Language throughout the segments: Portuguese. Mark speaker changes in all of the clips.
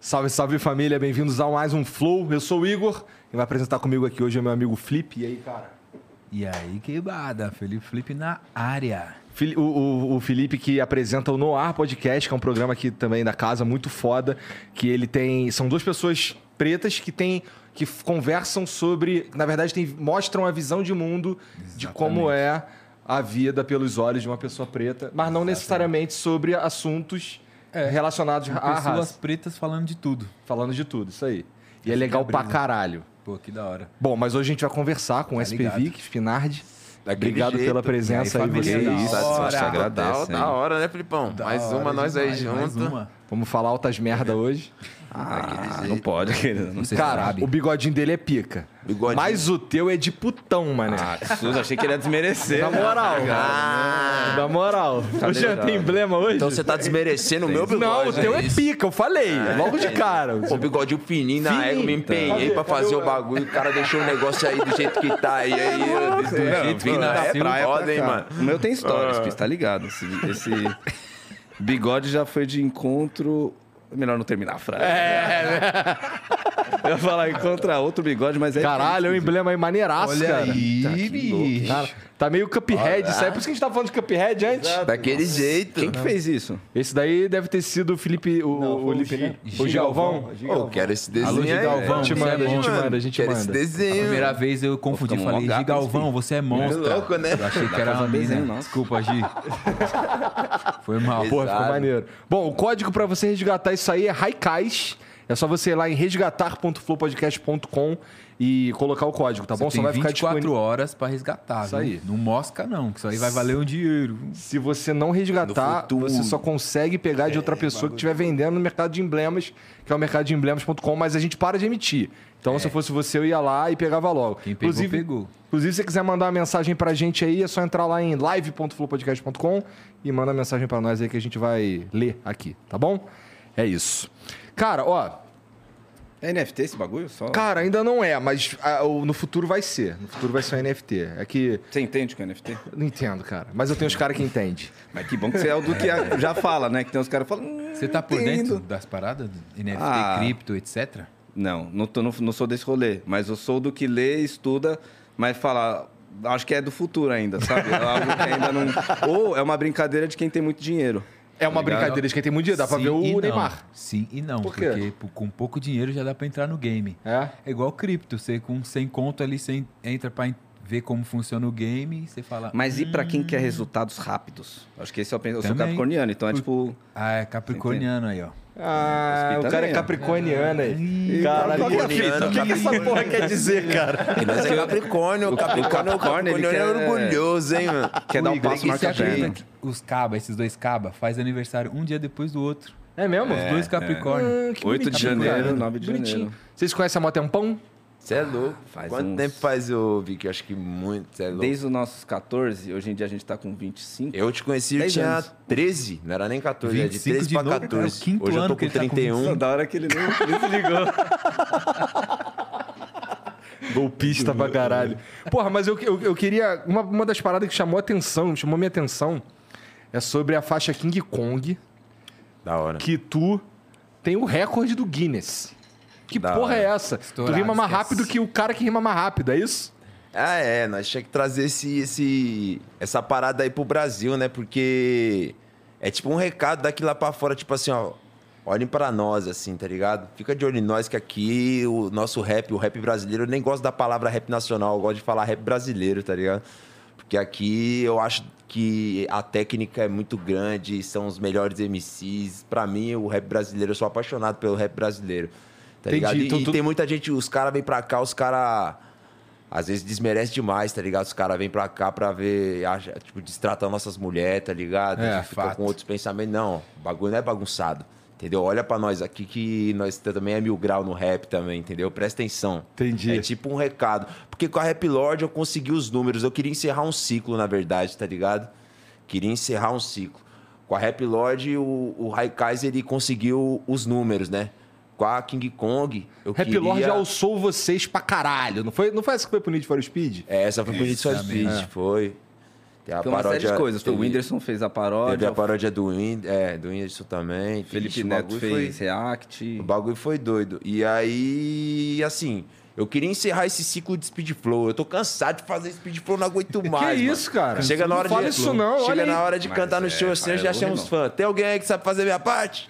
Speaker 1: Salve, salve família, bem-vindos a mais um Flow. Eu sou o Igor e vai apresentar comigo aqui hoje é meu amigo Flip. E aí, cara?
Speaker 2: E aí, queimada, Felipe Felipe na área.
Speaker 1: Fili- O, o- o Felipe que apresenta o Noir Podcast, que é um programa aqui também da casa, muito foda, que ele tem... São duas pessoas pretas que tem, que f- conversam sobre... que, Na verdade, tem, mostram a visão de mundo de como é a vida pelos olhos de uma pessoa preta, mas não necessariamente sobre assuntos relacionados à
Speaker 2: Pessoas
Speaker 1: raça.
Speaker 2: pretas falando de tudo.
Speaker 1: Falando de tudo, isso aí. E é legal pra caralho.
Speaker 2: Pô, que da hora.
Speaker 1: Bom, mas hoje a gente vai conversar com o
Speaker 2: Tá
Speaker 1: SPVIC, Spinardi.
Speaker 3: Daquele
Speaker 1: é Obrigado
Speaker 3: jeito.
Speaker 1: pela presença
Speaker 2: E
Speaker 1: aí,
Speaker 2: aí,
Speaker 3: Que
Speaker 1: você.
Speaker 2: família,
Speaker 3: isso,
Speaker 2: da hora.
Speaker 3: satisfação agradável.
Speaker 2: Acontece, hein?
Speaker 3: Da hora, né, Filipão?
Speaker 2: Da
Speaker 3: mais
Speaker 2: hora
Speaker 3: uma nós aí
Speaker 2: demais, mais
Speaker 3: junto.
Speaker 2: uma.
Speaker 1: Vamos falar altas merda hoje.
Speaker 3: Daquele
Speaker 4: Ah, não
Speaker 3: jeito.
Speaker 4: pode, querido. Não sei
Speaker 1: Cara,
Speaker 2: sabe.
Speaker 1: o bigodinho dele é pica.
Speaker 3: Bigodinho.
Speaker 1: Mas o teu é de putão, mané.
Speaker 4: Ah, que susto, achei que ele ia desmerecer.
Speaker 1: Na moral.
Speaker 3: Ah,
Speaker 1: Na moral. Hoje não
Speaker 4: ligado.
Speaker 1: tem emblema hoje?
Speaker 3: então você tá desmerecendo o
Speaker 1: Não,
Speaker 3: meu bigode. né?
Speaker 1: o teu é pica, eu falei. logo de cara.
Speaker 3: O bigode fininho na
Speaker 1: Fininho.
Speaker 3: égua, me empenhei
Speaker 1: Cadê?
Speaker 3: pra
Speaker 1: Cadê
Speaker 3: fazer
Speaker 1: o-
Speaker 3: o bagulho. O cara deixou o negócio aí do jeito que tá. E aí, eu- do jeito que
Speaker 4: Vim
Speaker 3: tá.
Speaker 4: da
Speaker 3: É
Speaker 4: praia pra
Speaker 3: foda, hein,
Speaker 4: cá.
Speaker 3: mano.
Speaker 4: O meu tem histórias, Pis, tá ligado? Esse, esse bigode já foi de encontro. Melhor não terminar a frase. É, né? Eu ia falar encontra outro bigode, mas é.
Speaker 1: Caralho, é um emblema aí maneiraço,
Speaker 2: Olha
Speaker 1: cara.
Speaker 2: aí,
Speaker 4: Eita, que
Speaker 2: bicho.
Speaker 1: Cara, tá meio Cuphead isso aí. Por isso que a gente tava falando de Cuphead antes.
Speaker 3: Daquele jeito.
Speaker 4: Quem que fez isso?
Speaker 1: Esse daí deve ter sido o Felipe... O, o, Lipe- o Galvão.
Speaker 3: Pô, quero esse
Speaker 2: Alô,
Speaker 3: desenho aí.
Speaker 1: Gigalvão,
Speaker 3: velho.
Speaker 1: te manda, É, a gente
Speaker 3: Mano,
Speaker 1: manda, a gente
Speaker 3: Quero esse
Speaker 1: manda.
Speaker 3: desenho.
Speaker 2: Primeira vez eu confundi,
Speaker 4: Pô,
Speaker 2: falei,
Speaker 4: ficamos
Speaker 2: Gi
Speaker 4: mó gatos,
Speaker 2: Galvão, você é monstro.
Speaker 3: louco, né?
Speaker 2: Eu achei
Speaker 4: Dá
Speaker 2: que
Speaker 4: pra
Speaker 2: era
Speaker 4: fazer
Speaker 2: uma
Speaker 4: um desenho
Speaker 2: mina.
Speaker 4: nosso.
Speaker 2: Desculpa, Gi. Foi mal.
Speaker 1: Porra, ficou
Speaker 3: Exato.
Speaker 1: maneiro. Bom, o código pra você resgatar isso aí é Raikais. É só você ir lá em resgatar.flowpodcast.com e colocar o código, tá
Speaker 2: Você
Speaker 1: bom?
Speaker 2: tem
Speaker 1: Só vai ficar
Speaker 2: 24
Speaker 1: disponível.
Speaker 2: horas pra resgatar,
Speaker 1: Isso
Speaker 2: viu?
Speaker 1: aí.
Speaker 2: Não mosca não, que isso aí vai valer um dinheiro.
Speaker 1: Se você não resgatar,
Speaker 3: No futuro.
Speaker 1: você só consegue pegar
Speaker 2: É,
Speaker 1: de outra pessoa que estiver vendendo no mercado de emblemas, que é o mercado de emblemas.com, mas a gente para de emitir. Então, se fosse você, eu ia lá e pegava logo.
Speaker 2: É. Quem pegou, pegou.
Speaker 1: Inclusive, se você quiser mandar uma mensagem pra gente aí, é só entrar lá em live.flowpodcast.com e manda uma mensagem pra nós aí que a gente vai ler aqui, tá bom? É isso. Cara, ó,
Speaker 4: É NFT esse bagulho? Só.
Speaker 1: cara, ainda não é, mas ah, o- no futuro vai ser. No futuro vai ser um NFT. É que.
Speaker 4: Você entende o que é NFT?
Speaker 1: Não entendo, cara. Mas eu tenho os caras que entendem.
Speaker 4: Mas que bom que você é o do que a- já fala, né? Que tem uns caras que falam. "Hum,
Speaker 2: Você tá por
Speaker 4: entendo."
Speaker 2: dentro das paradas? NFT,
Speaker 4: Ah.
Speaker 2: cripto, etc?
Speaker 4: Não, não, tô- não- não sou desse rolê, mas eu sou do que lê, estuda, mas fala. Acho que é do futuro ainda, sabe? É algo que ainda não. Ou é uma brincadeira de quem tem muito dinheiro.
Speaker 1: É uma
Speaker 4: Tá ligado?
Speaker 1: brincadeira de quem tem muito dinheiro. Dá pra
Speaker 2: Sim
Speaker 1: ver o
Speaker 2: e não.
Speaker 1: Neymar.
Speaker 2: Sim e não,
Speaker 1: Por quê?
Speaker 2: porque pô, com pouco dinheiro já dá pra entrar no game.
Speaker 1: É?
Speaker 2: É igual cripto, você com 100 conto ali, você en- entra pra en- ver como funciona o game, você fala...
Speaker 4: Mas e pra quem quer resultados rápidos? Acho que esse é o pen- Eu sou
Speaker 2: Também.
Speaker 4: capricorniano, então é tipo.
Speaker 2: Ah, é capricorniano aí, ó.
Speaker 1: Ah,
Speaker 4: Respeita
Speaker 1: o cara é
Speaker 4: mesmo.
Speaker 1: capricorniano aí.
Speaker 2: Ih,
Speaker 1: Caralho,
Speaker 3: qual que é a fita?
Speaker 1: o que, que essa porra quer dizer, cara?
Speaker 3: E nós é Capricórnio. O Capricórnio, o
Speaker 4: Capricórnio, ele
Speaker 3: Capricórnio é
Speaker 4: quer-
Speaker 3: orgulhoso, hein, mano.
Speaker 4: Quer dar um passo
Speaker 2: E
Speaker 4: mais
Speaker 2: você acredita
Speaker 3: tá
Speaker 4: perna.
Speaker 2: que os caba, esses dois caba, faz aniversário um dia depois do outro.
Speaker 1: É mesmo?
Speaker 2: Os dois capricórnio.
Speaker 1: Ah, que
Speaker 4: 8 de
Speaker 1: bonitinho,
Speaker 4: janeiro,
Speaker 1: cara.
Speaker 4: 9 de
Speaker 1: Bonitinho.
Speaker 4: janeiro.
Speaker 1: Vocês conhecem a Mó Tempão?
Speaker 3: Você é louco.
Speaker 4: Faz
Speaker 3: Quanto
Speaker 4: uns-
Speaker 3: tempo faz eu vi que eu acho que muito, você é louco.
Speaker 4: Desde os nossos 14, hoje em dia a gente tá com 25.
Speaker 3: Eu te conheci, eu
Speaker 4: 10
Speaker 3: tinha
Speaker 4: anos.
Speaker 3: 13, não era nem 14, era de
Speaker 2: 25
Speaker 3: 13
Speaker 2: de
Speaker 3: pra
Speaker 2: novo,
Speaker 3: 14.
Speaker 2: é o quinto
Speaker 3: Hoje eu
Speaker 2: ano
Speaker 3: tô
Speaker 2: que
Speaker 3: com
Speaker 2: ele tá com
Speaker 3: 31.
Speaker 4: Da hora que ele não desligou.
Speaker 1: Golpista pra caralho. Porra, mas eu, eu, eu queria. Uma, uma das paradas que chamou a atenção, chamou minha atenção, é sobre a faixa King Kong,
Speaker 3: da hora.
Speaker 1: que tu tem o recorde do Guinness. Que
Speaker 3: Da
Speaker 1: porra
Speaker 3: hora.
Speaker 1: é essa?
Speaker 2: Estourado,
Speaker 1: tu rima mais
Speaker 2: esquece.
Speaker 1: rápido que o cara que rima mais rápido, é isso?
Speaker 3: Ah, é, nós tinha que trazer esse, esse, essa parada aí pro Brasil, né? Porque é tipo um recado daqui lá pra fora, tipo assim, ó. Olhem pra nós, assim, tá ligado? Fica de olho em nós que aqui o nosso rap, o rap brasileiro, eu nem gosto da palavra rap nacional, eu gosto de falar rap brasileiro, tá ligado? Porque aqui eu acho que a técnica é muito grande, são os melhores MCs. Pra mim, o rap brasileiro, eu sou apaixonado pelo rap brasileiro. Tá
Speaker 1: Entendi.
Speaker 3: ligado? E,
Speaker 1: Então
Speaker 3: e
Speaker 1: tu-
Speaker 3: tem muita gente, os caras vêm pra cá, os caras. Às vezes desmerece demais, tá ligado? Os caras vêm pra cá pra ver, acha, tipo, destratar nossas mulheres, tá ligado?
Speaker 2: É,
Speaker 3: A gente fica
Speaker 2: fato.
Speaker 3: com outros pensamentos. Não, o bagulho não é bagunçado, entendeu? Olha pra nós aqui que nós t- também é mil grau no rap também, entendeu? Presta atenção.
Speaker 1: Entendi.
Speaker 3: É tipo um recado. Porque com a Rap Lord eu consegui os números. Eu queria encerrar um ciclo, na verdade, tá ligado? Queria encerrar um ciclo. Com a Rap Lord, o, o Raikais, ele conseguiu os números, né? Com a King Kong, eu
Speaker 1: Rap
Speaker 3: queria...
Speaker 1: Lord é alçou vocês pra caralho. Não foi, não foi essa que foi pro Need for Speed?
Speaker 3: É, essa foi pro Need for
Speaker 2: Justamente.
Speaker 3: Speed, foi. Que é a
Speaker 4: Foi uma série de coisas. Foi o
Speaker 3: teve-
Speaker 4: Whindersson fez a
Speaker 3: Teve
Speaker 4: paródia,
Speaker 3: a paródia do, Whind, é, do Whindersson também.
Speaker 4: Felipe
Speaker 3: Ixi, o
Speaker 4: Neto
Speaker 3: bagulho
Speaker 4: fez
Speaker 3: Foi,
Speaker 4: react.
Speaker 3: o bagulho foi doido. E aí, assim, eu queria encerrar esse ciclo de speed flow. Eu tô cansado de fazer speed flow, não aguento mais.
Speaker 1: que
Speaker 3: mano.
Speaker 1: isso, cara?
Speaker 3: Chega na hora
Speaker 1: não
Speaker 3: de.
Speaker 1: fala isso não,
Speaker 3: Chega
Speaker 1: olha
Speaker 3: na
Speaker 1: aí.
Speaker 3: hora de
Speaker 4: Mas
Speaker 3: cantar no
Speaker 4: é,
Speaker 3: show assim,
Speaker 4: pai,
Speaker 3: eu já
Speaker 4: eu vou
Speaker 3: chamos
Speaker 4: rir,
Speaker 3: fã. Tem alguém aí que sabe fazer minha parte?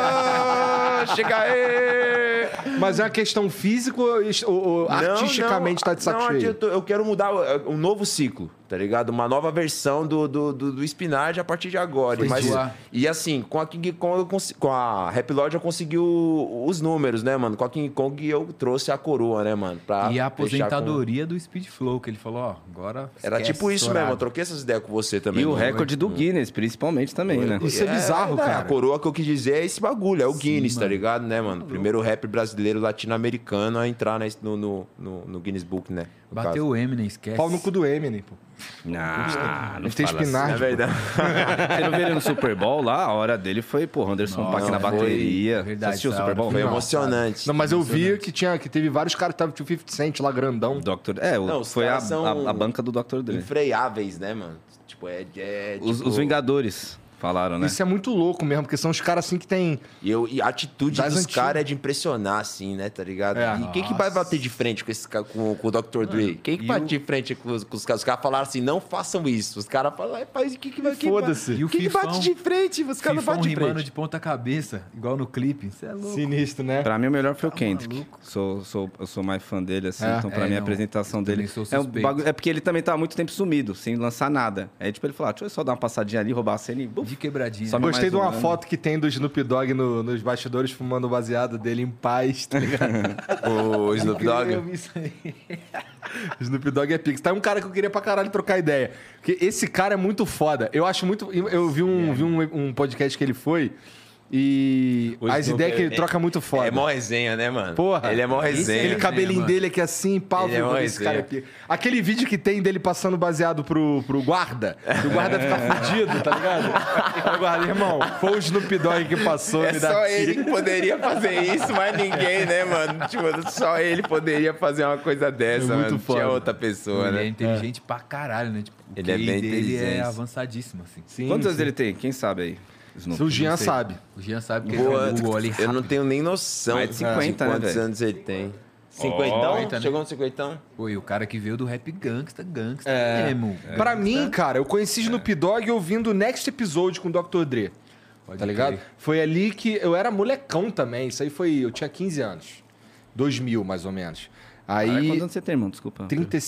Speaker 3: Ah, chega aí!
Speaker 1: Mas é uma questão física ou, ou- ou
Speaker 3: Não,
Speaker 1: artisticamente
Speaker 3: não,
Speaker 1: tá de saco
Speaker 3: não
Speaker 1: cheio?
Speaker 3: adiantou. eu quero mudar uh, um novo ciclo, tá ligado? Uma nova versão do, do, do, do Spinard a partir de agora.
Speaker 2: Entendi.
Speaker 3: Mas,
Speaker 2: Lá.
Speaker 3: e assim, com a King Kong, eu cons- com a Rap Lord eu consegui o- os números, né, mano? Com a King Kong eu trouxe a coroa, né, mano? Pra
Speaker 2: E a
Speaker 3: fechar com-
Speaker 2: aposentadoria do Speed Flow, que ele falou, ó, agora.
Speaker 3: Era
Speaker 2: esquece,
Speaker 3: tipo isso mesmo, eu
Speaker 2: estourado.
Speaker 3: troquei essas ideias com você também. né?
Speaker 4: E o
Speaker 3: mano.
Speaker 4: recorde do Guinness, principalmente também, né?
Speaker 1: Isso é bizarro,
Speaker 3: né?
Speaker 1: cara.
Speaker 3: A coroa que eu quis dizer é esse bagulho, é o Guinness, tá ligado, né, mano? Primeiro rap brasileiro latino-americano a entrar nesse- no, no, no, no Guinness Book, né? no
Speaker 2: Bateu o Eminem, esquece.
Speaker 1: Pau no cu do Eminem, pô.
Speaker 4: Ah,
Speaker 1: Ele tem
Speaker 4: fala assim.
Speaker 1: espinarda.
Speaker 3: caso. É verdade.
Speaker 4: Você não viu ele no Super Bowl lá? A hora dele foi, porra, Anderson
Speaker 2: Não,
Speaker 4: Paak na
Speaker 2: foi-
Speaker 4: bateria.
Speaker 2: verdade,
Speaker 4: Você assistiu o
Speaker 2: essa
Speaker 4: Super Bowl?
Speaker 2: hora
Speaker 3: Foi
Speaker 2: Não,
Speaker 3: emocionante.
Speaker 1: Não, mas eu vi que tinha que teve vários caras que tava tipo 50 Cent lá grandão.
Speaker 4: Dr. É, o-
Speaker 3: Não, os
Speaker 4: foi a,
Speaker 3: caras são
Speaker 4: a- a banca do Dr. Dre.
Speaker 3: Infreiáveis, né, mano? Tipo, é. é
Speaker 4: Os,
Speaker 3: tipo-
Speaker 4: os Vingadores falaram, né?
Speaker 1: Isso é muito louco mesmo, porque são os caras assim que tem.
Speaker 3: E, eu- e a atitude
Speaker 1: Das
Speaker 3: dos
Speaker 1: antigas.
Speaker 3: caras é de impressionar, assim, né, tá ligado?
Speaker 1: É.
Speaker 3: e quem que vai bater de frente com, esse, ca- com, com o Dr. Dre? Quem que
Speaker 2: e
Speaker 3: bate
Speaker 2: o-
Speaker 3: de frente com os, com os caras? Os caras falaram assim: não façam isso. Os caras falaram, faz o que que vai. quem vai-
Speaker 1: Foda-se.
Speaker 2: E o
Speaker 3: Quem que
Speaker 2: Fifão-
Speaker 3: bate de frente? Os caras não
Speaker 2: Fifão
Speaker 3: batem de
Speaker 2: rimando
Speaker 3: frente.
Speaker 2: de ponta cabeça, igual no clipe. Você é louco.
Speaker 1: Sinistro, né?
Speaker 4: Pra mim, o melhor foi o Kendrick. Sou, sou, eu sou mais fã dele, assim.
Speaker 1: É?
Speaker 4: então, pra
Speaker 2: É,
Speaker 4: mim, a
Speaker 2: não.
Speaker 4: apresentação
Speaker 2: Eu
Speaker 4: dele...
Speaker 2: também sou
Speaker 4: É, um
Speaker 2: suspeito.
Speaker 4: bagulho- é porque ele também tava há muito tempo sumido, sem lançar nada. É tipo, ele falou, ah, deixa eu só dar uma passadinha ali, roubar a cena e... buf.
Speaker 2: De quebradinha.
Speaker 4: Só
Speaker 1: Eu
Speaker 4: me-
Speaker 1: Gostei
Speaker 4: mais
Speaker 1: de uma
Speaker 4: um ano.
Speaker 1: foto que tem do Snoop Dogg no- nos bastidores fumando o baseado dele em paz, tá ligado?
Speaker 3: O Snoop
Speaker 1: Eu
Speaker 3: Dogg.
Speaker 1: vi isso aí. Snoop Dogg é pix. Tá um cara que eu queria pra caralho trocar ideia. Porque esse cara é muito foda. Eu acho muito. Eu vi um, vi um, um podcast que ele foi e
Speaker 3: O
Speaker 1: as
Speaker 3: Snoop
Speaker 1: ideias que ele
Speaker 3: é-
Speaker 1: troca é muito foda.
Speaker 3: É mó resenha, né, mano?
Speaker 1: Porra.
Speaker 3: Ele é mó
Speaker 1: Esse-
Speaker 3: resenha.
Speaker 1: Aquele cabelinho
Speaker 2: mano.
Speaker 1: dele aqui assim, pau,
Speaker 3: Ele é mó
Speaker 1: esse cara
Speaker 3: resenha.
Speaker 1: aqui. Aquele vídeo que tem dele passando baseado pro, pro guarda, que o guarda fica
Speaker 3: É.
Speaker 1: fudido, tá ligado? Aí o guarda, irmão, foi o Snoop Dogg que passou,
Speaker 3: É
Speaker 1: me dá
Speaker 3: só
Speaker 1: aqui.
Speaker 3: ele que poderia fazer isso, mas ninguém, né, mano? Tipo, só ele poderia fazer uma coisa dessa,
Speaker 1: É muito
Speaker 3: mano. Tinha
Speaker 1: foda.
Speaker 3: outra pessoa,
Speaker 2: Ele é
Speaker 3: né?
Speaker 2: inteligente pra caralho, né? Tipo, o
Speaker 3: Ele é
Speaker 2: QI
Speaker 3: bem
Speaker 2: dele é
Speaker 3: inteligente.
Speaker 2: avançadíssimo, assim.
Speaker 1: Sim,
Speaker 4: Quantas
Speaker 1: sim.
Speaker 4: ele tem? Quem sabe aí? Snoop.
Speaker 1: Se o Jean sabe.
Speaker 2: O Jean sabe que
Speaker 3: Boa,
Speaker 2: ele é Google ali
Speaker 3: eu não
Speaker 2: rápido.
Speaker 3: tenho nem noção
Speaker 4: Mais de 50, né,
Speaker 3: quantos
Speaker 4: velho?
Speaker 3: anos ele tem. Cinquentão?
Speaker 2: 50, né?
Speaker 3: Chegou no cinquentão?
Speaker 2: Oi, o cara que veio do rap gangsta, gangsta
Speaker 1: É.
Speaker 2: mesmo.
Speaker 1: Pra mim, cara, eu conheci
Speaker 2: É.
Speaker 1: Snoop Dogg ouvindo o Next Episode com o Dr. Dre.
Speaker 2: Pode
Speaker 1: tá ligado?
Speaker 2: crer.
Speaker 1: Foi ali que eu era molecão também. Isso aí foi. Eu tinha 15 anos. 2000, mais ou menos.
Speaker 2: Ah,
Speaker 1: Aí.
Speaker 2: é
Speaker 4: Caralho, Ah, é Quantos anos você tem, irmão? Desculpa.
Speaker 1: 30, e-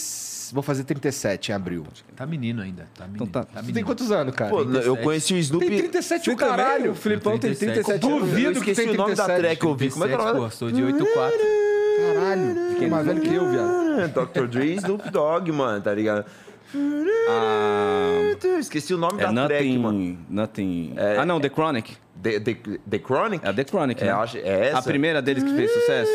Speaker 1: vou fazer 37 em abril.
Speaker 2: Tá menino ainda. Tá menino.
Speaker 4: tá.
Speaker 2: tá
Speaker 1: Tu tem
Speaker 2: menino.
Speaker 1: quantos anos, cara?
Speaker 3: Pô, eu
Speaker 2: 37.
Speaker 3: conheci o Snoop...
Speaker 1: tem 37 o um, caralho.
Speaker 4: O Filipão tem
Speaker 2: 37.
Speaker 4: 37
Speaker 1: Duvido
Speaker 3: Eu
Speaker 1: que
Speaker 3: esqueci
Speaker 1: tem
Speaker 3: o nome da
Speaker 1: 37.
Speaker 3: track que eu vi. Como é que é o nome?
Speaker 2: Pô, sou de 84.
Speaker 1: Caralho. Fiquei mais velho que eu, viado.
Speaker 3: Dr. Ah, Dre e Snoop Dogg, mano, tá ligado?
Speaker 4: Ah,
Speaker 3: Esqueci o nome
Speaker 4: é
Speaker 3: da track, mano.
Speaker 4: Nothing... Nothing... Ah, não, The Chronic.
Speaker 3: The, the, the Chronic?
Speaker 4: É a The Chronic,
Speaker 3: É,
Speaker 4: né?
Speaker 3: acho- é essa? Ah.
Speaker 4: A primeira deles que fez sucesso.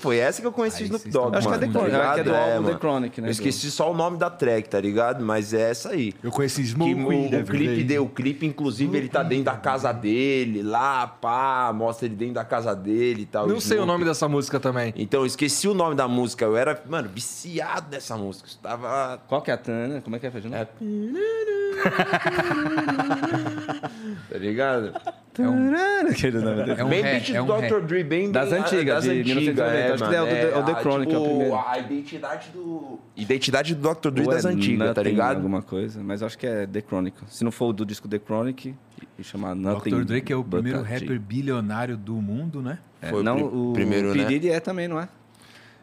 Speaker 3: Foi essa que eu conheci o
Speaker 2: Aí
Speaker 3: Snoop
Speaker 2: vocês
Speaker 3: Dogg,
Speaker 2: estão
Speaker 3: mano.
Speaker 4: Acho que é The
Speaker 3: tá
Speaker 4: Chronic,
Speaker 3: ligado?
Speaker 4: que é do álbum
Speaker 3: mano.
Speaker 4: The Chronic, né,
Speaker 3: Eu
Speaker 4: do-
Speaker 3: esqueci só o nome da track, tá ligado? Mas é essa aí.
Speaker 1: Eu conheci
Speaker 3: Que
Speaker 1: Smoke Weed
Speaker 3: o, o
Speaker 1: Every
Speaker 3: clipe
Speaker 1: Day.
Speaker 3: deu, o clipe, inclusive, ele tá dentro da
Speaker 4: Hum.
Speaker 3: casa dele, lá, pá, mostra ele dentro da casa dele e tal.
Speaker 1: Não sei o
Speaker 3: Snoop.
Speaker 1: nome dessa música também.
Speaker 3: Então, eu esqueci o nome da música. Eu era, mano, viciado nessa música. Eu tava.
Speaker 4: Qual que é a Tana? Como é que é, Feijão?
Speaker 3: É. tá ligado?
Speaker 2: É um,
Speaker 4: Aquele nome dele.
Speaker 2: é um
Speaker 3: bem
Speaker 2: ré,
Speaker 3: beat
Speaker 2: é um
Speaker 3: do
Speaker 2: ré.
Speaker 3: Dr. Dre, bem
Speaker 4: Das
Speaker 3: bem-
Speaker 4: antigas,
Speaker 3: das
Speaker 4: de
Speaker 3: antigas,
Speaker 4: 1990,
Speaker 3: é,
Speaker 4: acho
Speaker 3: mano,
Speaker 4: que é o do-
Speaker 3: é,
Speaker 4: é o The
Speaker 3: a,
Speaker 4: Chronic, é o
Speaker 3: tipo,
Speaker 4: primeiro.
Speaker 3: A identidade do. Identidade do Dr. Dre
Speaker 4: Ou
Speaker 3: das
Speaker 4: é
Speaker 3: antigas, tá
Speaker 4: Nothing,
Speaker 3: ligado?
Speaker 4: Alguma coisa, mas eu acho que é The Chronic. Se não for o do disco The Chronic, e chamar Nothing.
Speaker 2: Dr. Dre, que é o
Speaker 4: But
Speaker 2: primeiro
Speaker 4: a G.
Speaker 2: rapper bilionário do mundo, né?
Speaker 4: É,
Speaker 3: Foi o
Speaker 4: não,
Speaker 3: pri-
Speaker 4: o
Speaker 3: primeiro,
Speaker 4: primeiro,
Speaker 3: né?
Speaker 4: é também, não é?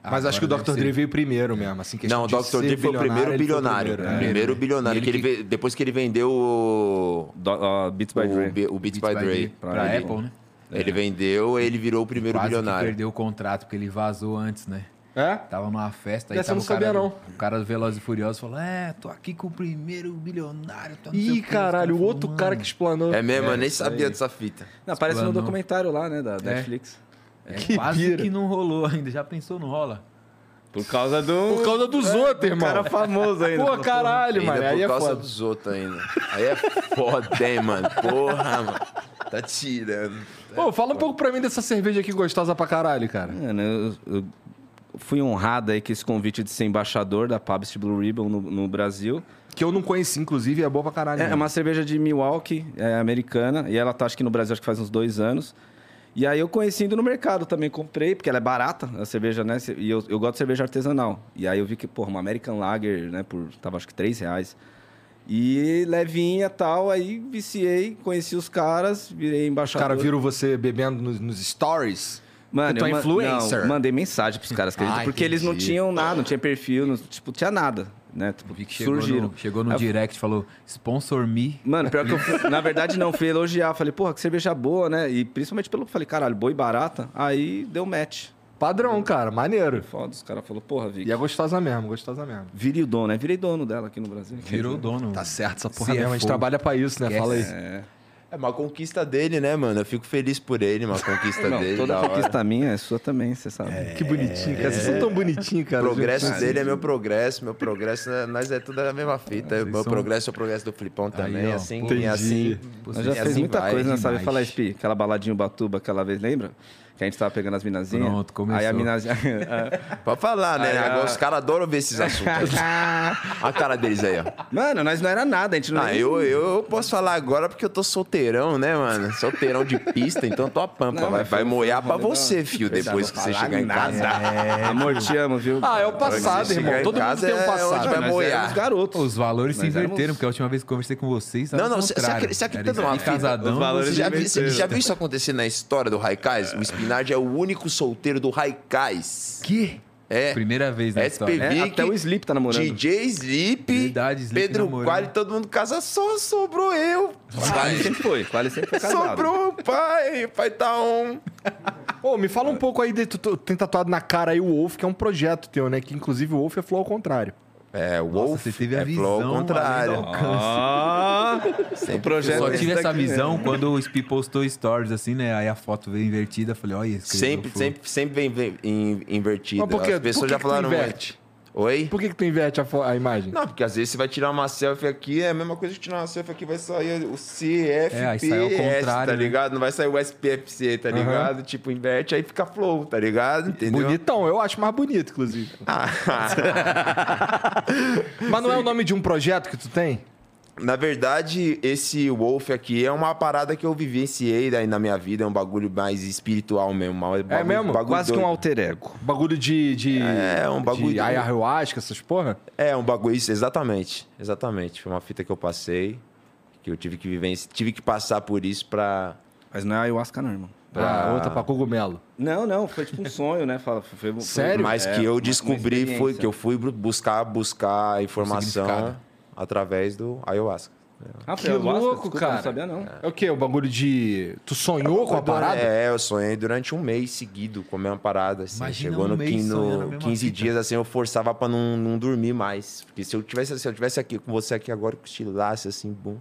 Speaker 1: Mas
Speaker 3: Ah,
Speaker 1: acho que o
Speaker 2: Agora
Speaker 1: Dr.
Speaker 2: deve
Speaker 1: Dre
Speaker 2: ser.
Speaker 1: veio primeiro mesmo, assim. questão
Speaker 3: Não, o
Speaker 1: de
Speaker 3: Dr.
Speaker 1: ser
Speaker 3: Dre foi o primeiro
Speaker 1: ele foi o
Speaker 3: bilionário.
Speaker 1: primeiro,
Speaker 3: Primeiro,
Speaker 1: né?
Speaker 3: bilionário.
Speaker 2: E
Speaker 3: que
Speaker 2: ele
Speaker 3: ele ve- Depois que ele vendeu o.
Speaker 4: Do, ó, Beats by
Speaker 3: o,
Speaker 4: Dre.
Speaker 3: Be- o Beats by Dre.
Speaker 2: Pra,
Speaker 4: pra ele.
Speaker 2: Apple, né?
Speaker 3: Ele vendeu, ele virou o primeiro
Speaker 2: Quase que
Speaker 3: bilionário.
Speaker 2: perdeu o contrato, porque ele vazou antes, né?
Speaker 1: É?
Speaker 2: Tava numa festa aí
Speaker 1: Dessa eu
Speaker 2: tava
Speaker 1: não sabia,
Speaker 2: o cara,
Speaker 1: não.
Speaker 2: O cara do Velozes e Furiosos falou, é, tô aqui com o primeiro bilionário. Tá não sei
Speaker 1: Ih,
Speaker 2: o quê. Os caras
Speaker 1: caralho, o
Speaker 2: falou,
Speaker 1: outro
Speaker 2: "Mano,
Speaker 1: cara que explanou.
Speaker 3: É mesmo, eu nem
Speaker 1: isso
Speaker 3: sabia
Speaker 1: aí.
Speaker 3: dessa fita.
Speaker 4: Não, aparece no
Speaker 2: Plano.
Speaker 4: documentário lá, né, da da
Speaker 2: É.
Speaker 4: Netflix.
Speaker 2: É,
Speaker 1: Que
Speaker 2: quase
Speaker 1: pira.
Speaker 2: que não rolou ainda. Já pensou, não rola?
Speaker 4: Por causa do...
Speaker 1: Por causa dos outros, irmão.
Speaker 4: cara famoso ainda.
Speaker 1: Pô, caralho,
Speaker 3: Ainda
Speaker 1: mano.
Speaker 3: por
Speaker 1: Aí é
Speaker 3: causa
Speaker 1: foda.
Speaker 3: dos outros ainda. Aí é foda, hein, mano. Porra, mano. Tá tirando.
Speaker 1: Pô, fala um pouco pra mim dessa cerveja aqui gostosa pra caralho, cara.
Speaker 4: Mano, eu, eu fui honrado aí com esse convite de ser embaixador da Pabst Blue Ribbon no, no Brasil.
Speaker 1: Que eu não conheci, inclusive, é boa pra caralho.
Speaker 4: É, é
Speaker 1: mesmo.
Speaker 4: uma cerveja de Milwaukee, é americana, e ela tá acho que no Brasil acho que faz uns dois anos. E aí eu conheci indo no mercado também, comprei, porque ela é barata, a cerveja, né? E eu, eu gosto de cerveja artesanal. E aí eu vi que, porra, uma American Lager, né, por, tava acho que três reais. E levinha tal, aí viciei, conheci os caras, virei
Speaker 1: Os
Speaker 4: embaixador.
Speaker 1: caras viram você bebendo nos, nos stories.
Speaker 4: Mano,
Speaker 1: que tu é
Speaker 4: eu ma-
Speaker 1: influencer.
Speaker 4: Não, mandei mensagem pros caras, acredita?
Speaker 1: Ah,
Speaker 4: porque eles não
Speaker 1: entendi.
Speaker 4: tinham nada, não tinha perfil, não, tipo, tinha nada, né? Tipo,
Speaker 2: Vi que chegou
Speaker 4: surgiram.
Speaker 2: no, chegou no
Speaker 4: Aí eu
Speaker 2: direct e falou, sponsor me.
Speaker 4: Mano, pior que eu fui, na verdade não, fui elogiar. Falei, porra, que cerveja boa, né? E principalmente pelo. Falei, caralho, boa e barata. Aí deu match.
Speaker 1: Padrão, cara, maneiro.
Speaker 4: Foda, os caras falaram, porra,
Speaker 1: E
Speaker 4: Vic.
Speaker 1: é gostosa mesmo, gostosa mesmo.
Speaker 4: Virei o dono, né? Virei dono dela aqui no Brasil.
Speaker 2: Virou dono.
Speaker 1: Tá certo essa porra
Speaker 2: CFO.
Speaker 1: mesmo, a gente trabalha pra isso, né?
Speaker 2: Yes.
Speaker 1: Fala aí.
Speaker 3: É uma conquista dele, né, mano? Eu fico feliz por ele, uma conquista
Speaker 4: Não,
Speaker 3: dele.
Speaker 4: toda
Speaker 3: da hora.
Speaker 4: conquista minha é sua também, você sabe.
Speaker 1: Que bonitinho, cara. Vocês são tão bonitinhos,
Speaker 3: O
Speaker 1: cara.
Speaker 3: progresso
Speaker 1: Gente.
Speaker 3: dele é meu progresso, meu progresso, né, nós é tudo a mesma fita. meu
Speaker 2: são-
Speaker 3: progresso é o progresso do Flipão também,
Speaker 2: ó,
Speaker 3: assim,
Speaker 2: entendi.
Speaker 3: e assim.
Speaker 4: Nós já
Speaker 3: e
Speaker 4: fez
Speaker 3: assim
Speaker 4: muita
Speaker 3: vai,
Speaker 4: coisa, né? Sabe?
Speaker 2: demais.
Speaker 4: Fala, Spi, aquela baladinha em Batuba aquela vez, lembra? Que a gente tava pegando as minazinhas.
Speaker 2: Pronto, começou.
Speaker 4: Aí a minazinha. é.
Speaker 3: Pra falar, né?
Speaker 4: Aí, ó.
Speaker 3: Agora os caras adoram ver esses assuntos. a cara deles aí, ó.
Speaker 4: Mano, nós não era nada, a gente não
Speaker 3: Ah,
Speaker 4: era-
Speaker 3: eu, eu posso falar agora porque eu tô solteirão, né, mano? Solteirão de pista, então tô a pampa.
Speaker 4: Não,
Speaker 3: vai
Speaker 4: mas foi-
Speaker 3: vai moiar
Speaker 4: foi
Speaker 3: pra
Speaker 4: um rolê da
Speaker 3: você,
Speaker 4: hora.
Speaker 3: fio,
Speaker 4: Verdade,
Speaker 3: depois
Speaker 4: não
Speaker 3: que você
Speaker 4: falar
Speaker 3: chegar em
Speaker 4: nada.
Speaker 3: casa.
Speaker 4: É, Amor, te amo, viu?
Speaker 1: Ah, é o
Speaker 3: Quando
Speaker 1: passado,
Speaker 3: você
Speaker 1: irmão.
Speaker 3: chegar em
Speaker 1: Todo mundo
Speaker 3: casa
Speaker 1: tem um
Speaker 3: é
Speaker 1: passado.
Speaker 3: onde vai
Speaker 1: Nós
Speaker 4: Nós
Speaker 3: moiar.
Speaker 4: éramos garotos.
Speaker 2: Os valores se
Speaker 4: Nós éramos-
Speaker 2: inverteram, porque a última vez que conversei com vocês,
Speaker 3: Não, não,
Speaker 2: você
Speaker 3: você você acredita numa fita?
Speaker 2: casadão,
Speaker 4: Os valores
Speaker 3: Você
Speaker 2: vocês
Speaker 3: já,
Speaker 4: de
Speaker 3: viu, você
Speaker 4: mentira.
Speaker 3: já viu isso acontecer na história do Raikais? O Spinard é o único solteiro do Raikais.
Speaker 2: Que?
Speaker 3: É.
Speaker 2: Primeira vez na
Speaker 3: SPV,
Speaker 2: história.
Speaker 4: É, até o Sleep tá namorando.
Speaker 3: DJ Sleep,
Speaker 2: Verdade, Sleep
Speaker 3: Pedro
Speaker 2: namorando.
Speaker 3: Quali, todo mundo casa só, sobrou eu.
Speaker 4: Quali sempre foi, Quali sempre foi casado.
Speaker 3: sobrou o pai, pai tá on.
Speaker 1: Ô, me fala um pouco aí, de, tu, tu tem tatuado na cara aí o Wolf, que é um projeto teu, né? Que inclusive o Wolf é flow ao contrário.
Speaker 3: É, o Wolf
Speaker 2: você teve a
Speaker 3: é flow
Speaker 2: visão,
Speaker 3: ao
Speaker 2: além
Speaker 3: contrário.
Speaker 2: do
Speaker 4: Ah, o
Speaker 2: Eu
Speaker 4: projeto
Speaker 2: só
Speaker 4: é
Speaker 2: tive
Speaker 4: esse
Speaker 2: essa
Speaker 4: daqui,
Speaker 2: visão
Speaker 4: né?
Speaker 2: quando o Spi postou stories, assim, né? Aí a foto veio invertida, eu falei, olha esse
Speaker 3: Sempre, sempre, sempre vem, vem in- invertido.
Speaker 1: Mas por quê?
Speaker 3: As pessoas
Speaker 1: Por que
Speaker 3: já
Speaker 1: que tu
Speaker 3: falaram
Speaker 1: inverte?
Speaker 3: muito. Oi?
Speaker 1: Por que, que tu inverte a, fo- a imagem?
Speaker 3: Não, porque às vezes você vai tirar uma selfie aqui, é a mesma coisa que tirar uma selfie aqui, vai sair o
Speaker 2: É, aí sai ao
Speaker 3: CFPS,
Speaker 2: contrário,
Speaker 3: tá
Speaker 2: né?
Speaker 3: ligado? Não vai sair o SPFC, tá ligado? Tipo, inverte, aí fica flow, tá ligado? Entendeu? Ah,
Speaker 1: Bonitão, eu acho mais bonito, inclusive. Mas não é o nome de um projeto que tu tem?
Speaker 3: Na verdade, esse Wolf aqui é uma parada que eu vivenciei daí na minha vida, é um bagulho mais espiritual mesmo. É,
Speaker 1: mesmo?
Speaker 4: Quase que um alter ego.
Speaker 1: Bagulho de. de
Speaker 3: É, um bagulho
Speaker 1: De
Speaker 3: de-
Speaker 1: ayahuasca, essas porra?
Speaker 3: É, um bagulho, isso, exatamente. Exatamente. Foi uma fita que eu passei, que eu tive que vivenciar, tive que passar por isso pra.
Speaker 4: Mas não é ayahuasca, não, irmão.
Speaker 3: Ah.
Speaker 1: Pra... Ah, outra pra cogumelo.
Speaker 4: Não, não, foi tipo um sonho, né? Fala- Foi, foi-
Speaker 1: Sério?
Speaker 3: Mas
Speaker 4: É,
Speaker 3: que eu
Speaker 4: uma-
Speaker 3: descobri
Speaker 4: uma
Speaker 3: foi que eu fui bu- buscar buscar a informação
Speaker 2: significado.
Speaker 3: através do ayahuasca.
Speaker 4: experiência. Ah, foi
Speaker 1: Que
Speaker 4: ayahuasca?
Speaker 1: louco,
Speaker 4: Desculpa,
Speaker 1: cara.
Speaker 4: Não sabia, não.
Speaker 1: É o quê? O bagulho de. Tu sonhou com a parada?
Speaker 3: É, eu sonhei durante um mês seguido com a mesma parada. Assim.
Speaker 2: Imagina
Speaker 3: Chegou
Speaker 2: um
Speaker 3: no,
Speaker 2: mês
Speaker 3: quin- no
Speaker 2: sonhando a mesma
Speaker 3: 15
Speaker 2: fita.
Speaker 3: dias assim, eu forçava pra não, não dormir mais. Porque se eu tivesse, se eu tivesse aqui com você aqui agora, eu cochilasse assim, bom.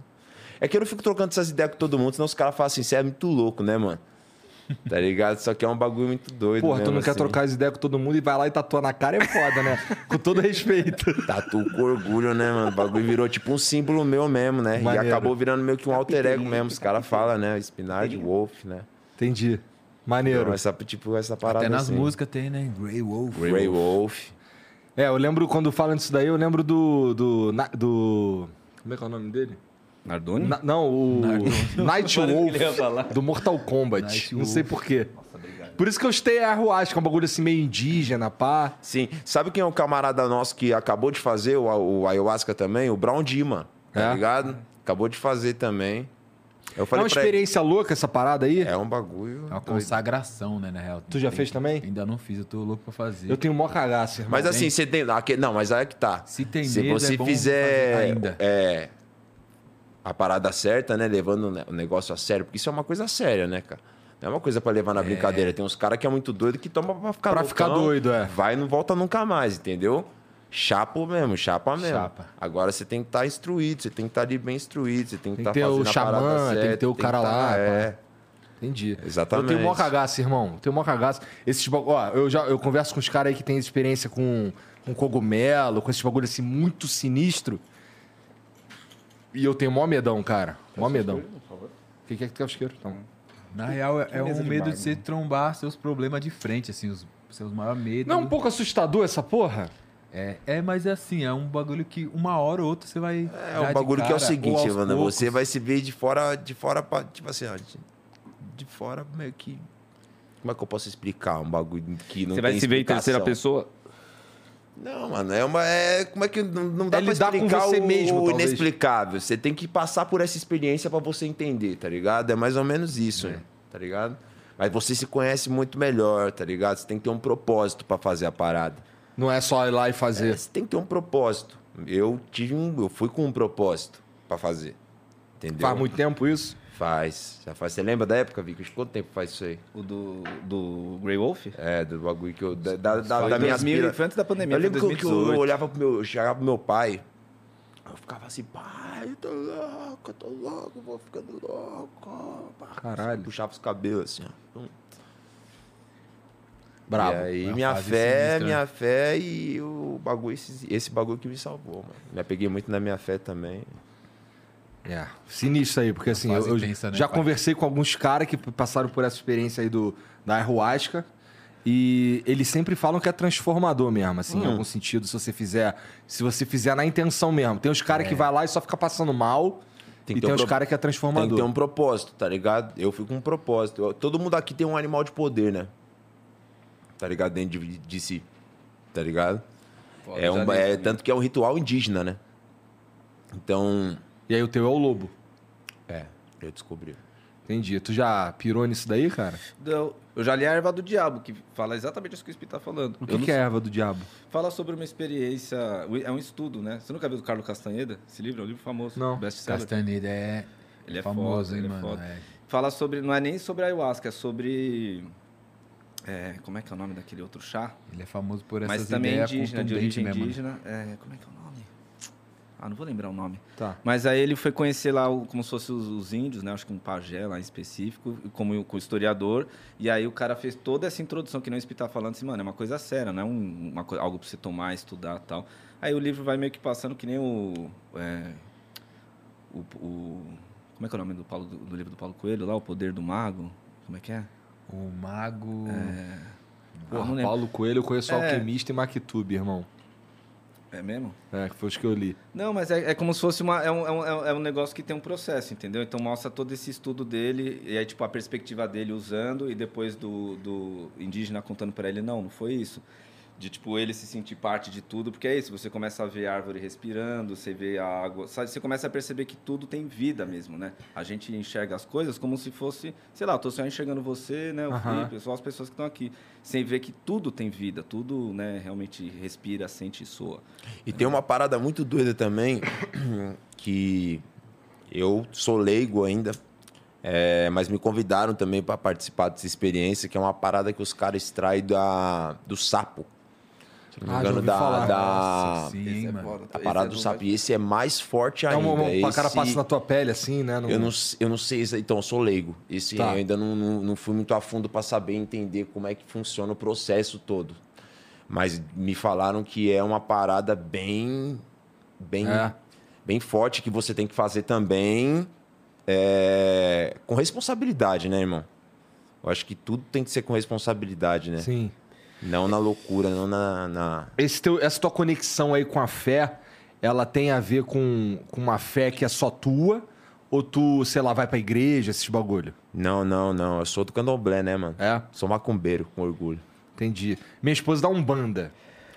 Speaker 3: É que eu não fico trocando essas ideias com todo mundo, senão os caras falam assim, você é muito louco, né, mano? Tá ligado? Só que é um bagulho muito doido.
Speaker 1: Porra, tu
Speaker 3: mesmo,
Speaker 1: não quer
Speaker 3: assim.
Speaker 1: trocar as ideias com todo mundo e vai lá e tatua na cara é foda, né? com todo respeito.
Speaker 3: Tatu com orgulho, né, mano? O bagulho virou tipo um símbolo meu mesmo, né?
Speaker 1: Maneiro. É
Speaker 3: E acabou virando meio que um alter ego mesmo. Os caras falam, né? Spinard, Wolf, né?
Speaker 1: Entendi.
Speaker 3: Então,
Speaker 1: Maneiro.
Speaker 3: essa, tipo, essa parada.
Speaker 2: Até nas
Speaker 3: assim.
Speaker 2: músicas tem, né? Grey Wolf.
Speaker 3: Grey Wolf.
Speaker 1: É, eu lembro quando falam disso daí, eu lembro do. do. na- do- como é que é o nome dele?
Speaker 4: Nardoni?
Speaker 1: Na- não, o. Night
Speaker 4: Parece que ele ia
Speaker 1: Wolf
Speaker 4: falar.
Speaker 1: do Mortal Kombat.
Speaker 2: Night
Speaker 1: não
Speaker 2: Wolf.
Speaker 1: sei porquê. Por isso que eu estei a Ruasca, um bagulho assim meio indígena, pá.
Speaker 3: Sim. Sabe quem é um camarada nosso que acabou de fazer o, o ayahuasca também? O Brown Dima. Tá
Speaker 1: É?
Speaker 3: ligado? Acabou de fazer também. Eu
Speaker 1: É
Speaker 3: falei
Speaker 1: uma
Speaker 3: pra ele.
Speaker 1: experiência louca essa parada aí?
Speaker 3: É um bagulho.
Speaker 2: É uma
Speaker 3: doido.
Speaker 2: consagração, né, na real.
Speaker 1: Tu já fez também?
Speaker 2: Ainda não fiz, eu tô louco pra fazer.
Speaker 1: Eu tenho mó cagaço, irmão.
Speaker 3: Mas assim, você tem. aque- Não, mas aí é que tá.
Speaker 2: Se tem
Speaker 3: Se
Speaker 2: medo,
Speaker 3: você
Speaker 2: é bom
Speaker 3: fizer
Speaker 2: fazer ainda.
Speaker 3: é, a parada certa, né? Levando o ne- o negócio a sério, porque isso é uma coisa séria, né, cara? Não é uma coisa pra levar na brincadeira. Tem uns caras que é muito doido que toma pra ficar
Speaker 1: Pra
Speaker 3: loucão,
Speaker 1: ficar doido, é.
Speaker 3: Vai e não volta nunca mais, entendeu? Chapo mesmo, chapa mesmo.
Speaker 2: Chapa.
Speaker 3: Agora você tem que estar instruído, você tem que estar ali bem instruído, você tem
Speaker 1: Tem
Speaker 3: que estar
Speaker 1: que ter o
Speaker 3: Tá fazendo a parada
Speaker 1: xamã, tem que
Speaker 3: certa.
Speaker 1: ter o cara
Speaker 3: tá-
Speaker 1: lá,
Speaker 3: É,
Speaker 1: Entendi.
Speaker 3: Exatamente.
Speaker 1: Eu tenho mó cagaço, irmão. Eu tenho mó cagaço. Esses bagulho. Ó, eu, já, eu converso com os caras aí que têm experiência com, com cogumelo, com esses bagulho assim muito sinistro. E eu tenho mó medão, cara. Mó medão. O que, que é que tu quer o isqueiro? Então.
Speaker 2: Na real, é, é
Speaker 4: mesa
Speaker 2: um
Speaker 4: de
Speaker 2: medo
Speaker 4: bar,
Speaker 2: de você trombar seus problemas de frente, assim, os seus maiores medos.
Speaker 1: Não é um pouco assustador essa porra?
Speaker 2: É, é, mas é assim, é um bagulho que uma hora ou outra você vai.
Speaker 3: É um bagulho que é o seguinte, Evandro,
Speaker 2: mano.
Speaker 3: você vai se ver de fora, de fora pra, tipo assim, ó, de, de fora meio que como é que eu posso explicar um bagulho que não
Speaker 4: Você vai
Speaker 3: tem
Speaker 4: se ver em terceira
Speaker 3: explicação?
Speaker 4: pessoa?
Speaker 3: Não, mano, é uma é como é que não, não dá
Speaker 1: É
Speaker 3: pra
Speaker 1: lidar com
Speaker 3: explicar
Speaker 1: você
Speaker 3: o
Speaker 1: mesmo, talvez.
Speaker 3: inexplicável. Você tem que passar por essa experiência pra você entender, tá ligado? É mais ou menos isso, né? tá ligado? Mas você se conhece muito melhor, tá ligado? Você tem que ter um propósito pra fazer a parada.
Speaker 1: Não é só ir lá e
Speaker 3: É,
Speaker 1: fazer.
Speaker 3: você tem que ter um propósito. Eu tive um, eu fui com um propósito pra fazer. Entendeu?
Speaker 1: Faz muito tempo isso?
Speaker 3: Faz, já faz. Você lembra da época, Vicky? Quanto tempo faz isso aí?
Speaker 4: O do, do Grey Wolf?
Speaker 3: É, do bagulho que eu. Da, da, da,
Speaker 4: Foi
Speaker 3: da
Speaker 4: em
Speaker 3: minha
Speaker 4: 2000
Speaker 3: aspira.
Speaker 4: Foi antes da pandemia,
Speaker 3: Eu
Speaker 4: foi em
Speaker 3: lembro que eu- que eu
Speaker 4: 2018.
Speaker 3: olhava pro meu. Eu chegava pro meu pai. Eu ficava assim, pai, eu tô louco, eu tô louco, eu vou ficando louco. pá.
Speaker 1: Caralho.
Speaker 3: Puxava os cabelos assim, ó. Hum.
Speaker 1: Bravo.
Speaker 3: E aí,
Speaker 2: Uma
Speaker 3: minha
Speaker 2: fase
Speaker 3: fé,
Speaker 2: sinistra,
Speaker 3: minha fé e o bagulho, esse, esse bagulho que me salvou, mano. Me apeguei muito na minha fé também.
Speaker 1: É, sinistro aí, porque assim,
Speaker 2: fase
Speaker 1: eu, eu
Speaker 2: tensa, né,
Speaker 1: já
Speaker 2: pai?
Speaker 1: conversei com alguns caras que passaram por essa experiência aí do, da ayahuasca. E eles sempre falam que é transformador mesmo, assim, em algum sentido, se você fizer. Se você fizer na intenção mesmo. Tem os caras que vai lá e só fica passando mal. e
Speaker 3: Tem que ter
Speaker 1: tem
Speaker 3: um
Speaker 1: os
Speaker 3: pro-
Speaker 1: caras que é
Speaker 3: Tem que
Speaker 1: transformador.
Speaker 3: ter um propósito, tá ligado? Eu fui com um propósito. Eu- todo mundo aqui tem um animal de poder, né? Tá ligado? Dentro de, de si. Tá ligado? é, um,
Speaker 4: né?
Speaker 3: é tanto que é um ritual indígena, né? Então.
Speaker 1: E aí o teu é o lobo.
Speaker 3: É, eu descobri.
Speaker 1: Entendi. Tu já pirou nisso daí, cara?
Speaker 4: Não, Eu já li a erva do diabo, que fala exatamente isso que o Espírito tá falando.
Speaker 1: O
Speaker 4: Eu
Speaker 1: que,
Speaker 4: não
Speaker 1: que é a erva do diabo?
Speaker 4: Fala sobre uma experiência. É um estudo, né? Você nunca viu do Carlos Castaneda? Esse livro é um livro famoso.
Speaker 1: Não.
Speaker 4: Best-seller.
Speaker 2: Castaneda é.
Speaker 4: Ele é
Speaker 2: famoso,
Speaker 4: foda,
Speaker 2: hein,
Speaker 4: ele é
Speaker 2: mano?
Speaker 4: foda.
Speaker 2: É.
Speaker 4: Fala sobre. Não é nem sobre ayahuasca, é sobre. é, como é que é o nome daquele outro chá?
Speaker 2: Ele é famoso por essas
Speaker 4: Mas também
Speaker 2: ideias
Speaker 4: indígena, de
Speaker 2: contundentes
Speaker 4: origem
Speaker 2: mesmo. né?
Speaker 4: indígena. É, como é que é o nome? Ah, não vou lembrar o nome.
Speaker 1: Tá.
Speaker 4: Mas aí ele foi conhecer lá o- como se fossem os, os índios, né? Acho que um pajé lá em específico, como com o historiador. E aí o cara fez toda essa introdução que não está falando assim, mano, é uma coisa séria, não é um- uma, co- algo pra você tomar, estudar tal. Aí o livro vai meio que passando que nem o. é, o, o- como é que é o nome do, Paulo, do, do livro do Paulo Coelho lá? O Poder do Mago? Como é que é?
Speaker 2: O mago.
Speaker 1: É.
Speaker 4: Ah,
Speaker 1: Porra,
Speaker 4: não lembro.
Speaker 1: Paulo Coelho, eu conheço
Speaker 4: É.
Speaker 1: Alquimista e Maktub, irmão.
Speaker 4: É mesmo?
Speaker 1: É, que foi os que eu li.
Speaker 4: Não, mas é, é como se fosse uma, é, um, é, um, é um negócio que tem um processo, entendeu? Então mostra todo esse estudo dele, e aí, tipo, a perspectiva dele usando, e depois do, do indígena contando pra ele, não, não foi isso. De, tipo, ele se sentir parte de tudo, porque é isso, você começa a ver a árvore respirando, você vê a água, sabe? Você começa a perceber que tudo tem vida mesmo, né? A gente enxerga as coisas como se fosse, sei lá, eu tô só enxergando você, né? O
Speaker 1: Aham.
Speaker 4: Felipe, só as pessoas que estão aqui. Sem ver que tudo tem vida, tudo, né, realmente respira, sente e soa.
Speaker 3: E tem uma parada muito doida também, que eu sou leigo ainda, é, mas me convidaram também para participar dessa experiência, que é uma parada que os caras extraem da, do sapo. Se não me
Speaker 1: Ah, já
Speaker 3: engano,
Speaker 1: ouvi
Speaker 3: da,
Speaker 1: falar.
Speaker 3: da,
Speaker 4: é
Speaker 2: Sim, mano.
Speaker 3: da parada do sapo. E esse é mais forte
Speaker 1: É
Speaker 3: ainda.
Speaker 1: uma, uma, uma cara
Speaker 3: Esse-
Speaker 1: passa na tua pele, assim, né?
Speaker 3: Eu não, s- eu não sei, exa- então, eu sou leigo. Esse
Speaker 1: Tá.
Speaker 3: eu ainda não, não, não fui muito a fundo para saber entender como é que funciona o processo todo. Mas me falaram que é uma parada bem bem
Speaker 1: É.
Speaker 3: bem forte que você tem que fazer também é, com responsabilidade, né, irmão? Eu acho que tudo tem que ser com responsabilidade, né?
Speaker 1: Sim.
Speaker 3: Não na loucura, não na, na-
Speaker 1: Esse teu- essa tua conexão aí com a fé, ela tem a ver com, com uma fé que é só tua? Ou tu, sei lá, vai pra igreja, esses bagulho?
Speaker 3: Não, não, não. Eu sou do candomblé, né, mano?
Speaker 1: É?
Speaker 3: Sou macumbeiro, com orgulho.
Speaker 1: Entendi. Minha esposa dá um banda.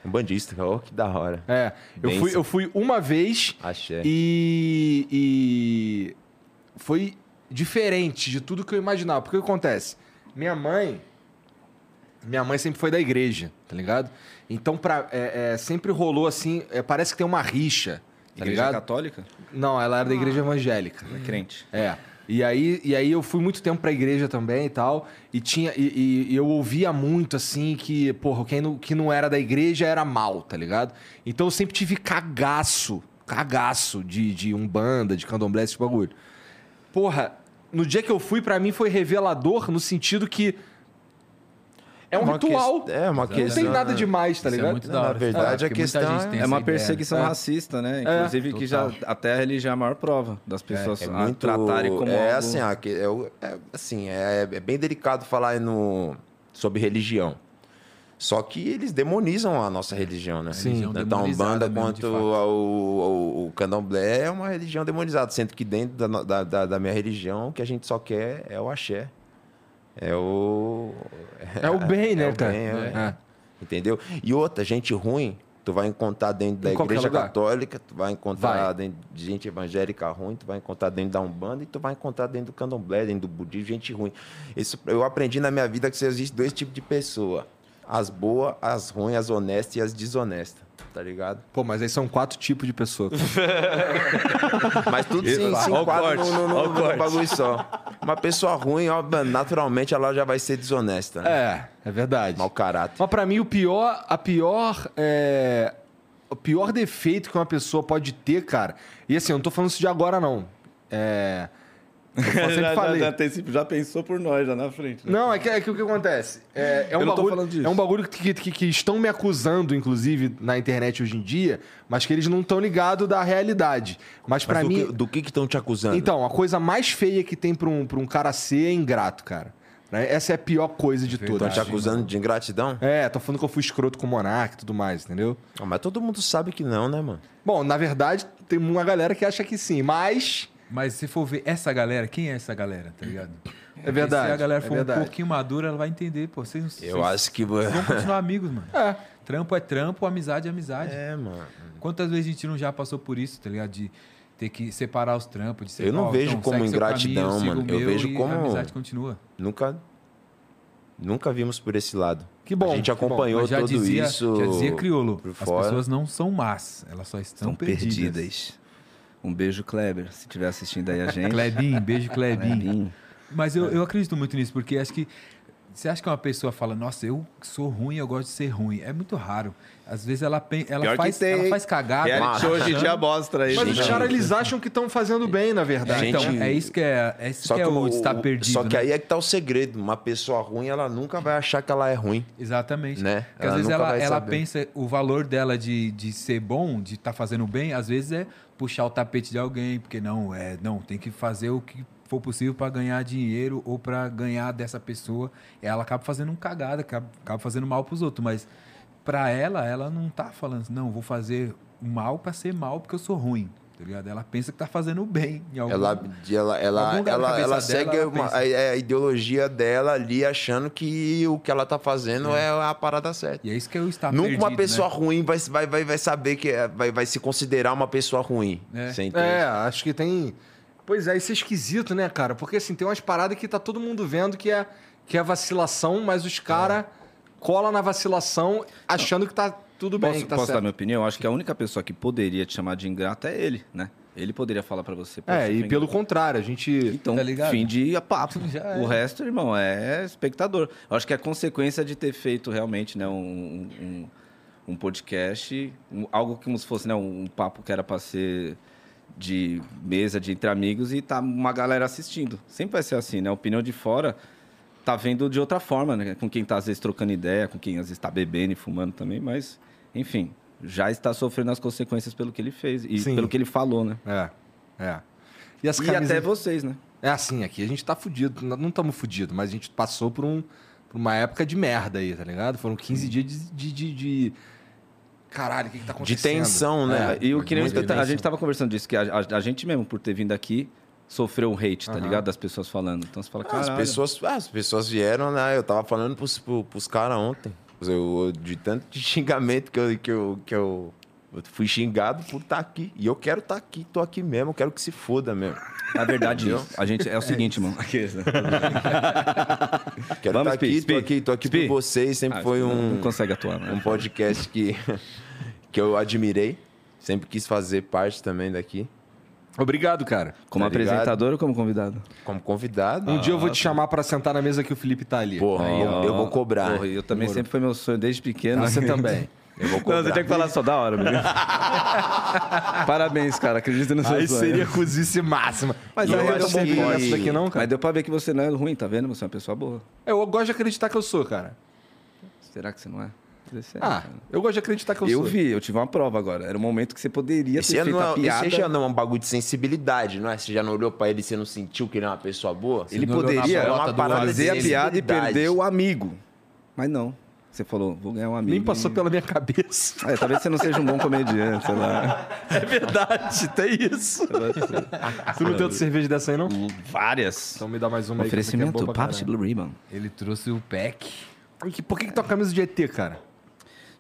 Speaker 3: Um bandista, oh, que da hora.
Speaker 1: É. Eu
Speaker 3: Bem É.
Speaker 1: fui,
Speaker 3: sim.
Speaker 1: eu fui uma vez
Speaker 3: Axé.
Speaker 1: E, e foi diferente de tudo que eu imaginava. Porque o que acontece? Minha mãe. Minha mãe sempre foi da igreja, tá ligado? Então, pra, é- é, sempre rolou assim. é, parece que tem uma rixa, tá
Speaker 4: Igreja
Speaker 1: ligado?
Speaker 4: católica?
Speaker 1: Não, ela era da igreja evangélica.
Speaker 4: Ela é crente.
Speaker 1: É. E aí, e aí eu fui muito tempo pra igreja também e tal. E tinha. E, e- e eu ouvia muito assim que, porra, quem não, que não era da igreja era mal, tá ligado? Então eu sempre tive cagaço, cagaço de, de umbanda, de candomblé, esse bagulho. Porra, no dia que eu fui, pra mim foi revelador no sentido que. É um
Speaker 3: uma
Speaker 1: ritual.
Speaker 3: ques- É uma
Speaker 2: Não
Speaker 1: Não
Speaker 3: questão.
Speaker 1: tem nada
Speaker 3: né?
Speaker 1: demais, tá
Speaker 2: Isso é
Speaker 1: ligado?
Speaker 2: muito da
Speaker 3: Na
Speaker 2: hora,
Speaker 3: verdade,
Speaker 2: porque
Speaker 3: a
Speaker 2: muita
Speaker 3: questão
Speaker 2: gente tem
Speaker 4: É
Speaker 2: essa
Speaker 4: uma
Speaker 2: ideia,
Speaker 4: perseguição
Speaker 2: né?
Speaker 4: racista, né? Inclusive que já até a religião é a maior prova das pessoas
Speaker 3: É
Speaker 4: a
Speaker 3: muito.
Speaker 4: tratarem como
Speaker 3: é
Speaker 4: algo-
Speaker 3: assim, ah, que- é, o- é assim, é, é bem delicado falar no, sobre religião. Só que eles demonizam a nossa religião, né?
Speaker 2: Sim. Religião
Speaker 3: Tanto a
Speaker 2: demonizada
Speaker 3: Umbanda
Speaker 2: mesmo, de
Speaker 3: quanto
Speaker 2: fato.
Speaker 3: ao, ao- o Candomblé é uma religião demonizada, sendo que dentro da, no- da, da- da minha religião, o que a gente só quer é o axé. É o.
Speaker 1: É o bem, né,
Speaker 3: o
Speaker 1: cara?
Speaker 3: bem, é o
Speaker 1: É.
Speaker 3: bem. Entendeu? E outra, gente ruim, tu vai encontrar dentro da
Speaker 1: Em qualquer
Speaker 3: igreja
Speaker 1: lugar.
Speaker 3: católica, tu vai encontrar
Speaker 1: Vai.
Speaker 3: dentro de gente evangélica ruim, tu vai encontrar dentro da Umbanda e tu vai encontrar dentro do candomblé, dentro do budismo, gente ruim. Isso, eu aprendi na minha vida que só existe dois tipos de pessoa. As boas, as ruins, as honestas e as desonestas, tá ligado?
Speaker 1: Pô, mas aí são quatro tipos de pessoa.
Speaker 3: Mas tudo se, se
Speaker 5: Ó o
Speaker 3: enquadra
Speaker 5: corte,
Speaker 3: no, no,
Speaker 5: ó o
Speaker 3: no, no
Speaker 5: corte.
Speaker 3: bagulho só. Uma pessoa ruim, ó, naturalmente, ela já vai ser desonesta, né?
Speaker 1: É, é verdade.
Speaker 3: Mau caráter.
Speaker 1: Mas pra mim, o pior, a pior. é, O pior defeito que uma pessoa pode ter, cara. E assim, eu não tô falando isso de agora, não. É. Eu sempre
Speaker 4: já,
Speaker 1: falei.
Speaker 4: Já, já tem- já pensou por nós, já na frente. né?
Speaker 1: Não, é que, é que o que acontece? É, é um
Speaker 4: Eu não tô
Speaker 1: bagulho,
Speaker 4: falando disso.
Speaker 1: É um bagulho que, que- que estão me acusando, inclusive, na internet hoje em dia, mas que eles não estão ligados da realidade. Mas pra
Speaker 3: Mas do
Speaker 1: mim.
Speaker 3: que- do que que estão te acusando?
Speaker 1: Então, a coisa mais feia que tem pra um, pra um cara ser é ingrato, cara. Né? Essa é a pior coisa de
Speaker 3: Estão
Speaker 1: todas.
Speaker 3: te acusando de ingratidão?
Speaker 1: É, tô falando que eu fui escroto com o Monark e tudo mais, entendeu?
Speaker 3: Ah, mas todo mundo sabe que não, né, mano?
Speaker 1: Bom, na verdade, tem uma galera que acha que sim, mas.
Speaker 2: Mas se for ver essa galera, quem é essa galera, tá ligado? Porque
Speaker 1: É verdade,
Speaker 2: Se a galera
Speaker 1: é
Speaker 2: for
Speaker 1: verdade.
Speaker 2: um pouquinho madura, ela vai entender, pô. Vocês, não-
Speaker 3: Eu
Speaker 2: vocês-
Speaker 3: acho que.
Speaker 2: vocês vão continuar amigos, mano.
Speaker 1: É.
Speaker 2: Trampo é trampo, amizade é amizade.
Speaker 3: É, mano.
Speaker 2: Quantas vezes a gente não já passou por isso, tá ligado? De ter que separar os trampos, de ser
Speaker 3: Eu não
Speaker 2: "Ó,
Speaker 3: vejo
Speaker 2: então,
Speaker 3: como
Speaker 2: segue seu
Speaker 3: ingratidão,
Speaker 2: caminho,
Speaker 3: mano.
Speaker 2: siga o
Speaker 3: Eu
Speaker 2: meu",
Speaker 3: vejo
Speaker 2: e
Speaker 3: como-
Speaker 2: A amizade continua.
Speaker 3: Nunca. Nunca vimos por esse lado.
Speaker 1: Que bom,
Speaker 3: A gente
Speaker 1: que bom.
Speaker 3: acompanhou
Speaker 2: Mas já
Speaker 3: tudo
Speaker 2: dizia,
Speaker 3: isso.
Speaker 2: já dizia Criolo,
Speaker 3: por
Speaker 2: as
Speaker 3: fora.
Speaker 2: pessoas não são más, elas só estão,
Speaker 4: Estão perdidas. Um beijo, Kleber, se estiver assistindo aí a gente. É,
Speaker 2: Clebinho, beijo Clebinho.
Speaker 4: Klebinho.
Speaker 2: Mas eu, eu acredito muito nisso, porque acho que. Você acha que uma pessoa fala, nossa, eu sou ruim, eu gosto de ser ruim? É muito raro. Às vezes ela, pen- ela,
Speaker 5: Pior que
Speaker 2: faz,
Speaker 5: tem,
Speaker 2: ela
Speaker 5: hein?
Speaker 2: faz cagada.
Speaker 5: Reality show hoje em dia mostra aí.
Speaker 1: Mas
Speaker 3: Gente,
Speaker 1: os caras, eles acham que estão fazendo bem, na verdade.
Speaker 3: Gente,
Speaker 2: Então, é isso que é, é, isso
Speaker 3: Só
Speaker 2: que
Speaker 3: que,
Speaker 2: é
Speaker 3: o-
Speaker 2: o estar
Speaker 3: o-
Speaker 2: perdido.
Speaker 3: Só que
Speaker 2: né?
Speaker 3: aí é que tá o segredo. Uma pessoa ruim, ela nunca vai achar que ela é ruim.
Speaker 2: Exatamente.
Speaker 3: Né?
Speaker 2: Porque
Speaker 3: Ela
Speaker 2: às vezes
Speaker 3: nunca
Speaker 2: ela,
Speaker 3: vai
Speaker 2: ela
Speaker 3: saber.
Speaker 2: pensa, o valor dela de, de ser bom, de estar fazendo bem, às vezes é puxar o tapete de alguém, porque não, é, não, tem que fazer o que for possível para ganhar dinheiro ou para ganhar dessa pessoa. Ela acaba fazendo um cagada, acaba, acaba fazendo mal para os outros, mas para ela, ela não tá falando, assim, não, vou fazer o mal para ser mal porque eu sou ruim. Tá ligado? Ela pensa que tá fazendo o bem em algum
Speaker 3: Ela, ela, ela,
Speaker 2: algum lugar na
Speaker 3: ela,
Speaker 2: cabeça
Speaker 3: ela
Speaker 2: dela,
Speaker 3: segue
Speaker 2: ela
Speaker 3: uma-
Speaker 2: pensa.
Speaker 3: a, a ideologia dela ali, achando que o que ela tá fazendo é, a parada certa.
Speaker 2: E é isso que é o estar
Speaker 3: Nunca
Speaker 2: perdido,
Speaker 3: uma pessoa
Speaker 2: né?
Speaker 3: ruim vai, vai, vai, vai saber que é- vai, vai se considerar uma pessoa ruim.
Speaker 2: É.
Speaker 3: Você entende?
Speaker 1: É, acho que tem. Pois é, isso é esquisito, né, cara? Porque assim, tem umas paradas que tá todo mundo vendo que é, que é vacilação, mas os caras colam na vacilação achando que tá tudo bem,
Speaker 4: Posso,
Speaker 1: que tá
Speaker 4: posso dar
Speaker 1: certo.
Speaker 4: minha opinião? Eu Acho que a única pessoa que poderia te chamar de ingrato é ele, né? Ele poderia falar pra você. "Pô,
Speaker 1: É,
Speaker 4: você
Speaker 1: e
Speaker 4: foi
Speaker 1: pelo
Speaker 4: ingrato."
Speaker 1: contrário, a gente.
Speaker 4: Então,
Speaker 2: Tá ligado?
Speaker 4: fim de papo.
Speaker 2: Já é.
Speaker 4: O resto, irmão, é espectador. Eu acho que é consequência de ter feito realmente né, um, um, um podcast, um- algo como se fosse né, um papo que era pra ser de mesa, de entre amigos, e tá uma galera assistindo. Sempre vai ser assim, né? A opinião de fora tá vendo de outra forma, né? Com quem tá às vezes trocando ideia, com quem às vezes tá bebendo e fumando também, mas, enfim, já está sofrendo as consequências pelo que ele fez e
Speaker 1: Sim.
Speaker 4: pelo que ele falou, né?
Speaker 1: É, é. E as
Speaker 4: E
Speaker 1: camisas-
Speaker 4: até vocês, né?
Speaker 1: É assim, aqui a gente tá fudido. N- Não estamos fudido, mas a gente passou por, um, por uma época de merda aí, tá ligado? Foram 15
Speaker 4: Hum.
Speaker 1: dias de. de, de- de- Caralho, o que, que tá
Speaker 3: De
Speaker 1: acontecendo?
Speaker 3: tensão, né?
Speaker 4: É, e o que nem
Speaker 3: Muita
Speaker 4: a
Speaker 3: tensão.
Speaker 4: gente tava conversando disso, que a, a- a gente mesmo, por ter vindo aqui, sofreu um hate, tá
Speaker 1: Aham.
Speaker 4: ligado? Das pessoas falando. Então você fala,
Speaker 3: Ah, As
Speaker 4: cara.
Speaker 3: pessoas, ah, as pessoas vieram, né? Eu tava falando pros, pro- pros caras ontem. Eu, de tanto de xingamento que eu, que eu, que eu, eu fui xingado por estar aqui. E eu quero estar aqui, tô aqui mesmo, eu quero que se foda mesmo.
Speaker 4: Na verdade, isso. A gente, é o seguinte, mano.
Speaker 3: Quero estar
Speaker 4: Vamos,
Speaker 3: aqui,
Speaker 4: Spi,
Speaker 3: tô
Speaker 4: Spi,
Speaker 3: aqui, tô aqui
Speaker 4: Spi.
Speaker 3: por vocês. Sempre
Speaker 4: Ah,
Speaker 3: foi
Speaker 4: não-
Speaker 3: um,
Speaker 4: Não consegue atuar,
Speaker 3: um
Speaker 4: né?
Speaker 3: podcast que, que eu admirei. Sempre quis fazer parte também daqui.
Speaker 1: É. Obrigado, cara.
Speaker 4: Como
Speaker 3: Tá ligado?
Speaker 4: apresentador ou como convidado?
Speaker 3: Como convidado.
Speaker 1: Um dia eu vou
Speaker 4: Ah,
Speaker 1: te chamar pra sentar na mesa que o Felipe tá ali.
Speaker 3: Porra, eu, eu vou cobrar. Tá.
Speaker 4: Porra, eu também sempre foi meu sonho desde pequeno.
Speaker 1: Você também.
Speaker 3: Eu vou cobrar.
Speaker 4: falar só da hora, beleza? Parabéns, cara. Acredita no seu
Speaker 1: Aí
Speaker 4: sonho.
Speaker 3: um
Speaker 1: seria cozice máxima.
Speaker 4: Mas
Speaker 1: E
Speaker 4: aí
Speaker 1: eu
Speaker 4: eu
Speaker 1: acho
Speaker 4: não
Speaker 1: que
Speaker 4: vou
Speaker 1: isso daqui não, cara.
Speaker 4: Mas deu pra ver que você não é ruim, tá vendo? Você é uma pessoa boa.
Speaker 1: Eu gosto de acreditar que eu sou, cara.
Speaker 4: Será que você não é? Você é,
Speaker 1: Ah,
Speaker 4: cara.
Speaker 1: eu gosto de acreditar que eu,
Speaker 4: Eu
Speaker 1: sou.
Speaker 4: vi, eu tive uma prova agora. Era o momento que você poderia
Speaker 3: Esse
Speaker 4: ter
Speaker 3: já,
Speaker 4: feito
Speaker 3: não
Speaker 4: a
Speaker 3: é,
Speaker 4: piada.
Speaker 3: esse já não é um bagulho de sensibilidade, não é? Você já não olhou pra ele e você não sentiu que ele é uma pessoa boa?
Speaker 4: Ele
Speaker 2: não olhou na
Speaker 4: poderia
Speaker 2: bolota
Speaker 3: uma
Speaker 2: do
Speaker 3: parada
Speaker 2: olho
Speaker 4: fazer a
Speaker 2: dele.
Speaker 4: piada e
Speaker 3: sensibilidade.
Speaker 4: perder o amigo. Mas não. Você falou, vou ganhar um amigo.
Speaker 1: Nem passou
Speaker 4: e-
Speaker 1: pela minha cabeça.
Speaker 4: É, talvez você não seja um bom comediante, sei lá.
Speaker 1: É verdade, tem isso. tu não tem outra cerveja dessa aí, não?
Speaker 4: Várias.
Speaker 1: Então me dá mais uma aí. que essa aqui é
Speaker 4: Oferecimento,
Speaker 1: boa pra
Speaker 4: Pabst
Speaker 1: caralho.
Speaker 4: Blue Ribbon.
Speaker 2: Ele trouxe o pack.
Speaker 1: E que- Por que, que tua camisa de ET, cara?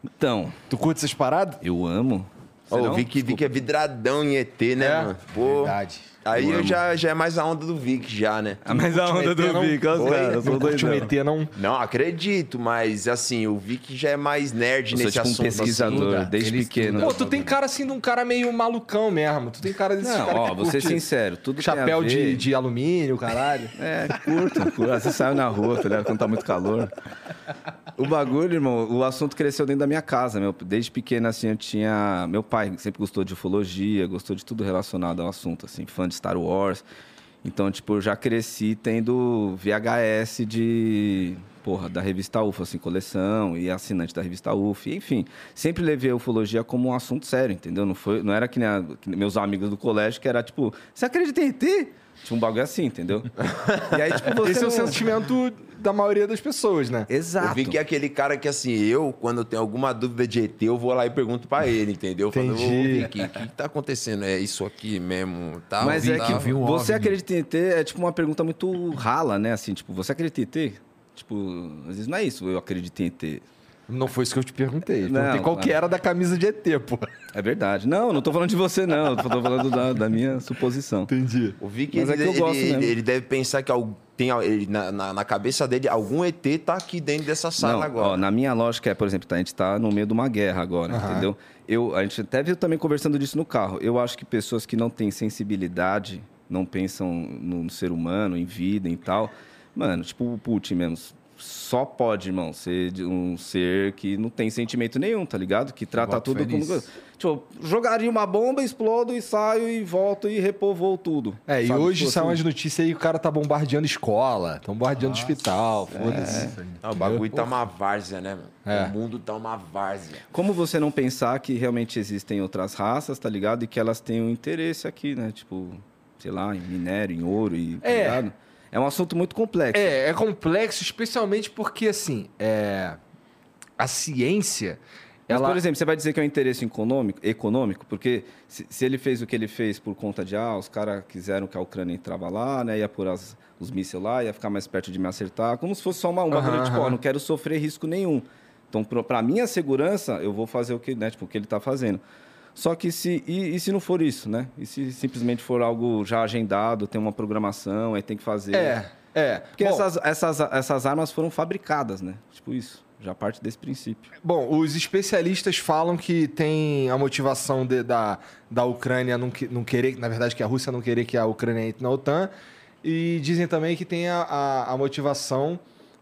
Speaker 4: Então,
Speaker 1: Tu curte essas paradas?
Speaker 4: eu amo. Você
Speaker 3: Ô,
Speaker 4: não?
Speaker 3: o Vic, Vic é vidradão em ET, né,
Speaker 1: É?
Speaker 3: mano? Pô,
Speaker 2: Verdade.
Speaker 3: aí eu já, já é mais a onda do Vic, já, né?
Speaker 4: Ah, mas
Speaker 1: um
Speaker 4: a onda do Vic, olha os
Speaker 3: Oi?
Speaker 4: caras, eu sou
Speaker 1: não curte um
Speaker 4: doidão.
Speaker 1: ET, não?
Speaker 3: Não, acredito, mas assim, o Vic já é mais nerd
Speaker 4: Eu sou
Speaker 3: nesse
Speaker 4: tipo um
Speaker 3: assunto. assim.
Speaker 4: pesquisador,
Speaker 2: assim,
Speaker 4: desde
Speaker 2: ele
Speaker 4: pequeno.
Speaker 1: Pô, tu tem cara assim de um cara meio malucão mesmo. Tu tem cara desse
Speaker 4: Não,
Speaker 1: cara
Speaker 4: ó,
Speaker 1: que
Speaker 4: vou ser
Speaker 1: curte
Speaker 4: sincero, tudo tem a
Speaker 1: Chapéu
Speaker 4: ver.
Speaker 1: de, de alumínio, caralho.
Speaker 4: É, curto, curto. Você saiu na rua, tá ligado? Quando tá muito calor. O bagulho, irmão, o assunto cresceu dentro da minha casa, meu. Desde pequeno, assim, eu tinha... Meu pai sempre gostou de ufologia, gostou de tudo relacionado ao assunto, assim. Fã de Star Wars. Então, tipo, eu já cresci tendo VHS de... Porra, da revista UFO, assim, coleção e assinante da revista UFO. Enfim, sempre levei a ufologia como um assunto sério, entendeu? Não, foi, não era que nem, a- que nem meus amigos do colégio, que era tipo... Você acredita em ET? Tipo, um bagulho assim, entendeu? E aí, tipo, você
Speaker 1: Esse é o
Speaker 4: não-
Speaker 1: sentimento da maioria das pessoas, né?
Speaker 4: Exato.
Speaker 3: O Vic é aquele cara que, assim, eu, quando eu tenho alguma dúvida de ET, eu vou lá e pergunto pra ele, entendeu? Falando, ô,
Speaker 1: Entendi.
Speaker 3: Vic, o que, que tá acontecendo? É isso aqui mesmo? Tá,
Speaker 4: Mas
Speaker 3: tá,
Speaker 4: é que
Speaker 2: vi um OVNI.
Speaker 4: você acredita em ET é tipo uma pergunta muito rala, né? Assim, tipo, você acredita em ET? Tipo, às vezes não é isso, eu acredito em ET.
Speaker 1: Não foi isso que eu te perguntei. Eu
Speaker 4: Não,
Speaker 1: perguntei qual
Speaker 4: claro.
Speaker 1: que era da camisa de ET, pô.
Speaker 4: É verdade. Não, não tô falando de você, não. Eu tô falando da, da minha suposição.
Speaker 1: Entendi.
Speaker 3: O Vic,
Speaker 4: Mas
Speaker 3: ele,
Speaker 4: é que eu
Speaker 3: ele-
Speaker 4: gosto mesmo.
Speaker 3: ele deve pensar que al- tem, al- ele- na, na- na cabeça dele, algum ET tá aqui dentro dessa sala
Speaker 4: Não,
Speaker 3: agora.
Speaker 4: ó, na minha lógica é, por exemplo, tá, a gente tá no meio de uma guerra agora, entendeu? Eu, a gente até viu também conversando disso no carro. Eu acho que pessoas que não têm sensibilidade, não pensam no, no ser humano, em vida e tal. Mano, tipo o Putin mesmo. Só pode, irmão, ser de um ser que não tem sentimento nenhum, tá ligado? Que trata
Speaker 2: boto
Speaker 4: tudo
Speaker 2: fé
Speaker 4: como.
Speaker 2: nisso.
Speaker 4: Tipo, jogaria uma bomba, explodo e saio e volto e repovou tudo.
Speaker 1: É, e
Speaker 4: sabe?
Speaker 1: hoje
Speaker 4: Tipo
Speaker 1: saiu
Speaker 4: assim,
Speaker 1: umas notícias aí que o cara tá bombardeando escola, tão bombardeando hospital,
Speaker 4: é.
Speaker 1: foda-se.
Speaker 3: Ah, o bagulho tá uma várzea, né, mano?
Speaker 1: É.
Speaker 3: O mundo tá uma várzea.
Speaker 4: Como você não pensar que realmente existem outras raças, tá ligado? E que elas têm um interesse aqui, né? Tipo, sei lá, em minério, em ouro e. Tá
Speaker 1: É.
Speaker 4: ligado? É um assunto muito complexo.
Speaker 1: É, é complexo, especialmente porque, assim, é... a ciência,
Speaker 4: Mas,
Speaker 1: ela...
Speaker 4: por exemplo, você vai dizer que é um interesse econômico, econômico porque se, se ele fez o que ele fez por conta de, ah, os caras quiseram que a Ucrânia entrava lá, né? Ia apurar as- os mísseis lá, ia ficar mais perto de me acertar. Como se fosse só uma, um bagulho,
Speaker 1: Aham,
Speaker 4: tipo,
Speaker 1: aham.
Speaker 4: ó, não quero sofrer risco nenhum. Então, pro- pra minha segurança, eu vou fazer o que, né, tipo, o que ele tá fazendo. Só que se. E, e se não for isso, né? E se simplesmente for algo já agendado, tem uma programação, aí tem que fazer.
Speaker 1: É, é.
Speaker 4: Porque
Speaker 1: Bom,
Speaker 4: essas, essas, essas armas foram fabricadas, né? Tipo isso. Já parte desse princípio.
Speaker 1: Bom, os especialistas falam que tem a motivação de- da, da Ucrânia não, que- não querer, na verdade, que a Rússia não querer que a Ucrânia entre na OTAN. E dizem também que tem a, a, a motivação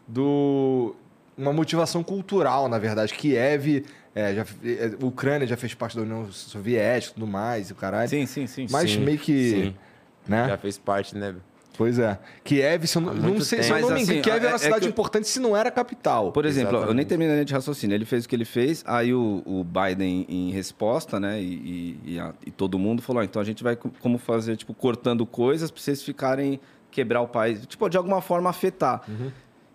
Speaker 1: do. Uma motivação cultural, na verdade. Kiev, é, já, é, Ucrânia já fez parte da União Soviética e tudo mais, e o caralho.
Speaker 4: Sim, sim, sim.
Speaker 1: Mas
Speaker 3: Sim,
Speaker 1: meio que.
Speaker 3: sim.
Speaker 4: É?
Speaker 1: Né?
Speaker 3: Já fez parte, né? velho?
Speaker 1: Pois é. Kiev, se eu não,
Speaker 3: Há muito
Speaker 1: não sei, se eu
Speaker 4: tempo.
Speaker 1: não me
Speaker 4: Mas,
Speaker 1: engano,
Speaker 4: assim,
Speaker 1: Kiev
Speaker 4: é-
Speaker 1: era uma
Speaker 4: é que
Speaker 1: cidade
Speaker 4: eu-
Speaker 1: importante se não era a capital.
Speaker 4: Por exemplo, ó, eu nem
Speaker 3: Exatamente.
Speaker 4: terminei de raciocínio. Ele fez o que ele fez, aí o, o Biden, em resposta, né, e, e- e a- e todo mundo falou: "Ó, então a gente vai co- como fazer, tipo, cortando coisas pra vocês ficarem, quebrar o país, tipo, de alguma forma afetar.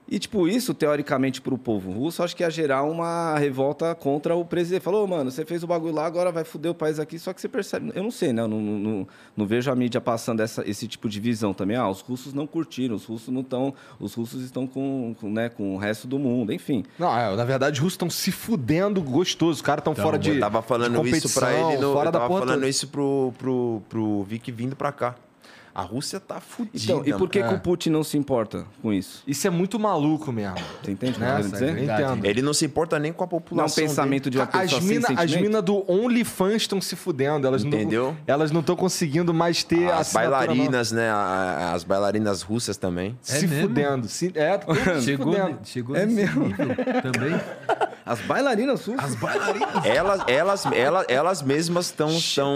Speaker 4: E, tipo, isso, teoricamente, pro povo russo, acho que ia gerar uma revolta contra o presidente. Falou, "Ô, mano, você fez o bagulho lá, agora vai foder o país aqui. Só que você percebe... Eu não sei, né? Eu não, não- não- não vejo a mídia passando essa- esse tipo de visão também. Ah, os russos não curtiram, os russos não estão... Os russos estão com, com, né, com o resto do mundo, enfim.
Speaker 1: Não, é, na verdade, os russos estão se fudendo gostoso. Os caras estão fora de.
Speaker 3: Então, Eu tava falando
Speaker 1: de
Speaker 3: isso pra
Speaker 1: competição,
Speaker 3: ele, no,
Speaker 1: fora
Speaker 3: eu
Speaker 1: da
Speaker 3: tava
Speaker 1: porra
Speaker 3: falando
Speaker 1: toda.
Speaker 3: isso pro, pro, pro Vic vindo pra cá. A Rússia tá fudida.
Speaker 4: Então, e por que,
Speaker 1: é.
Speaker 4: que o Putin não se importa com isso?
Speaker 1: Isso é muito maluco mesmo.
Speaker 4: Você entende o que eu tô
Speaker 1: Né?
Speaker 4: querendo dizer?
Speaker 1: Eu entendo.
Speaker 3: Ele não se importa nem com a
Speaker 4: Não é um
Speaker 3: população.
Speaker 4: pensamento de uma pessoa
Speaker 1: As
Speaker 4: sem
Speaker 1: minas as
Speaker 4: sentimento?
Speaker 1: mina do OnlyFans estão se fudendo. Elas
Speaker 3: Entendeu?
Speaker 1: Não, elas não estão conseguindo mais ter a
Speaker 3: As
Speaker 1: assinatura nova.
Speaker 3: bailarinas, né? a- a- As bailarinas russas também.
Speaker 1: Se
Speaker 2: É mesmo?
Speaker 1: fudendo. Se, é, tão se
Speaker 2: Chegou,
Speaker 1: fudendo.
Speaker 2: chegou
Speaker 4: É
Speaker 2: nesse
Speaker 4: mesmo.
Speaker 2: nível também.
Speaker 4: As bailarinas russas?
Speaker 3: Elas, elas, elas, elas mesmas estão. Tão,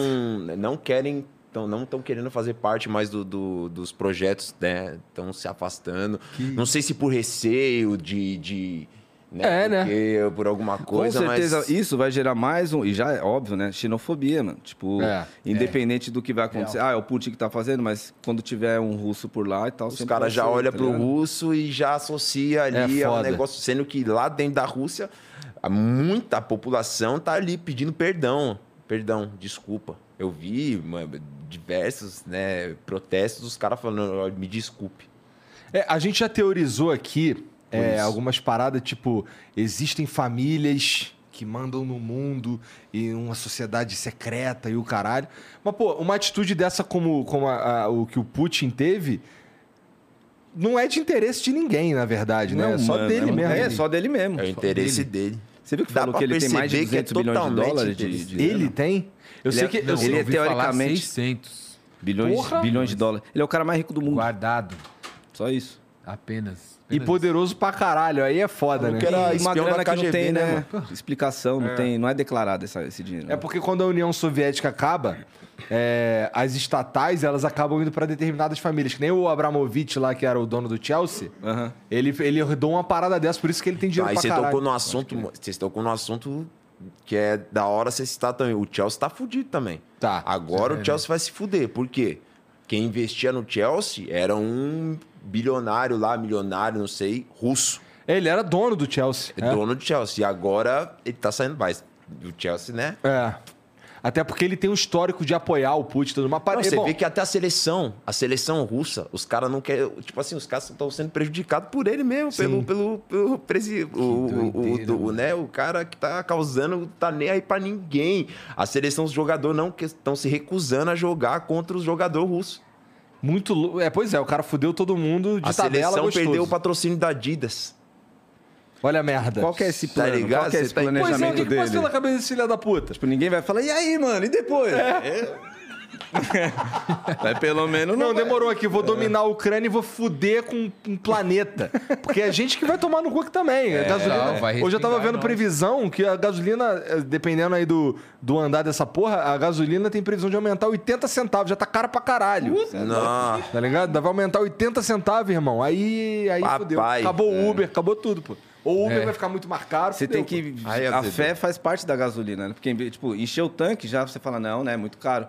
Speaker 3: não querem. Tão, não estão querendo fazer parte mais do, do- dos projetos, né? Estão se afastando. Não sei se por receio de. de
Speaker 1: É, né?
Speaker 3: Porque eu- por alguma coisa,
Speaker 4: Com certeza,
Speaker 3: mas...
Speaker 4: isso vai gerar mais um. E já é óbvio, né? Xenofobia, mano. Tipo,
Speaker 1: É.
Speaker 4: independente do que vai acontecer. Ah, é o Putin que tá fazendo, mas quando tiver um russo por lá e tal.
Speaker 3: Os
Speaker 4: sempre
Speaker 3: caras
Speaker 4: vai
Speaker 3: já
Speaker 4: ser,
Speaker 3: olham
Speaker 4: tá
Speaker 3: pro
Speaker 4: ligado?
Speaker 3: russo e já associa ali
Speaker 1: É
Speaker 3: ao
Speaker 1: foda.
Speaker 3: negócio, sendo que lá dentro da Rússia, a- muita população tá ali pedindo perdão. Perdão, desculpa. Eu vi mano, diversos né, protestos, os caras falando, "Ó, me desculpe.
Speaker 1: É, a gente já teorizou aqui é,
Speaker 3: isso.
Speaker 1: algumas paradas, tipo, existem famílias que mandam no mundo e uma sociedade secreta e o caralho. Mas, pô, uma atitude dessa como, como a- a- o que o Putin teve não é de interesse de ninguém, na verdade, né?
Speaker 4: Não,
Speaker 1: É só
Speaker 4: mano,
Speaker 1: dele
Speaker 4: é,
Speaker 1: mesmo.
Speaker 4: É, só dele mesmo.
Speaker 3: É o
Speaker 4: Só
Speaker 3: interesse
Speaker 4: dele.
Speaker 3: dele.
Speaker 4: Você viu que
Speaker 3: Dá
Speaker 4: falou
Speaker 3: pra
Speaker 4: que ele tem mais de
Speaker 3: perceber que é
Speaker 4: 200 bilhões de
Speaker 3: totalmente
Speaker 4: dólares de,
Speaker 3: inteligente.
Speaker 4: de
Speaker 1: Ele
Speaker 4: grana?
Speaker 1: tem? Eu sei
Speaker 4: é-
Speaker 1: que...
Speaker 4: não,
Speaker 1: eu sei-
Speaker 4: ele é
Speaker 2: ouvi falar
Speaker 4: teoricamente-
Speaker 2: 600
Speaker 4: bilhões,
Speaker 1: Porra!
Speaker 4: bilhões de dólares. Ele é o cara mais rico do mundo.
Speaker 2: guardado,
Speaker 4: Só isso.
Speaker 2: apenas.
Speaker 1: E
Speaker 2: Apenas.
Speaker 1: poderoso pra caralho, aí é foda, né?
Speaker 3: que era
Speaker 4: E uma
Speaker 3: espião
Speaker 4: grana
Speaker 3: da
Speaker 4: que não
Speaker 3: KGB,
Speaker 4: tem,
Speaker 3: né,
Speaker 4: né? Explicação, não tem, não é declarado essa- esse dinheiro. né?
Speaker 1: É porque quando a União Soviética acaba, é, as estatais elas acabam indo para determinadas famílias. Que nem o Abramovich lá, que era o dono do Chelsea,
Speaker 4: Aham.
Speaker 1: ele, ele herdou uma parada dessa, por isso que ele tem dinheiro
Speaker 3: Tá, Aí
Speaker 1: pra
Speaker 3: você
Speaker 1: caralho.
Speaker 3: tocou num assunto, vocês tocou num assunto que é da hora você citar também. O Chelsea tá fudido também.
Speaker 1: Tá.
Speaker 3: Agora o Chelsea vai se fuder. Por quê? Quem investia no Chelsea era um bilionário lá, milionário, não sei, russo.
Speaker 1: Ele era dono do Chelsea. É.
Speaker 3: Dono do Chelsea. E agora ele tá saindo mais. O Chelsea, né?
Speaker 1: É. Até porque ele tem um histórico de apoiar o Putin. Tudo. Mas
Speaker 3: Não,
Speaker 1: pare-
Speaker 3: você
Speaker 1: bom,
Speaker 3: vê que até a seleção, a seleção russa, os caras não querem. Tipo assim, os caras estão sendo prejudicados por ele mesmo, pelo, pelo, pelo presi, o, o, o,
Speaker 2: doideira,
Speaker 3: do- o, né, o cara que tá causando, tá nem aí pra ninguém. A seleção, os jogadores não estão se recusando a jogar contra os jogadores russos.
Speaker 1: muito... lou- É, pois é, o cara fudeu todo mundo de
Speaker 3: A
Speaker 1: tabela
Speaker 3: seleção
Speaker 1: gostoso.
Speaker 3: perdeu o patrocínio da Adidas.
Speaker 1: Olha a merda.
Speaker 4: Qual que é esse
Speaker 3: Tá
Speaker 4: plano?
Speaker 3: ligado?
Speaker 4: Qual que é esse
Speaker 3: Você tá- Pois é,
Speaker 1: Pois é, o
Speaker 4: planejamento
Speaker 1: que, que passa
Speaker 4: dele?
Speaker 1: pela cabeça desse filho da puta?
Speaker 4: Tipo, ninguém vai falar, e aí, mano, e depois?
Speaker 5: Mas pelo menos
Speaker 1: Não,
Speaker 4: é.
Speaker 1: demorou aqui. Vou dominar a Ucrânia e vou fuder com um planeta. Porque é a gente que vai tomar no cu aqui também.
Speaker 4: É,
Speaker 1: A gasolina.
Speaker 2: não, vai
Speaker 1: Hoje eu tava
Speaker 2: respingar,
Speaker 1: vendo
Speaker 2: não.
Speaker 1: previsão que a gasolina, eh, dependendo aí do, do andar dessa porra, a gasolina tem previsão de aumentar 80 centavos. Já tá cara pra caralho.
Speaker 3: Não.
Speaker 1: Tá ligado? Vai aumentar 80 centavos, irmão. Aí, aí
Speaker 3: Papai.
Speaker 1: fudeu. Acabou o Uber, acabou tudo, pô. Ou o Uber vai ficar muito mais caro.
Speaker 4: é. Você
Speaker 1: fudeu,
Speaker 4: tem que.
Speaker 1: pô.
Speaker 3: Aí
Speaker 4: a
Speaker 3: azedou.
Speaker 4: fé faz parte da gasolina, né? Porque, tipo, encher o tanque já você fala, não, né? É muito caro.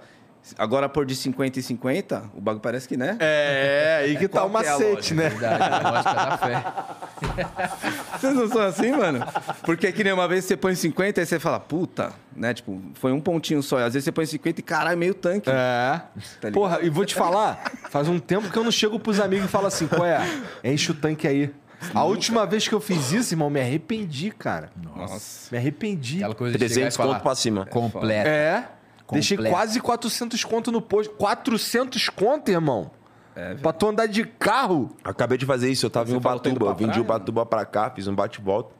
Speaker 4: Agora por de 50 em 50, o bagulho parece que, né?
Speaker 1: É, aí que tá
Speaker 4: qual
Speaker 1: o
Speaker 4: que é a
Speaker 1: macete, né?
Speaker 2: Verdade, a lógica da fé.
Speaker 4: Vocês não são assim, mano? Porque é que nem uma vez você põe 50 aí você fala, puta, né? Tipo, foi um pontinho só. Às vezes você põe 50 e caralho, meio tanque.
Speaker 1: É.
Speaker 4: ligado?
Speaker 1: Porra, e vou te falar, faz um tempo que eu não chego pros amigos e falo assim, qual é? Enche o tanque aí. A última vez que eu fiz isso, irmão, me arrependi, cara.
Speaker 4: Nossa.
Speaker 1: Me arrependi.
Speaker 2: Aquela coisa de
Speaker 3: 300
Speaker 2: chegar e falar,
Speaker 3: conto pra cima.
Speaker 2: Completo.
Speaker 1: É. Deixei
Speaker 2: Completo.
Speaker 1: quase 400 conto no posto. 400 conto, irmão? É, pra tu andar de carro?
Speaker 3: Acabei de fazer isso, eu tava em
Speaker 4: Você falou, tô indo
Speaker 3: Ubatuba. Eu
Speaker 4: pra
Speaker 3: vendi
Speaker 4: praia,
Speaker 3: Ubatuba pra cá, fiz um bate-volta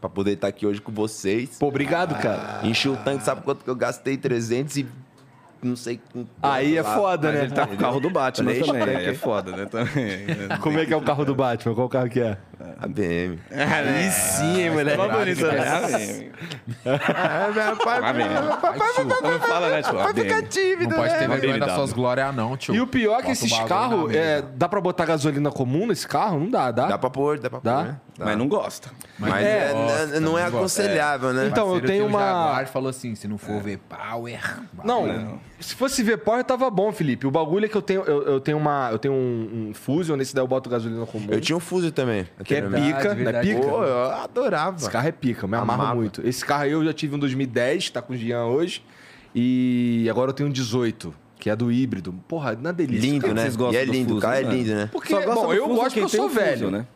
Speaker 3: pra poder estar aqui hoje com vocês.
Speaker 1: Pô, obrigado, cara.
Speaker 3: Enchi o tanque, sabe quanto que eu gastei? 300 e não sei. com-
Speaker 1: Aí é
Speaker 3: Ah, lá.
Speaker 1: foda,
Speaker 4: Mas
Speaker 1: né?
Speaker 4: ele tá com o carro do Batman
Speaker 3: Falei,
Speaker 4: também.
Speaker 3: "Ixi,
Speaker 4: É foda, né? Também.
Speaker 1: Como é que é o carro do Batman? Qual carro que é?
Speaker 3: A BM.
Speaker 4: Aí sim, hein, moleque. Tá né? bonito, né? Não fala, né? Tipo, vai ficar
Speaker 2: É, Não pode ter vergonha das
Speaker 5: BMW.
Speaker 2: suas glórias, não, tio.
Speaker 1: E o pior é que
Speaker 2: Bota o
Speaker 1: esses
Speaker 2: bagulho
Speaker 1: carros,
Speaker 2: na
Speaker 1: é,
Speaker 2: mesa.
Speaker 1: dá pra botar gasolina comum nesse carro? Não dá, dá?
Speaker 3: Dá pra pôr, dá pra
Speaker 1: Dá?
Speaker 3: pôr. né? Dá.
Speaker 4: Mas não gosta.
Speaker 3: Mas
Speaker 2: Mas
Speaker 3: é,
Speaker 2: gosta,
Speaker 3: n- não é
Speaker 2: gosta.
Speaker 3: aconselhável, né?
Speaker 1: Então, eu
Speaker 2: Parceiro
Speaker 1: tenho
Speaker 2: tem um
Speaker 1: uma-
Speaker 2: Jaguar, falou assim, se não for ver power...
Speaker 1: Não, se fosse V-Power, tava bom, Felipe. O bagulho é que eu tenho, eu, eu tenho uma. Eu tenho um, um Fusion, nesse daí eu boto gasolina comum.
Speaker 3: Eu tinha um Fuso também.
Speaker 1: que é
Speaker 2: Verdade,
Speaker 1: pica, né?
Speaker 2: verdade.
Speaker 1: Pica.
Speaker 3: Pô, eu adorava.
Speaker 1: Esse carro é pica, eu me amarro
Speaker 3: Amava.
Speaker 1: muito. Esse carro aí eu já tive um 2010, tá com o Jean hoje. E agora eu tenho um 18, que é do híbrido. Porra, na delícia.
Speaker 3: Lindo,
Speaker 1: cara.
Speaker 3: né?
Speaker 4: vocês gostam
Speaker 3: E é
Speaker 4: do
Speaker 3: lindo, o
Speaker 4: Fuso,
Speaker 3: carro é
Speaker 4: né?
Speaker 3: lindo, né?
Speaker 1: Porque, bom, eu gosto porque eu sou velho. né?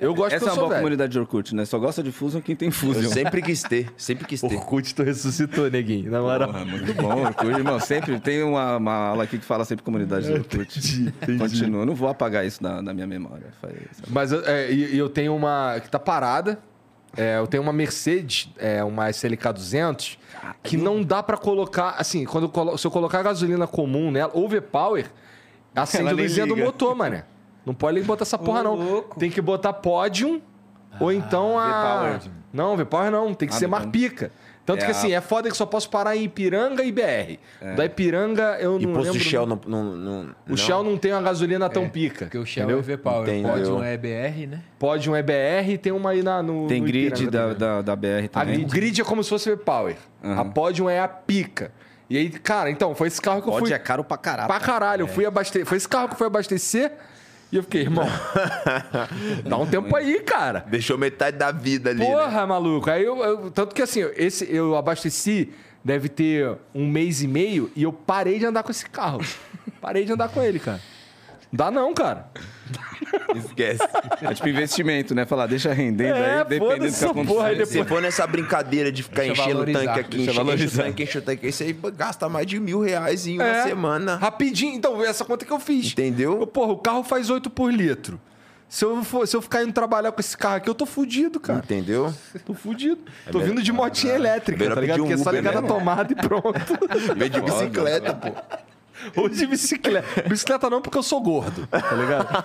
Speaker 1: Eu gosto
Speaker 4: Essa
Speaker 1: porque eu
Speaker 4: é uma
Speaker 1: sou
Speaker 4: boa
Speaker 1: velho.
Speaker 4: comunidade de Orkut, né? Só gosta de Fusion quem tem
Speaker 3: Eu
Speaker 4: Fusion.
Speaker 3: sempre quis ter, sempre quis ter.
Speaker 1: Orkut, tu ressuscitou, neguinho. Na moral.
Speaker 4: Porra, Ah, muito bom, Orkut. Irmão, sempre tem uma, uma aula aqui que fala sempre comunidade
Speaker 1: É,
Speaker 4: do Orkut. Continua, eu não vou apagar isso da, da minha memória. Foi isso.
Speaker 1: Mas eu- é, e e eu tenho uma que tá parada. É, eu tenho uma Mercedes, é, uma SLK 200, que não dá pra colocar. Assim, quando eu colo- se eu colocar gasolina comum nela, ou V-Power, acende
Speaker 4: Ela
Speaker 1: a
Speaker 4: nem
Speaker 1: luzinha do
Speaker 4: liga.
Speaker 1: motor, mané. Não pode botar essa porra, não.
Speaker 2: louco.
Speaker 1: Tem que botar Podium ou então a.
Speaker 2: V-Power.
Speaker 1: Não, V-Power não. Tem que
Speaker 4: Ah,
Speaker 1: ser
Speaker 4: V-Power.
Speaker 1: Marpica. Tanto que
Speaker 4: É a- É.
Speaker 1: assim, é foda que só posso parar em Ipiranga e BR. Da Ipiranga eu
Speaker 3: E
Speaker 1: não
Speaker 3: posto
Speaker 1: lembro...
Speaker 3: de Shell não. não, não
Speaker 1: O Shell não tem uma gasolina
Speaker 4: É.
Speaker 1: tão pica.
Speaker 2: Porque o Shell
Speaker 1: entendeu?
Speaker 2: é V-Power,
Speaker 3: Entendeu.
Speaker 2: pode um EBR, né?
Speaker 1: Pode um EBR e tem uma aí na, no.
Speaker 4: Tem
Speaker 1: no
Speaker 4: grid
Speaker 1: Ipiranga também.
Speaker 4: da, da, da BR
Speaker 1: né? A-
Speaker 4: também.
Speaker 1: o grid é como se fosse V-Power. A Podium é a pica. E aí, cara, então, foi esse carro que eu
Speaker 4: Pode
Speaker 1: fui.
Speaker 4: é caro pra caralho.
Speaker 1: Pra caralho, eu fui abastecer. Foi esse carro que eu fui abastecer. E eu fiquei, irmão, dá um tempo aí, cara.
Speaker 3: Deixou metade da vida ali. Né?
Speaker 1: Porra, maluco. Aí eu, eu- Tanto que assim, esse, eu abasteci, deve ter um mês e meio, e eu parei de andar com esse carro. parei de andar com ele, cara. Não dá não, cara.
Speaker 3: Esquece.
Speaker 4: É tipo investimento, né? Falar, deixa rendendo
Speaker 1: É,
Speaker 4: aí, dependendo do
Speaker 1: foda-se
Speaker 4: que
Speaker 1: essa porra aí
Speaker 4: acontecer.
Speaker 1: depois.
Speaker 3: Se for nessa brincadeira de ficar
Speaker 2: Deixa eu
Speaker 3: enchendo o
Speaker 2: valorizar,
Speaker 3: tanque aqui,
Speaker 4: deixa eu
Speaker 3: enche, enche o
Speaker 4: valorizar.
Speaker 3: tanque, enche o tanque, isso aí gasta mais de mil reais em uma
Speaker 1: É.
Speaker 3: semana.
Speaker 1: Rapidinho. Então, essa conta que eu fiz.
Speaker 3: Entendeu?
Speaker 1: Eu, Porra, o carro faz 8 por litro. Se eu, for- se eu ficar indo trabalhar com esse carro aqui, eu tô fudido, cara.
Speaker 3: Entendeu?
Speaker 1: Tô fudido. tô vindo de motinha elétrica,
Speaker 3: melhor
Speaker 1: tá ligado?
Speaker 3: pedir um
Speaker 1: Porque é só
Speaker 3: Uber
Speaker 1: ligar na
Speaker 3: mesmo.
Speaker 1: tomada e pronto.
Speaker 3: Vem de bicicleta, pô.
Speaker 1: Ou de bicicleta. Bicicleta não, porque eu sou gordo, tá ligado?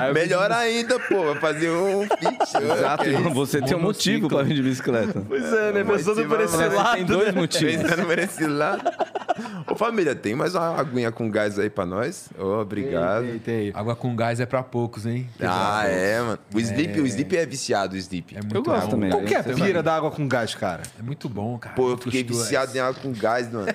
Speaker 1: Aí eu-
Speaker 3: Melhor ainda, pô. Vai fazer um fit.
Speaker 4: Exato,
Speaker 3: Que
Speaker 4: irmão, você tem um
Speaker 2: Monociclo.
Speaker 4: motivo pra vir de bicicleta.
Speaker 1: Pois é, né? Pensando por esse
Speaker 2: é
Speaker 3: Mas
Speaker 1: lado.
Speaker 4: Tem
Speaker 2: né?
Speaker 4: dois motivos.
Speaker 3: Pensando por esse lado. um Ô, família, tem mais uma aguinha com gás aí pra nós? Ô, obrigado.
Speaker 1: Tem, tem.
Speaker 2: Água com gás é pra poucos, hein?
Speaker 3: Ah, é, mano. O Sleep, o Sleep é viciado, o Sleep.
Speaker 2: É muito
Speaker 4: Eu gosto
Speaker 2: bom.
Speaker 4: também.
Speaker 1: Qual que é a
Speaker 4: Você
Speaker 1: pira da água com gás, cara?
Speaker 2: É muito bom, cara.
Speaker 3: Pô, eu
Speaker 2: Muito
Speaker 3: fiquei
Speaker 2: gostoso.
Speaker 3: viciado em água com gás, mano.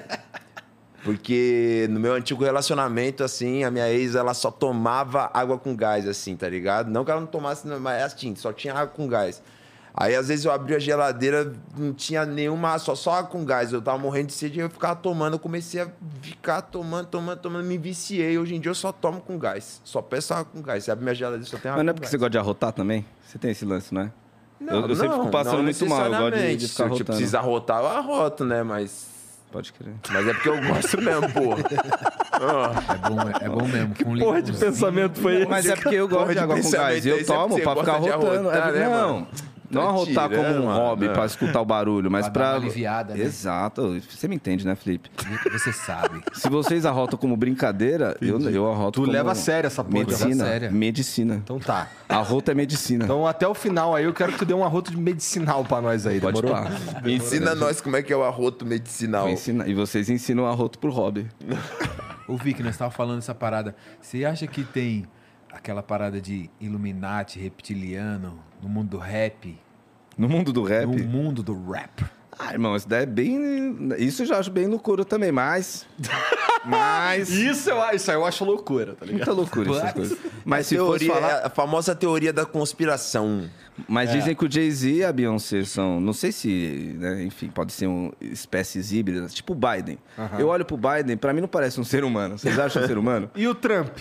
Speaker 3: Porque no meu antigo relacionamento, assim, a minha ex, ela só tomava água com gás, assim, tá ligado? Não que ela não tomasse, não, mas assim, só tinha água com gás. Aí, às vezes, eu abria a geladeira, não tinha nenhuma, só, só água com gás. Eu tava morrendo de sede e eu ficava tomando. Eu comecei a ficar tomando, tomando, tomando, me viciei. Hoje em dia, eu só tomo com gás. Só peço água com gás. Você abre minha geladeira, só tem água
Speaker 4: Mas não é
Speaker 3: com
Speaker 4: porque
Speaker 3: gás.
Speaker 4: você gosta de arrotar também? Você tem esse lance, né?
Speaker 3: Não,
Speaker 4: eu eu sempre
Speaker 3: não,
Speaker 4: fico passando
Speaker 3: não
Speaker 4: muito mal, eu gosto de, de
Speaker 3: necessariamente.
Speaker 4: ficar
Speaker 3: Se eu
Speaker 4: arrotando.
Speaker 3: precisar rotar, eu arroto, né? Mas...
Speaker 4: Pode crer.
Speaker 3: Mas é porque eu gosto mesmo, porra.
Speaker 2: É bom, é bom mesmo. com
Speaker 1: Porra de
Speaker 2: limãozinho.
Speaker 1: pensamento foi esse?
Speaker 4: Mas é porque eu
Speaker 3: Porra
Speaker 4: gosto de
Speaker 3: de
Speaker 4: água com
Speaker 3: pensamento
Speaker 4: gás.
Speaker 3: aí,
Speaker 4: Eu
Speaker 3: sempre
Speaker 4: tomo
Speaker 3: você
Speaker 4: pra ficar
Speaker 3: gosta de
Speaker 4: rotando.
Speaker 3: arrotar,
Speaker 4: É,
Speaker 3: né,
Speaker 4: não,
Speaker 3: mano?
Speaker 4: não
Speaker 3: Tá
Speaker 4: arrotar como
Speaker 3: tirando,
Speaker 4: um
Speaker 3: mano.
Speaker 4: hobby pra escutar o barulho, mas
Speaker 2: Pra dar
Speaker 4: pra...
Speaker 2: uma aliviada, né?
Speaker 4: Exato. Você me entende, né, Felipe?
Speaker 2: Você sabe.
Speaker 4: Se vocês arrotam como brincadeira, eu, eu arroto
Speaker 1: Tu
Speaker 4: como...
Speaker 1: leva a sério essa porra.
Speaker 2: Leva
Speaker 4: Medicina.
Speaker 2: a sério.
Speaker 4: Medicina.
Speaker 1: Então tá.
Speaker 4: Arroto é medicina.
Speaker 1: Então até o final aí eu quero que tu dê um arroto de medicinal pra nós aí,
Speaker 4: Pode
Speaker 1: demorou?
Speaker 4: pá.
Speaker 3: Ensina nós como é que é o arroto medicinal.
Speaker 4: Vou ensinar. E vocês ensinam arroto pro hobby.
Speaker 2: Ô, Vic, nós estávamos falando essa parada. Você acha que tem aquela parada de Illuminati, reptiliano, no mundo do rap?
Speaker 4: No mundo do rap...
Speaker 2: No mundo do rap.
Speaker 4: Ah, irmão, isso daí é bem... Isso eu já acho bem loucura também, mas... mas...
Speaker 1: Isso eu, isso aí eu acho loucura, tá ligado?
Speaker 4: Muita loucura essas coisas. Mas se fosse
Speaker 3: Teoria,
Speaker 4: falar...
Speaker 3: é A famosa teoria da conspiração.
Speaker 4: Mas
Speaker 1: É.
Speaker 4: dizem que o Jay-Z e a Beyoncé são, não sei se, né, enfim, pode ser um espécies híbridas, tipo o Biden. Eu olho pro Biden, pra mim não parece um ser humano. Vocês acham um ser humano?
Speaker 1: E o Trump?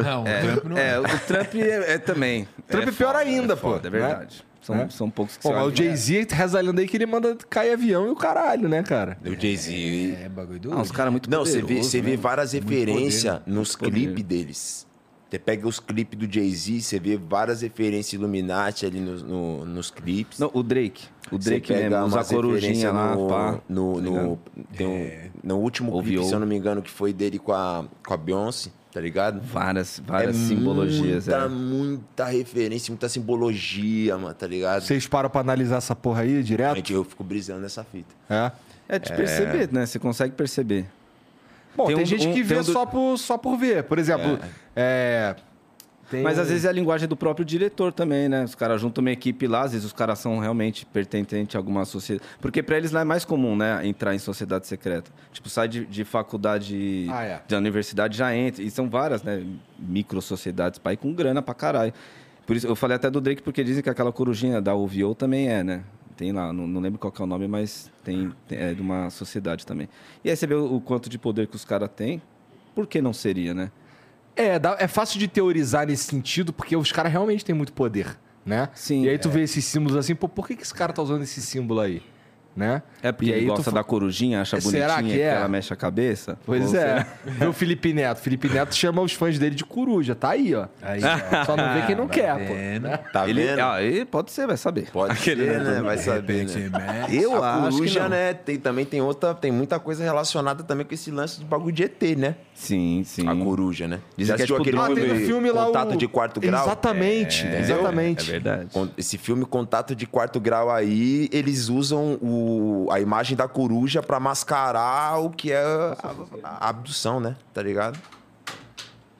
Speaker 2: Não, o Trump não é.
Speaker 4: É, o Trump é, é também.
Speaker 1: Trump é pior
Speaker 4: foda,
Speaker 1: ainda,
Speaker 4: é foda,
Speaker 1: pô,
Speaker 4: É verdade. São,
Speaker 1: Né?
Speaker 4: são poucos que
Speaker 1: Pô,
Speaker 4: se
Speaker 1: mas o
Speaker 4: olham.
Speaker 1: Jay-Z
Speaker 4: é.
Speaker 1: reza a lenda aí que ele manda cair avião e o caralho, né, cara?
Speaker 3: O Jay-Z.
Speaker 2: É bagulho do.
Speaker 4: Não, Ah, os caras muito
Speaker 3: Não, você vê,
Speaker 4: poderoso,
Speaker 3: você vê
Speaker 4: né?
Speaker 3: várias referências nos
Speaker 4: poder.
Speaker 3: clipes deles. Você pega os clipes do Jay-Z, você vê várias referências Illuminati ali nos- no- nos clipes.
Speaker 4: Não, o Drake. O
Speaker 3: Você
Speaker 4: Drake
Speaker 3: pega
Speaker 4: mesmo, usa a
Speaker 3: umas
Speaker 4: corujinha
Speaker 3: referências
Speaker 4: lá,
Speaker 3: no,
Speaker 4: pá. tá
Speaker 3: No, no- tem um- no último
Speaker 4: Ouvi,
Speaker 3: clipe,
Speaker 4: ouve.
Speaker 3: se eu não me engano, que foi dele com a, com a Beyoncé, tá ligado? É
Speaker 4: Várias, várias simbologias.
Speaker 3: Muita,
Speaker 4: é.
Speaker 3: muita referência, muita simbologia, mano, tá ligado?
Speaker 1: Vocês param pra analisar essa porra aí direto?
Speaker 3: Gente, eu fico brisando nessa fita.
Speaker 1: É.
Speaker 4: É de perceber, né? Você consegue perceber.
Speaker 1: Bom, tem,
Speaker 4: Tem um-
Speaker 1: gente
Speaker 4: um-
Speaker 1: que
Speaker 4: tem
Speaker 1: vê
Speaker 4: um do-
Speaker 1: só, por, só por ver. Por exemplo, é. tem
Speaker 4: Mas
Speaker 1: um-
Speaker 4: às vezes é a linguagem do próprio diretor também, né? Os caras juntam uma equipe lá, às vezes os caras são realmente pertencentes a alguma sociedade. Porque pra eles lá é mais comum, né? Entrar em sociedade secreta. Tipo, sai de, de faculdade,
Speaker 1: Ah, é.
Speaker 4: da universidade, já entra. E são várias, né? Micro sociedades, pai, com grana pra caralho. Por isso, eu falei até do Drake, porque dizem que aquela corujinha da OVO também é, né? Tem lá, não, não lembro qual que é o nome, mas tem, tem- é de uma sociedade também. E aí você vê o, o quanto de poder que os caras têm. Por que não seria, né?
Speaker 1: É, dá- é fácil de teorizar nesse sentido, porque os caras realmente têm muito poder, né?
Speaker 4: Sim. é.
Speaker 1: E aí tu vê esses símbolos assim, pô, por que, que esse cara tá usando esse símbolo aí? Né?
Speaker 4: É porque
Speaker 1: E aí
Speaker 4: ele
Speaker 1: tu
Speaker 4: gosta
Speaker 1: fa-
Speaker 4: da corujinha, acha bonitinha,
Speaker 1: Será que
Speaker 4: que,
Speaker 1: é?
Speaker 4: ela mexe a cabeça.
Speaker 1: Pois
Speaker 4: Ou
Speaker 1: é.
Speaker 4: será-
Speaker 3: Tá
Speaker 1: Vê o Felipe Neto. Felipe Neto chama os fãs dele de coruja, tá aí, ó.
Speaker 2: Aí, ó.
Speaker 1: Só não vê quem não
Speaker 4: Ah,
Speaker 2: Tá
Speaker 1: quer, pô. né?
Speaker 2: vendo?
Speaker 3: Tá
Speaker 4: Ele,
Speaker 3: vendo?
Speaker 4: ah, ele pode ser, vai saber.
Speaker 3: Pode ser, né? Vai
Speaker 2: De
Speaker 3: saber,
Speaker 2: repente,
Speaker 3: né?
Speaker 2: né?
Speaker 4: Eu
Speaker 3: a
Speaker 4: acho que
Speaker 3: coruja,
Speaker 4: não.
Speaker 3: né? Tem, também tem outra, tem muita coisa relacionada também com esse lance do bagulho de ET, né?
Speaker 4: Sim, sim.
Speaker 3: A coruja, né? Já
Speaker 4: Dizem que é
Speaker 3: assistiu
Speaker 4: tipo
Speaker 3: aquele
Speaker 1: Ah, tem
Speaker 4: do-
Speaker 3: filme,
Speaker 1: no filme lá
Speaker 3: Contato
Speaker 1: o...
Speaker 3: de Quarto Grau?
Speaker 1: Exatamente,
Speaker 3: entendeu?
Speaker 1: exatamente.
Speaker 4: É, verdade.
Speaker 3: Con- Esse filme Contato de Quarto Grau aí, eles usam o o, a imagem da coruja pra mascarar o que é a, a abdução, né? Tá ligado?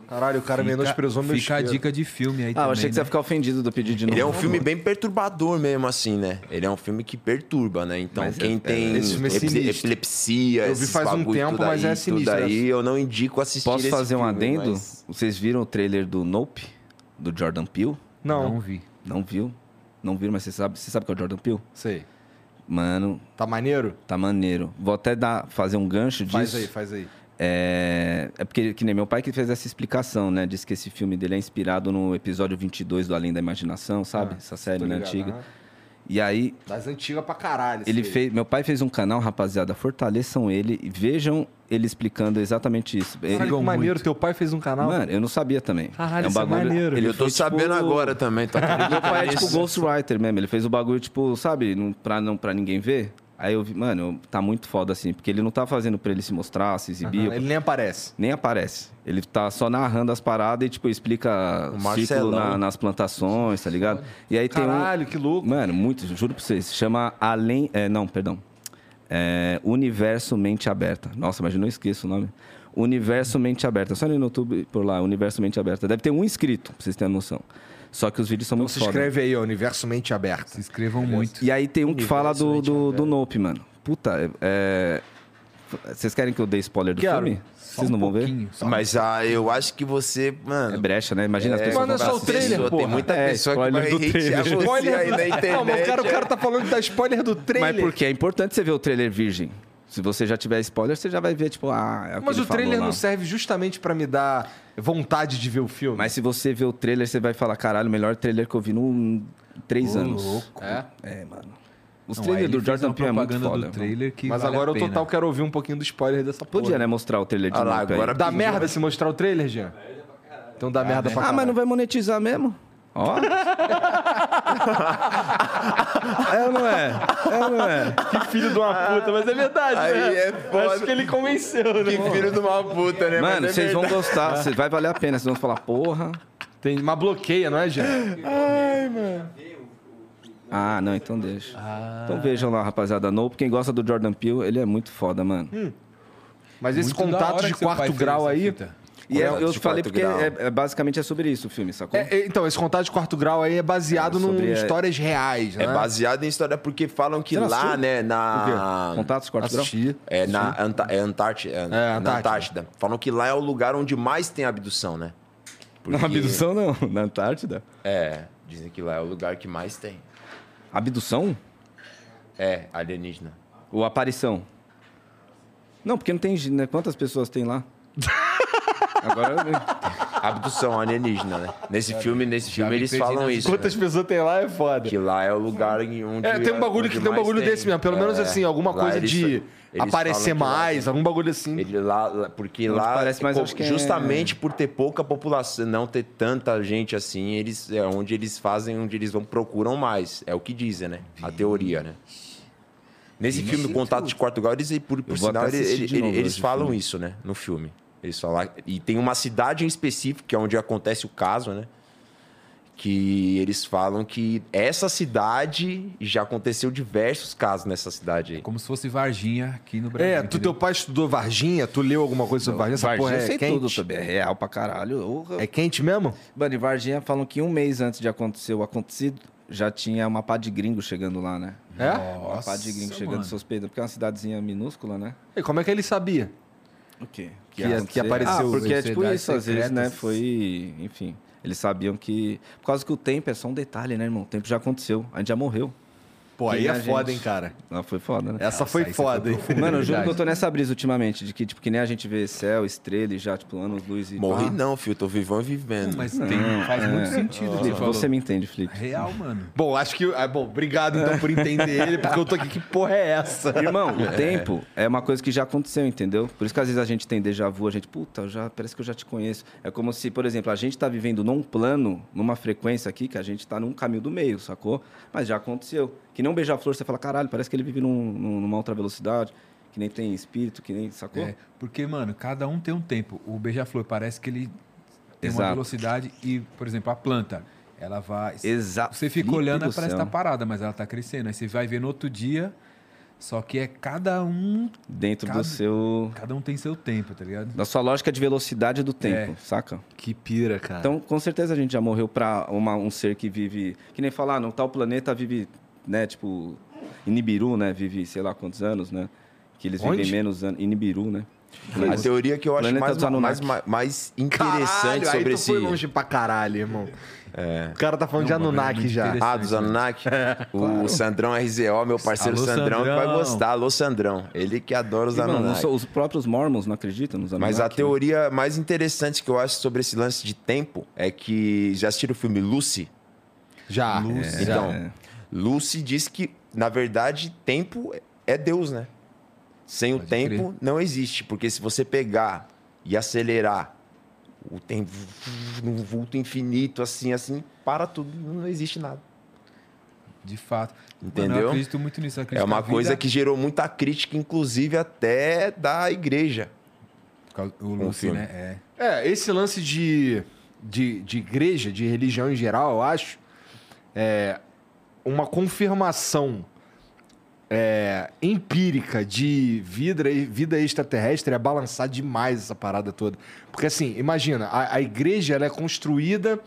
Speaker 1: Caralho, o cara menosprezou meu
Speaker 2: Fica a
Speaker 1: isqueiro.
Speaker 2: dica de filme aí
Speaker 4: Ah,
Speaker 2: também.
Speaker 4: eu achei que você ia
Speaker 2: né?
Speaker 4: ficar ofendido do pedido de novo.
Speaker 3: Ele é um filme bem perturbador mesmo, assim, né? Ele é um filme que perturba, né? Então,
Speaker 4: Mas
Speaker 3: quem
Speaker 4: é-
Speaker 3: tem
Speaker 1: esse filme é
Speaker 3: epi-
Speaker 1: sinistro.
Speaker 3: epilepsia,
Speaker 1: Eu vi
Speaker 3: esses
Speaker 1: faz um
Speaker 3: bagulho
Speaker 1: tempo,
Speaker 3: tudo
Speaker 1: mas
Speaker 3: aí,
Speaker 1: é sinistro,
Speaker 3: Tudo aí,
Speaker 1: né?
Speaker 3: eu não indico assistir
Speaker 4: Posso
Speaker 3: esse
Speaker 4: fazer um
Speaker 3: filme,
Speaker 4: adendo?
Speaker 3: mas-
Speaker 4: Vocês viram o trailer do Nope, do Jordan Peele?
Speaker 1: Não,
Speaker 2: Não vi.
Speaker 4: Não viu? Não viram, mas você sabe, você sabe que é o Jordan Peele?
Speaker 1: sei.
Speaker 4: Mano,
Speaker 1: Tá maneiro?
Speaker 4: tá maneiro. Vou até dar, fazer um gancho disso.
Speaker 1: Faz aí, faz aí.
Speaker 4: É, é porque, que nem meu pai que fez essa explicação, né? Diz que esse filme dele é inspirado no episódio 22 do Além da Imaginação, sabe?
Speaker 1: Ah,
Speaker 4: Essa série
Speaker 1: Tô
Speaker 4: né,
Speaker 1: ligado, Ah,
Speaker 4: antiga.
Speaker 1: aham.
Speaker 4: E aí,
Speaker 1: Das antigas pra caralho.
Speaker 4: ele
Speaker 1: sei.
Speaker 4: fez, meu pai fez um canal, rapaziada, fortaleçam ele e vejam ele explicando exatamente isso. Ele-
Speaker 1: Caralho, que maneiro, teu pai fez um canal.
Speaker 4: mano, eu não sabia também.
Speaker 1: Caralho, isso é maneiro.
Speaker 3: eu tô
Speaker 4: foi, tipo,
Speaker 3: sabendo agora também, tô
Speaker 4: Meu pai é tipo
Speaker 3: acreditando
Speaker 4: ghostwriter mesmo, ele fez o bagulho tipo, sabe, não, pra, não, pra ninguém ver. Aí eu vi, mano, tá muito foda assim, porque ele não tá fazendo pra ele se mostrar, se exibir,
Speaker 1: Aham, Ele nem aparece.
Speaker 4: Nem aparece. Ele tá só narrando as paradas e, tipo, explica
Speaker 3: O
Speaker 4: ciclo
Speaker 3: Marcelão.
Speaker 4: na- nas plantações, tá ligado? E aí
Speaker 1: Caralho, que
Speaker 4: tem um.
Speaker 1: louco.
Speaker 4: Mano, muito, juro pra vocês. Chama Além. É, não, perdão. É, Universo Mente Aberta. Nossa, mas eu não esqueço o nome. Universo Mente Aberta. Só ali no YouTube por lá, Universo Mente Aberta. Deve ter um inscrito, pra vocês terem noção. Só que os vídeos são
Speaker 1: Então
Speaker 4: muito
Speaker 1: se
Speaker 4: foda.
Speaker 1: inscreve aí, ó, Universo Mente Aberta.
Speaker 2: Se inscrevam muito.
Speaker 4: E aí tem um que fala do, do, do Nope, mano. Puta, é. é- Vocês querem que eu dê spoiler do
Speaker 1: Quero.
Speaker 4: filme?
Speaker 2: Só
Speaker 4: Vocês não
Speaker 2: um
Speaker 4: vão ver?
Speaker 2: pouquinho, só um
Speaker 3: Mas ah, eu acho que você,
Speaker 4: É
Speaker 3: mano.
Speaker 4: brecha, né? Imagina as
Speaker 3: é,
Speaker 4: pessoas.
Speaker 1: Mas não é
Speaker 4: vão
Speaker 1: só o
Speaker 4: pra-
Speaker 3: assistir,
Speaker 1: trailer,
Speaker 3: só
Speaker 1: porra.
Speaker 3: Tem muita
Speaker 4: É,
Speaker 3: pessoa que
Speaker 4: spoiler
Speaker 3: vai
Speaker 4: do
Speaker 3: hatear
Speaker 4: trailer.
Speaker 3: você aí na internet.
Speaker 1: Não, mas o cara, o
Speaker 3: é.
Speaker 1: cara tá falando da spoiler do trailer.
Speaker 4: Mas porque é importante você ver o trailer virgem. Se você já tiver spoiler, você já vai ver, tipo, ah, é o que
Speaker 1: Mas
Speaker 4: ele
Speaker 1: o trailer
Speaker 4: falou lá.
Speaker 1: não serve justamente pra me dar vontade de ver o filme.
Speaker 4: Mas se você ver o trailer, você vai falar, caralho, o melhor trailer que eu vi num três
Speaker 2: Ô,
Speaker 4: anos.
Speaker 2: louco.
Speaker 1: É?
Speaker 4: É, mano. Os
Speaker 2: Não, aí
Speaker 4: trailers
Speaker 2: ele
Speaker 4: do
Speaker 2: fez
Speaker 4: Jordan
Speaker 2: uma
Speaker 4: Peele é muito
Speaker 2: propaganda
Speaker 4: foda.
Speaker 2: do trailer que
Speaker 1: Mas
Speaker 2: vale
Speaker 1: agora
Speaker 2: a
Speaker 1: eu
Speaker 2: pena.
Speaker 1: total quero ouvir um pouquinho do spoiler dessa porra.
Speaker 4: Podia, né, mostrar o trailer de
Speaker 3: Ah lá,
Speaker 4: novo, é.
Speaker 3: agora-
Speaker 1: Dá merda se mostrar o trailer, Jean? Então dá merda pra
Speaker 4: Ah,
Speaker 1: caralho.
Speaker 4: mas não vai monetizar mesmo? Ó. é ou não é? É ou não é?
Speaker 1: Que filho de uma puta, mas é verdade,
Speaker 3: Ah. Aí é foda.
Speaker 1: ele convenceu,
Speaker 3: Que filho de uma puta, né?
Speaker 4: Mano,
Speaker 3: Mas é
Speaker 4: vocês vão gostar, cê- vai valer a pena, vocês vão falar, porra.
Speaker 1: Tem uma bloqueia, não é, Jean?
Speaker 4: Ah, não, então deixa. Então vejam lá, rapaziada. Nope, quem gosta do Jordan Peele, ele é muito foda, mano.
Speaker 1: Mas esse
Speaker 2: Muito da
Speaker 1: contato
Speaker 2: hora
Speaker 1: de
Speaker 2: que seu pai
Speaker 1: quarto
Speaker 2: fez
Speaker 1: grau
Speaker 2: essa
Speaker 1: aí...
Speaker 2: fita.
Speaker 4: E é-
Speaker 3: Correto,
Speaker 4: eu
Speaker 3: de
Speaker 4: falei
Speaker 3: quarto
Speaker 4: porque
Speaker 3: grau.
Speaker 4: é, é- basicamente é sobre isso o filme, sacou?
Speaker 1: É, é, então, esse contato de quarto grau aí é baseado
Speaker 4: É,
Speaker 1: em
Speaker 4: sobre-
Speaker 1: histórias reais, né?
Speaker 3: É baseado em história, porque falam que
Speaker 4: Você não
Speaker 3: lá,
Speaker 4: assistiu?
Speaker 3: né, na.
Speaker 4: Contatos quarto grau?
Speaker 1: Assisti.
Speaker 3: É na Anta- é Antártida, é, na
Speaker 1: Antártida.
Speaker 3: Antártida. Falam que lá é o lugar onde mais tem abdução, né?
Speaker 4: Não,
Speaker 1: é
Speaker 3: Porque-
Speaker 4: abdução não, na Antártida.
Speaker 3: É, dizem que lá é o lugar que mais tem.
Speaker 4: Abdução
Speaker 3: É, alienígena.
Speaker 4: ou aparição? Não, porque não tem, gi- né? Quantas pessoas tem lá? Agora
Speaker 3: Abdução alienígena, né? Nesse filme, nesse filme
Speaker 2: me
Speaker 3: eles
Speaker 2: perdi
Speaker 3: falam
Speaker 2: nas
Speaker 3: isso.
Speaker 1: Quantas pessoas tem lá é foda.
Speaker 3: Que lá é o lugar em onde.
Speaker 1: É, tem um bagulho
Speaker 3: onde
Speaker 1: que tem um
Speaker 3: mais
Speaker 1: bagulho
Speaker 3: tem.
Speaker 1: desse mesmo, pelo menos
Speaker 3: É,
Speaker 1: assim, alguma
Speaker 3: lá
Speaker 1: coisa
Speaker 3: eles-
Speaker 1: de
Speaker 3: eles
Speaker 1: aparecer
Speaker 3: falam que lá-
Speaker 1: mais, algum bagulho assim.
Speaker 3: Ele lá, lá- porque
Speaker 4: Onde
Speaker 3: lá,
Speaker 4: parece mais,
Speaker 3: pô,
Speaker 4: acho que é-
Speaker 3: justamente por ter pouca população, não ter tanta gente assim, eles é onde eles fazem, onde eles vão procuram mais. É o que dizem, né? A teoria, né? Nesse filme Contato de Quarto Grau, eles por, por
Speaker 4: vou
Speaker 3: sinal
Speaker 4: até
Speaker 3: ele-
Speaker 4: assistir
Speaker 3: ele-
Speaker 4: de novo
Speaker 3: ele- eles
Speaker 4: esse
Speaker 3: falam isso, né? No filme, eles falam e tem uma cidade em específico que é onde acontece o caso, né? Que eles falam que essa cidade já aconteceu diversos casos nessa cidade.
Speaker 4: É
Speaker 3: aí.
Speaker 2: Como se fosse Varginha aqui no Brasil.
Speaker 1: É, tu, teu
Speaker 2: entendeu?
Speaker 1: pai estudou Varginha, tu leu alguma coisa sobre Varginha? Essa porra
Speaker 4: eu
Speaker 1: é
Speaker 4: sei
Speaker 1: quente?
Speaker 4: tudo sobre, é real pra caralho. Porra.
Speaker 1: É quente mesmo?
Speaker 4: Mano, e Varginha falam que um mês antes de acontecer o acontecido, já tinha uma pá de gringo chegando lá, né?
Speaker 1: É?
Speaker 4: uma pá
Speaker 2: Nossa,
Speaker 4: de gringo chegando
Speaker 2: mano.
Speaker 4: se hospedando, porque é uma cidadezinha minúscula, né?
Speaker 1: E como é que ele sabia?
Speaker 4: O quê?
Speaker 1: Que ia- que apareceu
Speaker 4: Ah, porque é tipo
Speaker 2: sociedades
Speaker 4: isso, às vezes, né?
Speaker 2: secretas.
Speaker 4: Foi. Enfim. Eles sabiam que. Por causa que o tempo é só um detalhe, né, irmão? O tempo já aconteceu. A gente já morreu.
Speaker 1: Pô, aí
Speaker 4: Quem
Speaker 1: é
Speaker 4: é a
Speaker 1: foda,
Speaker 4: gente?
Speaker 1: hein, cara.
Speaker 4: Ah, foi foda, né?
Speaker 1: Essa
Speaker 2: aí
Speaker 1: foi
Speaker 2: você foi
Speaker 1: foda, hein?
Speaker 4: Mano, eu juro que eu tô nessa brisa ultimamente, de que, tipo, que nem a gente vê céu, estrela e já, tipo, anos, luz e.
Speaker 3: Morri
Speaker 4: pá.
Speaker 3: não, filho, tô vivão e vivendo.
Speaker 2: Mas
Speaker 4: Hum,
Speaker 2: tem, faz muito sentido o que
Speaker 4: Flip,
Speaker 2: ele falou.
Speaker 4: é. Você me entende, Flip.
Speaker 2: Real, mano.
Speaker 1: Bom, acho que. Ah, bom, obrigado então por entender ele, porque eu tô aqui. Que porra é essa?
Speaker 4: Irmão, o tempo é uma coisa que já aconteceu, entendeu? Por isso que às vezes a gente tem déjà vu, a gente, puta, eu já, parece que eu já te conheço. É como se, por exemplo, a gente tá vivendo num plano, numa frequência aqui, que a gente tá num caminho do meio, sacou? Mas já aconteceu. Que nem um beija-flor, você fala, caralho, parece que ele vive num- num- numa outra velocidade, que nem tem espírito, que nem, sacou?
Speaker 2: É, porque, mano, cada um tem um tempo. O beija-flor parece que ele tem uma
Speaker 4: Exato.
Speaker 2: velocidade e, por exemplo, a planta, ela vai...
Speaker 4: Exato.
Speaker 2: Você fica
Speaker 4: Felipe
Speaker 2: olhando,
Speaker 4: do
Speaker 2: ela parece tá
Speaker 4: céu.
Speaker 2: que tá parada, mas ela tá crescendo. Aí você vai ver no outro dia, Só que é cada um.
Speaker 4: Dentro
Speaker 2: Cada-
Speaker 4: do seu.
Speaker 2: Cada um tem seu tempo, tá ligado?
Speaker 4: Da sua lógica de velocidade do tempo,
Speaker 2: É.
Speaker 4: saca?
Speaker 1: Que pira, cara.
Speaker 4: Então, com certeza a gente já morreu pra uma- um ser que vive. Que nem falar, ah, no tal planeta vive, né? Tipo, em Nibiru, né? Vive sei lá quantos anos, né? Que eles
Speaker 1: Onde?
Speaker 4: vivem menos anos. Em Nibiru, né?
Speaker 3: A teoria que eu acho
Speaker 4: Planeta
Speaker 3: mais,
Speaker 4: dos Anunnaki.
Speaker 3: mais, mais, mais interessante
Speaker 1: Caralho,
Speaker 3: sobre
Speaker 1: aí tu
Speaker 3: esse. É.
Speaker 1: foi longe pra caralho, irmão. O cara tá falando
Speaker 2: Não,
Speaker 1: de
Speaker 2: bagulho
Speaker 1: Anunnaki
Speaker 2: muito
Speaker 1: já.
Speaker 2: interessante.
Speaker 3: Ah, dos Anunnaki? O Sandrão RZO, meu parceiro
Speaker 2: Alô,
Speaker 3: Sandrão, que vai
Speaker 2: Sandrão.
Speaker 3: gostar. Alô, Sandrão. Ele que adora os
Speaker 4: E, mano, não
Speaker 3: Anunnaki.
Speaker 4: são- os próprios Mormons não acreditam nos
Speaker 3: Mas
Speaker 4: Anunnaki.
Speaker 3: a teoria mais interessante que eu acho sobre esse lance de tempo é que. Já assistiram o filme Lucy?
Speaker 1: Já.
Speaker 2: Luz.
Speaker 3: então,
Speaker 4: é.
Speaker 3: Lucy diz que, na verdade, tempo é Deus, né? Sem o
Speaker 2: Pode
Speaker 3: tempo não existe, porque se você pegar e acelerar o tempo num vulto infinito, assim, assim, para tudo, não existe nada.
Speaker 2: De fato. Mano,
Speaker 3: Entendeu?
Speaker 2: eu acredito muito nisso. eu acredito
Speaker 3: É uma
Speaker 2: na vida-
Speaker 3: coisa que gerou muita crítica, inclusive até da igreja.
Speaker 2: Por causa- O Lucy,
Speaker 3: filme.
Speaker 2: né? É.
Speaker 1: É, esse lance de, de, de igreja, de religião em geral, eu acho, é uma confirmação é, empírica de vida, vida extraterrestre é balançar demais essa parada toda. Porque assim, imagina, a, a igreja ela é construída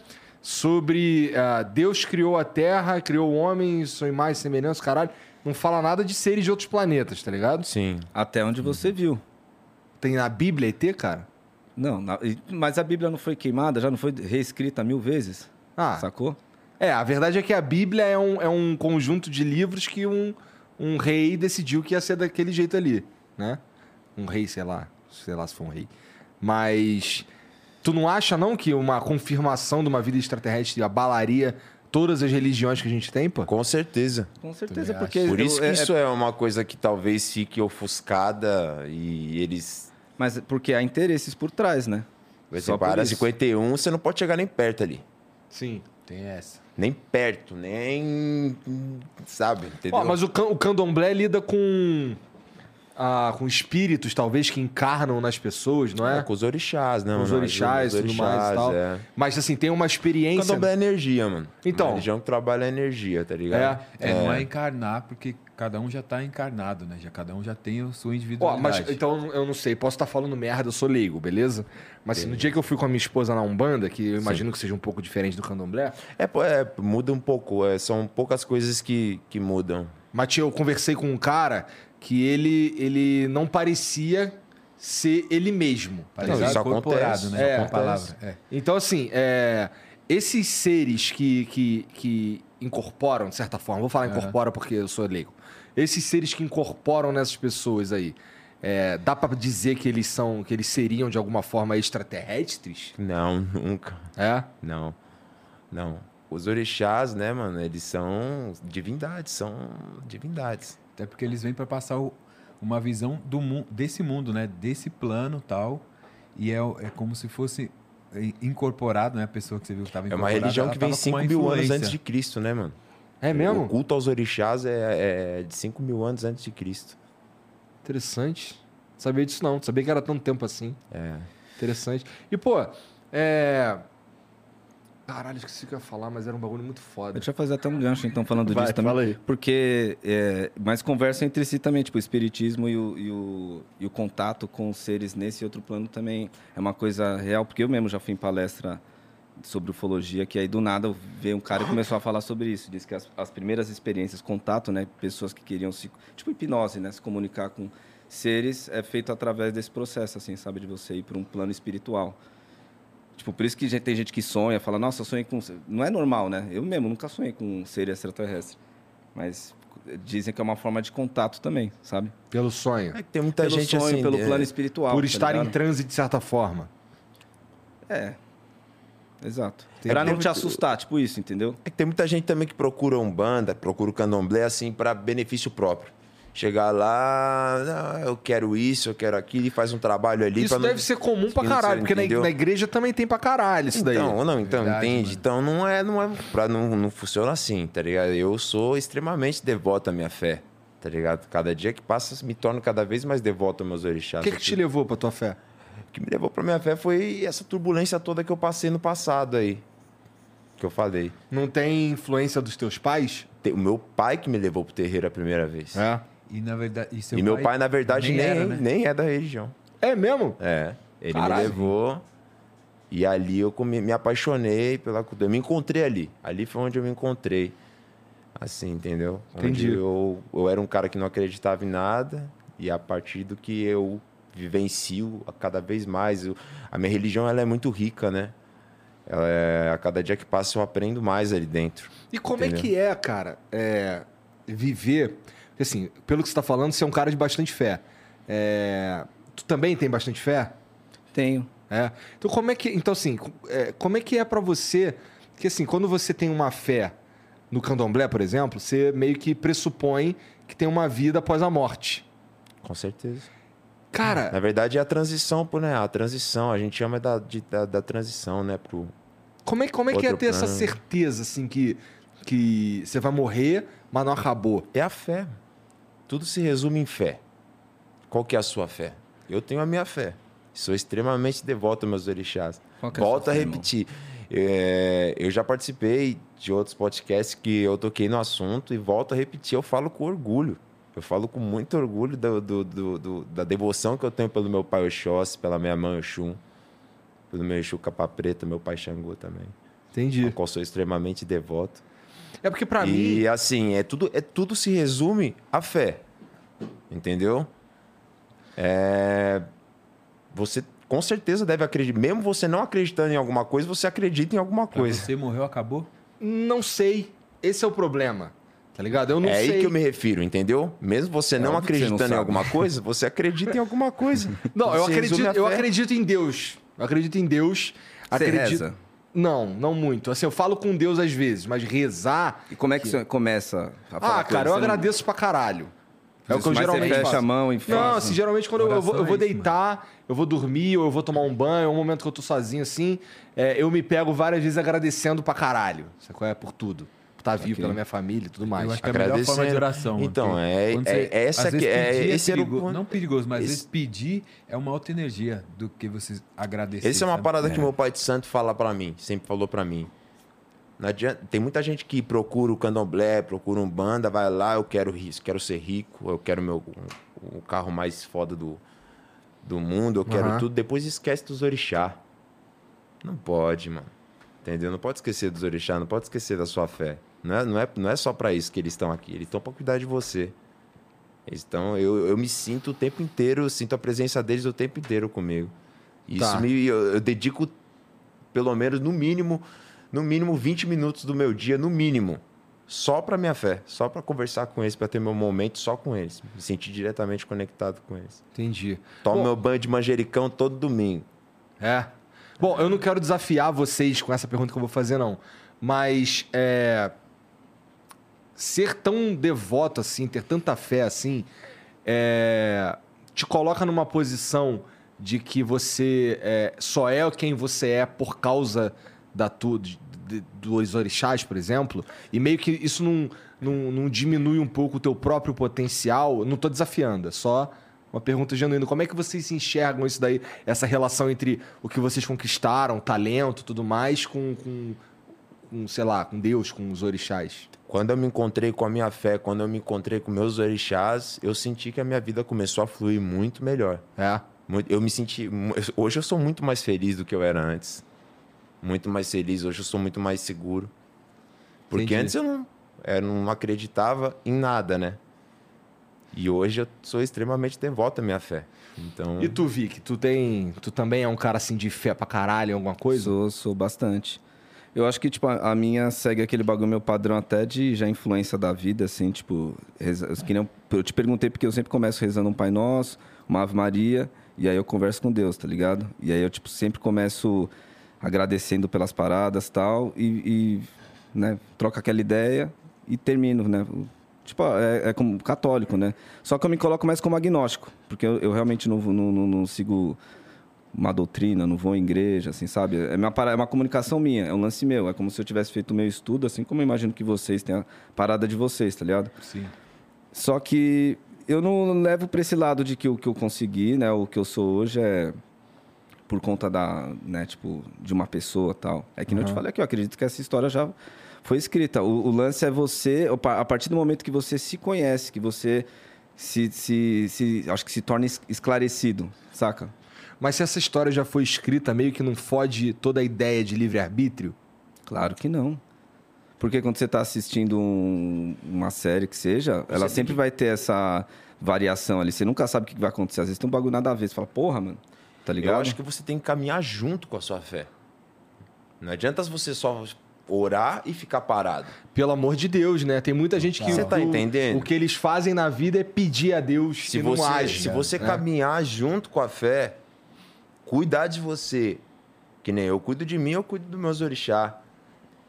Speaker 1: sobre ah, Deus criou a Terra, criou o homem, sua imagem, semelhança, caralho. Não fala nada de seres de outros planetas, tá ligado?
Speaker 3: Sim.
Speaker 4: Até onde você
Speaker 3: Hum.
Speaker 4: viu.
Speaker 1: Tem na Bíblia ET, cara?
Speaker 4: Não, na- e- mas a Bíblia não foi queimada, já não foi reescrita mil vezes?
Speaker 1: Ah,
Speaker 4: Sacou?
Speaker 1: É, a verdade é que a Bíblia é um, é um conjunto de livros que um, um rei decidiu que ia ser daquele jeito ali, né? Um rei, sei lá, sei lá se foi um rei. Mas tu não acha não que uma confirmação de uma vida extraterrestre abalaria todas as religiões que a gente tem, pô?
Speaker 3: Com certeza.
Speaker 4: Com certeza,
Speaker 1: acha?
Speaker 4: porque.
Speaker 3: Por isso que
Speaker 4: é- é-
Speaker 3: isso é uma coisa que talvez fique ofuscada e eles.
Speaker 4: Mas porque há interesses por trás, né?
Speaker 3: Por
Speaker 4: Só
Speaker 3: exemplo, a
Speaker 4: por
Speaker 3: área
Speaker 4: isso.
Speaker 3: 51, você não pode chegar nem perto ali.
Speaker 1: Sim.
Speaker 2: Tem essa.
Speaker 3: Nem perto, nem. Sabe? Entendeu?
Speaker 1: Ó, mas o, can- o candomblé lida com, ah, com espíritos, talvez, que encarnam nas pessoas, não é?
Speaker 3: É, com os orixás, né?
Speaker 1: Com os
Speaker 3: mano?
Speaker 1: orixás,
Speaker 3: Os
Speaker 1: tudo mais e tal.
Speaker 3: É.
Speaker 1: Mas, assim, tem uma experiência...
Speaker 3: Candomblé é energia, mano.
Speaker 1: Então.
Speaker 3: A religião que trabalha a energia, tá ligado?
Speaker 1: É,
Speaker 2: É, não é encarnar, porque cada um já tá encarnado, né? Já, cada um já tem a sua
Speaker 1: Ó,
Speaker 2: individualidade.
Speaker 1: mas então eu não sei, posso estar falando merda, eu sou leigo, beleza? Mas assim, no dia que eu fui com a minha esposa na Umbanda, que eu imagino que seja um pouco diferente do candomblé,
Speaker 3: É, pô, é, muda um pouco. é, são poucas coisas que, que mudam.
Speaker 1: mas eu conversei com um cara que ele, ele não parecia ser ele mesmo. Tá
Speaker 2: Parece
Speaker 1: ligado?
Speaker 3: isso
Speaker 2: incorporado,
Speaker 3: acontece,
Speaker 2: né?
Speaker 1: isso
Speaker 2: É, uma
Speaker 3: acontece.
Speaker 2: palavra. É.
Speaker 1: Então, assim, é, esses seres que, que, que incorporam, de certa forma, vou falar incorpora porque eu sou leigo. Esses seres que incorporam nessas pessoas aí, é, dá pra dizer que eles são, que eles seriam de alguma forma extraterrestres?
Speaker 3: Não, nunca.
Speaker 1: É?
Speaker 3: Não. Não. Os orixás, né, mano? Eles são divindades, são divindades.
Speaker 2: Até porque eles vêm para passar o- uma visão do mu- desse mundo, né? Desse plano tal. E é, o- é como se fosse i- incorporado, né? A pessoa que você viu que estava
Speaker 3: É uma
Speaker 2: incorporada.
Speaker 3: religião
Speaker 2: ela
Speaker 3: que vem
Speaker 2: tava com
Speaker 3: 5
Speaker 2: uma
Speaker 3: mil anos
Speaker 2: influência.
Speaker 3: antes de Cristo, né, mano?
Speaker 1: É
Speaker 3: O
Speaker 1: mesmo?
Speaker 3: culto aos orixás é, é de 5 mil anos antes de Cristo.
Speaker 1: Interessante. Não sabia disso não. Não Sabia que era tanto tempo assim. É. Interessante. E, pô, é... Caralho, esqueci o que eu ia falar, mas era um bagulho muito foda.
Speaker 4: Deixa eu fazer até um gancho, então, falando
Speaker 5: Vai,
Speaker 4: disso também.
Speaker 5: fala aí.
Speaker 4: Porque. É, mas conversam entre si também, tipo, o espiritismo e o, e o- e o contato com os seres nesse outro plano também é uma coisa real, porque eu mesmo já fui em palestra sobre ufologia, que aí do nada veio um cara e começou a falar sobre isso. Diz que as, as primeiras experiências, contato, né? Pessoas que queriam se. Tipo, hipnose, né? Se comunicar com seres é feito através desse processo, assim, sabe? De você ir para um plano espiritual. Tipo, por isso que gente- tem gente que sonha, fala, nossa, eu sonhei com. um ser." Não é normal, né? Eu mesmo nunca sonhei com um ser extraterrestre. Mas dizem que é uma forma de contato também, sabe?
Speaker 1: Pelo sonho.
Speaker 3: É que tem muita
Speaker 4: pelo
Speaker 3: gente
Speaker 4: sonho,
Speaker 3: assim.
Speaker 4: pelo
Speaker 3: é,
Speaker 4: plano espiritual.
Speaker 1: Por
Speaker 4: tá
Speaker 1: estar em
Speaker 4: ligado?
Speaker 1: transe, de certa forma.
Speaker 4: É. Exato. Pra não te assustar, tipo isso, entendeu?
Speaker 3: É que tem muita gente também que procura umbanda, procura o candomblé assim para benefício próprio. Chegar lá, "Não, eu quero isso, eu quero aquilo, e faz um trabalho ali.
Speaker 1: Isso
Speaker 3: pra não-
Speaker 1: deve ser comum pra
Speaker 3: Isso não
Speaker 1: caralho, porque na,
Speaker 3: entendeu?
Speaker 1: na igreja também tem pra caralho isso daí.
Speaker 3: Então, não, então,
Speaker 2: Verdade,
Speaker 3: entende?
Speaker 2: mano.
Speaker 3: Então não é, não é, pra, não, não funciona assim, tá ligado? Eu sou extremamente devoto à minha fé, tá ligado? Cada dia que passa, me torno cada vez mais devoto aos meus orixás. assim.
Speaker 1: O que, que te levou pra tua fé?
Speaker 3: O que me levou pra minha fé foi essa turbulência toda que eu passei no passado aí, que eu falei.
Speaker 1: Não tem influência dos teus pais?
Speaker 3: Te- O meu pai que me levou pro terreiro a primeira vez.
Speaker 1: É.
Speaker 2: E, na verdade, e, seu
Speaker 3: E meu pai, na verdade, nem,
Speaker 2: era, né?
Speaker 3: nem é da região.
Speaker 1: É mesmo?
Speaker 3: É. Ele
Speaker 2: Caralho.
Speaker 3: me levou. E ali eu come- me apaixonei pela cultura. Eu me encontrei ali. Ali foi onde eu me encontrei. Assim, entendeu? Onde
Speaker 1: Entendi.
Speaker 3: eu, eu era um cara que não acreditava em nada. E a partir do que eu vivencio a cada vez mais. eu- a minha religião ela é muito rica, né? Ela é- a cada dia que passa eu aprendo mais ali dentro.
Speaker 1: E como é
Speaker 3: Entendeu?
Speaker 1: que é, cara, é, viver... Assim, pelo que você tá falando, você é um cara de bastante fé. É, tu também tem bastante fé?
Speaker 4: Tenho.
Speaker 1: É. Então como é que, então assim, co- é, como é que é pra você? Que assim, quando você tem uma fé no Candomblé, por exemplo, você meio que pressupõe que tem uma vida após a morte.
Speaker 3: Com certeza.
Speaker 1: Cara,
Speaker 3: Na verdade, é a transição, pô, né? A transição. A gente chama da, de- da, da transição, né? Pro,
Speaker 1: como é, como é que é
Speaker 3: Outro
Speaker 1: ter essa
Speaker 3: plano. né?
Speaker 1: certeza assim que que você vai morrer, mas não acabou?
Speaker 3: É a fé. Tudo se resume em fé. Qual que é a sua fé? Eu tenho a minha fé. Sou extremamente devoto aos meus orixás.
Speaker 4: Qual que é a
Speaker 3: Volto
Speaker 4: sua
Speaker 3: a
Speaker 4: fé, irmão?
Speaker 3: repetir. É, eu já participei de outros podcasts que eu toquei no assunto e volto a repetir. Eu falo com orgulho. Eu falo com muito orgulho do- do- do- do- da devoção que eu tenho pelo meu pai Oxóssi, pela minha mãe Oxum, pelo meu Exu Capa Preta, meu pai Xangô também, ao
Speaker 1: Entendi.
Speaker 3: qual sou um extremamente devoto
Speaker 1: É porque pra
Speaker 3: e
Speaker 1: mim,
Speaker 3: assim, é tudo, é tudo se resume à fé. Entendeu? É, Você com certeza deve acreditar. Mesmo você não acreditando em alguma coisa, você acredita em alguma
Speaker 2: Pra
Speaker 3: coisa.
Speaker 2: Você morreu, acabou?
Speaker 1: não sei. Esse é o problema. Tá ligado? Eu não
Speaker 3: é
Speaker 1: sei. É
Speaker 3: aí que eu me refiro, entendeu? Mesmo você não
Speaker 4: óbvio que você não
Speaker 3: acreditando em
Speaker 4: sabe.
Speaker 3: alguma coisa, você acredita em alguma coisa.
Speaker 1: Não,
Speaker 3: Tudo
Speaker 1: eu
Speaker 3: se resume
Speaker 1: acredito,
Speaker 3: à
Speaker 1: eu
Speaker 3: fé.
Speaker 1: acredito em Deus. Eu acredito em Deus. acredito...
Speaker 4: reza?
Speaker 1: Não, não muito. Assim, eu falo com Deus às vezes, mas rezar
Speaker 4: E como é que você começa a falar
Speaker 1: Ah,
Speaker 4: com ele?
Speaker 1: cara, eu
Speaker 3: é
Speaker 4: Você
Speaker 3: um
Speaker 4: não-
Speaker 1: agradeço pra caralho. É o que eu
Speaker 4: Mas
Speaker 1: geralmente
Speaker 4: você fecha
Speaker 1: faço.
Speaker 4: a mão e
Speaker 1: Não,
Speaker 4: fala.
Speaker 1: assim, geralmente quando eu, eu vou, eu
Speaker 2: Oração é
Speaker 1: vou
Speaker 2: isso,
Speaker 1: deitar, eu vou dormir, ou eu vou tomar um banho, é um momento que eu tô sozinho assim, é, eu me pego várias vezes agradecendo pra caralho. Sabe qual é? Por tudo. Por estar vivo, pela minha família e tudo mais.
Speaker 2: Eu acho que é a melhor forma de
Speaker 3: Agradecendo.
Speaker 2: oração. mano,
Speaker 3: Então,
Speaker 2: porque
Speaker 3: é-
Speaker 2: quando
Speaker 3: é- é essa
Speaker 2: às vezes
Speaker 3: que- é
Speaker 2: pedir
Speaker 3: esse era o
Speaker 2: perigo-
Speaker 3: ponto.
Speaker 2: Não perigoso, mas às
Speaker 3: Esse-
Speaker 2: vezes pedir é uma alta energia do que você agradecer.
Speaker 3: Essa é uma
Speaker 2: sabe?
Speaker 3: parada que meu pai de santo fala pra mim, sempre falou pra mim. Não adianta, tem muita gente que procura o candomblé, procura um banda, vai lá, eu quero ri- quero ser rico, eu quero meu o carro mais foda do, do mundo, eu quero
Speaker 1: Aham.
Speaker 3: tudo, depois esquece dos orixá. Não pode, mano. Entendeu? Não pode esquecer dos orixá, não pode esquecer da sua fé. Não é, não é, não é só pra isso que eles estão aqui, eles estão pra cuidar de você. Eles estão, eu, eu me sinto o tempo inteiro, eu sinto a presença deles o tempo inteiro comigo. E
Speaker 1: Tá.
Speaker 3: Isso me, eu, eu dedico pelo menos no mínimo, no mínimo 20 minutos do meu dia, no mínimo, só pra minha fé, só pra conversar com eles, pra ter meu momento só com eles, me sentir diretamente conectado com eles.
Speaker 1: Entendi.
Speaker 3: Tomo
Speaker 1: Bom,
Speaker 3: meu banho de manjericão todo domingo.
Speaker 1: É. Bom, eu não quero desafiar vocês com essa pergunta que eu vou fazer, não. Mas é, ser tão devoto assim, ter tanta fé assim, é, te coloca numa posição de que você é, só é quem você é por causa da tu, de- de- dos orixás, por exemplo, e meio que isso não, não, não diminui um pouco o teu próprio potencial. Eu Não tô desafiando, é só uma pergunta genuína. Como é que vocês enxergam isso daí, essa relação entre o que vocês conquistaram, talento e tudo mais, com, com, com, sei lá, com Deus, com os orixás?
Speaker 3: Quando eu me encontrei com a minha fé, quando eu me encontrei com meus orixás, eu senti que a minha vida começou a fluir muito melhor.
Speaker 1: É.
Speaker 3: Muito- Eu me senti. mu- eu- Hoje eu sou muito mais feliz do que eu era antes. Muito mais feliz. Hoje eu sou muito mais seguro. Porque
Speaker 1: Entendi.
Speaker 3: antes eu não, é, eu não acreditava em nada, né? E hoje eu sou extremamente devoto à minha fé. Então.
Speaker 1: E tu, tá Vic, tu tem. Tu também é um cara assim de fé pra caralho em alguma coisa?
Speaker 4: Sou, sou bastante. Eu acho que, tipo, a, a minha segue aquele bagulho, meu padrão até de já influência da vida, assim, tipo, reza, eu, que nem eu, eu te perguntei porque eu sempre começo rezando um Pai Nosso, uma Ave Maria, e aí eu converso com Deus, tá ligado? E aí eu, tipo, sempre começo agradecendo pelas paradas tal, e, e né, troco aquela ideia e termino, né? Tipo, é, é como católico, né? Só que eu me coloco mais como agnóstico, porque eu, eu realmente não- não- não, não sigo uma doutrina, não vou em igreja, assim, sabe? É uma, para- é uma comunicação minha, é um lance meu. É como se eu tivesse feito o meu estudo, assim como eu imagino que vocês têm a parada de vocês, tá ligado?
Speaker 2: Sim.
Speaker 4: Só que eu não levo para esse lado de que o que eu consegui, né, o que eu sou hoje é por conta da, né, tipo, de uma pessoa tal. É que não te falei aqui, eu acredito que essa história já foi escrita. O, o lance é você, opa, a partir do momento que você se conhece, que você se, se, se- acho que se torna es- esclarecido, saca?
Speaker 1: Mas se essa história já foi escrita, meio que não fode toda a ideia de livre-arbítrio?
Speaker 4: Claro que não. Porque quando você está assistindo um- uma série que seja, ela sempre vai ter essa variação ali. Você nunca sabe o que vai acontecer. Às vezes tem um bagulho nada a ver. Você fala, porra, mano, tá ligado?
Speaker 3: Eu acho que você tem que caminhar junto com a sua fé. Não adianta você só orar e ficar parado.
Speaker 1: Pelo amor de Deus, né? Tem muita gente que.
Speaker 3: Você tá
Speaker 1: o-
Speaker 3: entendendo?
Speaker 1: O que eles fazem na vida é pedir a Deus
Speaker 3: Se
Speaker 1: e não
Speaker 3: você,
Speaker 1: age.
Speaker 3: se
Speaker 1: né?
Speaker 3: você É. caminhar junto com a fé, cuidar de você, que nem eu cuido de mim, eu cuido dos meus orixá.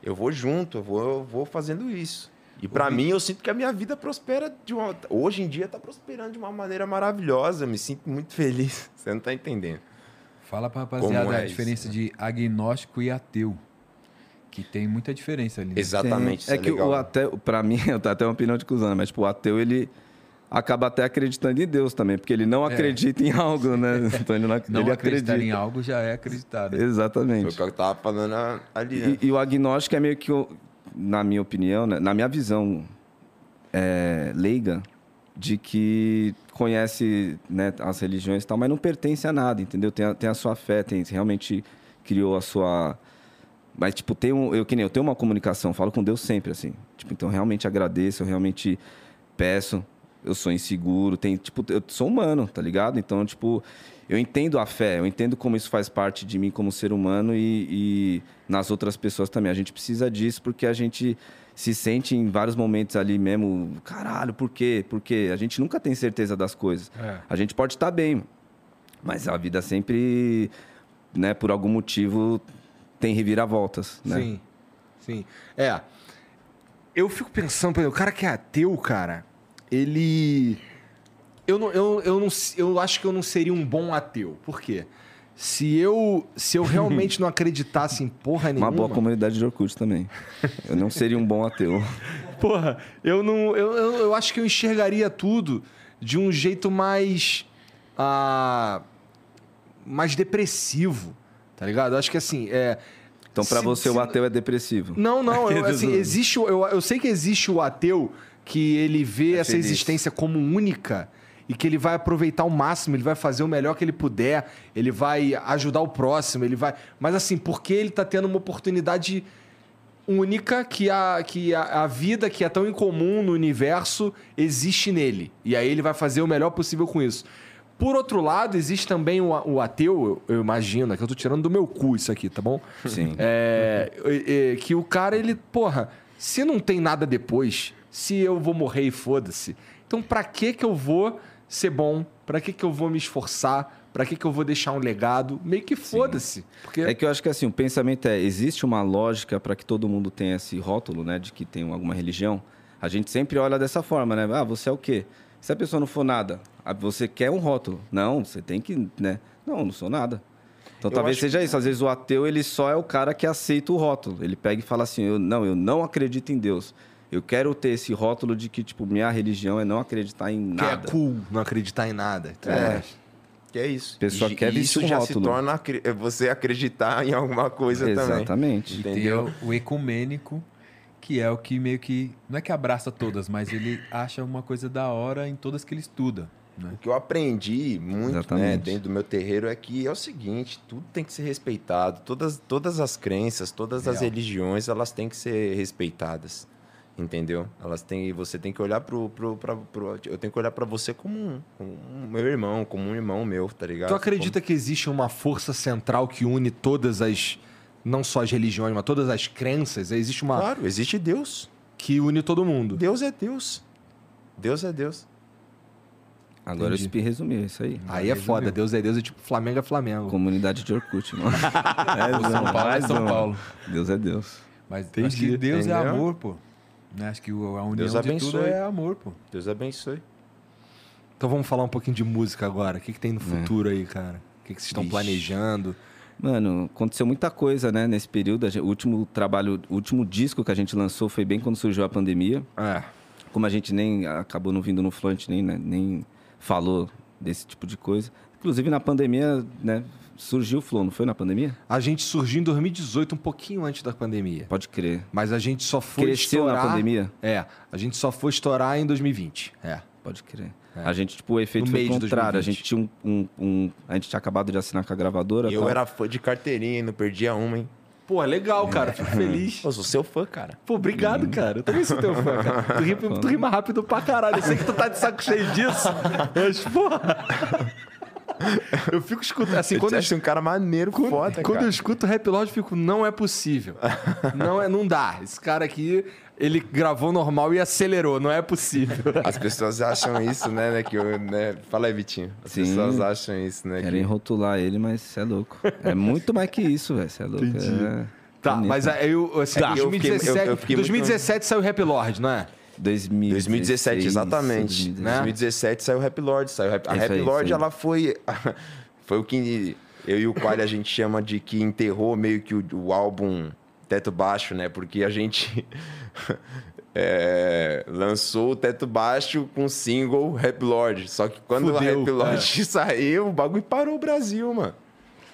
Speaker 3: Eu vou junto, eu vou, eu vou fazendo isso. E pra mim, eu sinto que a minha vida prospera de uma. Hoje em dia tá prosperando de uma maneira maravilhosa. Eu me sinto muito feliz. Você não tá entendendo.
Speaker 2: Fala pra rapaziada
Speaker 3: Como é
Speaker 2: a
Speaker 3: isso,
Speaker 2: diferença de agnóstico e ateu. Que tem muita diferença ali. né?
Speaker 3: Exatamente.
Speaker 4: É, que o ateu, pra mim, eu tenho até uma opinião de cuzão, né? mas tipo, o ateu, ele acaba até acreditando em Deus também, porque ele não acredita em algo, né? Então ele não,
Speaker 2: Não
Speaker 4: ele
Speaker 2: acreditar
Speaker 4: acredita.
Speaker 2: em algo já é acreditar. né?
Speaker 3: Foi o
Speaker 4: Exatamente.
Speaker 3: que eu tava falando a- ali. né?
Speaker 4: E, e o agnóstico é meio que, o- na minha opinião, né? na minha visão é, leiga, de que conhece né, as religiões e tal, mas não pertence a nada, entendeu? Tem a, tem a sua fé, tem, realmente criou a sua. Mas, tipo, tem um, eu, que nem, eu tenho uma comunicação, falo com Deus sempre, assim. Tipo, então, realmente agradeço, eu realmente peço, eu sou inseguro, tem, tipo, eu sou humano, tá ligado? Então, tipo, eu entendo a fé, eu entendo como isso faz parte de mim como ser humano e, e nas outras pessoas também. A gente precisa disso porque a gente se sente em vários momentos ali mesmo, caralho, por quê? Por quê? A gente nunca tem certeza das coisas.
Speaker 1: É.
Speaker 4: A gente pode estar bem, mas a vida sempre, né, por algum motivo tem reviravoltas, né?
Speaker 1: Sim. Sim. É. Eu fico pensando, por exemplo, o cara que é ateu, cara, ele. Eu não, eu, eu não eu acho que eu não seria um bom ateu. Por quê? Se eu, se eu realmente não acreditasse em porra nenhuma.
Speaker 4: Uma boa comunidade de Orkut também. Eu não seria um bom ateu.
Speaker 1: Porra, eu não. Eu, eu, eu acho que eu enxergaria tudo de um jeito mais. ah, mais depressivo, tá ligado? Eu acho que assim. É,
Speaker 4: Então, pra
Speaker 1: se-
Speaker 4: você,
Speaker 1: se-
Speaker 4: o ateu é depressivo.
Speaker 1: Não, não. Eu, assim,
Speaker 4: Jesus.
Speaker 1: existe, o- eu, eu sei que existe o ateu que ele vê
Speaker 4: É
Speaker 1: essa
Speaker 4: feliz.
Speaker 1: existência como única e que ele vai aproveitar o máximo, ele vai fazer o melhor que ele puder, ele vai ajudar o próximo, ele vai. Mas assim, porque ele tá tendo uma oportunidade única que a, que a, a vida que é tão incomum no universo existe nele. E aí ele vai fazer o melhor possível com isso. Por outro lado, existe também o, a- o ateu, eu, eu imagino, é que eu tô tirando do meu cu isso aqui, tá bom?
Speaker 4: Sim.
Speaker 1: É, é, é, que o cara, ele, porra, se não tem nada depois, se eu vou morrer e foda-se, então pra que que eu vou ser bom? Pra que que eu vou me esforçar? Pra que que eu vou deixar um legado? Meio que foda-se. Porque...
Speaker 4: É que eu acho que assim, o pensamento é, existe uma lógica para que todo mundo tenha esse rótulo, né, de que tem alguma religião. A gente sempre olha dessa forma, né? Ah, você é o quê? Se a pessoa não for nada, ah, você quer um rótulo. Não, você tem que, né? Não, não sou nada. Então
Speaker 3: Eu
Speaker 4: talvez
Speaker 3: acho
Speaker 4: seja isso. Às vezes o ateu, ele só é o cara que aceita o rótulo. Ele pega e fala assim: eu, "Não, eu não acredito em Deus. Eu quero ter esse rótulo de que tipo minha religião é não acreditar em
Speaker 1: que é
Speaker 4: nada".
Speaker 1: cool não acreditar em nada. Então,
Speaker 3: É. Que é isso.
Speaker 4: A pessoa
Speaker 3: E-
Speaker 4: quer
Speaker 3: e isso
Speaker 4: vestir um
Speaker 3: já se
Speaker 4: rótulo.
Speaker 3: torna acre- é você acreditar em alguma coisa também.
Speaker 4: Exatamente.
Speaker 2: E tem
Speaker 3: Entendeu?
Speaker 2: o, o ecumênico, que é o que meio que. Não é que abraça todas, mas ele acha uma coisa da hora em todas que ele estuda. Né?
Speaker 3: O que eu aprendi muito né,
Speaker 4: Exatamente.
Speaker 3: dentro do meu terreiro é que é o seguinte, tudo tem que ser respeitado. Todas, todas as crenças, todas as
Speaker 2: Real.
Speaker 3: religiões, elas têm que ser respeitadas. Entendeu? Elas têm, você tem que olhar pro, pro, pra- pro- eu tenho que olhar para você como um, como um meu irmão, como um irmão meu, tá ligado?
Speaker 1: Tu acredita que existe uma força central que une todas as. Não só as religiões, mas todas as crenças? Existe é uma.
Speaker 3: Como... Claro, existe Deus.
Speaker 1: que une todo mundo.
Speaker 3: Deus é Deus. Deus é Deus.
Speaker 4: Agora eu eu resumir isso aí.
Speaker 1: Aí é foda, Deus é Deus, é tipo Flamengo é Flamengo.
Speaker 4: Comunidade de Orkut, mano. É,
Speaker 2: São
Speaker 4: mano,
Speaker 2: Paulo é
Speaker 4: mais
Speaker 2: São
Speaker 4: uma.
Speaker 2: Paulo.
Speaker 4: Deus é Deus.
Speaker 2: Mas acho
Speaker 1: Entendi,
Speaker 2: que Deus é
Speaker 3: entendeu?
Speaker 2: amor, pô. Né? Acho que o- a união
Speaker 3: Deus
Speaker 2: de tudo
Speaker 3: abençoe.
Speaker 2: é amor, pô.
Speaker 3: Deus abençoe.
Speaker 1: Então vamos falar um pouquinho de música agora. O que, que tem no futuro aí, cara? O que, que vocês estão
Speaker 4: Vixe.
Speaker 1: planejando?
Speaker 4: Mano, aconteceu muita coisa, né, nesse período. A gente- O último trabalho, o último disco que a gente lançou foi bem quando surgiu a pandemia.
Speaker 1: É.
Speaker 4: Como a gente nem ah, acabou não vindo no Fluent, nem, né, nem falou desse tipo de coisa. Inclusive, na pandemia, né, surgiu o Flow, não foi na pandemia?
Speaker 1: A gente surgiu em 2018, um pouquinho antes da pandemia.
Speaker 4: Pode crer.
Speaker 1: Mas a gente só foi
Speaker 4: Cresceu na
Speaker 1: estourar...
Speaker 4: pandemia?
Speaker 1: É, a gente só foi estourar em 2020. É.
Speaker 4: Pode crer. A gente, tipo, o efeito
Speaker 3: No
Speaker 4: foi
Speaker 3: meio de
Speaker 4: contrário. A
Speaker 3: 2020.
Speaker 4: gente tinha um, um- um- A gente tinha acabado de assinar com a gravadora.
Speaker 1: tá.
Speaker 3: Eu
Speaker 4: tal.
Speaker 3: era fã de carteirinha, hein? não perdia uma, hein?
Speaker 1: Pô, é legal, cara. Fico feliz.
Speaker 3: Eu sou seu fã, cara.
Speaker 1: Pô, obrigado, cara. Eu também sou teu fã, cara. Tu rima, tu rima rápido pra caralho. Eu sei que tu tá de saco cheio disso, mas, porra. Eu fico escutando. Assim, quando eu,
Speaker 3: um cara maneiro,
Speaker 1: quando,
Speaker 3: foda,
Speaker 1: quando eu
Speaker 3: cara.
Speaker 1: escuto Rap Lord, eu fico, não é possível. Não, é, não dá. Esse cara aqui, ele gravou normal e acelerou. Não é possível.
Speaker 3: As pessoas acham isso, né, né, que eu, né? Fala aí, Vitinho. As
Speaker 4: Sim.
Speaker 3: pessoas acham isso, né?
Speaker 4: Querem
Speaker 3: Que...
Speaker 4: rotular ele, mas você é louco. É muito mais que isso, velho. Você é louco. É...
Speaker 1: Tá,
Speaker 4: bonito.
Speaker 1: mas aí eu, assim,
Speaker 3: Tá. Eu fiquei- eu- eu
Speaker 1: 2017,
Speaker 3: fiquei muito-
Speaker 1: 2017 saiu Rap Lord, não é?
Speaker 4: 2016,
Speaker 3: 2017, exatamente.
Speaker 4: 2017.
Speaker 3: Né? 2017 saiu o Rap Lord. Saiu Rap... A
Speaker 4: Isso
Speaker 3: Rap
Speaker 4: aí,
Speaker 3: Lord,
Speaker 4: isso aí.
Speaker 3: ela foi. foi o que eu e o Quali a gente chama de que enterrou meio que o, o álbum Teto Baixo, né? Porque a gente. é, lançou o Teto Baixo com o single Rap Lord. Só que quando o
Speaker 1: Fudeu,
Speaker 3: Rap Lord saiu, o bagulho parou o Brasil, mano.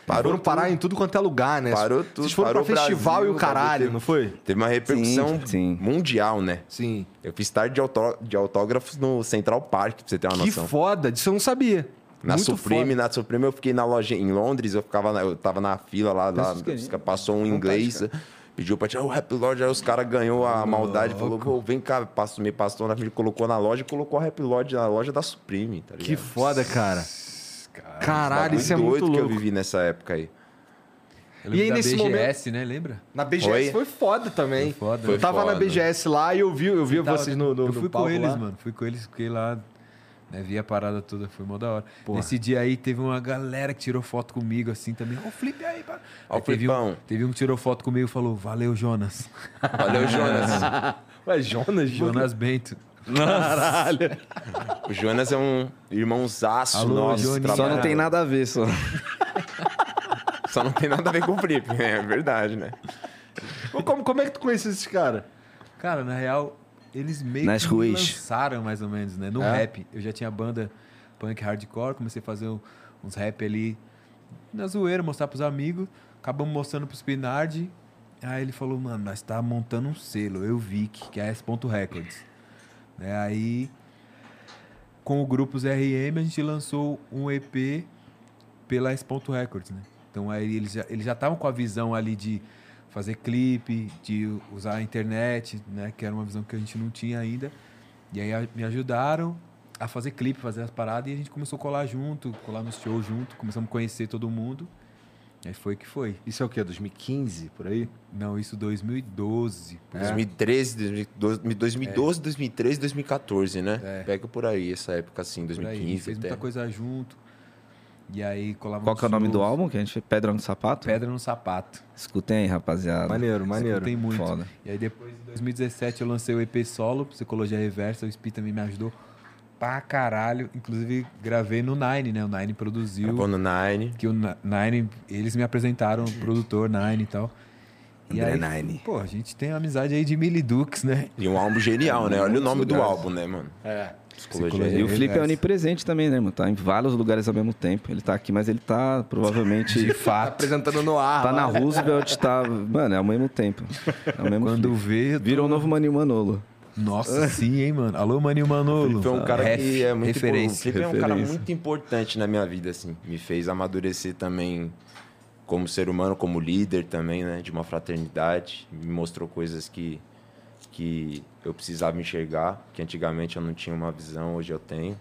Speaker 1: Parou foram parar em tudo quanto é lugar, né?
Speaker 3: Parou tudo,
Speaker 1: Vocês foram
Speaker 3: parou
Speaker 1: pra
Speaker 3: o
Speaker 1: festival
Speaker 3: Brasil,
Speaker 1: e o caralho,
Speaker 3: teve-
Speaker 1: não foi?
Speaker 3: Teve uma repercussão
Speaker 4: Sim, sim.
Speaker 3: mundial, né?
Speaker 1: Sim.
Speaker 3: Eu fiz tarde de, autó- de autógrafos no Central Park, pra você ter uma
Speaker 1: Que
Speaker 3: noção.
Speaker 1: foda, disso eu não sabia.
Speaker 3: Na
Speaker 1: Muito
Speaker 3: Supreme, na Supreme eu fiquei na loja em Londres, eu ficava na- eu tava na fila lá, lá
Speaker 4: isso que é isso.
Speaker 3: passou um inglês, pediu pra tirar o Rap Lodge, aí os caras ganhou a maldade, falou, pô, vem cá, passou, me passou na frente, colocou na loja e colocou a Rap Lodge na loja da Supreme, tá ligado?
Speaker 1: Que foda, cara. Caralho, isso é
Speaker 3: Bagulho
Speaker 1: muito
Speaker 3: doido que eu
Speaker 1: louco.
Speaker 3: vivi nessa época aí.
Speaker 2: Eu
Speaker 1: E
Speaker 2: lembro
Speaker 1: aí,
Speaker 2: da
Speaker 1: nesse
Speaker 2: BGS, né? Lembra?
Speaker 1: Na BGS
Speaker 3: Foi?
Speaker 1: foi foda também.
Speaker 2: Foi foda.
Speaker 1: eu tava
Speaker 3: Foi
Speaker 1: na
Speaker 3: foda.
Speaker 1: BGS lá e eu vi, eu vi
Speaker 2: Tava-
Speaker 1: vocês no, no,
Speaker 2: Eu
Speaker 1: no
Speaker 2: fui
Speaker 1: palco
Speaker 2: com eles,
Speaker 1: lá.
Speaker 2: mano. Fui com eles, fiquei lá, né? Vi a parada toda, foi mó da hora. Nesse dia aí teve uma galera que tirou foto comigo, assim, também. Ó, o Felipe aí, pá.
Speaker 3: Ó o
Speaker 2: Aí teve, um,
Speaker 3: Flipão.
Speaker 2: teve um que tirou foto comigo e falou, valeu, Jonas.
Speaker 3: Valeu, Jonas.
Speaker 1: Ué, Jonas, Jonas.
Speaker 2: Jonas Bento.
Speaker 1: Caralho.
Speaker 3: o Jonas é um irmãozaço
Speaker 2: Alô,
Speaker 3: nosso.
Speaker 2: Johnny.
Speaker 3: trabalha-
Speaker 4: Só não tem nada a ver, só.
Speaker 3: Só não tem nada a ver com o Flip, é verdade, né?
Speaker 1: Ô, como, como é que tu conheceu esses caras?
Speaker 2: Cara, na real, eles meio
Speaker 4: Nas
Speaker 2: que
Speaker 4: ruas.
Speaker 2: me lançaram mais ou menos, né? No
Speaker 1: É?
Speaker 2: rap. Eu já tinha banda punk hardcore, comecei a fazer um- uns rap ali na zoeira, mostrar pros amigos. Acabamos mostrando pro Spinard. Aí ele falou, mano, nós tá montando um selo, eu vi, que que é S. Records. Né? Aí, com o grupo RM, a gente lançou um EP pela S. Records, né? Então aí eles já eles já estavam com a visão ali de fazer clipe, de usar a internet, né? Que era uma visão que a gente não tinha ainda. E aí a- me ajudaram a fazer clipe, fazer as paradas e a gente começou a colar junto, colar nos shows junto, começamos a conhecer todo mundo. E aí foi que foi.
Speaker 1: Isso é o quê? 2015, por aí?
Speaker 2: Não, isso 2012.
Speaker 3: É. 2013, 2012, 2012, 2013, 2014, né?
Speaker 2: É.
Speaker 3: Pega por aí essa época assim,
Speaker 2: Por aí, a gente
Speaker 3: 2015
Speaker 2: fez
Speaker 3: até.
Speaker 2: muita coisa junto. E aí colava
Speaker 4: Qual
Speaker 2: nos
Speaker 4: que é o nome do
Speaker 2: shows.
Speaker 4: álbum que a gente fez? Pedra no Sapato?
Speaker 2: Pedra no Sapato.
Speaker 4: Escutem aí, rapaziada.
Speaker 1: Maneiro, maneiro.
Speaker 2: Tem muito.
Speaker 4: Foda.
Speaker 2: E aí depois, em 2017, eu lancei o EP solo, Psicologia Reversa, o Spi também me ajudou pra caralho. Inclusive, gravei no Nine, né? O Nine produziu.
Speaker 3: Gravou no Tá Nine.
Speaker 2: que o Na- Nine, eles me apresentaram, o produtor Nine e tal. E
Speaker 4: André
Speaker 2: aí,
Speaker 4: Nine.
Speaker 2: pô, a gente tem uma amizade aí de mil e Dukes, né?
Speaker 3: E um álbum genial, né? Olha o nome do álbum, né, mano?
Speaker 1: É.
Speaker 3: Psicologia.
Speaker 4: E o
Speaker 2: É
Speaker 4: Felipe é
Speaker 2: verdade.
Speaker 4: onipresente também, né, mano? Tá em vários lugares ao mesmo tempo. Ele tá aqui, mas ele tá provavelmente.
Speaker 2: Fato.
Speaker 1: Apresentando no ar.
Speaker 4: Tá
Speaker 3: né?
Speaker 1: lá.
Speaker 4: na Roosevelt, tá. Mano, é ao mesmo tempo. É o mesmo
Speaker 2: Quando
Speaker 4: Felipe.
Speaker 2: vê, eu tô-
Speaker 4: Virou um novo Maninho Manolo.
Speaker 2: Nossa, sim, hein, mano. Alô, Maninho Manolo.
Speaker 3: Felipe é um cara
Speaker 2: Ref,
Speaker 3: que é muito
Speaker 2: referência.
Speaker 3: importante. Felipe é um cara
Speaker 4: referência.
Speaker 3: muito importante na minha vida, assim. Me fez amadurecer também como ser humano, como líder também, né? De uma fraternidade. Me mostrou coisas que, que eu precisava enxergar, que antigamente eu não tinha uma visão, hoje eu tenho.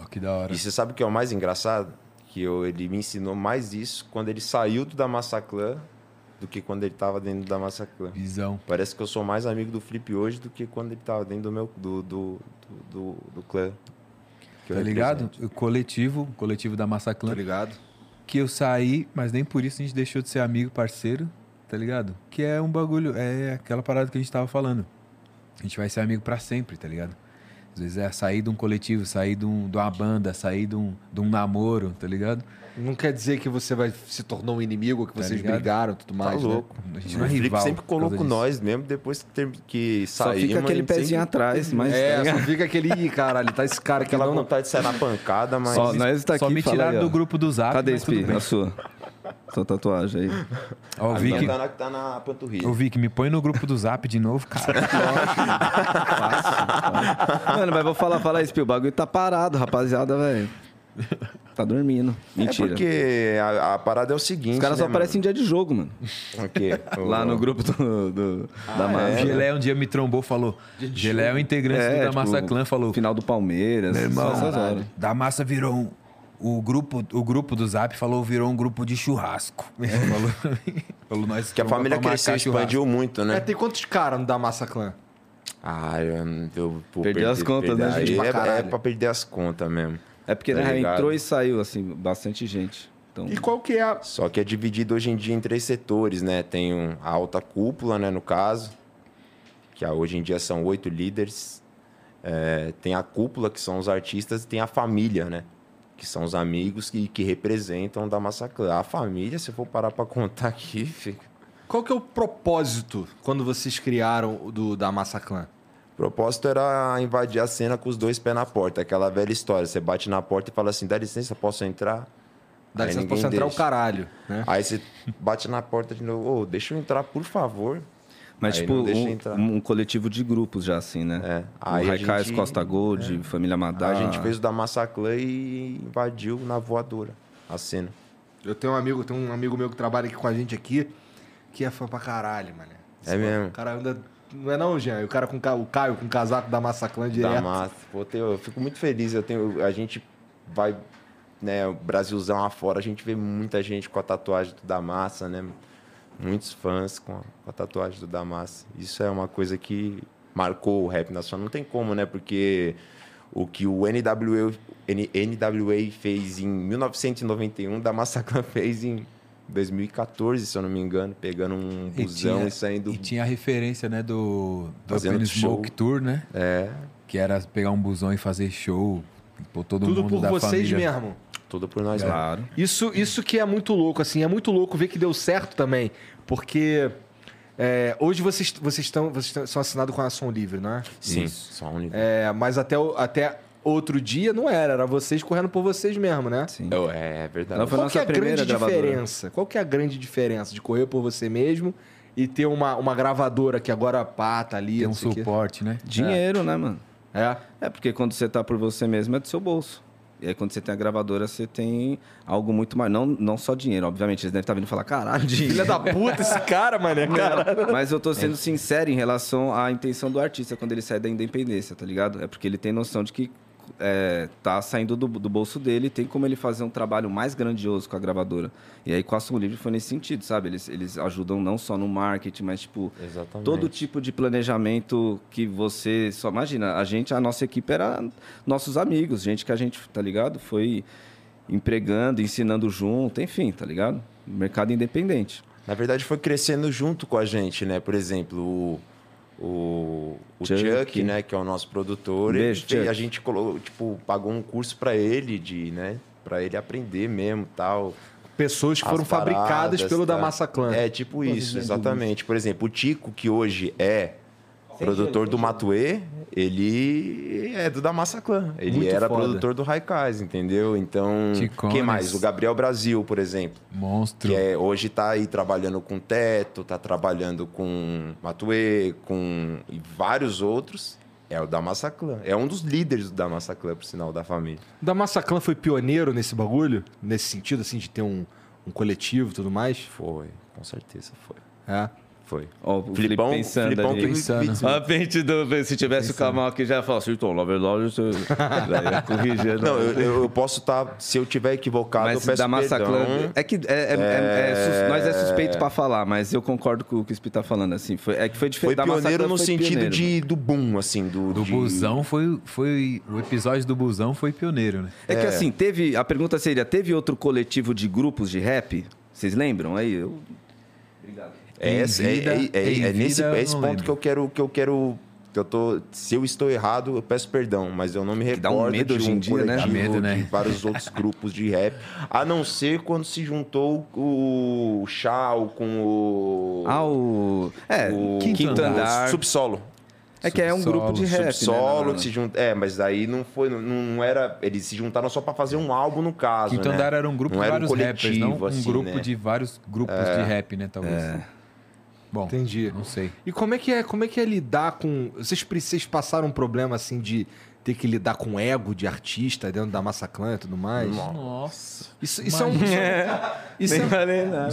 Speaker 2: Ó, que da hora.
Speaker 3: E você sabe o que é o mais engraçado? Que eu, ele me ensinou mais isso quando ele saiu do Damassaclã do que quando ele tava dentro do Damassaclã.
Speaker 2: Visão.
Speaker 3: Parece que eu sou mais amigo do Felipe hoje do que quando ele tava dentro do meu do, do, do, do, do clã. que é eu
Speaker 2: Tá ligado?
Speaker 3: represento.
Speaker 2: O coletivo, o coletivo da
Speaker 1: Tá
Speaker 2: Massaclã,
Speaker 1: ligado?
Speaker 2: que eu saí, mas nem por isso a gente deixou de ser amigo, parceiro, tá ligado? Que é um bagulho, é aquela parada que a gente tava falando. A gente vai ser amigo pra sempre, tá ligado? Às vezes é sair de um coletivo, sair de, um, de uma banda, sair de um, de um namoro, tá ligado?
Speaker 1: Não quer dizer que você vai se tornou um inimigo, que
Speaker 2: Tá
Speaker 1: vocês
Speaker 2: ligado?
Speaker 1: brigaram e tudo
Speaker 3: Tá
Speaker 1: mais, né?
Speaker 3: louco.
Speaker 2: A gente
Speaker 3: O
Speaker 2: não é
Speaker 3: Felipe
Speaker 2: rival.
Speaker 3: sempre
Speaker 2: por causa
Speaker 3: colocou
Speaker 2: disso.
Speaker 3: nós mesmo depois que, ter- que
Speaker 4: Só
Speaker 3: saímos.
Speaker 4: fica
Speaker 3: a
Speaker 4: aquele
Speaker 3: gente sempre-
Speaker 4: pezinho atrás, mas. tá
Speaker 1: É, só fica aquele, ih, caralho, tá esse cara que
Speaker 3: Aquela
Speaker 1: não, não.
Speaker 3: vontade de sair na pancada, mas.
Speaker 4: Só, nós tá
Speaker 2: Só
Speaker 4: aqui,
Speaker 2: me
Speaker 4: fala
Speaker 2: tiraram
Speaker 4: aí, ó.
Speaker 2: do grupo do Zap,
Speaker 4: Cadê,
Speaker 2: mas tudo
Speaker 4: Spi?
Speaker 2: bem.
Speaker 4: A sua. tua tatuagem aí.
Speaker 2: Ó, o
Speaker 3: Aqui
Speaker 2: Vic,
Speaker 3: tá na, tá na panturrilha.
Speaker 2: ô, Vic, me põe no grupo do Zap de novo, cara.
Speaker 4: Mano, mas vou falar, falar isso, Pio. O bagulho tá parado, rapaziada, velho. Tá dormindo.
Speaker 3: É
Speaker 4: Mentira.
Speaker 3: porque a, a parada é o seguinte.
Speaker 4: Os caras
Speaker 3: né,
Speaker 4: só aparecem em dia de jogo, mano.
Speaker 3: mano? O quê? O-
Speaker 4: Lá no grupo do, do- da
Speaker 2: o
Speaker 4: Massa.
Speaker 2: Gelé um dia me trombou, falou. Gelé é o integrante do da
Speaker 4: tipo,
Speaker 2: Massa Clã, falou.
Speaker 4: Final do Palmeiras. só essas horas.
Speaker 2: da massa virou um. O grupo, o grupo do Zap falou virou um grupo de churrasco. Falou, falou nós
Speaker 3: É. Que a família cresceu e expandiu muito,
Speaker 1: É,
Speaker 3: né?
Speaker 1: tem quantos caras no da Massa Clã?
Speaker 3: Ah, eu, eu vou
Speaker 4: Perdeu
Speaker 3: perder-
Speaker 4: as contas,
Speaker 3: perder.
Speaker 4: né,
Speaker 3: Aí
Speaker 1: gente? Pra
Speaker 3: É, é
Speaker 1: caralho.
Speaker 3: pra perder as contas mesmo.
Speaker 4: É porque
Speaker 3: Tá
Speaker 4: né,
Speaker 3: ligado.
Speaker 4: entrou e saiu, assim, bastante gente. Então,
Speaker 1: E qual que é a...
Speaker 3: Só que é dividido hoje em dia em três setores, né? Tem um- a alta cúpula, né, no caso, que ah, hoje em dia são oito líderes. É, tem a cúpula, que são os artistas, e tem a família, né? Que são os amigos que, que representam da massacre. A família, se eu for parar pra contar aqui, fica...
Speaker 1: Qual que é o propósito quando vocês criaram o do da Massa Clã?
Speaker 3: O propósito era invadir a cena com os dois pés na porta. Aquela velha história. Você bate na porta e fala assim, dá licença, posso entrar?
Speaker 1: Da
Speaker 3: Aí
Speaker 1: licença pra
Speaker 3: É, ninguém
Speaker 1: você entrar o
Speaker 3: deixa.
Speaker 1: caralho, né?
Speaker 3: Aí você bate na porta de novo. Ô, deixa eu entrar, por favor.
Speaker 4: mas,
Speaker 3: Aí
Speaker 4: tipo,
Speaker 3: não deixa entrar.
Speaker 4: um, um coletivo de grupos já, assim, né?
Speaker 3: É.
Speaker 4: Aí
Speaker 3: Aí
Speaker 4: o
Speaker 3: a
Speaker 4: Raikais,
Speaker 3: gente-
Speaker 4: Costa Gold, Família
Speaker 1: Ah.
Speaker 4: Madá.
Speaker 3: Aí a gente fez o da Massaclã e invadiu na voadora a cena.
Speaker 1: Eu tenho um amigo, tem um amigo meu que trabalha aqui com a gente aqui, que é fã pra caralho, mano.
Speaker 3: É mesmo?
Speaker 1: O cara anda. Não é não, Jean? O cara com ca- o Caio com o casaco da Massaclã
Speaker 3: Da
Speaker 1: direto.
Speaker 3: Tá massa. Pô, Teu, eu fico muito feliz. Eu tenho, a gente vai, né, o Brasilzão afora, a gente vê muita gente com a tatuagem do da massa, né? Muitos fãs com a, com a tatuagem do da massa. Isso é uma coisa que marcou o rap nacional. Não tem como, né? Porque o que o NWA, N- NWA fez em 1991, da Massaclan um, fez em 2014, se eu não me engano, pegando um
Speaker 2: E
Speaker 3: busão e,
Speaker 2: tinha-
Speaker 3: saindo
Speaker 2: E tinha a referência, né, do, do
Speaker 3: Fazendo
Speaker 2: Open
Speaker 3: show.
Speaker 2: Smoke Tour, né?
Speaker 3: é,
Speaker 2: Que era pegar um busão e fazer show. Pô, todo
Speaker 1: Tudo
Speaker 2: mundo
Speaker 1: por
Speaker 2: da
Speaker 1: vocês
Speaker 2: família.
Speaker 1: mesmo.
Speaker 3: tudo por nós né? lá.
Speaker 4: Claro.
Speaker 1: Isso, isso que é muito louco, assim, é muito louco ver que deu certo também, porque é, hoje vocês vocês estão vocês tão- são assinados com a Ação Livre, não é?
Speaker 3: Sim, só um nível.
Speaker 1: É, mas até, o- até outro dia não era, era vocês correndo por vocês mesmo, né?
Speaker 4: Sim.
Speaker 3: Eu- É, é verdade.
Speaker 4: Ela foi
Speaker 1: Qual que é a
Speaker 4: nossa primeira
Speaker 1: grande
Speaker 4: gravadora.
Speaker 1: diferença? Qual que é a grande diferença de correr por você mesmo e ter uma, uma gravadora que agora pata ali,
Speaker 2: Tem
Speaker 1: não
Speaker 2: um
Speaker 1: sei o quê?
Speaker 2: suporte, né?
Speaker 4: Dinheiro, né, mano?
Speaker 1: É.
Speaker 4: É porque quando você tá por você mesmo é do seu bolso. E aí quando você tem a gravadora, você tem algo muito mais. Não, não só dinheiro, obviamente. Eles devem estar vindo falar, caralho, dinheiro.
Speaker 1: Filha da puta esse cara, mané, cara.
Speaker 4: Mas eu tô sendo sincero em relação à intenção do artista quando ele sai da independência, tá ligado? É porque ele tem noção de que é, tá saindo do, do bolso dele, tem como ele fazer um trabalho mais grandioso com a gravadora. E aí com a Som Livre foi nesse sentido, sabe? Eles, eles ajudam não só no marketing, mas tipo,
Speaker 3: Exatamente.
Speaker 4: todo tipo de planejamento que você só imagina. A gente, a nossa equipe era nossos amigos, gente que a gente, tá ligado? Foi empregando, ensinando junto, enfim, tá ligado? Mercado independente.
Speaker 3: Na verdade, foi crescendo junto com a gente, né? Por exemplo, o, o, o
Speaker 4: Chuck.
Speaker 3: Chuck, né? Que é o nosso produtor. ele
Speaker 4: Beijo,
Speaker 3: fez-
Speaker 4: Chuck.
Speaker 3: A gente colocou, tipo, pagou um curso pra ele de, né? Pra ele aprender mesmo tal.
Speaker 1: Pessoas que foram
Speaker 3: As paradas,
Speaker 1: fabricadas pelo da
Speaker 3: tá?
Speaker 1: Massa Clã.
Speaker 3: É, tipo isso, exatamente. Por exemplo, o Tico, que hoje é produtor do Matuê, ele é do da Massa Clã. Ele
Speaker 1: Muito
Speaker 3: era
Speaker 1: foda.
Speaker 3: produtor do Raikais, entendeu? Então,
Speaker 2: Ticones.
Speaker 3: quem mais? O Gabriel Brasil, por exemplo.
Speaker 2: Monstro.
Speaker 3: Que é, hoje tá aí trabalhando com Teto, tá trabalhando com Matuê, com e vários outros. É o da Massa Clã. É um dos líderes do da Massa Clã, por sinal, da família.
Speaker 1: O da Massa Clã foi pioneiro nesse bagulho? Nesse sentido, assim, de ter um, um coletivo e tudo mais?
Speaker 3: Foi, com certeza foi.
Speaker 1: É.
Speaker 3: Foi.
Speaker 4: Ó, o Felipe pensando
Speaker 3: Filipão
Speaker 4: ali.
Speaker 3: que
Speaker 2: Pensando.
Speaker 3: Ah,
Speaker 4: A frente do. Se tivesse o Kamal aqui, já ia falar assim, então, na verdade, você. Daí ia corrigir, né?
Speaker 3: Não, eu, eu- eu posso estar. se eu tiver equivocado, eu
Speaker 4: Mas
Speaker 3: peço
Speaker 4: da Massa
Speaker 3: perdão.
Speaker 4: Clã. É que é, é- é- é sus- nós é suspeito pra falar, mas eu concordo com o que o Spi tá falando, assim. Foi, é que foi
Speaker 3: Foi
Speaker 4: diferente da Massa
Speaker 3: pioneiro
Speaker 4: Clã
Speaker 3: no
Speaker 4: foi
Speaker 3: sentido
Speaker 4: pioneiro, né?
Speaker 3: de, do boom, assim, do.
Speaker 2: Do
Speaker 3: de-
Speaker 2: busão foi, foi. O episódio do busão foi pioneiro, né?
Speaker 4: É que assim, teve. A pergunta seria: teve outro coletivo de grupos de rap? Vocês lembram? Aí eu.
Speaker 3: É,
Speaker 2: Em
Speaker 3: esse- é-
Speaker 2: vida-
Speaker 3: é- é-
Speaker 2: em
Speaker 3: é nesse,
Speaker 2: vida,
Speaker 3: é esse
Speaker 2: não
Speaker 3: ponto
Speaker 2: lembro.
Speaker 3: que eu quero. Que eu quero que eu tô, se eu estou errado, eu peço perdão, mas eu não me
Speaker 4: Que dá um
Speaker 3: recordo
Speaker 4: medo
Speaker 3: de
Speaker 4: hoje em
Speaker 3: um
Speaker 4: dia, né? Dá
Speaker 3: coletivo
Speaker 2: medo, né?
Speaker 3: de vários outros grupos de rap, a não ser quando se juntou o Chal com o,
Speaker 4: Ah, o. É,
Speaker 3: o
Speaker 4: Quinto, Andar.
Speaker 3: Subsolo.
Speaker 4: É que é um grupo de rap, né,
Speaker 3: Solo,
Speaker 4: mano?
Speaker 3: que se junta. É, mas daí não foi. Não, não era. Eles se juntaram só pra fazer um álbum, no caso.
Speaker 2: Quinto
Speaker 3: né?
Speaker 2: Andar era um grupo
Speaker 3: Não
Speaker 2: de
Speaker 3: era
Speaker 2: vários rappers, não um
Speaker 3: assim,
Speaker 2: grupo
Speaker 3: né? É.
Speaker 2: de vários grupos de rap, né, talvez. Bom,
Speaker 1: Entendi.
Speaker 2: não sei.
Speaker 1: E como é que é, como é que é lidar com. Vocês, pre- vocês passaram um problema assim de ter que lidar com ego de artista dentro da Massaclan e tudo mais?
Speaker 2: Nossa.
Speaker 1: Isso, isso é um. Isso é, isso
Speaker 4: Nem
Speaker 1: é-
Speaker 4: falei nada.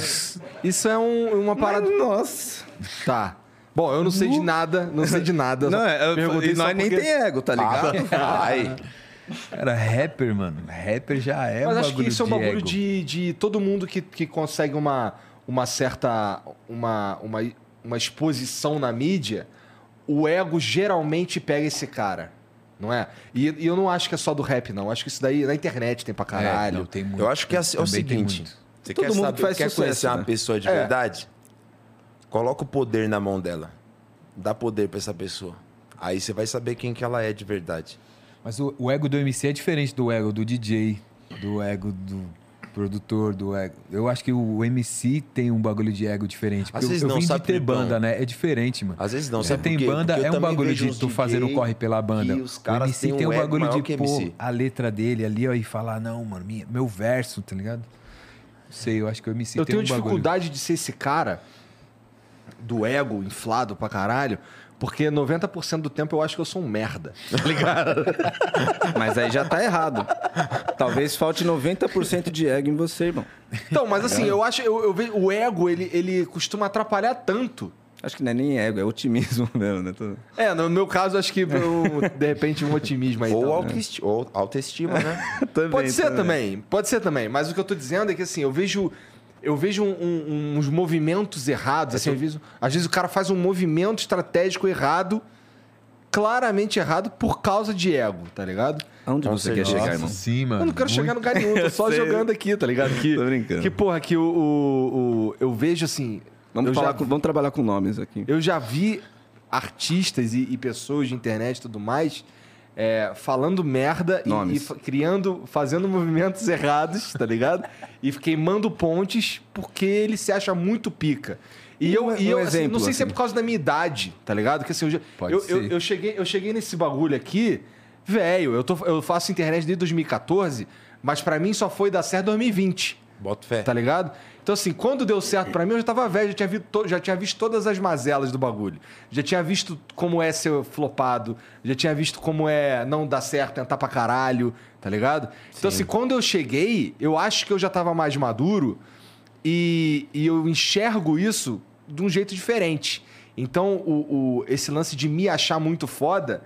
Speaker 1: isso é um- uma parada.
Speaker 4: Nossa.
Speaker 1: Tá. Bom, eu não sei de nada, não sei de nada.
Speaker 4: Não, é, eu-
Speaker 1: Perguntei
Speaker 4: e
Speaker 1: só
Speaker 4: nós nem
Speaker 1: porque-
Speaker 4: tem ego, tá ligado?
Speaker 3: Ai,
Speaker 2: é. Era rapper, mano. Rapper já é
Speaker 1: Mas
Speaker 2: um
Speaker 1: acho que
Speaker 2: bagulho
Speaker 1: isso é um bagulho
Speaker 2: ego.
Speaker 1: de, de todo mundo que, que consegue uma, uma certa. Uma, uma, uma exposição na mídia, o ego geralmente pega esse cara. Não é? E, e eu não acho que é só do rap, não. Acho que isso daí na internet tem pra
Speaker 2: É,
Speaker 1: caralho.
Speaker 2: não, tem muito,
Speaker 3: eu acho que é, é o
Speaker 2: Também tem
Speaker 3: seguinte.
Speaker 2: muito.
Speaker 3: Você
Speaker 4: Todo
Speaker 3: quer,
Speaker 4: mundo
Speaker 3: saber,
Speaker 4: faz
Speaker 3: quer
Speaker 4: sucesso,
Speaker 3: conhecer
Speaker 4: né?
Speaker 3: uma pessoa de
Speaker 1: É.
Speaker 3: verdade? Coloca o poder na mão dela. Dá poder pra essa pessoa. Aí você vai saber quem que ela é de verdade.
Speaker 2: Mas o, o ego do MC é diferente do ego do DJ, do ego do produtor, do ego. Eu acho que o MC tem um bagulho de ego diferente.
Speaker 3: Às
Speaker 2: Porque eu-
Speaker 3: vezes
Speaker 2: eu
Speaker 3: não,
Speaker 2: vim
Speaker 3: sabe
Speaker 2: de ter
Speaker 3: por quê?
Speaker 2: banda, né? É diferente, mano.
Speaker 3: Às vezes não,
Speaker 2: Você
Speaker 3: sabe
Speaker 2: tem
Speaker 3: por quê?
Speaker 2: banda,
Speaker 3: Porque eu
Speaker 2: é um
Speaker 3: também
Speaker 2: bagulho
Speaker 3: vejo
Speaker 2: de
Speaker 3: uns
Speaker 2: tu fazer o
Speaker 3: DJ
Speaker 2: corre pela banda.
Speaker 3: que os
Speaker 2: o
Speaker 3: caras
Speaker 2: MC
Speaker 3: têm
Speaker 2: tem um
Speaker 3: um ego
Speaker 2: bagulho
Speaker 3: maior
Speaker 2: de
Speaker 3: que
Speaker 2: pô,
Speaker 3: MC.
Speaker 2: a letra dele ali, ó, e falar, não, mano, minha- meu verso, tá ligado? Não sei, eu acho que o MC
Speaker 1: eu
Speaker 2: tem
Speaker 1: tenho
Speaker 2: um bagulho.
Speaker 1: dificuldade de ser esse cara do ego inflado pra caralho, porque 90% do tempo eu acho que eu sou um merda.
Speaker 4: Mas aí já tá errado. Talvez falte 90% de ego em você, irmão.
Speaker 1: Então, mas assim, eu acho, eu, eu vejo, o ego, ele, ele costuma atrapalhar tanto.
Speaker 4: Acho que não é nem ego, é otimismo mesmo, né? Tô-
Speaker 1: É, no meu caso, acho que eu, de repente um otimismo aí.
Speaker 2: né?
Speaker 3: Ou,
Speaker 1: então.
Speaker 3: autoesti- ou autoestima, né?
Speaker 4: Também,
Speaker 1: Pode ser também. pode ser também. Mas o que eu tô dizendo é que assim, eu vejo. Eu vejo um- um- uns movimentos errados. assim, eu vejo- às vezes o cara faz um movimento estratégico errado, claramente errado, por causa de ego, tá ligado?
Speaker 4: Aonde
Speaker 3: Com
Speaker 4: você quer
Speaker 3: certeza.
Speaker 4: chegar,
Speaker 2: Nossa,
Speaker 4: irmão?
Speaker 2: sim, mano.
Speaker 1: Eu não quero chegar no lugar nenhum, tô só
Speaker 4: Sei.
Speaker 1: jogando aqui, tá ligado? Que,
Speaker 4: Tô brincando.
Speaker 1: que porra, que o, o- o- eu vejo assim.
Speaker 4: Vamos,
Speaker 1: eu
Speaker 4: falar
Speaker 1: já
Speaker 4: com- vamos trabalhar com nomes aqui.
Speaker 1: eu já vi artistas e, e pessoas de internet e tudo mais é, falando merda e- e,
Speaker 4: Nomes.
Speaker 1: fa- criando, fazendo movimentos errados, tá ligado? E queimando pontes porque ele se acha muito pica. E eu,
Speaker 4: Um-
Speaker 1: e eu
Speaker 4: um
Speaker 1: assim,
Speaker 4: exemplo,
Speaker 1: não sei se é
Speaker 4: assim.
Speaker 1: por causa da minha idade, tá ligado? Que assim, eu, já-
Speaker 2: Pode
Speaker 1: eu,
Speaker 2: ser.
Speaker 1: eu, eu cheguei, eu cheguei nesse bagulho aqui, velho, eu, tô- eu faço internet desde 2014, mas pra mim só foi dar certo 2020
Speaker 3: Bota fé.
Speaker 1: tá ligado? Então, assim, quando deu certo pra mim, eu já tava velho, já tinha, vi to- já tinha visto todas as mazelas do bagulho. Já tinha visto como é ser flopado, já tinha visto como é não dar certo, tentar pra caralho, tá ligado? Então, assim, quando eu cheguei, eu acho que eu já tava mais maduro e, e eu enxergo isso de um jeito diferente. Então, o- o, esse lance de me achar muito foda,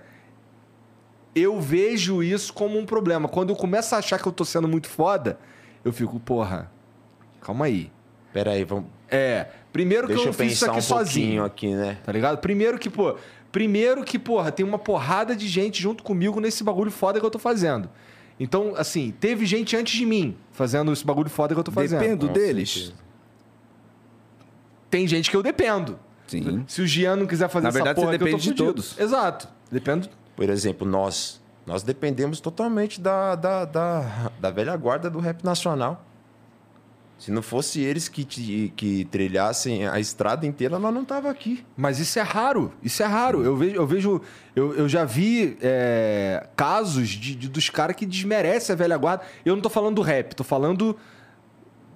Speaker 1: eu vejo isso como um problema. Quando eu começo a achar que eu tô sendo muito foda, eu fico, porra, calma aí.
Speaker 3: Pera aí, vamos.
Speaker 1: É, primeiro que
Speaker 3: Deixa
Speaker 1: eu
Speaker 3: eu
Speaker 1: não fiz isso
Speaker 3: pensar
Speaker 1: aqui
Speaker 3: um pouquinho
Speaker 1: sozinho,
Speaker 3: aqui, né?
Speaker 1: tá ligado? Primeiro que, pô, primeiro que, porra, tem uma porrada de gente junto comigo nesse bagulho foda que eu tô fazendo. Então, assim, teve gente antes de mim fazendo esse bagulho foda que eu tô fazendo.
Speaker 4: Dependo
Speaker 3: Com
Speaker 4: deles.
Speaker 3: certeza.
Speaker 1: Tem gente que eu dependo.
Speaker 4: Sim.
Speaker 1: Se o Gian não quiser fazer
Speaker 4: Na
Speaker 1: essa
Speaker 4: verdade,
Speaker 1: porra
Speaker 4: você
Speaker 1: que eu tô
Speaker 4: depende de
Speaker 1: fudido.
Speaker 4: todos.
Speaker 1: Exato. Dependo
Speaker 3: Por exemplo, nós. Nós dependemos totalmente da, da, da, da velha guarda do rap nacional. Se não fosse eles que, te- que trilhassem a estrada inteira, nós não tava aqui.
Speaker 1: Mas isso é raro, isso é raro. Eu vejo, eu, vejo eu, eu já vi é, casos de, de- dos caras que desmerecem a velha guarda. Eu não tô falando do rap, tô falando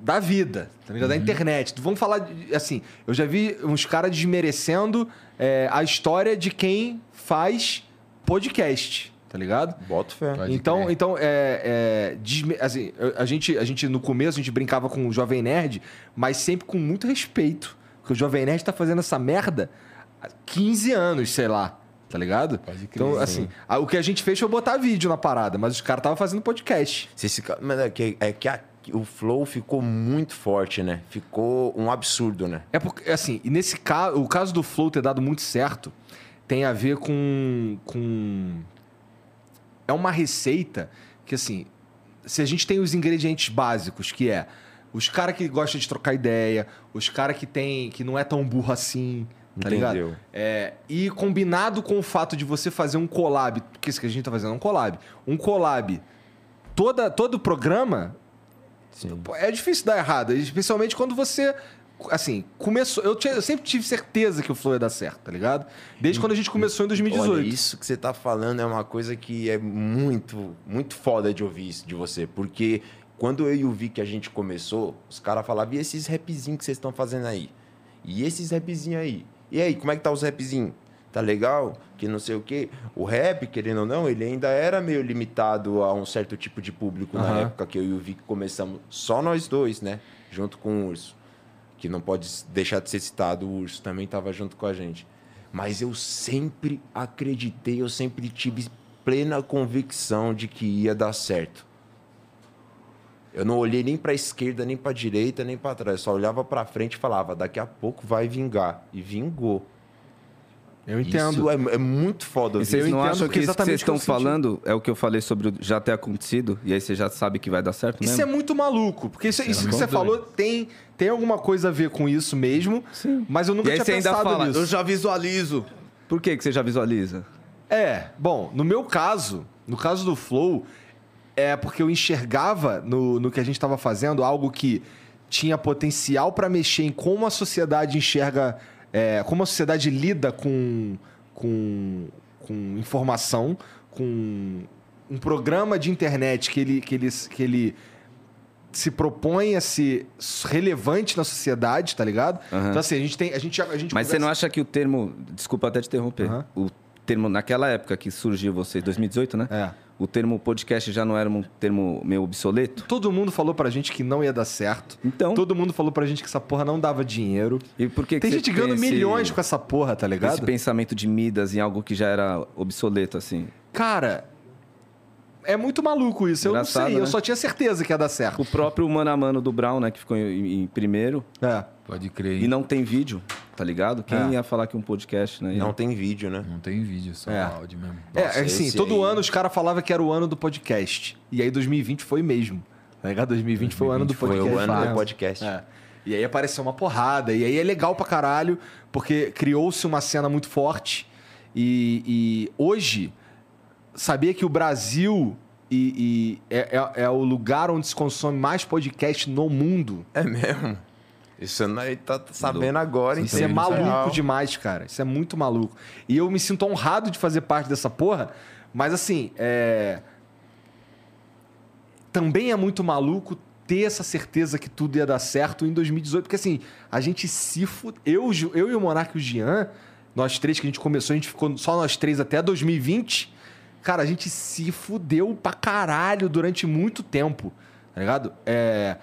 Speaker 1: da vida, tá ligado? Da internet. Vamos falar de- assim, eu já vi uns caras desmerecendo é, a história de quem faz podcast, tá ligado?
Speaker 3: Bota fé.
Speaker 2: Vai. Pode
Speaker 1: Então,
Speaker 2: crer.
Speaker 1: então é, é, desme- assim, eu- a, gente, a gente, no começo, a gente brincava com o Jovem Nerd, mas sempre com muito respeito. Porque o Jovem Nerd tá fazendo essa merda há 15 anos, sei lá. Tá ligado?
Speaker 2: Pode crer,
Speaker 1: então,
Speaker 2: sim.
Speaker 1: assim, a- o que a gente fez foi botar vídeo na parada, mas os caras estavam fazendo podcast.
Speaker 3: Se esse ca- Mano, é que, é que a- o flow ficou muito forte, né? Ficou um absurdo, né?
Speaker 1: É porque, assim, e nesse caso, o caso do Flow ter dado muito certo tem a ver com. com... É uma receita que, assim, se a gente tem os ingredientes básicos, que é os caras que gostam de trocar ideia, os caras que tem. que não é tão burro assim. Tá ligado?
Speaker 3: Entendeu?
Speaker 1: É, e combinado com o fato de você fazer um collab, que isso que a gente tá fazendo é um collab. Um collab. Toda, todo programa
Speaker 3: Sim.
Speaker 1: Pô, É difícil dar errado, especialmente quando você assim, começou. Eu, tinha- eu sempre tive certeza que o Flow ia dar certo, tá ligado? Desde quando a gente começou em
Speaker 3: Olha,
Speaker 1: 2018.
Speaker 3: isso que você tá falando é uma coisa que é muito, muito foda de ouvir isso de você. Porque quando eu e o Vic a gente começou, os caras falavam, e esses rapzinhos que vocês estão fazendo aí? E esses rapzinhos aí? E aí, como é que tá os rapzinhos? Tá legal? Que não sei o quê. O rap, querendo ou não, ele ainda era meio limitado a um certo tipo de público na
Speaker 1: Aham.
Speaker 3: época que eu e o Vic começamos. Só nós dois, né? Junto com o Urso. que não pode deixar de ser citado, o Urso também estava junto com a gente. Mas eu sempre acreditei, eu sempre tive plena convicção de que ia dar certo. Eu não olhei nem para esquerda, nem para direita, nem para trás, só olhava para frente e falava: daqui a pouco vai vingar. E vingou.
Speaker 1: Eu
Speaker 3: Isso é, é muito foda.
Speaker 4: E
Speaker 3: ouvir
Speaker 4: vocês
Speaker 3: isso.
Speaker 4: não
Speaker 1: entendo
Speaker 4: acham
Speaker 1: porque
Speaker 4: que isso que
Speaker 1: exatamente
Speaker 4: vocês
Speaker 1: o que eu
Speaker 4: estão
Speaker 1: senti.
Speaker 4: falando é o que eu falei sobre o já ter acontecido? E aí você já sabe que vai dar certo
Speaker 1: Isso é
Speaker 4: mesmo?
Speaker 1: muito maluco, porque isso, isso que
Speaker 2: muito
Speaker 1: você
Speaker 2: doido.
Speaker 1: falou tem, tem alguma coisa a ver com isso mesmo,
Speaker 4: Sim.
Speaker 1: mas eu nunca
Speaker 4: E aí
Speaker 1: tinha
Speaker 4: você ainda
Speaker 1: pensado
Speaker 4: fala,
Speaker 1: nisso.
Speaker 5: Eu já visualizo.
Speaker 4: Por que, que você já visualiza?
Speaker 1: É, bom, no meu caso, no caso do Flow, é porque eu enxergava no, no que a gente estava fazendo algo que tinha potencial para mexer em como a sociedade enxerga, é, como a sociedade lida com, com, com informação, com um programa de internet que ele, que ele, que ele se propõe a ser relevante na sociedade, tá ligado?
Speaker 4: Aham.
Speaker 1: Então, assim, a gente tem. A gente, a gente
Speaker 4: Mas você
Speaker 1: conversa-
Speaker 4: não acha que o termo. Desculpa até te interromper.
Speaker 1: Aham.
Speaker 4: O termo, naquela época que surgiu vocês, 2018, né?
Speaker 1: É.
Speaker 4: O termo podcast já não era um termo meio obsoleto?
Speaker 1: Todo mundo falou pra gente que não ia dar certo.
Speaker 4: Então.
Speaker 1: Todo mundo falou pra gente que essa porra não dava dinheiro.
Speaker 4: E por que que
Speaker 1: Tem
Speaker 4: você
Speaker 1: gente ganhando
Speaker 4: esse-
Speaker 1: milhões com essa porra, tá
Speaker 4: Esse
Speaker 1: ligado?
Speaker 4: pensamento de Midas em algo que já era obsoleto, assim.
Speaker 1: Cara, é muito maluco isso. Eu
Speaker 4: Engraçado,
Speaker 1: não sei, eu
Speaker 4: né?
Speaker 1: só tinha certeza que ia dar certo.
Speaker 4: O próprio Mano a Mano do Brown, né? Que ficou em, em primeiro.
Speaker 1: É.
Speaker 2: Pode crer.
Speaker 4: E não tem vídeo, tá ligado? Quem
Speaker 1: É.
Speaker 4: ia falar que um podcast, né?
Speaker 3: Não tem vídeo, né?
Speaker 2: Não tem vídeo, só
Speaker 1: É.
Speaker 2: áudio mesmo.
Speaker 3: Nossa,
Speaker 1: é, assim,
Speaker 3: esse
Speaker 1: todo
Speaker 3: aí-
Speaker 1: ano os caras falavam que era o ano do podcast. E aí 2020 foi mesmo. Tá ligado? 2020, foi o ano do
Speaker 2: 2020 foi
Speaker 1: podcast.
Speaker 3: Foi o ano
Speaker 1: né?
Speaker 3: do podcast.
Speaker 1: É. E aí apareceu uma porrada. E aí é legal pra caralho, porque criou-se uma cena muito forte. E, e hoje, sabia que o Brasil e- e é, é- é o lugar onde se consome mais podcast no mundo.
Speaker 3: É mesmo. Isso nós tá sabendo agora, então. hein?
Speaker 1: Isso é
Speaker 2: Sim,
Speaker 1: maluco
Speaker 3: Real.
Speaker 1: demais, cara. Isso é muito maluco. E eu me sinto honrado de fazer parte dessa porra, mas assim, é. Também é muito maluco ter essa certeza que tudo ia dar certo em 2018, porque assim, a gente se fu... eu, Ju- eu e o Monark e o Jean, nós três que a gente começou, a gente ficou só nós três até 2020. Cara, a gente se fudeu pra caralho durante muito tempo, tá ligado? É,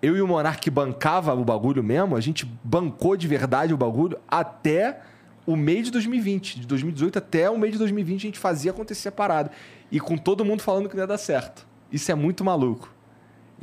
Speaker 1: eu e o Monark que bancava o bagulho mesmo, a gente bancou de verdade o bagulho até o meio de 2020. De 2018 até o meio de 2020 a gente fazia acontecer a parada. E com todo mundo falando que não ia dar certo. Isso é muito maluco.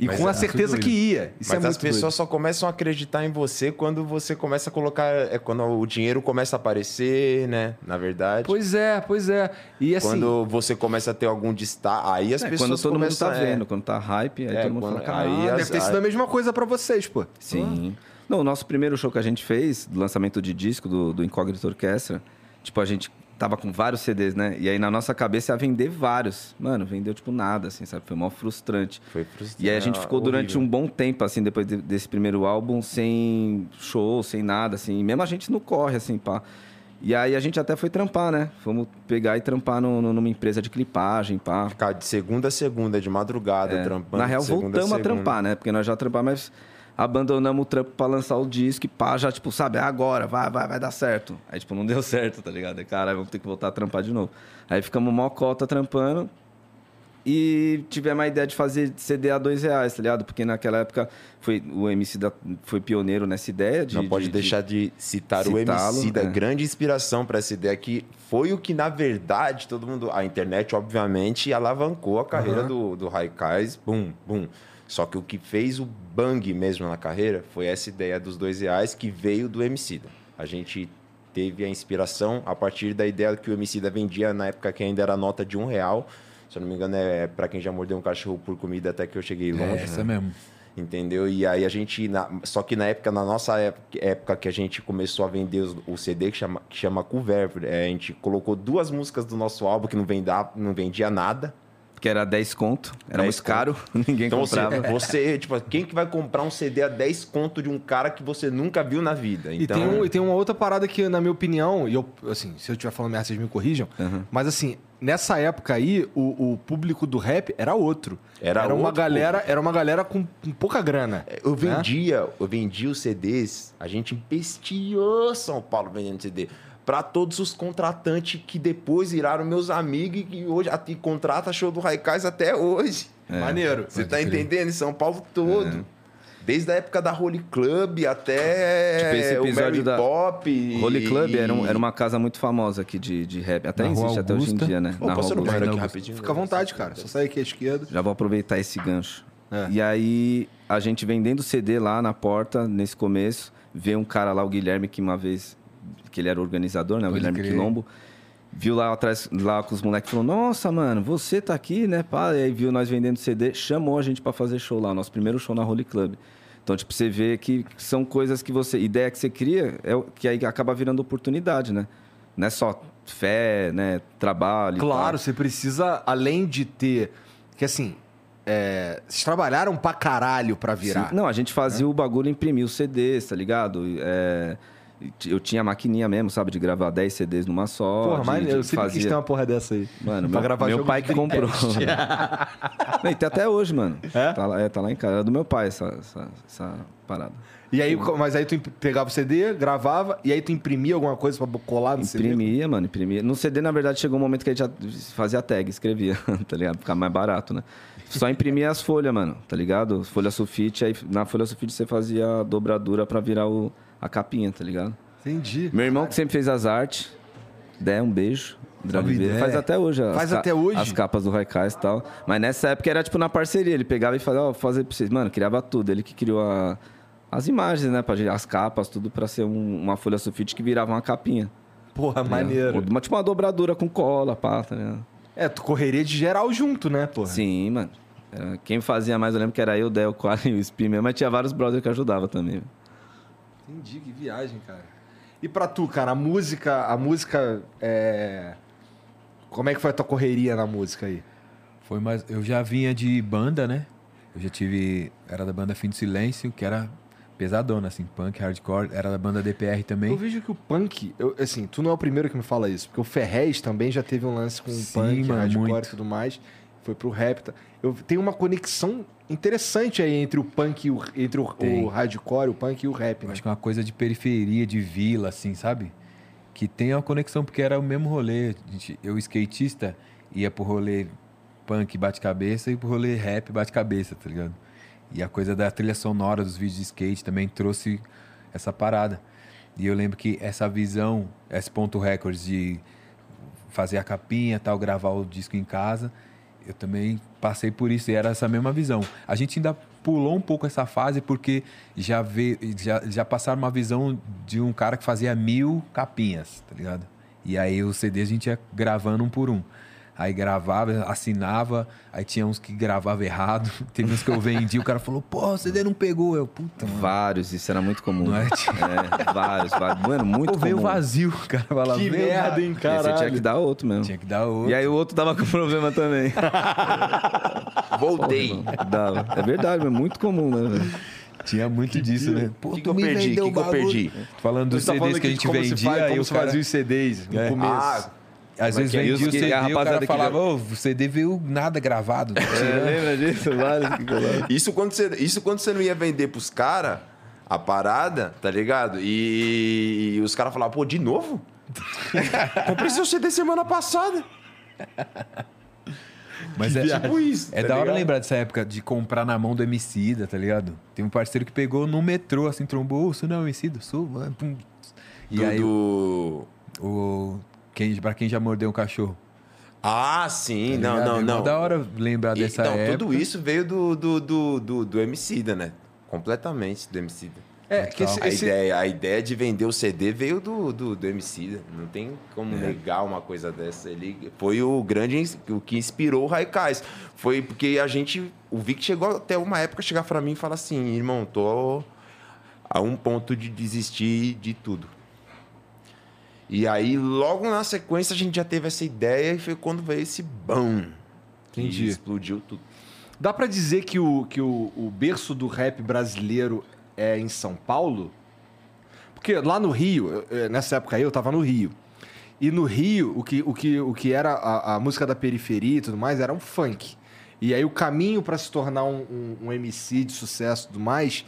Speaker 1: E
Speaker 3: Mas
Speaker 1: com
Speaker 3: é
Speaker 1: a certeza
Speaker 2: muito
Speaker 1: que ia. Isso
Speaker 3: Mas
Speaker 1: é
Speaker 3: as
Speaker 1: muito
Speaker 3: pessoas
Speaker 1: doido.
Speaker 3: só começam a acreditar em você quando você começa a colocar. É quando o dinheiro começa a aparecer, né? Na verdade.
Speaker 1: Pois é, pois é. E assim,
Speaker 3: quando você começa a ter algum destaque. Aí as
Speaker 4: É,
Speaker 3: pessoas.
Speaker 4: quando todo mundo
Speaker 3: começam,
Speaker 4: tá
Speaker 3: é,
Speaker 4: vendo, quando tá hype, aí
Speaker 3: É,
Speaker 4: todo mundo
Speaker 3: quando-
Speaker 4: fala, caralho.
Speaker 3: aí
Speaker 1: deve ter sido a mesma coisa pra vocês, pô.
Speaker 4: Sim. Não, o nosso primeiro show que a gente fez, do lançamento de disco do, do Incógnito Orquestra, tipo, a gente tava com vários CDs, né? E aí na nossa cabeça ia vender vários. Mano, vendeu tipo nada, assim, sabe? Foi mó frustrante.
Speaker 3: Foi frustrante.
Speaker 4: E aí a gente ficou durante um bom tempo, assim, depois de- desse primeiro álbum, sem show, sem nada, assim. Mesmo a gente não corre, assim, pá. E aí a gente até foi trampar, né? Fomos pegar e trampar no- no- numa empresa de clipagem, pá.
Speaker 3: Ficar de segunda a segunda, de madrugada, trampando.
Speaker 4: É. Na real,
Speaker 3: de segunda
Speaker 4: voltamos a
Speaker 3: segunda.
Speaker 4: trampar, né? Porque nós já trampamos, mas abandonamos o trampo pra lançar o disco e pá, já, tipo, sabe, é agora, vai, vai, vai dar certo. Aí, tipo, não deu certo, tá ligado? Aí, Caralho, vamos ter que voltar a trampar de novo. Aí ficamos mó cota trampando e tivemos a ideia de fazer CD a dois reais, tá ligado? Porque naquela época foi, o MC da, foi pioneiro nessa ideia de.
Speaker 3: Não pode
Speaker 4: de-
Speaker 3: deixar de citar o
Speaker 4: citá-lo,
Speaker 3: MC da
Speaker 4: é.
Speaker 3: grande inspiração para essa ideia que foi o que, na verdade, todo mundo. A internet, obviamente, alavancou a carreira do, do Raikais. Bum, bum. Só que o que fez o bang mesmo na carreira foi essa ideia dos dois reais que veio do MC. A gente teve a inspiração a partir da ideia que o MC vendia na época que ainda era nota de um real. Se eu não me engano, é para quem já mordeu um cachorro por comida até que eu cheguei
Speaker 2: É
Speaker 1: né?
Speaker 3: longe. né?
Speaker 2: essa mesmo.
Speaker 3: Entendeu? E aí a gente. na- só que na época, na nossa época, época que a gente começou a vender os- o CD que chama, né? que chama Cover, é, a gente colocou duas músicas do nosso álbum que não, venda, não vendia nada. Porque
Speaker 4: que era 10 conto. Era
Speaker 3: 10
Speaker 4: muito caro, ninguém
Speaker 3: Então você,
Speaker 4: comprava.
Speaker 3: você, tipo, quem que vai comprar um CD a 10 conto de um cara que você nunca viu na vida?
Speaker 1: E,
Speaker 3: Então,
Speaker 1: tem um- e tem uma outra parada que, na minha opinião, e eu, assim, se eu estiver falando merda, vocês me corrijam,
Speaker 3: Uhum.
Speaker 1: mas assim, nessa época aí, o, o público do rap era outro.
Speaker 3: Era
Speaker 1: uma
Speaker 3: outro
Speaker 1: galera Era uma galera com, com pouca grana.
Speaker 3: eu
Speaker 1: né?
Speaker 3: vendia, eu vendia os CDs, a gente empesteou São Paulo vendendo CD pra todos os contratantes que depois viraram meus amigos e que hoje e contrata show do Raikais até hoje.
Speaker 4: É,
Speaker 1: Maneiro.
Speaker 3: Você
Speaker 2: Pode
Speaker 3: tá
Speaker 2: crer.
Speaker 3: entendendo? Em São Paulo todo. Desde a época da Holy Club até
Speaker 4: Tipo, esse
Speaker 3: o Mary
Speaker 4: episódio da-
Speaker 3: Pop. é- e-
Speaker 4: Holy Club era, um- era uma casa muito famosa aqui de, de rap. Até
Speaker 2: Na Rua
Speaker 4: existe até hoje em
Speaker 2: Augusta.
Speaker 4: dia, né?
Speaker 3: Ô,
Speaker 4: Rua
Speaker 3: posso ir no
Speaker 4: Augusta.
Speaker 3: banheiro aqui
Speaker 2: Augusto.
Speaker 3: rapidinho?
Speaker 1: Fica à vontade, cara. Só sai aqui à esquerda.
Speaker 4: Já vou aproveitar esse gancho.
Speaker 1: É.
Speaker 4: E aí, a gente vendendo CD lá na porta, nesse começo, vê um cara lá, o Guilherme, que uma vez, que ele era organizador, né? O
Speaker 2: Pode
Speaker 4: Guilherme
Speaker 2: crer.
Speaker 4: Quilombo. Viu lá atrás, lá com os moleques, falou: Nossa, mano, você tá aqui, né? Pá? E aí viu nós vendendo CD, chamou a gente pra fazer show lá, nosso primeiro show na Holy Club. Então, tipo, você vê que são coisas que você. Ideia que você cria, é o- que aí acaba virando oportunidade, né? Não é só fé, né? Trabalho. e
Speaker 1: Claro, você precisa, além de ter. Que assim, é, vocês trabalharam pra caralho pra virar. né?
Speaker 4: Sim. Não, a gente fazia o bagulho, imprimia os CDs, tá ligado? E, é, e ti- eu tinha a maquininha mesmo, sabe? De gravar 10 CDs numa só.
Speaker 1: Porra,
Speaker 4: de,
Speaker 1: mas
Speaker 4: de
Speaker 1: eu sempre quis
Speaker 4: fazia.
Speaker 1: ter uma porra dessa aí.
Speaker 4: Mano,
Speaker 1: pra
Speaker 4: meu,
Speaker 1: gravar
Speaker 4: meu
Speaker 1: jogo
Speaker 4: pai
Speaker 1: de
Speaker 4: que comprou.
Speaker 1: Dreamcast.
Speaker 4: Não, e tem até hoje, mano.
Speaker 1: É?
Speaker 4: Tá lá, é, tá lá em casa. Era do meu pai essa, essa, essa parada.
Speaker 1: E aí, co- mas aí tu imp- pegava o CD, gravava, e aí tu imprimia alguma coisa pra bo- colar no CD.
Speaker 4: Imprimia, mano, imprimia. No CD, na verdade, chegou um momento que a gente já fazia tag, escrevia, tá ligado? Ficava mais barato, né? Só imprimia as folhas, mano, tá ligado? Folha sulfite, aí na folha sulfite você fazia a dobradura pra virar o, a capinha, tá ligado?
Speaker 1: Entendi.
Speaker 4: Meu irmão que sempre fez as artes. Dé, um beijo. André
Speaker 2: Salve,
Speaker 4: Oliveira.
Speaker 2: Dé.
Speaker 4: Faz até hoje. as
Speaker 1: Faz
Speaker 4: ca-
Speaker 1: até hoje?
Speaker 4: As capas do Raikais e tal. Mas nessa época era tipo na parceria. Ele pegava e falava, ó, vou fazer pra vocês. Mano, criava tudo. Ele que criou a- as imagens, né? pra gente- As capas, tudo pra ser um- uma folha sulfite que virava uma capinha.
Speaker 1: Porra,
Speaker 4: tá ligado?
Speaker 1: maneiro.
Speaker 4: Uma, tipo uma dobradura com cola, pá, tá ligado?
Speaker 1: É, tu correria de geral junto, né, porra?
Speaker 4: Sim, mano. Era- Quem fazia mais, eu lembro que era eu, o Dé, o Qualy e o Spin mesmo, mas tinha vários brothers que ajudavam também.
Speaker 1: Entendi, que viagem, cara. E pra tu, cara, a música, a música é... Como é que foi a tua correria na música aí?
Speaker 2: Foi mais. Eu já vinha de banda, né? Eu já tive. Era da banda Fim do Silêncio, que era pesadona, assim, punk, hardcore. Era da banda DPR
Speaker 1: Eu
Speaker 2: também.
Speaker 1: vejo que o punk, eu- assim, tu não é o primeiro que me fala isso, porque o Ferrez também já teve um lance com o
Speaker 2: Sim,
Speaker 1: punk,
Speaker 2: mano,
Speaker 1: hardcore e
Speaker 2: muito.
Speaker 1: tudo mais, foi pro rap. tá? Eu tenho uma conexão interessante aí entre o punk e o, entre o,
Speaker 2: Tem.
Speaker 1: o hardcore, o punk e o rap,
Speaker 2: Eu
Speaker 1: né?
Speaker 2: Acho que é uma coisa de periferia, de vila, assim, sabe? Que tem uma conexão, porque era o mesmo rolê. A gente- Eu, skatista, ia pro rolê punk bate-cabeça e pro rolê rap bate-cabeça, tá ligado? E a coisa da trilha sonora dos vídeos de skate também trouxe essa parada. E eu lembro que essa visão, esse ponto recordes de fazer a capinha tal, gravar o disco em casa, eu também passei por isso e era essa mesma visão. A gente ainda pulou um pouco essa fase porque já, vê, já, já passaram uma visão de um cara que fazia mil capinhas, tá ligado? E aí o CD a gente ia gravando um por um. Aí gravava, assinava, aí tinha uns que gravava errado, teve uns que eu vendi, o cara falou, pô, o CD não pegou. Eu, puta, Então, mano.
Speaker 4: Vários, isso era muito comum.
Speaker 2: Não é?
Speaker 4: É, vários, vários. Mano, muito
Speaker 2: Pô,
Speaker 4: comum.
Speaker 2: veio vazio, o cara falava,
Speaker 1: Que
Speaker 2: "Veio
Speaker 1: merda,
Speaker 2: vazio."
Speaker 1: hein,
Speaker 4: E aí Você tinha
Speaker 1: caralho.
Speaker 4: que dar outro mesmo.
Speaker 2: Tinha que dar outro.
Speaker 4: E aí o outro dava com problema também.
Speaker 3: Voltei.
Speaker 4: dava. É verdade, é muito comum, né? velho?
Speaker 2: Tinha muito disso, né? Pô,
Speaker 3: que
Speaker 2: tu
Speaker 3: eu
Speaker 2: me
Speaker 3: perdi?
Speaker 2: vendeu
Speaker 3: Que que eu
Speaker 2: o bagulho.
Speaker 3: perdi?
Speaker 2: Falando dos
Speaker 1: Você tá
Speaker 2: CDs
Speaker 1: falando
Speaker 2: que a gente
Speaker 1: como se
Speaker 2: vendia,
Speaker 1: faz-
Speaker 2: aí
Speaker 1: como
Speaker 2: o
Speaker 1: se
Speaker 2: cara...
Speaker 1: fazia os CDs no
Speaker 2: É.
Speaker 1: começo.
Speaker 3: Ah,
Speaker 2: Às vezes
Speaker 4: que é? E os
Speaker 2: vendia o
Speaker 4: que-
Speaker 2: CD
Speaker 4: a
Speaker 2: e o
Speaker 4: rapaziada
Speaker 2: cara
Speaker 4: que
Speaker 2: falava, ô, o CD veio nada gravado.
Speaker 3: É,
Speaker 4: É,
Speaker 3: né?
Speaker 2: É.
Speaker 4: lembra disso? Vários que colaram.
Speaker 3: Isso quando você, isso quando você não ia vender pros caras a parada, tá ligado? E, e os caras falavam, pô, de novo? Comprei seu CD um semana passada.
Speaker 2: Mas é,
Speaker 3: Tipo isso.
Speaker 2: é
Speaker 3: tá
Speaker 2: da hora
Speaker 3: ligado?
Speaker 2: lembrar dessa época de comprar na mão do Emicida, tá ligado? Tem um parceiro que pegou no metrô, assim, trombou, "Ô, você não é o Emicida? Sou, mano. Pum. E
Speaker 3: Do,
Speaker 2: aí, o,
Speaker 3: do-
Speaker 2: o- quem, pra quem já mordeu um cachorro.
Speaker 3: Ah, sim.
Speaker 2: tá
Speaker 3: não,
Speaker 2: ligado?
Speaker 3: não,
Speaker 2: É mó
Speaker 3: não.
Speaker 2: da hora lembrar
Speaker 3: E-
Speaker 2: dessa
Speaker 3: não,
Speaker 2: época.
Speaker 3: tudo isso veio do, do, do, do, do Emicida, né? Completamente do Emicida.
Speaker 1: É, que esse,
Speaker 3: A,
Speaker 1: esse-
Speaker 3: ideia, a ideia de vender o CD veio do, do, do Emicida. Não tem
Speaker 1: É.
Speaker 3: como negar uma coisa dessa. Ele foi o grande, ins- o que inspirou o Raikais. Foi porque a gente, o Vic chegou até uma época chegar pra mim e falar assim, irmão, tô a um ponto de desistir de tudo. E aí, logo na sequência, a gente já teve essa ideia e foi quando veio esse bão.
Speaker 1: Entendi.
Speaker 3: E explodiu tudo.
Speaker 1: Dá pra dizer que, o, que o, o berço do rap brasileiro é em São Paulo? Porque lá no Rio, eu- eu- nessa época aí eu tava no Rio. E no Rio, o que, o que, o que era a, a música da periferia e tudo mais era um funk. E aí o caminho pra se tornar um, um- um MC de sucesso e tudo mais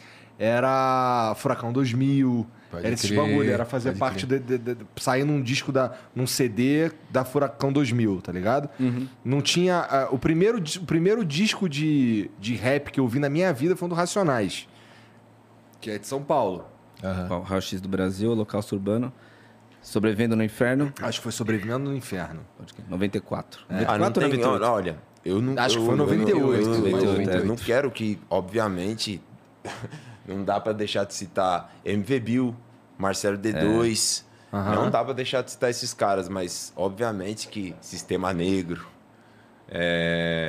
Speaker 1: era Furacão 2000,
Speaker 2: Pode
Speaker 1: era esses
Speaker 2: crer,
Speaker 1: bagulho, era fazer
Speaker 2: pode
Speaker 1: parte de, de- de- sair num disco da num CD da Furacão 2000, tá ligado? Não tinha ah, o primeiro di- o primeiro disco de, de rap que eu vi na minha vida foi um do Racionais, que é de São Paulo.
Speaker 4: Ó, Raio X do Brasil, Holocausto Urbano, Sobrevivendo no Inferno, é?
Speaker 1: Acho que foi Sobrevivendo no Inferno.
Speaker 4: pode crer, 94.
Speaker 3: Ah,
Speaker 4: 94
Speaker 3: não tem,
Speaker 4: 98?
Speaker 3: olha, eu não
Speaker 1: Acho que foi
Speaker 3: eu- eu-
Speaker 1: 98,
Speaker 3: Eu, eu- eu-
Speaker 1: 98.
Speaker 3: eu não quero que, obviamente, não dá pra deixar de citar MV Bill, Marcelo D2.
Speaker 1: Aham.
Speaker 3: Não dá pra deixar de citar esses caras, mas obviamente que Sistema Negro. É.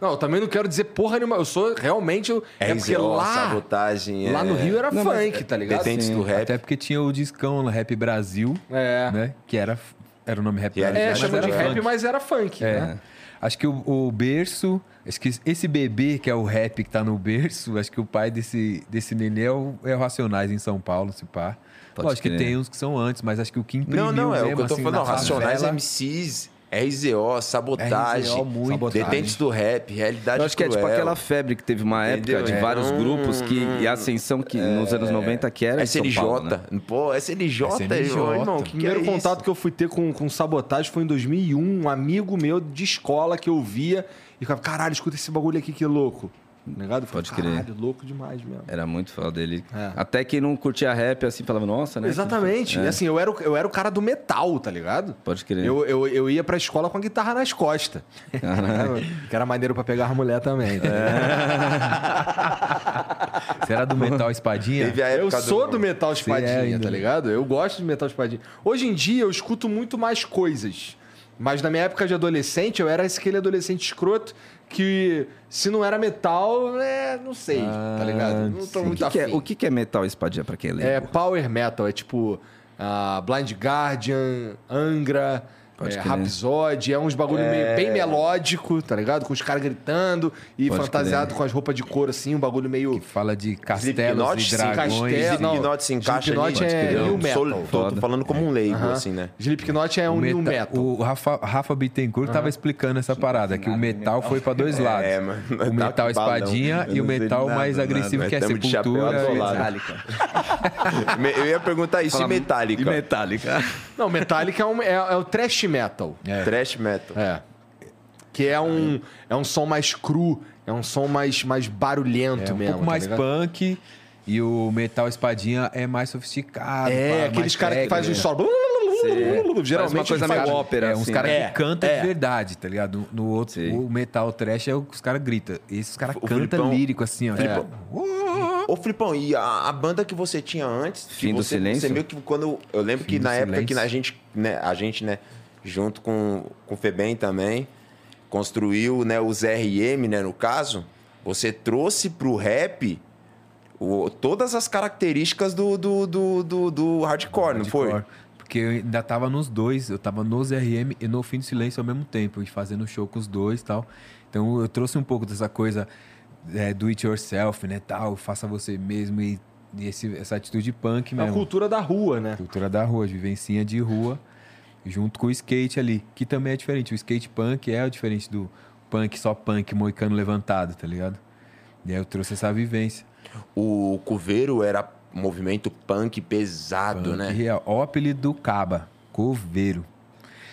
Speaker 1: Não, eu também não quero dizer porra nenhuma. Eu sou realmente. eu- é porque
Speaker 3: RZO,
Speaker 1: lá,
Speaker 3: sabotagem.
Speaker 1: lá
Speaker 3: é,
Speaker 1: no Rio era
Speaker 4: Não, mas-
Speaker 1: funk, tá ligado?
Speaker 3: Detentes
Speaker 4: Sim,
Speaker 3: do rap.
Speaker 2: Até porque tinha o discão no Rap Brasil,
Speaker 1: É.
Speaker 2: né? Que era, era o nome Rap
Speaker 3: Que era-
Speaker 2: Brasil.
Speaker 1: É,
Speaker 2: mas
Speaker 1: chamou de
Speaker 2: era
Speaker 1: rap,
Speaker 2: funk.
Speaker 1: mas era funk,
Speaker 2: É.
Speaker 1: né?
Speaker 2: Acho que o, o berço, acho que esse bebê que é o rap que tá no berço, acho que o pai desse, desse nenê é o, é o Racionais em São Paulo, se pá.
Speaker 4: Pode
Speaker 2: Lógico que
Speaker 4: crer.
Speaker 2: tem uns que são antes, mas acho que o que imprimiu
Speaker 3: Não, não, é o
Speaker 2: mesmo,
Speaker 3: que eu tô
Speaker 2: assim,
Speaker 3: falando.
Speaker 2: na
Speaker 3: não, Racionais
Speaker 2: favela-
Speaker 3: MCs, RZO, Sabotagem.
Speaker 2: RZO muito.
Speaker 1: Sabotagem.
Speaker 3: Detentes do rap, realidade
Speaker 4: Eu acho que é tipo
Speaker 3: Cruel.
Speaker 4: aquela febre que teve uma
Speaker 3: Entendeu?
Speaker 4: época de
Speaker 3: É.
Speaker 4: vários
Speaker 3: Não-
Speaker 4: grupos que, e a ascensão que nos anos 90 que
Speaker 3: É
Speaker 4: era em São
Speaker 3: SLJ.
Speaker 4: Paulo, né?
Speaker 3: Pô, SLJ,
Speaker 1: É
Speaker 2: SLJ.
Speaker 3: irmão.
Speaker 1: O
Speaker 3: Que
Speaker 1: primeiro
Speaker 3: que é
Speaker 1: contato que eu fui ter com, com sabotagem foi em 2001. Um amigo meu de escola que eu via e ficava, caralho, escuta esse bagulho aqui que louco. Tá Ligado? Eu falei,
Speaker 4: Pode crer.
Speaker 1: Caralho, louco demais mesmo. Né,
Speaker 4: Era muito foda ele.
Speaker 1: É.
Speaker 4: Até quem não curtia rap assim falava, nossa, né?
Speaker 1: Exatamente. E assim, eu era, o- eu era o cara do metal, tá ligado?
Speaker 4: Pode crer.
Speaker 1: Eu, eu, eu ia pra escola com a guitarra nas costas. que era maneiro pra pegar a mulher também. tá
Speaker 4: É.
Speaker 1: ligado?
Speaker 2: Você era do metal espadinha?
Speaker 3: Teve a
Speaker 1: Eu
Speaker 3: época
Speaker 1: sou do, metal
Speaker 2: é
Speaker 1: espadinha,
Speaker 2: ainda,
Speaker 1: tá
Speaker 2: né?
Speaker 1: ligado? Eu gosto de metal espadinha. Hoje em dia eu escuto muito mais coisas. Mas na minha época de adolescente, eu era esse aquele adolescente escroto que se não era metal, é, não sei, tá ligado? Não tô
Speaker 4: Ah, O
Speaker 1: muito
Speaker 4: que que é-
Speaker 1: afim.
Speaker 4: o que, que é metal espadinha pra quem é leigo?
Speaker 1: É power metal, é tipo ah, Blind Guardian, Angra,
Speaker 4: Pode
Speaker 1: é,
Speaker 4: crer.
Speaker 1: Rhapsody, é uns bagulho meio bem melódico, tá ligado? Com os caras gritando e
Speaker 4: Pode
Speaker 1: fantasiado com as roupas de couro assim, um bagulho meio...
Speaker 2: Que fala de castelos
Speaker 3: Slipknot,
Speaker 2: e
Speaker 3: sim,
Speaker 2: dragões.
Speaker 1: castelo.
Speaker 3: Slipknot se encaixa
Speaker 1: Slipknot
Speaker 3: ali.
Speaker 1: é
Speaker 3: Pode crer.
Speaker 1: new
Speaker 3: Eu sou-
Speaker 1: metal. É,
Speaker 3: tô- tô
Speaker 4: Foda.
Speaker 3: falando como um leigo, assim, né?
Speaker 1: Slipknot é um
Speaker 2: O,
Speaker 1: new
Speaker 2: meta-
Speaker 1: metal.
Speaker 2: o Rafa, Rafa Bittencourt tava explicando essa parada, que o metal, foi pra dois lados.
Speaker 3: né? É, mano.
Speaker 2: O
Speaker 3: Tá
Speaker 2: metal
Speaker 3: com balão.
Speaker 2: espadinha
Speaker 3: Eu
Speaker 2: e o
Speaker 3: não sei de
Speaker 2: metal
Speaker 3: nada,
Speaker 2: mais
Speaker 3: nada,
Speaker 2: agressivo,
Speaker 3: nós
Speaker 2: que é
Speaker 3: tamo de chapéu
Speaker 2: sepultura.
Speaker 3: atolado. Me- Eu ia perguntar isso, e Metallica?
Speaker 4: Metallica.
Speaker 1: Não, Metallica é, um- é- é o thrash metal.
Speaker 2: É.
Speaker 3: Trash metal.
Speaker 1: É. Que é um, é um som mais cru, é um som mais, mais barulhento
Speaker 2: É um
Speaker 1: mesmo.
Speaker 2: pouco
Speaker 1: tá
Speaker 2: mais
Speaker 1: ligado?
Speaker 2: punk e o metal espadinha é mais sofisticado. pá,
Speaker 1: É,
Speaker 2: mais
Speaker 1: aqueles caras que
Speaker 2: técnico,
Speaker 1: fazem
Speaker 2: né?
Speaker 1: só.
Speaker 4: Faz
Speaker 1: Geralmente
Speaker 4: uma coisa
Speaker 1: faz-
Speaker 4: meio ópera,
Speaker 2: É, uns
Speaker 4: assim.
Speaker 2: caras
Speaker 1: É,
Speaker 2: que cantam
Speaker 1: é.
Speaker 2: de verdade, tá ligado? No outro,
Speaker 4: Sim.
Speaker 2: o metal trash é o que os caras gritam. Esses caras
Speaker 3: O
Speaker 2: cantam
Speaker 3: Filipão-
Speaker 2: lírico assim, ó.
Speaker 1: É.
Speaker 2: tipo,
Speaker 3: Ô, Flipão, e a, a banda que você tinha antes? que
Speaker 4: Fim do
Speaker 3: você,
Speaker 4: Silêncio?
Speaker 3: Você meio que quando... Eu lembro
Speaker 2: Fim
Speaker 3: que
Speaker 2: do
Speaker 3: na época que
Speaker 2: Silêncio.
Speaker 3: a gente, né, a gente, né, junto com, com o Febem também, construiu, né, os RM, né, no caso, você trouxe pro rap... o- todas as características do, do, do, do, do hardcore, não foi?
Speaker 2: hardcore. Porque eu ainda tava nos dois, eu tava nos RM e no Fim do Silêncio ao mesmo tempo, e fazendo show com os dois e tal. Então eu trouxe um pouco dessa coisa é, do it yourself, né, tal, faça você mesmo e, e esse- essa atitude punk
Speaker 1: É a
Speaker 2: mesmo.
Speaker 1: cultura da rua, né?
Speaker 2: Cultura da rua, de vivencinha de rua, junto com o skate ali, que também é diferente. O skate punk é o diferente do punk, só punk, moicano levantado, tá ligado? E aí eu trouxe essa vivência.
Speaker 3: O Coveiro era movimento punk pesado,
Speaker 2: Punk
Speaker 3: né?
Speaker 2: real. Ó é o apelido do Caba, Coveiro.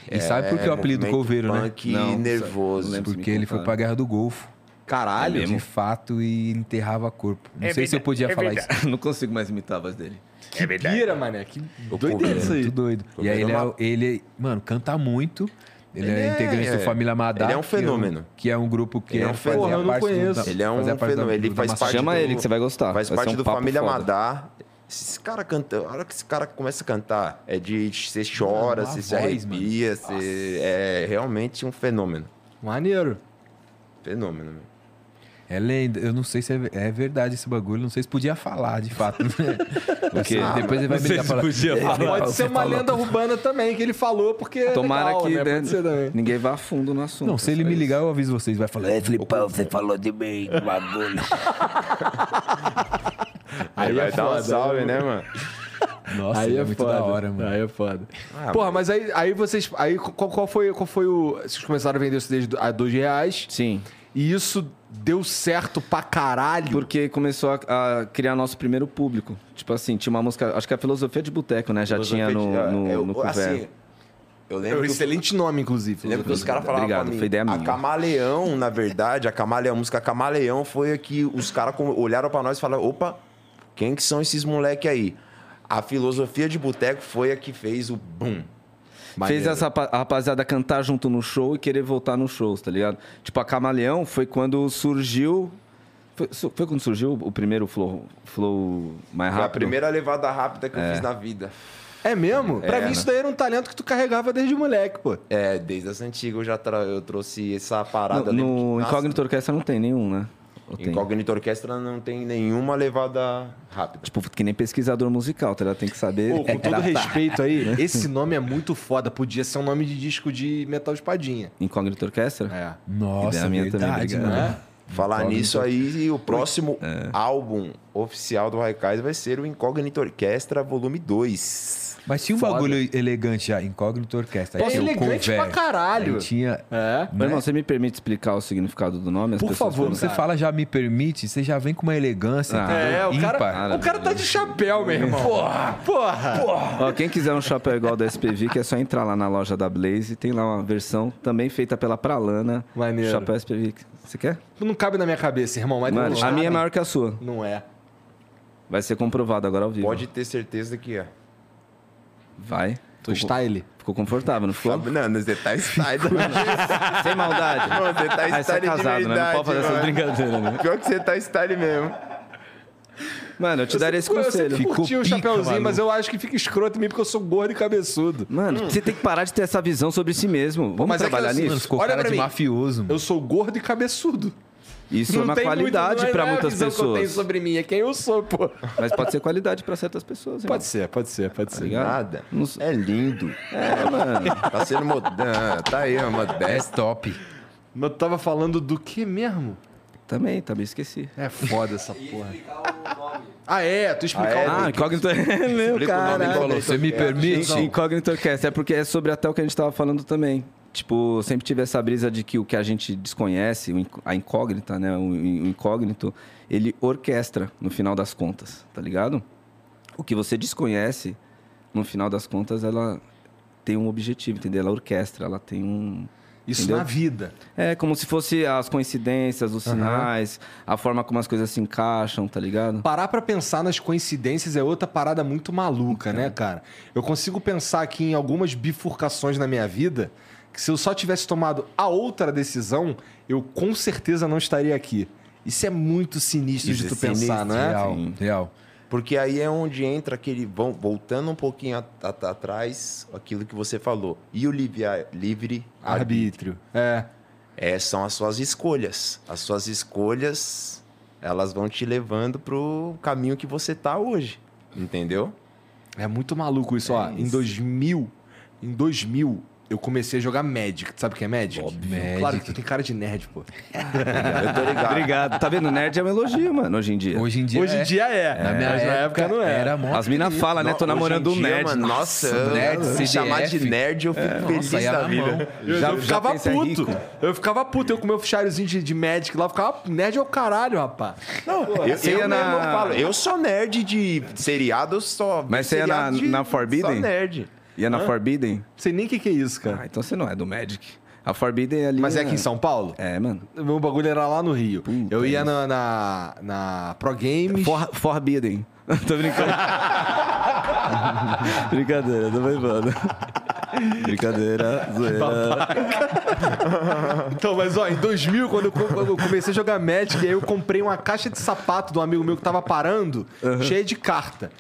Speaker 2: E sabe por que
Speaker 3: É,
Speaker 2: o apelido do
Speaker 3: movimento
Speaker 2: Coveiro, né?
Speaker 3: punk
Speaker 4: Não,
Speaker 3: nervoso.
Speaker 4: não lembro.
Speaker 2: Porque ele foi pra Guerra do Golfo,
Speaker 3: Ah,
Speaker 1: Caralho.
Speaker 2: de fato, e enterrava corpo. Não sei se eu podia falar isso.
Speaker 4: não consigo mais imitar a voz dele.
Speaker 1: Que pira, mané. Que
Speaker 3: O
Speaker 1: doideira
Speaker 3: Coveiro.
Speaker 1: isso
Speaker 2: Muito
Speaker 1: aí.
Speaker 2: doido.
Speaker 3: Foi
Speaker 2: E aí ele,
Speaker 3: bem
Speaker 2: é,
Speaker 3: uma-
Speaker 2: ele, mano, canta muito. Ele,
Speaker 3: Ele
Speaker 2: é
Speaker 3: é-
Speaker 2: integrante do Família Madá.
Speaker 3: ele é um
Speaker 2: que o-
Speaker 3: fenômeno.
Speaker 2: Que é um grupo que
Speaker 3: Ele é um
Speaker 2: fazia
Speaker 1: fenômeno. Porra, eu não
Speaker 2: parte do-
Speaker 1: conheço.
Speaker 2: da-
Speaker 3: Ele é um
Speaker 2: fazia parte da-
Speaker 3: fenômeno, ele
Speaker 2: do-
Speaker 3: faz
Speaker 2: da
Speaker 3: parte
Speaker 4: Chama
Speaker 3: do-
Speaker 4: ele que você vai gostar.
Speaker 3: Faz
Speaker 4: Vai ser
Speaker 3: parte
Speaker 4: um
Speaker 3: do
Speaker 4: papo
Speaker 3: Família
Speaker 4: foda.
Speaker 3: Madá. Esse cara canta. A hora que esse cara começa a cantar, é de você chora,
Speaker 2: Uma
Speaker 3: você se
Speaker 2: voz,
Speaker 3: arrepia, você. É realmente um fenômeno.
Speaker 1: Maneiro.
Speaker 3: Fenômeno, meu.
Speaker 2: É lenda. Eu não sei se é, ve- é verdade esse bagulho. Não sei se podia falar, de fato. Né? Porque depois ele vai brigar falar.
Speaker 6: podia
Speaker 2: falar.
Speaker 1: Pode
Speaker 2: Você
Speaker 1: ser uma
Speaker 2: falou.
Speaker 1: lenda urbana também, que ele falou porque. é
Speaker 4: Tomara
Speaker 1: legal,
Speaker 4: que
Speaker 1: né?
Speaker 4: né,
Speaker 1: Pode ser também.
Speaker 4: ninguém vá a fundo no assunto.
Speaker 2: Não, se
Speaker 4: é
Speaker 2: ele
Speaker 4: só
Speaker 2: me
Speaker 4: isso.
Speaker 2: ligar, eu aviso vocês. Vai falar, é, Filipão, você falou de mim, do bagulho.
Speaker 1: Aí
Speaker 3: Aí
Speaker 1: é
Speaker 3: vai dar
Speaker 1: foda,
Speaker 3: um salve,
Speaker 1: né,
Speaker 3: né, mano?
Speaker 2: Nossa,
Speaker 1: aí
Speaker 2: é,
Speaker 1: é,
Speaker 2: muito
Speaker 1: foda.
Speaker 2: da hora, mano.
Speaker 1: Aí é foda. Porra, mas aí, aí vocês. Aí qual, qual foi, qual foi o. Vocês começaram a vender o CD a dois reais
Speaker 4: Sim.
Speaker 1: e isso deu certo pra caralho.
Speaker 4: Porque começou a, a criar nosso primeiro público. Tipo assim, tinha uma música, acho que a filosofia de boteco, né? Já tinha no, no,
Speaker 3: Eu-
Speaker 4: no cover.
Speaker 3: assim, eu
Speaker 1: É
Speaker 3: lembro
Speaker 1: um
Speaker 3: que eu-
Speaker 1: excelente nome, inclusive.
Speaker 3: Lembro que os caras falavam
Speaker 4: Obrigado,
Speaker 3: pra mim.
Speaker 4: foi ideia
Speaker 3: a
Speaker 4: minha.
Speaker 3: Camaleão, na verdade, a Camaleão, a música Camaleão foi a que os caras com- olharam pra nós e falaram: opa, quem que são esses moleque aí? A filosofia de boteco foi a que fez o boom.
Speaker 4: Fez essa rapa- a rapaziada cantar junto no show e querer voltar nos shows, tá ligado? Tipo, a Camaleão foi quando surgiu. Foi, su- foi quando surgiu o primeiro flow, flow mais
Speaker 3: Foi
Speaker 4: rápido?
Speaker 3: a primeira levada rápida que eu fiz na vida.
Speaker 1: É mesmo? pra mim, isso daí era um talento que tu carregava desde moleque, pô.
Speaker 3: É, desde as antigas eu já tra- eu trouxe essa
Speaker 4: No,
Speaker 3: parada.
Speaker 4: no
Speaker 3: Nossa,
Speaker 4: Incógnito Orquestra não tem nenhum, né? Ou tem?
Speaker 3: Incógnito Orquestra não tem nenhuma levada rápida.
Speaker 4: Tipo, que nem pesquisador musical, tá ligado? Tem que saber.
Speaker 2: É,
Speaker 1: Pô, com
Speaker 2: tá.
Speaker 1: todo respeito aí, esse nome é muito foda. Podia ser um nome de disco de metal espadinha.
Speaker 4: Incógnito Orquestra?
Speaker 1: É. né?
Speaker 2: Nossa,
Speaker 4: Ideia minha
Speaker 2: verdade,
Speaker 4: também,
Speaker 2: mano.
Speaker 3: Falar
Speaker 2: Incógnito.
Speaker 3: nisso aí, o próximo álbum oficial do Raikais vai ser o Incógnito Orquestra Volume 2.
Speaker 2: Mas tinha um bagulho elegante já, incógnito orquestra.
Speaker 1: Pô,
Speaker 2: Aí tinha o
Speaker 1: elegante
Speaker 2: cover,
Speaker 1: pra caralho.
Speaker 2: aí Tinha...
Speaker 1: É.
Speaker 4: Meu irmão, você me permite explicar o significado do nome? As
Speaker 1: Por
Speaker 4: pessoas
Speaker 1: favor,
Speaker 2: Quando você
Speaker 1: cara.
Speaker 2: fala já me permite, você já vem com uma elegância.
Speaker 4: Ah.
Speaker 1: tá.
Speaker 2: entendeu?
Speaker 1: É, o cara,
Speaker 2: Ímpar.
Speaker 1: o cara tá de chapéu, meu irmão. Porra! Porra!
Speaker 4: Ó, quem quiser um chapéu igual da SPV, que é só entrar lá na loja da Blaze. Tem lá uma versão também feita pela Pralana.
Speaker 1: Maneiro.
Speaker 4: Chapéu SPV. Você quer?
Speaker 1: Não cabe na minha cabeça, irmão, mas
Speaker 4: Mano,
Speaker 1: Ah, não
Speaker 4: a
Speaker 1: cabe.
Speaker 4: minha é maior que a sua.
Speaker 1: Não é.
Speaker 4: Vai ser comprovado agora ao vivo.
Speaker 3: Pode ter certeza que é.
Speaker 4: Vai.
Speaker 1: Tu
Speaker 4: Ficou,
Speaker 1: está ele.
Speaker 4: ficou confortável, não ficou?
Speaker 3: Não, nos detalhes sai do
Speaker 4: Sem maldade.
Speaker 3: Mano, você tá
Speaker 4: Aí você é
Speaker 3: style de
Speaker 4: casado, né? Não
Speaker 3: verdade,
Speaker 4: pode fazer essas
Speaker 3: mano.
Speaker 4: brincadeiras, né?
Speaker 3: Pior que você tá style mesmo.
Speaker 4: Mano, eu te daria esse
Speaker 1: Eu
Speaker 4: conselho.
Speaker 1: sempre curti
Speaker 2: Ficou
Speaker 1: o
Speaker 2: pica,
Speaker 1: chapéuzinho,
Speaker 2: maluco.
Speaker 1: mas eu acho que fica escroto em mim porque eu sou gordo e cabeçudo.
Speaker 4: Mano, você tem que parar de ter essa visão sobre si mesmo. Vamos
Speaker 1: Hum. Mas é que
Speaker 4: trabalhar
Speaker 1: assim,
Speaker 2: Mano,
Speaker 4: nisso?
Speaker 2: ficou
Speaker 1: Olha
Speaker 2: cara
Speaker 1: pra
Speaker 2: de
Speaker 1: mim.
Speaker 2: mafioso. mano.
Speaker 1: Eu sou gordo e cabeçudo.
Speaker 4: Isso é uma
Speaker 1: tem muito-
Speaker 4: qualidade
Speaker 1: não é-
Speaker 4: pra
Speaker 1: não é a
Speaker 4: muitas
Speaker 1: visão que eu tenho
Speaker 4: pessoas. Então.
Speaker 1: sobre mim, é quem eu sou, pô.
Speaker 4: Mas pode ser qualidade pra certas pessoas, hein?
Speaker 1: Pode ser, pode ser, pode ser.
Speaker 4: Tá ligado?
Speaker 3: Nada.
Speaker 4: Não sei.
Speaker 3: É lindo.
Speaker 4: É, mano.
Speaker 3: Tá sendo moderno. Tá aí, ó,
Speaker 2: É
Speaker 3: modesto.
Speaker 2: top.
Speaker 1: Mas eu tava falando do que mesmo?
Speaker 4: Também, também esqueci.
Speaker 1: É foda essa porra. ah, é? Tu explicar
Speaker 3: Ah, é?
Speaker 1: o
Speaker 4: Ah,
Speaker 1: nome.
Speaker 4: incógnito. Meu
Speaker 3: Explica o nome
Speaker 4: cara. Então,
Speaker 3: igual
Speaker 2: Falou, você me permite?
Speaker 4: Gente, Incógnito Orquestra. É porque é sobre até o que a gente tava falando também. Tipo, sempre tive essa brisa de que o que a gente desconhece, o inc- a incógnita, né? O in- o incógnito, ele orquestra no final das contas, tá ligado? O que você desconhece, no final das contas, ela tem um objetivo, entendeu? Ela orquestra, ela tem um.
Speaker 1: Isso
Speaker 4: Entendeu?
Speaker 1: na vida.
Speaker 4: É como se fosse as coincidências, os sinais, a forma como as coisas se encaixam, tá ligado?
Speaker 1: Parar pra pensar nas coincidências é outra parada muito maluca, né, cara? Eu consigo pensar aqui em algumas bifurcações na minha vida que se eu só tivesse tomado a outra decisão, eu com certeza não estaria aqui. Isso é muito sinistro
Speaker 3: Isso
Speaker 1: de
Speaker 3: é
Speaker 1: tu pensar,
Speaker 3: sinistro,
Speaker 1: né?
Speaker 2: Real, real.
Speaker 3: Porque aí é onde entra aquele. vão- Voltando um pouquinho at- at- atrás, aquilo que você falou. E o livre, livre
Speaker 1: Arbítrio. É.
Speaker 3: é, são as suas escolhas. As suas escolhas, elas vão te levando pro caminho que você tá hoje. Entendeu?
Speaker 1: É muito maluco isso, ó. Em 2000, em 2000, eu comecei a jogar Magic. Tu sabe o que é Magic? Claro que tu tem cara de nerd, pô.
Speaker 3: Eu tô ligado.
Speaker 4: Obrigado. Tá vendo? Nerd é um elogio, mano, hoje em dia.
Speaker 2: Hoje em dia
Speaker 1: Hoje em
Speaker 2: é.
Speaker 1: dia é.
Speaker 2: Na minha
Speaker 1: mas
Speaker 2: época,
Speaker 1: na época não é.
Speaker 2: era mó
Speaker 4: As minas falam, né?
Speaker 3: Hoje
Speaker 4: Tô
Speaker 3: em
Speaker 4: namorando um
Speaker 3: dia,
Speaker 4: nerd.
Speaker 3: mano, nossa,
Speaker 2: nerd,
Speaker 3: se
Speaker 2: CDF.
Speaker 3: chamar de nerd, eu fico feliz
Speaker 2: Nossa, é ia
Speaker 3: da
Speaker 2: na
Speaker 3: vida.
Speaker 2: mão.
Speaker 1: Eu,
Speaker 4: Já-
Speaker 1: eu
Speaker 4: já
Speaker 1: ficava
Speaker 4: pensa
Speaker 1: puto.
Speaker 4: rico.
Speaker 1: Eu ficava puto. Eu com meu fichariozinho de, de Magic lá, eu ficava nerd é o caralho, rapaz.
Speaker 3: Não, eu, eu
Speaker 4: você
Speaker 3: mesmo
Speaker 4: ia na-
Speaker 3: falo, eu sou nerd de seriado, eu só.
Speaker 4: Mas você ia na-
Speaker 3: seriado
Speaker 4: na Forbidden?
Speaker 3: Só nerd.
Speaker 4: E é na Forbidden?
Speaker 1: Não sei nem o que, que é isso, cara.
Speaker 4: Ah, então você não é do Magic. A Forbidden é ali.
Speaker 1: Mas é
Speaker 4: né?
Speaker 1: aqui em São Paulo?
Speaker 4: É, mano.
Speaker 1: O Meu bagulho era lá no Rio. eu ia na, na, na Pro Games.
Speaker 4: For, forbidden. tô brincando. Brincadeira, tô brincando. Brincadeira, zoeira.
Speaker 1: Então, mas ó, em 2000, quando eu, co- quando eu comecei a jogar Magic, aí eu comprei uma caixa de sapato de um amigo meu que tava parando, cheia de carta.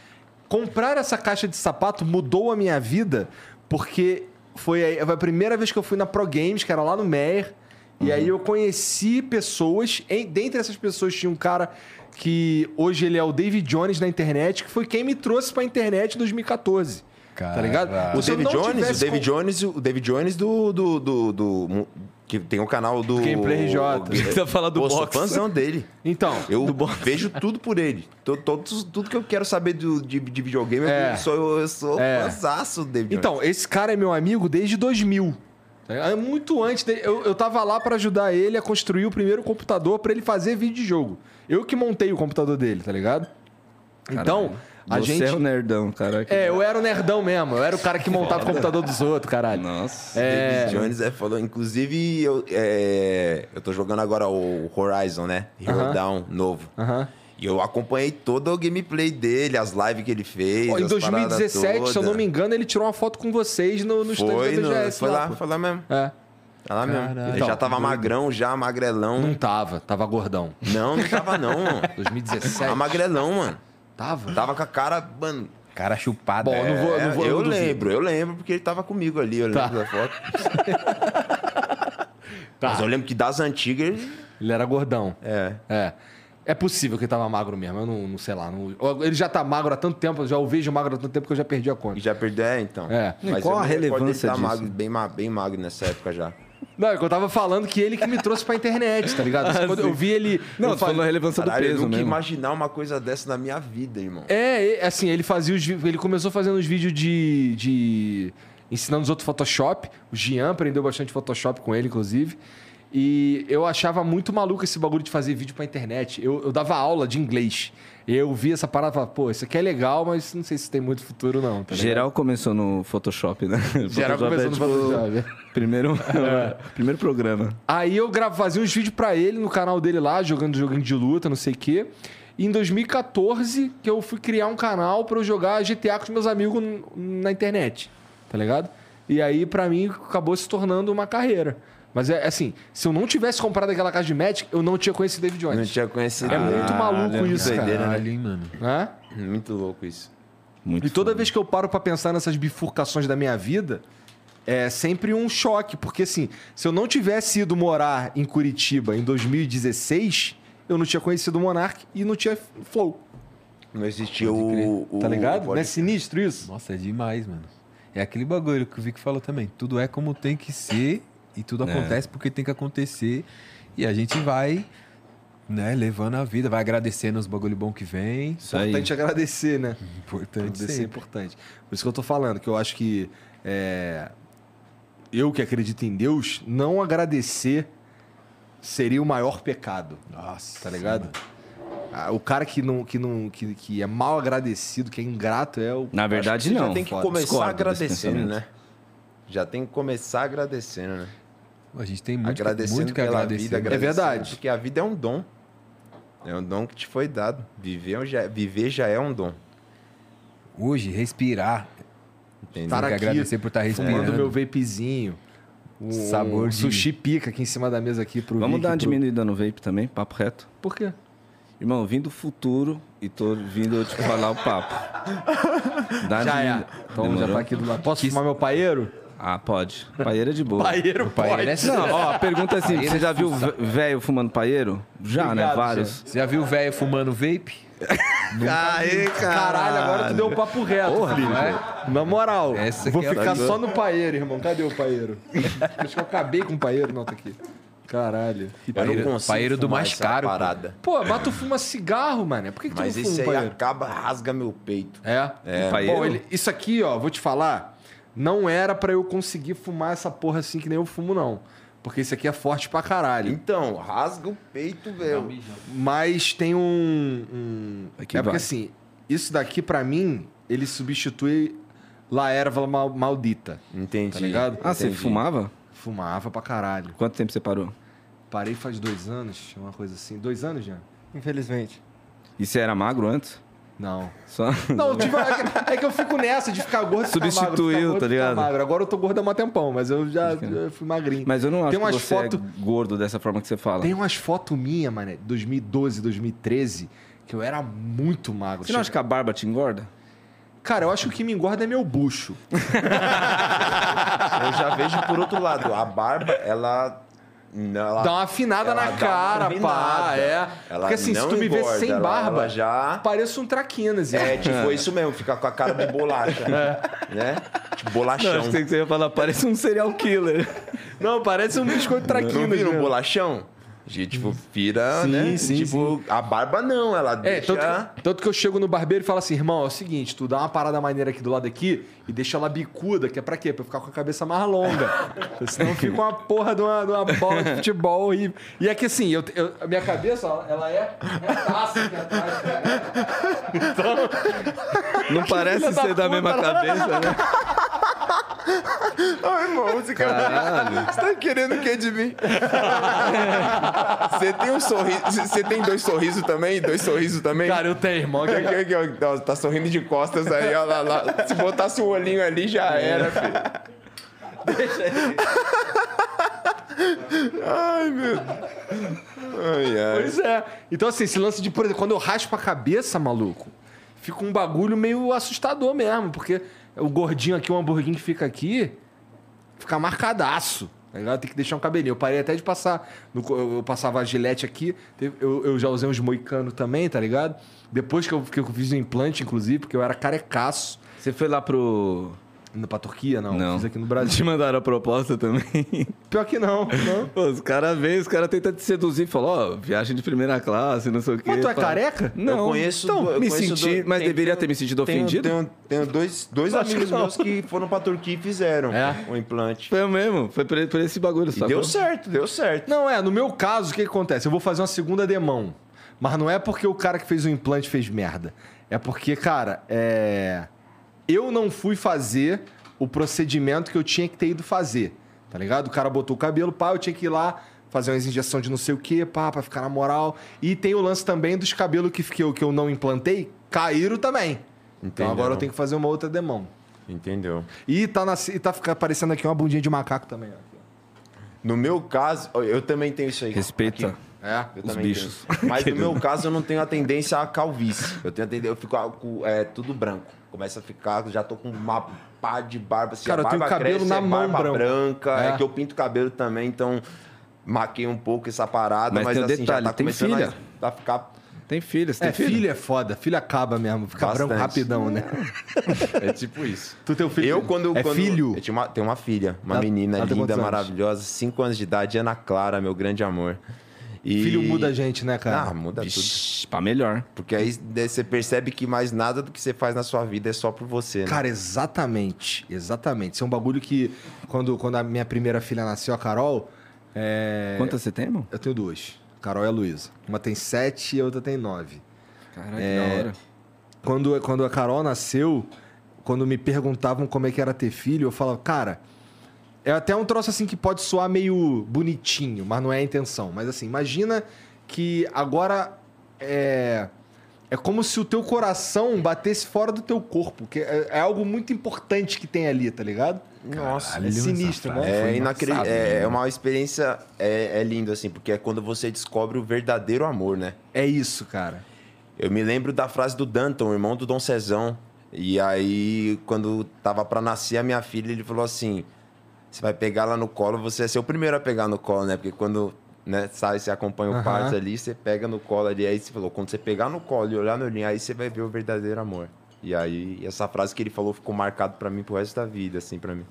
Speaker 1: Comprar essa caixa de sapato mudou a minha vida, porque foi a- foi a primeira vez que eu fui na Pro Games, que era lá no Meyer, E
Speaker 3: Uhum.
Speaker 1: aí eu conheci pessoas, em- dentre essas pessoas tinha um cara que hoje ele é o David Jones na internet, que foi quem me trouxe pra internet em 2014. Tá
Speaker 2: Caralho.
Speaker 1: ligado?
Speaker 3: O
Speaker 1: Se eu
Speaker 3: David,
Speaker 1: não
Speaker 3: Jones, o
Speaker 1: tivesse
Speaker 3: David
Speaker 1: con-
Speaker 3: Jones, o David Jones do. do, do, do- que tem o canal do.
Speaker 1: Gameplay RJ.
Speaker 5: Precisa falar do
Speaker 3: Pô,
Speaker 4: é
Speaker 3: sou
Speaker 5: boxe.
Speaker 3: fãzão dele.
Speaker 1: Então,
Speaker 3: Eu vejo tudo por ele. Tô- todos- tudo que eu quero saber do- de, de videogame, eu
Speaker 1: É.
Speaker 3: sou, eu sou
Speaker 1: É.
Speaker 3: fãzaço do David Jones.
Speaker 1: Então, esse cara é meu amigo desde 2000. tá ligado? É Muito antes, dele. eu, eu tava lá pra ajudar ele a construir o primeiro computador pra ele fazer videojogo. Eu que montei o computador dele, tá ligado? Então, a
Speaker 4: Você
Speaker 1: gente.
Speaker 4: é o nerdão, cara. que-
Speaker 1: É,
Speaker 3: né?
Speaker 1: eu era o nerdão mesmo. Eu era o cara que montava o computador dos outros, caralho.
Speaker 4: Nossa.
Speaker 1: É,
Speaker 3: David Jones é, falou, inclusive, eu, é, eu tô jogando agora o Horizon, né? Hero
Speaker 1: Aham.
Speaker 3: Down, novo.
Speaker 1: aham.
Speaker 3: E eu acompanhei todo o gameplay dele, as lives que ele fez.
Speaker 1: Ó, em
Speaker 3: as paradas
Speaker 1: 2017, se eu não
Speaker 3: todas.
Speaker 1: me engano, ele tirou uma foto com vocês no, no stand
Speaker 3: foi,
Speaker 1: da
Speaker 3: no-
Speaker 1: BGS.
Speaker 3: foi lá,
Speaker 1: pô.
Speaker 3: foi lá mesmo.
Speaker 1: É.
Speaker 3: Tá lá mesmo.
Speaker 2: Caralho.
Speaker 3: Ele
Speaker 1: Então,
Speaker 3: já tava
Speaker 2: doido.
Speaker 3: magrão, já magrelão.
Speaker 1: Não tava, tava gordão.
Speaker 3: Não, não tava não, mano.
Speaker 1: 2017.
Speaker 3: Tava magrelão, mano.
Speaker 1: Tava?
Speaker 3: Tava com a cara, mano.
Speaker 2: Cara chupada.
Speaker 1: Bom, eu não vou-
Speaker 3: tá, É,
Speaker 1: vou- eu
Speaker 3: eu
Speaker 1: não duvido.
Speaker 3: lembro, eu lembro, porque ele tava comigo ali, eu
Speaker 1: Tá.
Speaker 3: lembro da foto.
Speaker 1: Tá.
Speaker 3: Mas eu lembro que das antigas ele.
Speaker 1: Ele era gordão.
Speaker 3: É.
Speaker 1: É. É possível que ele tava magro mesmo, eu não, não sei lá. não- eu- ele já tá magro há tanto tempo, eu já o vejo magro há tanto tempo que eu já perdi a
Speaker 3: E
Speaker 1: conta.
Speaker 3: já perdeu, é, então.
Speaker 1: É.
Speaker 4: E qual
Speaker 3: eu
Speaker 4: a
Speaker 3: me recordo
Speaker 4: relevância
Speaker 3: dele tá
Speaker 4: disso?
Speaker 3: Magro, bem, ma- bem magro nessa época já.
Speaker 1: Não, é que eu tava falando que ele que me trouxe pra internet, tá ligado? Quando eu vi ele.
Speaker 4: Ah, Não,
Speaker 1: eu
Speaker 4: tu falou a relevância
Speaker 3: Caralho,
Speaker 4: do
Speaker 3: eu
Speaker 4: peso
Speaker 3: nunca
Speaker 4: mesmo.
Speaker 3: imaginar uma coisa dessa na minha vida, irmão.
Speaker 1: É, e- assim, ele fazia os vi- Ele começou fazendo os vídeos de. de- ensinando os outros Photoshop. O Gian aprendeu bastante Photoshop com ele, inclusive. E eu achava muito maluco esse bagulho de fazer vídeo pra internet. Eu, eu dava aula de inglês. E eu vi essa parada e falava, pô, isso aqui é legal, mas não sei se tem muito futuro, não. Tá ligado?
Speaker 4: Geral começou no Photoshop, né?
Speaker 1: Geral
Speaker 4: Photoshop
Speaker 1: começou no Photoshop.
Speaker 4: né?
Speaker 1: É.
Speaker 4: Primeiro, primeiro programa.
Speaker 1: Aí eu gravo, fazia uns vídeos pra ele no canal dele lá, jogando joguinho de luta, não sei o quê. E em 2014 que eu fui criar um canal pra eu jogar GTA com os meus amigos n- na internet, tá ligado? E aí pra mim acabou se tornando uma carreira. Mas é assim, se eu não tivesse comprado aquela casa de Magic, eu não tinha conhecido David
Speaker 3: Não
Speaker 1: Jones.
Speaker 3: tinha conhecido. Ah,
Speaker 1: É muito maluco
Speaker 3: que
Speaker 1: isso, cara.
Speaker 3: doideira, né?
Speaker 2: Caralho, hein, mano.
Speaker 1: Né?
Speaker 3: Muito louco isso.
Speaker 4: Muito
Speaker 1: E toda vez que eu paro pra pensar nessas bifurcações da minha vida, é sempre um choque, porque assim, se eu não tivesse ido morar em Curitiba em 2016, eu não tinha conhecido o Monark e não tinha Flow.
Speaker 3: Não existia
Speaker 2: Pode crer.
Speaker 3: o, o.
Speaker 4: Uh,
Speaker 1: Tá ligado?
Speaker 3: o-
Speaker 1: Não é sinistro isso?
Speaker 2: Nossa, é demais, mano. É aquele bagulho que o Vic falou também. Tudo é como tem que ser e tudo
Speaker 3: É.
Speaker 2: acontece porque tem que acontecer. E a gente vai, né, levando a vida, vai agradecendo os bagulho bom que vem.
Speaker 4: Isso aí.
Speaker 1: Importante agradecer, né?
Speaker 2: Importante
Speaker 1: Agradecer é
Speaker 2: sempre.
Speaker 1: importante. Por isso que eu tô falando, que eu acho que é, eu que acredito em Deus, não agradecer seria o maior pecado.
Speaker 2: Nossa,
Speaker 1: tá ligado?
Speaker 2: mano.
Speaker 1: Ah, o cara que não, que não que, que é mal agradecido, que é ingrato, é o.
Speaker 4: Na verdade,
Speaker 3: Você
Speaker 4: não.
Speaker 3: Já tem que
Speaker 1: foda.
Speaker 3: começar
Speaker 4: Discordo desse
Speaker 3: agradecendo,
Speaker 4: pensamento.
Speaker 3: né? Já tem que começar agradecendo, né?
Speaker 2: A gente tem muito, que,
Speaker 3: agradecendo
Speaker 2: muito que
Speaker 3: pela
Speaker 2: agradecer.
Speaker 3: vida.
Speaker 2: mano.
Speaker 3: agradecendo,
Speaker 1: É verdade.
Speaker 3: Porque a vida é um dom. É um dom que te foi dado. Viver é um- já, viver já é um dom.
Speaker 2: Hoje, respirar.
Speaker 3: Entendeu?
Speaker 1: Estar
Speaker 2: tem que
Speaker 1: aqui,
Speaker 2: agradecer por estar
Speaker 1: Fumando
Speaker 4: é,
Speaker 2: respirando.
Speaker 4: né?
Speaker 1: meu vapezinho. Um
Speaker 2: Sabor de-
Speaker 1: sushi pica aqui em cima da mesa aqui pro
Speaker 4: Vamos
Speaker 1: Vic,
Speaker 4: dar uma
Speaker 1: pro-
Speaker 4: diminuída no vape também, papo reto.
Speaker 1: Por quê?
Speaker 4: Irmão, vim do futuro e tô vindo te falar o papo. Dá
Speaker 1: Já é.
Speaker 4: diminuída.
Speaker 1: Então já
Speaker 4: Demorou?
Speaker 1: tá aqui do lado. Posso fumar meu paeiro?
Speaker 4: Ah, pode. Paeira é de boa.
Speaker 1: Paeiro,
Speaker 2: Paeiro é
Speaker 1: pode.
Speaker 4: Não, ó, a pergunta é assim, você já viu ve- velho fumando paeiro? Já, né?
Speaker 1: Obrigado,
Speaker 4: Vários.
Speaker 2: Você já viu o velho fumando vape?
Speaker 3: Aê,
Speaker 1: Caralho, agora tu deu um papo reto, filho. né? Na moral,
Speaker 2: Essa
Speaker 1: vou
Speaker 2: que é a
Speaker 1: ficar só no paeiro, irmão. Cadê o paeiro? Acho que eu acabei com o paeiro, não, tá aqui. Caralho.
Speaker 3: Eu não
Speaker 2: Paeiro-
Speaker 3: consigo
Speaker 2: paeiro do
Speaker 3: fumar
Speaker 2: mais
Speaker 3: essa
Speaker 2: caro, pô.
Speaker 3: é Parada.
Speaker 1: Pô, mas tu fuma cigarro, mano. Por que, que tu
Speaker 3: Mas
Speaker 1: não fuma
Speaker 3: esse
Speaker 1: um
Speaker 3: aí é
Speaker 1: paeiro?
Speaker 3: acaba, rasga meu peito.
Speaker 1: É?
Speaker 4: É.
Speaker 1: Bom,
Speaker 4: Paeiro?
Speaker 1: ele- isso aqui, ó, vou te falar, não era pra eu conseguir fumar essa porra assim que nem eu fumo, não. Porque isso aqui é forte pra caralho.
Speaker 3: Então, rasga o peito, velho.
Speaker 1: Mas tem um. um-
Speaker 4: Aqui
Speaker 1: é porque
Speaker 4: vai.
Speaker 1: assim, isso daqui pra mim, ele substitui La Erva mal- Maldita.
Speaker 3: Entendi.
Speaker 1: Tá ligado?
Speaker 4: Ah, você
Speaker 3: Entendi.
Speaker 4: fumava?
Speaker 1: Fumava pra caralho.
Speaker 4: Quanto tempo você parou?
Speaker 1: Parei faz dois anos, uma coisa assim. Dois anos, já?
Speaker 5: Infelizmente.
Speaker 4: E você era magro antes?
Speaker 1: Não.
Speaker 4: Só...
Speaker 1: Não, tipo, é, que, é que eu fico nessa de ficar gordo e ficar magro, ficar
Speaker 4: Substituiu,
Speaker 1: gordo e
Speaker 4: tá
Speaker 1: ficar
Speaker 4: ligado?
Speaker 1: magro. Agora eu tô gordo há um tempão, mas eu já, já fui magrinho.
Speaker 4: Mas eu não acho
Speaker 1: Tem umas
Speaker 4: que você
Speaker 1: foto-
Speaker 4: é gordo dessa forma que você fala.
Speaker 1: Tem umas fotos minhas, mané, 2012, 2013, que eu era muito magro.
Speaker 4: Você não acha
Speaker 1: Chega-
Speaker 4: que a barba te engorda?
Speaker 1: Cara, eu acho que o que me engorda é meu bucho.
Speaker 3: Eu já vejo por outro lado. A barba, ela Não, ela-
Speaker 1: Dá uma afinada
Speaker 3: ela
Speaker 1: na
Speaker 3: dá uma
Speaker 1: cara, pá.
Speaker 3: afinada.
Speaker 1: É.
Speaker 3: Ela
Speaker 1: Porque assim, se
Speaker 3: não
Speaker 1: tu me vê
Speaker 3: engorda,
Speaker 1: sem
Speaker 3: ela-
Speaker 1: barba,
Speaker 3: ela já-
Speaker 1: pareço um traquinas.
Speaker 3: É,
Speaker 1: É.
Speaker 3: tipo, isso mesmo, ficar com a cara de bolacha. né? Tipo,
Speaker 4: Não,
Speaker 3: bolachão.
Speaker 4: acho que você ia falar, parece um serial killer.
Speaker 1: Não, parece um biscoito
Speaker 3: não
Speaker 1: traquinas.
Speaker 3: viram um
Speaker 1: mesmo.
Speaker 3: bolachão? Que, Tipo, vira,
Speaker 1: Sim,
Speaker 3: né?
Speaker 1: sim,
Speaker 3: tipo, a barba não, ela
Speaker 1: É,
Speaker 3: deixa...
Speaker 1: tanto que, tanto que eu chego no barbeiro e falo assim, irmão, é o seguinte, tu dá uma parada maneira aqui do lado aqui e deixa ela bicuda, que é pra quê? Pra eu ficar com a cabeça mais longa. Porque Senão fica uma porra de uma, de uma bola de futebol horrível. E é que assim, eu, eu- a minha cabeça, ela- ela é retaça aqui atrás, né? cara.
Speaker 4: Não parece
Speaker 1: Filha da
Speaker 4: ser da,
Speaker 1: puta.
Speaker 4: mesma cabeça, né?
Speaker 3: Ai, irmão, você, você tá querendo o que de mim? você tem um sorriso... Você tem dois sorrisos também? Dois sorrisos também? É
Speaker 1: Cara, eu tenho, irmão. que-
Speaker 3: Aqui, aqui, ó. Nossa, tá sorrindo de costas aí, ó lá, lá. Se botasse o olhinho ali, já
Speaker 1: É.
Speaker 3: era, filho. Deixa aí. Ai, meu Deus. Ai, ai.
Speaker 1: Pois é. Então, assim, esse lance de, por exemplo, quando eu raspo a cabeça, maluco, fica um bagulho meio assustador mesmo, porque o gordinho aqui, o hamburguinho que fica aqui, fica marcadaço. Tá ligado? Tem que deixar um cabelinho. Eu parei até de passar. no co- eu eu passava a gilete aqui. teve- Eu, eu já usei uns moicano também, tá ligado? Depois que eu, que eu fiz o implante, inclusive, porque eu era carecaço.
Speaker 4: Você foi lá pro...
Speaker 1: Indo pra Turquia, não.
Speaker 4: Não.
Speaker 1: Fiz aqui no Brasil.
Speaker 4: Te mandaram a proposta também.
Speaker 1: Pior que não. não.
Speaker 4: Pô, os caras vêm, os caras tentam te seduzir. Falam, ó, viagem de primeira classe, não sei o quê.
Speaker 1: Mas tu é
Speaker 4: Fala,
Speaker 1: careca?
Speaker 4: Não.
Speaker 3: Eu conheço
Speaker 4: então,
Speaker 3: do- eu
Speaker 4: me
Speaker 3: conheço
Speaker 4: senti,
Speaker 3: do-
Speaker 4: mas
Speaker 3: tem- um-
Speaker 4: deveria ter me sentido
Speaker 3: Tenho,
Speaker 4: ofendido?
Speaker 3: tenho, tenho dois, dois
Speaker 4: Acho que
Speaker 3: amigos
Speaker 4: não.
Speaker 3: meus que foram pra Turquia e fizeram
Speaker 1: É?
Speaker 3: o implante.
Speaker 4: Foi mesmo, foi por, por esse bagulho,
Speaker 3: E
Speaker 4: sabe?
Speaker 3: deu certo, deu certo.
Speaker 1: Não, é, no meu caso, o que, que acontece? Eu vou fazer uma segunda demão. Mas não é porque o cara que fez o implante fez merda. É porque, cara, é. Eu não fui fazer o procedimento que eu tinha que ter ido fazer. Tá ligado? O cara botou o cabelo, pá, eu tinha que ir lá fazer umas injeção de não sei o quê, pá, pra ficar na moral. E tem o lance também dos cabelos que, fiquei- que eu não implantei, caíram também. Então
Speaker 3: Entendeu.
Speaker 1: agora eu tenho que fazer uma outra demão.
Speaker 3: Entendeu?
Speaker 1: E tá, nas- e tá fica- aparecendo aqui uma bundinha de macaco também. ó.
Speaker 3: No meu caso, ó, eu também tenho isso aí.
Speaker 4: Respeita.
Speaker 3: Aqui.
Speaker 1: É.
Speaker 3: Eu
Speaker 4: Os
Speaker 3: também
Speaker 4: bichos.
Speaker 3: tenho. Mas no meu caso, eu não tenho a tendência à calvície. Eu tenho a tendência, eu fico ah, com, é, tudo branco. Começa a ficar, já tô com uma pá de barba. Se
Speaker 1: Cara,
Speaker 3: a
Speaker 1: eu tenho
Speaker 3: barba
Speaker 1: cabelo
Speaker 3: cresce,
Speaker 1: na
Speaker 3: é
Speaker 1: mão
Speaker 3: barba
Speaker 1: branco.
Speaker 3: branca. É.
Speaker 1: É.
Speaker 3: que eu pinto cabelo também, então maquei um pouco essa parada.
Speaker 4: Mas
Speaker 3: Mas,
Speaker 4: tem um
Speaker 3: assim,
Speaker 4: detalhe,
Speaker 3: já tá
Speaker 4: tem
Speaker 3: começando
Speaker 4: filha.
Speaker 3: A, a ficar...
Speaker 4: Tem filha, você
Speaker 1: É,
Speaker 4: tem filha?
Speaker 1: filho é foda. Filho acaba mesmo. Fica
Speaker 3: Bastante.
Speaker 1: branco rapidão, né?
Speaker 3: É tipo isso.
Speaker 1: Tu tem um filho?
Speaker 3: Eu, quando...
Speaker 1: É
Speaker 3: quando-
Speaker 1: filho?
Speaker 3: Eu tinha uma, tenho uma filha, uma
Speaker 1: Ela-
Speaker 3: menina
Speaker 1: ela tem
Speaker 3: linda,
Speaker 1: quantos anos?
Speaker 3: maravilhosa. Cinco anos de idade, Ana Clara, meu grande amor. E-
Speaker 1: Filho muda a gente, né, cara?
Speaker 3: É Ah, muda tudo.
Speaker 4: Vixe, pra Tá melhor.
Speaker 3: Porque aí daí você percebe que mais nada do que você faz na sua vida é só por você, né?
Speaker 1: Cara, exatamente. Exatamente. Isso é um bagulho que, quando, quando a minha primeira filha nasceu, a Carol, é,
Speaker 4: Quantas você tem, irmão?
Speaker 1: eu tenho duas. Carol e a Luísa. Uma tem sete e a outra tem nove.
Speaker 4: Caralho, da hora.
Speaker 1: quando, quando a Carol nasceu, quando me perguntavam como é que era ter filho, eu falava, cara, é até um troço assim que pode soar meio bonitinho, mas não é a intenção. Mas assim, imagina que agora é. É como se o teu coração batesse fora do teu corpo, que é, é algo muito importante que tem ali, tá ligado?
Speaker 3: Nossa.
Speaker 1: é sinistro, né?
Speaker 3: É,
Speaker 2: Foi
Speaker 3: inacre-
Speaker 2: embaçado,
Speaker 3: é,
Speaker 2: né?
Speaker 3: é uma experiência, é, é lindo assim, porque é quando você descobre o verdadeiro amor, né?
Speaker 1: É isso, cara.
Speaker 3: Eu me lembro da frase do Danton, irmão do Dom Cezão. E aí, quando tava pra nascer a minha filha, ele falou assim: você vai pegar lá no colo, você é ser o primeiro a pegar no colo, né? Porque quando né, sai, você acompanha o
Speaker 1: Aham.
Speaker 3: parto ali, você pega no colo ali. Aí você falou: quando você pegar no colo e olhar no olhinho, aí você vai ver o verdadeiro amor. E aí, essa frase que ele falou ficou marcado pra mim pro resto da vida, assim, pra mim.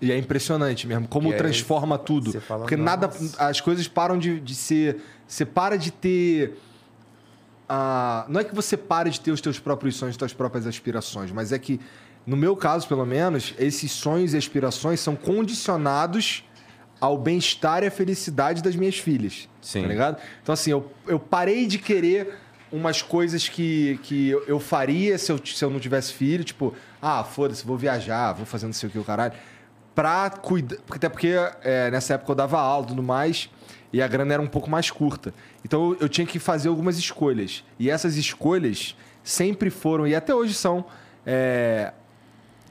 Speaker 1: E é impressionante mesmo, como
Speaker 3: E aí
Speaker 1: transforma tudo.
Speaker 3: você fala,
Speaker 1: Porque nada.
Speaker 3: "Nossa."
Speaker 1: As coisas param de, de ser. Você para de ter. ah, não é que você pare de ter os teus próprios sonhos, suas próprias aspirações, mas é que, no meu caso, pelo menos, esses sonhos e aspirações são condicionados ao bem-estar e à felicidade das minhas filhas.
Speaker 3: Sim.
Speaker 1: Tá ligado? Então, assim, eu, eu parei de querer umas coisas que, que eu, eu faria se eu, t- se eu não tivesse filho, tipo, ah, foda-se, vou viajar, vou fazer não sei o que o caralho. Pra cuidar. porque- Até porque é, nessa época eu dava aula e tudo mais, e a grana era um pouco mais curta. Então eu, eu tinha que fazer algumas escolhas. E essas escolhas sempre foram, e até hoje são, é,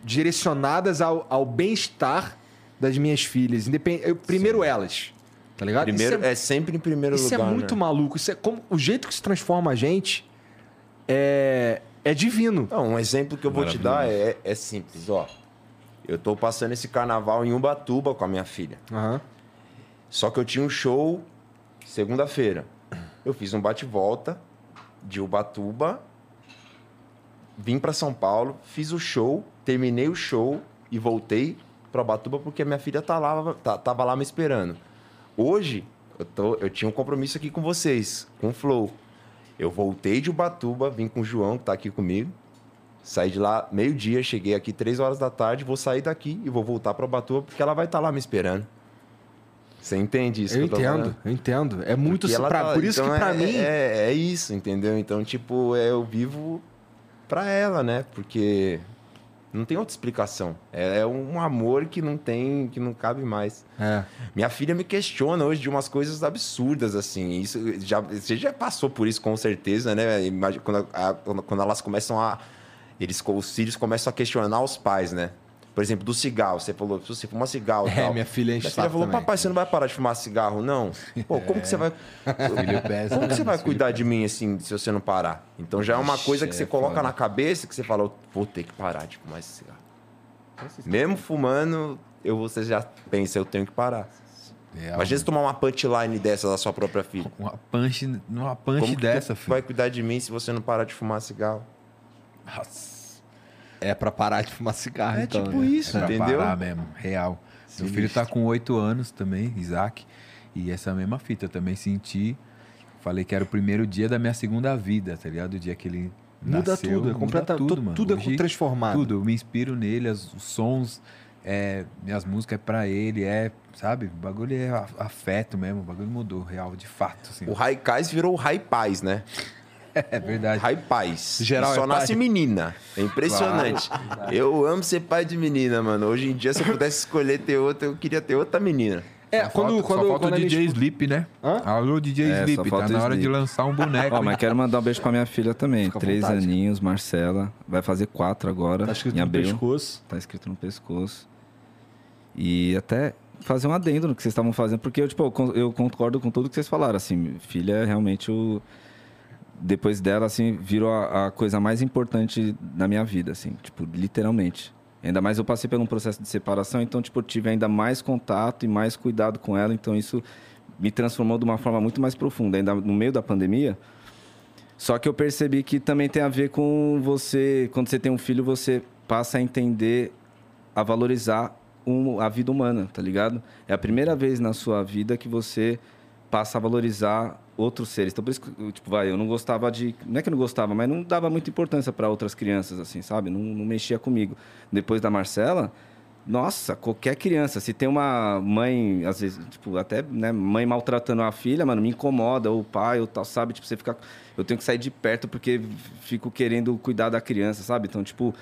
Speaker 1: direcionadas ao, ao bem-estar das minhas filhas. Independ... eu- Primeiro elas. Tá ligado? Isso
Speaker 3: Primeiro,
Speaker 1: é
Speaker 3: é... sempre em primeiro
Speaker 1: isso
Speaker 3: lugar.
Speaker 1: é muito
Speaker 3: né?
Speaker 1: maluco. Isso é como o jeito que se transforma a gente é é divino.
Speaker 3: Não, um exemplo que eu vou te dar é, é simples, ó. Eu tô passando esse carnaval em Ubatuba com a minha filha.
Speaker 1: Aham.
Speaker 3: Só que eu tinha um show segunda-feira. Eu fiz um bate-volta de Ubatuba, vim pra São Paulo, fiz o show, terminei o show e voltei pra Ubatuba porque a minha filha tá lá, tá- tava lá me esperando. Hoje, eu, tô- eu tinha um compromisso aqui com vocês, com o Flow. Eu voltei de Ubatuba, vim com o João, que tá aqui comigo. Saí de lá meio-dia, cheguei aqui três horas da tarde, vou sair daqui e vou voltar pra Ubatuba porque ela vai estar lá me esperando. Você entende isso?
Speaker 1: eu
Speaker 3: que tô falando?
Speaker 1: entendo, eu entendo. É muito.
Speaker 3: Porque ela
Speaker 1: pra-
Speaker 3: tá-
Speaker 1: por isso
Speaker 3: então
Speaker 1: que pra
Speaker 3: é,
Speaker 1: mim.
Speaker 3: É, é isso, entendeu? Então, tipo, é, eu vivo pra ela, né? Porque não tem outra explicação. É, é um amor que não tem, que não cabe mais.
Speaker 1: É.
Speaker 3: Minha filha me questiona hoje de umas coisas absurdas, assim. Isso já, você já passou por isso, com certeza, né? Imagina, quando, a- quando- quando elas começam a. Eles, os filhos começam a questionar os pais, né? Por exemplo, do cigarro. Você falou, se você fuma cigarro.
Speaker 1: É,
Speaker 3: tal.
Speaker 1: minha filha enche
Speaker 3: Minha filha
Speaker 1: saco
Speaker 3: falou,
Speaker 1: também.
Speaker 3: papai, você não vai parar de fumar cigarro, não? Pô, como que você vai.
Speaker 2: É. Filho pesa,
Speaker 3: Como que você
Speaker 2: né?
Speaker 3: vai
Speaker 2: Filho
Speaker 3: cuidar de mim assim se você não parar? Então já é uma
Speaker 4: Ixi,
Speaker 3: coisa que você
Speaker 4: é
Speaker 3: coloca
Speaker 4: foda.
Speaker 3: na cabeça que você fala, eu vou ter que parar de fumar esse cigarro. Mesmo fumando, eu, você já pensa, eu tenho que parar.
Speaker 2: É,
Speaker 3: Imagina se tomar uma punchline dessa da sua própria filha.
Speaker 2: Uma punch, uma
Speaker 3: Como
Speaker 2: punch
Speaker 3: que
Speaker 2: dessa,
Speaker 3: tu
Speaker 2: filho.
Speaker 3: vai cuidar de mim se você não parar de fumar cigarro?
Speaker 2: Nossa,
Speaker 1: É pra parar de fumar cigarro,
Speaker 3: É
Speaker 1: então.
Speaker 3: tipo
Speaker 1: né?
Speaker 3: isso,
Speaker 2: pra
Speaker 3: entendeu?
Speaker 2: parar mesmo, real. Meu filho tá com oito anos também, Isaac. E essa mesma fita, eu também senti. Falei que era o primeiro dia da minha segunda vida, tá ligado? O dia que ele
Speaker 1: Muda
Speaker 2: nasceu,
Speaker 1: tudo, é completa,
Speaker 2: tudo,
Speaker 1: tu-
Speaker 2: mano.
Speaker 1: tudo
Speaker 2: Hoje-
Speaker 1: é transformado.
Speaker 2: Tudo, eu me inspiro nele, as- os sons, é, minhas músicas é pra ele, é, sabe? O bagulho é a- afeto mesmo, o bagulho mudou, real, de fato, assim.
Speaker 3: O Raikais virou o Raipaz, né?
Speaker 2: É verdade.
Speaker 3: Raipaz.
Speaker 1: Geral
Speaker 3: E Só
Speaker 1: é pai?
Speaker 3: nasce menina. É impressionante. Eu amo ser pai de menina, mano. Hoje em dia, se eu pudesse escolher ter outra, eu queria ter outra menina.
Speaker 1: É,
Speaker 2: Só
Speaker 1: quando,
Speaker 2: falta-
Speaker 1: quando,
Speaker 2: só falta
Speaker 1: quando
Speaker 2: o
Speaker 1: a
Speaker 2: DJ
Speaker 1: minha
Speaker 2: Sleep, né?
Speaker 1: Hã?
Speaker 2: Alô, DJ
Speaker 4: É, só
Speaker 2: Sleep, tá
Speaker 4: falta
Speaker 2: na
Speaker 4: o
Speaker 2: hora de
Speaker 4: Sleep.
Speaker 2: lançar um boneco.
Speaker 4: Ó, mas
Speaker 2: hein?
Speaker 4: quero mandar um beijo pra minha filha também.
Speaker 1: É, Fica à
Speaker 4: Três
Speaker 1: vontade.
Speaker 4: aninhos, Marcela. Vai fazer quatro agora.
Speaker 1: Tá escrito
Speaker 4: em
Speaker 1: no
Speaker 4: abril.
Speaker 1: pescoço.
Speaker 4: Tá escrito no pescoço. E até fazer um adendo no que vocês estavam fazendo, porque eu, tipo, eu con- eu concordo com tudo que vocês falaram. Assim, filha é realmente o. Depois dela, assim, virou a, a coisa mais importante da minha vida, assim, tipo, literalmente. Ainda mais eu passei por um processo de separação, então, tipo, eu tive ainda mais contato e mais cuidado com ela, então isso me transformou de uma forma muito mais profunda. Ainda no meio da pandemia, só que eu percebi que também tem a ver com você. Quando você tem um filho, você passa a entender, a valorizar um- a vida humana, tá ligado? É a primeira vez na sua vida que você passa a valorizar outros seres. Então, por isso que, eu, tipo, vai, eu não gostava de. Não é que eu não gostava, mas não dava muita importância para outras crianças, assim, sabe? Não, não mexia comigo. Depois da Marcela. Nossa, qualquer criança, se tem uma mãe, às vezes, tipo, até, né, mãe maltratando a filha, mano, me incomoda, ou o pai, ou tal, sabe? Tipo, você fica eu tenho que sair de perto porque fico querendo cuidar da criança, sabe? Então, tipo,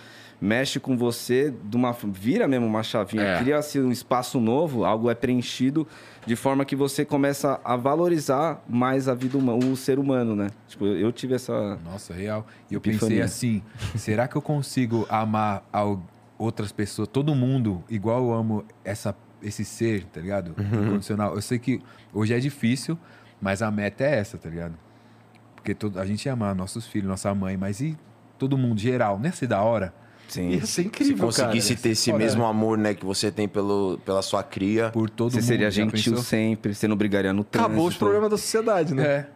Speaker 4: mexe com você de uma vira mesmo uma chavinha,
Speaker 1: É.
Speaker 4: cria-se um espaço novo, algo é preenchido de forma que você começa a valorizar mais a vida humana, o ser humano, né? Tipo, eu, eu tive essa
Speaker 2: Nossa, real. E eu pensei
Speaker 4: Epifania.
Speaker 2: assim: será que eu consigo amar al- outras pessoas, todo mundo, igual eu amo essa, esse ser, tá ligado?
Speaker 1: Uhum.
Speaker 2: Incondicional. Eu sei que hoje é difícil, mas a meta é essa, tá ligado? Porque todo, a gente ama nossos filhos, nossa mãe, mas e todo mundo geral? Não ia ser da hora?
Speaker 4: sim.
Speaker 1: Ia ser
Speaker 3: Se
Speaker 1: é incrível, cara.
Speaker 3: conseguisse ter esse
Speaker 1: Olha,
Speaker 3: mesmo amor, né, que você tem pelo, pela sua cria.
Speaker 2: Por todo
Speaker 4: Você
Speaker 2: mundo.
Speaker 4: seria
Speaker 2: já
Speaker 4: gentil
Speaker 2: pensou?
Speaker 4: sempre, você não brigaria no trânsito.
Speaker 1: Acabou os problemas da sociedade, né?
Speaker 2: É.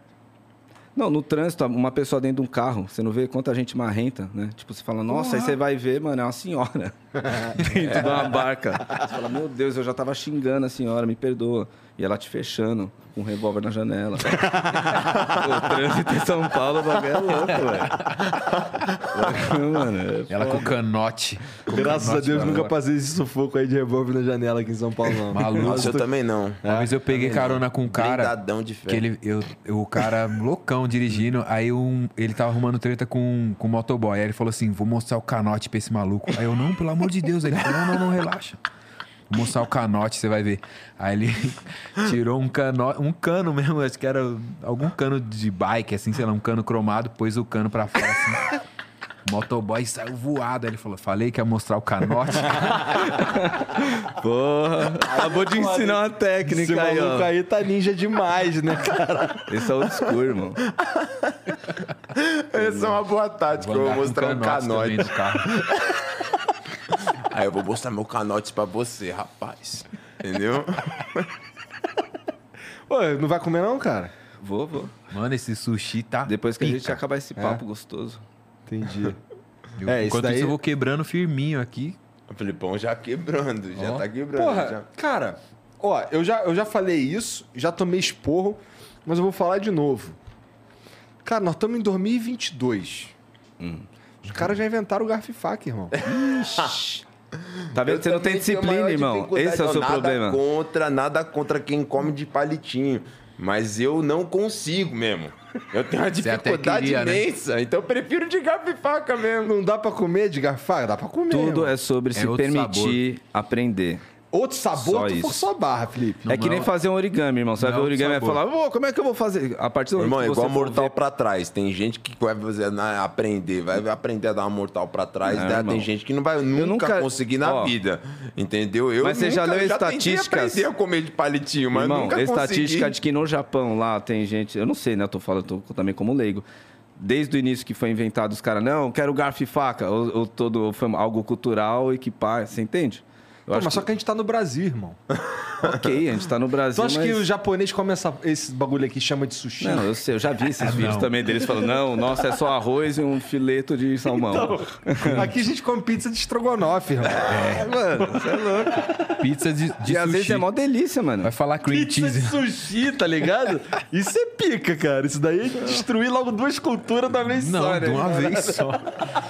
Speaker 4: Não, no trânsito, uma pessoa dentro de um carro, você não vê quanta gente marrenta, né? Tipo, você fala, nossa, aí você vai ver, mano, é uma senhora dentro de uma barca. Você fala, meu Deus, eu já tava xingando a senhora, me perdoa. E ela te fechando com um revólver na janela. o trânsito em São Paulo, o bagulho é louco, velho. mano, é
Speaker 2: Ela com canote. Com
Speaker 1: Graças a
Speaker 2: canote,
Speaker 1: Deus,
Speaker 2: mano.
Speaker 1: nunca passei esse sufoco aí de revólver na janela aqui em São Paulo, não.
Speaker 2: Maluco.
Speaker 3: Nossa, eu também não.
Speaker 2: Uma vez eu
Speaker 4: é,
Speaker 2: peguei carona com um cara.
Speaker 3: Blindadão de ferro.
Speaker 2: Que ele, eu, eu- o cara loucão dirigindo, aí um, ele tava arrumando treta com, com o motoboy. Aí ele falou assim: vou mostrar o canote pra esse maluco. Aí eu, não, pelo amor de Deus. Ele falou: não, não, não, relaxa. Vou mostrar o canote, você vai ver. Aí ele tirou um cano, um cano mesmo, acho que era algum cano de bike, assim, sei lá, um cano cromado, pôs o cano pra fora assim. O motoboy saiu voado. Aí ele falou: falei que ia mostrar o canote.
Speaker 4: Porra, acabou de ensinar uma
Speaker 1: Esse
Speaker 4: técnica aí,
Speaker 1: maluco
Speaker 4: ó.
Speaker 1: aí tá ninja demais, né, cara?
Speaker 4: Esse é o discurso, irmão.
Speaker 3: Essa é uma boa tática. Eu vou
Speaker 2: andar com
Speaker 3: mostrar um
Speaker 2: também
Speaker 3: canote.
Speaker 2: do carro.
Speaker 3: Aí eu vou mostrar meu canote pra você, rapaz. Entendeu?
Speaker 1: Pô, não vai comer não, cara?
Speaker 4: Vou, vou.
Speaker 2: Mano, esse sushi tá.
Speaker 4: Depois que a gente
Speaker 2: pica.
Speaker 4: acabar esse
Speaker 3: É.
Speaker 4: papo gostoso.
Speaker 1: Entendi.
Speaker 2: Eu-
Speaker 1: É, isso
Speaker 2: Enquanto
Speaker 1: daí-
Speaker 2: isso, eu vou quebrando firminho aqui.
Speaker 3: O Filipão já quebrando, já
Speaker 2: Ó.
Speaker 3: tá quebrando.
Speaker 1: Porra,
Speaker 3: já.
Speaker 1: cara, ó, eu já, eu já falei isso, já tomei esporro, mas eu vou falar de novo. Cara, nós estamos em 2022.
Speaker 4: Hum.
Speaker 1: Os caras já inventaram o garfo e faca, irmão.
Speaker 3: Ah.
Speaker 4: Tá vendo?
Speaker 3: Eu
Speaker 4: que Você não
Speaker 3: também
Speaker 4: tem
Speaker 3: tenho
Speaker 4: disciplina,
Speaker 3: maior
Speaker 4: irmão.
Speaker 3: dificuldade,
Speaker 4: Esse é o
Speaker 3: eu
Speaker 4: seu
Speaker 3: nada
Speaker 4: problema.
Speaker 3: Contra, nada contra quem come de palitinho. Mas eu não consigo mesmo. Eu tenho uma
Speaker 2: até
Speaker 3: dificuldade
Speaker 2: queria, né?
Speaker 3: imensa. Então eu prefiro de garfo e faca mesmo.
Speaker 1: não dá pra comer de garfo e faca? Dá pra comer.
Speaker 4: Tudo
Speaker 1: irmão.
Speaker 4: é sobre
Speaker 2: É
Speaker 4: se
Speaker 2: outro
Speaker 4: permitir aprender.
Speaker 1: Outro
Speaker 4: só
Speaker 1: sabor, tu
Speaker 4: isso.
Speaker 1: forçou a barra, Felipe.
Speaker 4: é que nem fazer um origami, irmão. Você vai
Speaker 2: Não é
Speaker 4: ver o
Speaker 2: outro
Speaker 4: origami e vai
Speaker 2: sabor.
Speaker 4: falar, "Ô, como é que eu vou fazer? A partir do momento
Speaker 3: Irmão, é
Speaker 4: que você
Speaker 3: igual
Speaker 4: for
Speaker 3: mortal
Speaker 4: ver-
Speaker 3: pra trás. Tem gente que vai fazer, na- aprender, vai aprender a dar uma mortal pra trás.
Speaker 4: Não,
Speaker 3: né?
Speaker 4: irmão.
Speaker 3: Tem gente que não vai nunca,
Speaker 4: nunca-
Speaker 3: conseguir na
Speaker 4: Ó.
Speaker 3: vida. Entendeu? Eu
Speaker 4: Mas você
Speaker 3: nunca-
Speaker 4: já leu
Speaker 3: eu tentei
Speaker 4: estatísticas?
Speaker 3: aprender a comer de palitinho, mas
Speaker 4: irmão,
Speaker 3: nunca
Speaker 4: a
Speaker 3: consegui.
Speaker 4: estatística de que no Japão lá tem gente... Eu não sei, né? Eu tô falando eu tô também como leigo. Desde o início que foi inventado, os caras, não, quero garfo e faca. Ou, ou todo, ou foi algo cultural e que pá, você entende? Eu
Speaker 1: Pô,
Speaker 4: acho
Speaker 1: mas só que a gente tá no Brasil, irmão.
Speaker 4: que, ok, a gente tá no Brasil,
Speaker 1: Tu acha
Speaker 4: mas...
Speaker 1: que o japonês come essa- esse bagulho aqui e chama de sushi?
Speaker 4: Não, eu sei, eu já vi esses vídeos também deles falando, não, nossa, é só arroz e um fileto de salmão.
Speaker 1: Aqui a gente come pizza de estrogonofe, irmão. É, mano.
Speaker 2: Pizza de, de
Speaker 4: e às vezes
Speaker 2: sushi.
Speaker 4: é mó delícia, mano.
Speaker 2: Vai falar cream cheese.
Speaker 1: sushi, tá ligado? Isso é pica, cara. Isso daí é destruir logo duas culturas da vez né,
Speaker 2: Não, de uma
Speaker 4: né?
Speaker 2: vez só.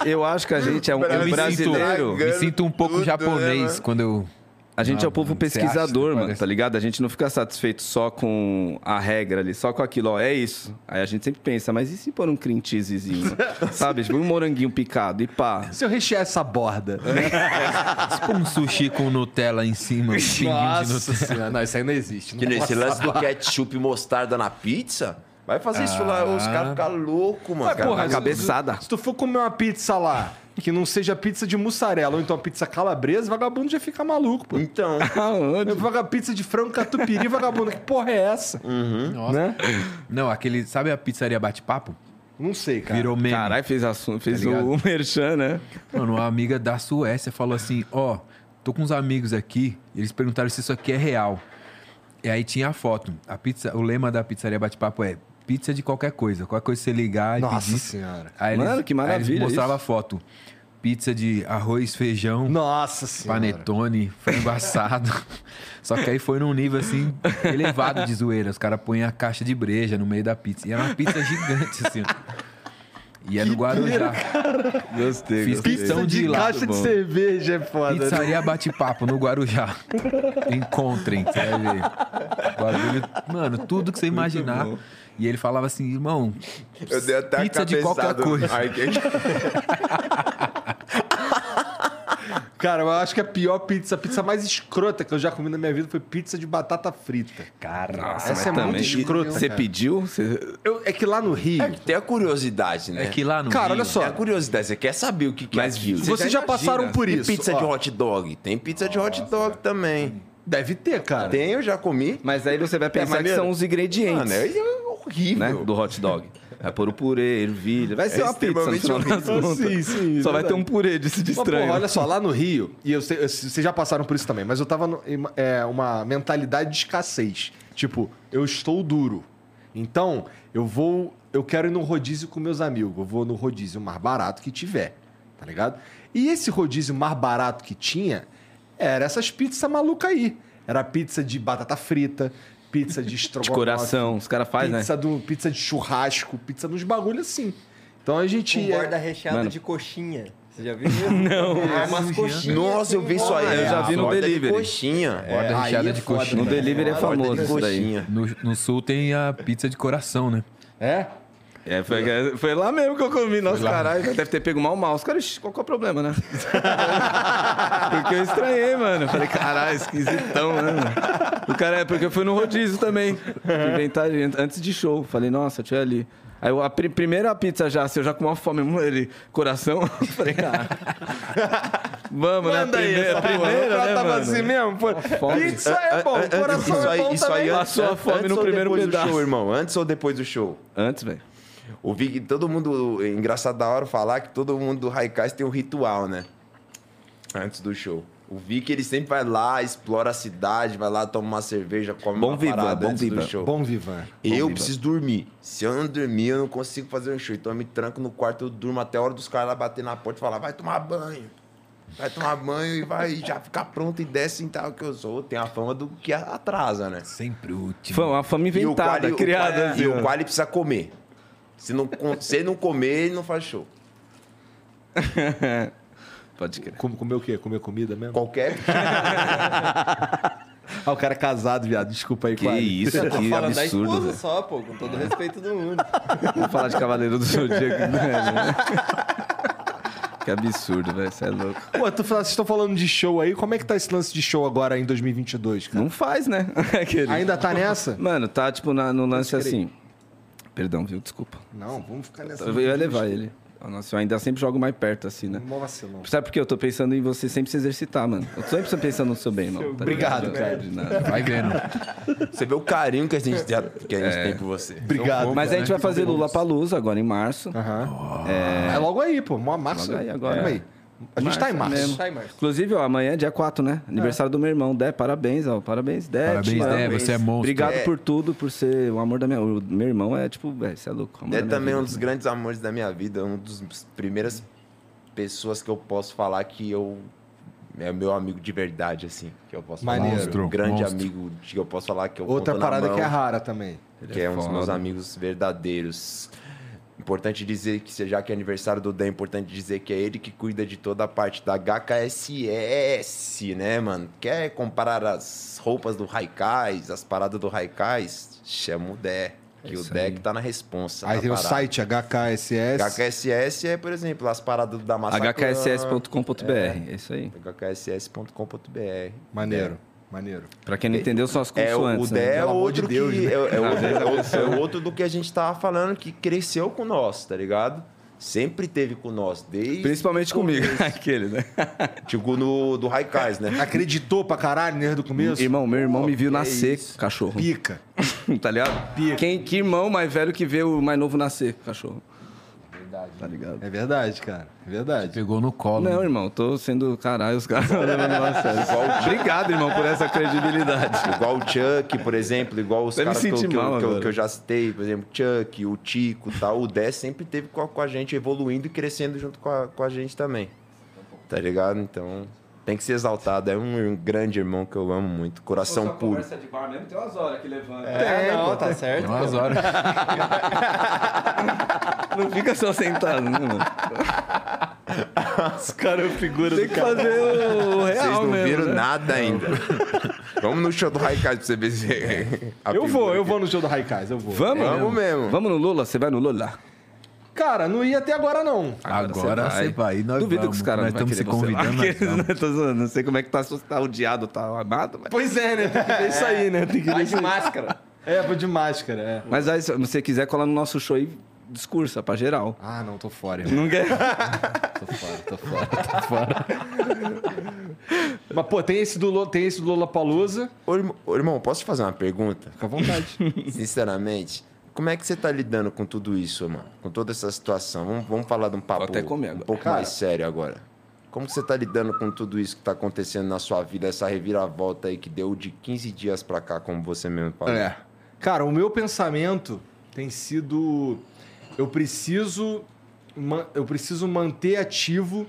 Speaker 4: Eu acho que a gente é um
Speaker 3: Eu
Speaker 2: Eu
Speaker 4: um
Speaker 2: me
Speaker 4: É brasileiro.
Speaker 2: sinto, me sinto um pouco
Speaker 3: tudo, né,
Speaker 2: japonês
Speaker 3: mano?
Speaker 2: quando eu.
Speaker 4: A gente é o povo
Speaker 2: Não, Ah, você acha que
Speaker 4: pesquisador, mano,
Speaker 2: parece?
Speaker 4: tá ligado? A gente não fica satisfeito só com a regra ali, só com aquilo, ó, é isso. Aí a gente sempre pensa, mas e se pôr um cream cheesezinho? Sabe? Tipo, um moranguinho picado e pá.
Speaker 1: Se eu rechear essa borda. né?
Speaker 2: Tipo um sushi com Nutella em cima, um pinguinho de Nutella.
Speaker 1: senhora. Não, isso aí não existe. né?
Speaker 3: Que nesse lance do ketchup e mostarda na pizza, vai fazer isso lá. Os caras ficam loucos, mano. Cara,
Speaker 4: porra, cabeçada.
Speaker 1: Se tu for comer uma pizza lá, que não seja pizza de mussarela ou então pizza calabresa, vagabundo já fica maluco, pô.
Speaker 3: Então,
Speaker 4: Aonde?
Speaker 1: Vaga pizza de frango catupiry, vagabundo. Que porra é essa?
Speaker 2: Nossa.
Speaker 1: Né?
Speaker 2: Não, aquele. Sabe a pizzaria bate-papo?
Speaker 1: Não sei, cara.
Speaker 2: Virou meme.
Speaker 4: Caralho, fez, assunto, fez
Speaker 2: Tá ligado?
Speaker 4: o merchan, né?
Speaker 2: Mano, uma amiga da Suécia falou assim: Ó, tô com uns amigos aqui, eles perguntaram se isso aqui é real. E aí tinha a foto. A pizza, o lema da pizzaria Bate-Papo é pizza de qualquer coisa. Qualquer coisa que você ligar e
Speaker 1: Nossa
Speaker 2: pedir.
Speaker 1: Senhora.
Speaker 2: Aí
Speaker 4: Mano, que
Speaker 2: aí
Speaker 4: maravilha
Speaker 2: Eles mostravam
Speaker 4: isso.
Speaker 2: a foto. Pizza de arroz, feijão,
Speaker 1: Nossa senhora.
Speaker 2: panetone, frango assado. Só que aí foi num nível assim elevado de zoeira. Os caras põem a caixa de breja no meio da pizza. E era uma pizza gigante, assim. ó. E é no Guarujá.
Speaker 4: Gostei,
Speaker 2: Fiz questão
Speaker 4: gostei.
Speaker 1: Pizza Então, de,
Speaker 2: de lá,
Speaker 1: caixa de
Speaker 4: bom.
Speaker 1: cerveja é foda. né?
Speaker 2: Pizzaria Bate-Papo no Guarujá. Encontrem, você vai ver. Barulho, mano, tudo que você imaginar. E ele falava assim, irmão,
Speaker 3: eu dei até a
Speaker 2: pizza de
Speaker 3: cabeçada.
Speaker 2: qualquer coisa.
Speaker 3: Ai, que-
Speaker 1: Cara, eu acho que a pior pizza, a pizza mais escrota que eu já comi na minha vida foi pizza de batata frita.
Speaker 2: Cara,
Speaker 4: Nossa,
Speaker 1: Essa
Speaker 4: mas
Speaker 1: é muito
Speaker 4: também.
Speaker 1: escrota,
Speaker 4: Você
Speaker 1: cara.
Speaker 4: pediu? Você-
Speaker 1: Eu- é que lá no Rio.
Speaker 3: É que tem a curiosidade, né?
Speaker 2: é que lá no
Speaker 1: Cara,
Speaker 2: Rio,
Speaker 1: olha só.
Speaker 3: Tem a curiosidade. Você quer saber o que, que
Speaker 4: Mas
Speaker 3: é aquilo.
Speaker 1: Vocês já,
Speaker 4: já
Speaker 1: passaram
Speaker 4: imagina.
Speaker 1: por
Speaker 3: Tem
Speaker 1: isso.
Speaker 3: pizza de
Speaker 1: ó.
Speaker 3: hot dog. Tem pizza de hot dog também.
Speaker 1: Deve ter, cara.
Speaker 3: Tem, eu já comi.
Speaker 4: Mas aí você vai pensar que
Speaker 3: maneiro.
Speaker 4: são os ingredientes.
Speaker 3: Mano, é horrível.
Speaker 4: né? Do hot dog. Vai pôr o purê, ervilha. Vai ser
Speaker 3: É
Speaker 4: uma pizza. No
Speaker 3: extremamente
Speaker 4: final das
Speaker 1: horrível.
Speaker 4: contas.
Speaker 1: Sim, sim,
Speaker 4: Só vai
Speaker 1: verdade.
Speaker 4: ter um purê disso de
Speaker 1: Mas,
Speaker 4: estranho.
Speaker 1: porra, olha só, lá no Rio, e eu sei, eu- vocês já passaram por isso também, mas eu tava no- em uma- é, uma mentalidade de escassez. Tipo, eu estou duro. Então, eu vou. Eu quero ir no rodízio com meus amigos. Eu vou no rodízio mais barato que tiver. Tá ligado? E esse rodízio mais barato que tinha era essas pizzas malucas aí. Era pizza de batata frita, pizza de
Speaker 4: De
Speaker 1: estrogonofe.
Speaker 4: coração, os caras fazem, né?
Speaker 1: pizza, do, pizza de churrasco, pizza nos bagulhos assim. Então a gente.
Speaker 6: Com borda recheada
Speaker 4: Mano.
Speaker 6: de coxinha. Você já viu? Não. É umas coxinhas. Ah,
Speaker 3: Nossa, eu vi isso aí.
Speaker 4: eu já vi no
Speaker 3: Borda de
Speaker 4: delivery.
Speaker 3: Coxinha.
Speaker 2: borda
Speaker 1: aí
Speaker 2: recheada
Speaker 1: é
Speaker 2: de
Speaker 1: foda,
Speaker 2: coxinha.
Speaker 4: No delivery é famoso
Speaker 3: Borda de
Speaker 4: isso daí.
Speaker 3: coxinha.
Speaker 2: No, no sul tem a pizza de coração, né?
Speaker 1: É?
Speaker 4: É, foi, foi lá mesmo que eu comi. Nossa, caralho. Deve ter pego mal o mal. Os caras, "Ixi, qual que é o problema, né? porque eu estranhei, mano. Eu Falei, caralho, esquisitão, né? mano?" O cara é porque eu fui no rodízio também. Inventaram antes de show. Falei, nossa, eu tinha ali. Aí eu- a pri- primeira pizza já, se eu já com uma fome, hum, ele, coração. Eu Falei, cara. Vamos,
Speaker 1: Manda
Speaker 4: né?
Speaker 1: aí
Speaker 4: Primeira,
Speaker 1: essa porra.
Speaker 4: primeira,
Speaker 1: Ela
Speaker 4: né,
Speaker 1: tava
Speaker 4: mano?
Speaker 1: assim mesmo? pô.
Speaker 4: fome.
Speaker 1: Pizza é bom,
Speaker 3: An- antes-
Speaker 1: coração é bom também.
Speaker 3: antes-
Speaker 4: Passou a fome
Speaker 3: antes
Speaker 4: no
Speaker 3: ou
Speaker 4: primeiro
Speaker 3: depois
Speaker 4: pedaço.
Speaker 3: Do show, irmão. Antes ou depois do show?
Speaker 4: Antes, velho.
Speaker 3: O Vic, todo mundo. é Engraçado da hora falar que todo mundo do Raikais tem um ritual, né? Antes do show. O Vic, ele sempre vai lá, explora a cidade, vai lá, toma uma cerveja, come
Speaker 4: Bom
Speaker 3: uma
Speaker 4: vivan,
Speaker 3: parada
Speaker 4: bom
Speaker 3: antes do
Speaker 4: vivan.
Speaker 3: show.
Speaker 1: Bom vivan.
Speaker 3: eu preciso dormir. Se eu não dormir, eu não consigo fazer um show. Então eu me tranco no quarto, eu durmo até a hora dos caras lá bater na porta e falar, vai tomar banho. Vai tomar banho e vai já ficar pronto e desce em tal que eu sou. Tem a fama do que atrasa, né?
Speaker 2: Sempre o último.
Speaker 4: Foi uma fama inventada,
Speaker 3: Quali- é,
Speaker 4: criada.
Speaker 3: E
Speaker 4: assim,
Speaker 1: né?
Speaker 4: ó.
Speaker 3: o quali precisa comer. Se não, com- se ele não comer, ele não faz show.
Speaker 4: Pode crer.
Speaker 1: Com- Comer o quê? Comer comida mesmo?
Speaker 3: Qualquer.
Speaker 1: Ah, o cara é casado, viado. Desculpa aí,
Speaker 4: Que isso, é
Speaker 6: Eu tô
Speaker 4: que
Speaker 6: falando da
Speaker 4: absurdo.
Speaker 6: esposa
Speaker 4: velho.
Speaker 6: só, pô, com todo o respeito do mundo.
Speaker 4: Vou falar de Cavaleiro do Zodíaco. né, velho? que absurdo, velho. Você é louco.
Speaker 1: Pô, tu fala- vocês estão falando de show aí. Como é que tá esse lance de show agora em 2022, cara?
Speaker 4: Não faz, né? Aquele.
Speaker 1: Ainda tá nessa?
Speaker 4: Mano, tá tipo na- no lance assim. Perdão, viu? Desculpa.
Speaker 1: Não, vamos ficar nessa.
Speaker 4: Eu ia levar ele. Ah, Nossa, eu ainda sempre jogo mais perto, assim, né?
Speaker 1: Mó vacilão.
Speaker 4: Sabe por quê? Eu tô pensando em você sempre se exercitar, mano. Eu tô sempre pensando no seu bem, irmão. tá ligado?
Speaker 1: Obrigado,
Speaker 4: De nada.
Speaker 2: Vai vendo.
Speaker 3: Você vê o carinho que a gente, tem- que a gente tem por você.
Speaker 1: Obrigado.
Speaker 4: Mas a gente vai fazer Lula Palusa agora em março.
Speaker 1: Aham. É... logo aí, pô. Mó março.
Speaker 4: Logo aí, agora.
Speaker 1: Calma aí. A gente tá em março.
Speaker 4: mesmo.
Speaker 6: Sai, Marcos.
Speaker 4: Inclusive, ó, amanhã é dia 4, né? Aniversário
Speaker 3: É.
Speaker 4: do meu irmão, Dé. Parabéns, ó. Parabéns, Dé.
Speaker 2: Parabéns,
Speaker 4: Te amo.
Speaker 2: Dé. Você é monstro.
Speaker 4: Obrigado
Speaker 3: É.
Speaker 4: por tudo, por ser o amor da minha... O meu irmão é tipo, velho, você é louco. o amor
Speaker 3: É
Speaker 4: da minha
Speaker 3: também
Speaker 4: vida,
Speaker 3: um dos
Speaker 4: né?
Speaker 3: grandes amores da minha vida, um dos primeiras pessoas que eu posso falar que eu é meu amigo de verdade, assim, que eu posso
Speaker 1: Maneiro.
Speaker 3: falar.
Speaker 2: Monstro,
Speaker 3: Um grande
Speaker 2: monstro.
Speaker 3: amigo que eu posso falar que eu
Speaker 1: Outra
Speaker 3: conto na
Speaker 1: parada
Speaker 3: mão,
Speaker 1: que é rara também.
Speaker 3: que é um dos
Speaker 4: foda.
Speaker 3: meus amigos verdadeiros. Importante dizer que se- já que é aniversário do Dan, é importante dizer que é ele que cuida de toda a parte da HKSS, né, mano? Quer comparar as roupas do Raikais, as paradas do Raikais? Chama o Dé, que o Dé que tá na responsa.
Speaker 1: É Aí
Speaker 3: da
Speaker 1: tem o
Speaker 3: parada.
Speaker 1: site HKSS.
Speaker 3: HKSS é, por exemplo, as paradas da Massacre.
Speaker 4: HKSS.com.br, é isso aí.
Speaker 3: HKSS.com.br.
Speaker 1: Maneiro. Maneiro.
Speaker 4: Pra quem não entendeu, são as
Speaker 3: É, o, o
Speaker 4: consoantes.
Speaker 3: Dé é
Speaker 1: Pelo amor
Speaker 3: outro
Speaker 1: de Deus,
Speaker 3: que...
Speaker 1: né?
Speaker 3: É, é outro, é outro- é outro do que a gente tava falando, que cresceu com nós, tá ligado? Sempre teve com nós, desde...
Speaker 4: Principalmente comigo. Aquele, né?
Speaker 3: Tipo, no, do Raikais, né?
Speaker 1: Acreditou pra caralho, desde o começo?
Speaker 4: Irmão, meu irmão me viu
Speaker 3: Oh, que é
Speaker 4: nascer,
Speaker 3: isso.
Speaker 4: cachorro.
Speaker 1: Pica.
Speaker 4: tá ligado? Quem, que irmão mais velho que vê o mais novo nascer, cachorro? Verdade. Tá ligado?
Speaker 1: É verdade, cara. É verdade.
Speaker 2: Pegou no colo.
Speaker 4: Não, irmão, tô sendo caralho, os caras não levam a sério. Obrigado, irmão, por essa credibilidade.
Speaker 3: Igual o Chuck, por exemplo, igual os
Speaker 4: Eu me
Speaker 3: caras que, eu-
Speaker 4: senti
Speaker 3: que eu-
Speaker 4: mal
Speaker 3: que eu-
Speaker 4: agora.
Speaker 3: que eu já citei, por exemplo, Chuck, o Tico e tal. O Dé sempre teve com a, com a gente, evoluindo e crescendo junto com a, com a gente também. Tá ligado? Então, tem que ser exaltado. É um grande irmão que eu amo muito, coração puro.
Speaker 4: de bar mesmo tem umas horas que levanta.
Speaker 6: É, não, tá certo.
Speaker 2: Tem umas horas.
Speaker 4: Não fica só sentado, né, mano?
Speaker 5: Os caras figuram
Speaker 4: Tem que fazer o
Speaker 1: É,
Speaker 4: o real
Speaker 3: Vocês não
Speaker 4: mesmo,
Speaker 3: viram
Speaker 4: né?
Speaker 3: nada ainda. Vamos no show do Raikais pra você ver se. é a
Speaker 1: Eu vou,
Speaker 3: figura
Speaker 1: eu
Speaker 3: que-
Speaker 1: vou no show do Raikais, eu vou.
Speaker 4: Vamos?
Speaker 3: Vamos mesmo.
Speaker 4: Vamos no Lula? Você vai no Lula?
Speaker 1: Cara, não ia até agora, não.
Speaker 2: Agora você vai. E nós
Speaker 4: Duvido
Speaker 2: vamos,
Speaker 4: que os caras
Speaker 2: Nós
Speaker 4: não vai
Speaker 2: estamos se
Speaker 4: querer você lá.
Speaker 2: convidando. nós
Speaker 4: Aqueles,
Speaker 2: vamos.
Speaker 4: né? Tô zoando, Não sei como é que tá, se você tá odiado, tá amado. Mas...
Speaker 1: Pois é, né? Tem que ver isso aí, né? Tem que
Speaker 6: Vai
Speaker 1: ver
Speaker 6: de
Speaker 1: isso aí.
Speaker 6: máscara.
Speaker 1: É, vou de máscara, é.
Speaker 4: mas aí, se você quiser, cola no nosso show e discursa pra geral.
Speaker 1: Ah, não, tô fora, irmão.
Speaker 4: Não quer?
Speaker 1: Mas, pô, tem esse do, Lo- tem esse do Lollapalooza.
Speaker 3: Ô, irmão- ô, irmão, posso te fazer uma pergunta?
Speaker 1: Fica à vontade.
Speaker 3: Sinceramente, como é que você tá lidando com tudo isso, mano? Com toda essa situação? Vamos, vamos falar de um papo
Speaker 4: até comer
Speaker 3: um
Speaker 4: agora.
Speaker 3: pouco mais sério agora. Como que você tá lidando com tudo isso que tá acontecendo na sua vida, essa reviravolta aí que deu de 15 dias pra cá, como você mesmo falou?
Speaker 1: É. Cara, o meu pensamento tem sido eu preciso ma- eu preciso manter ativo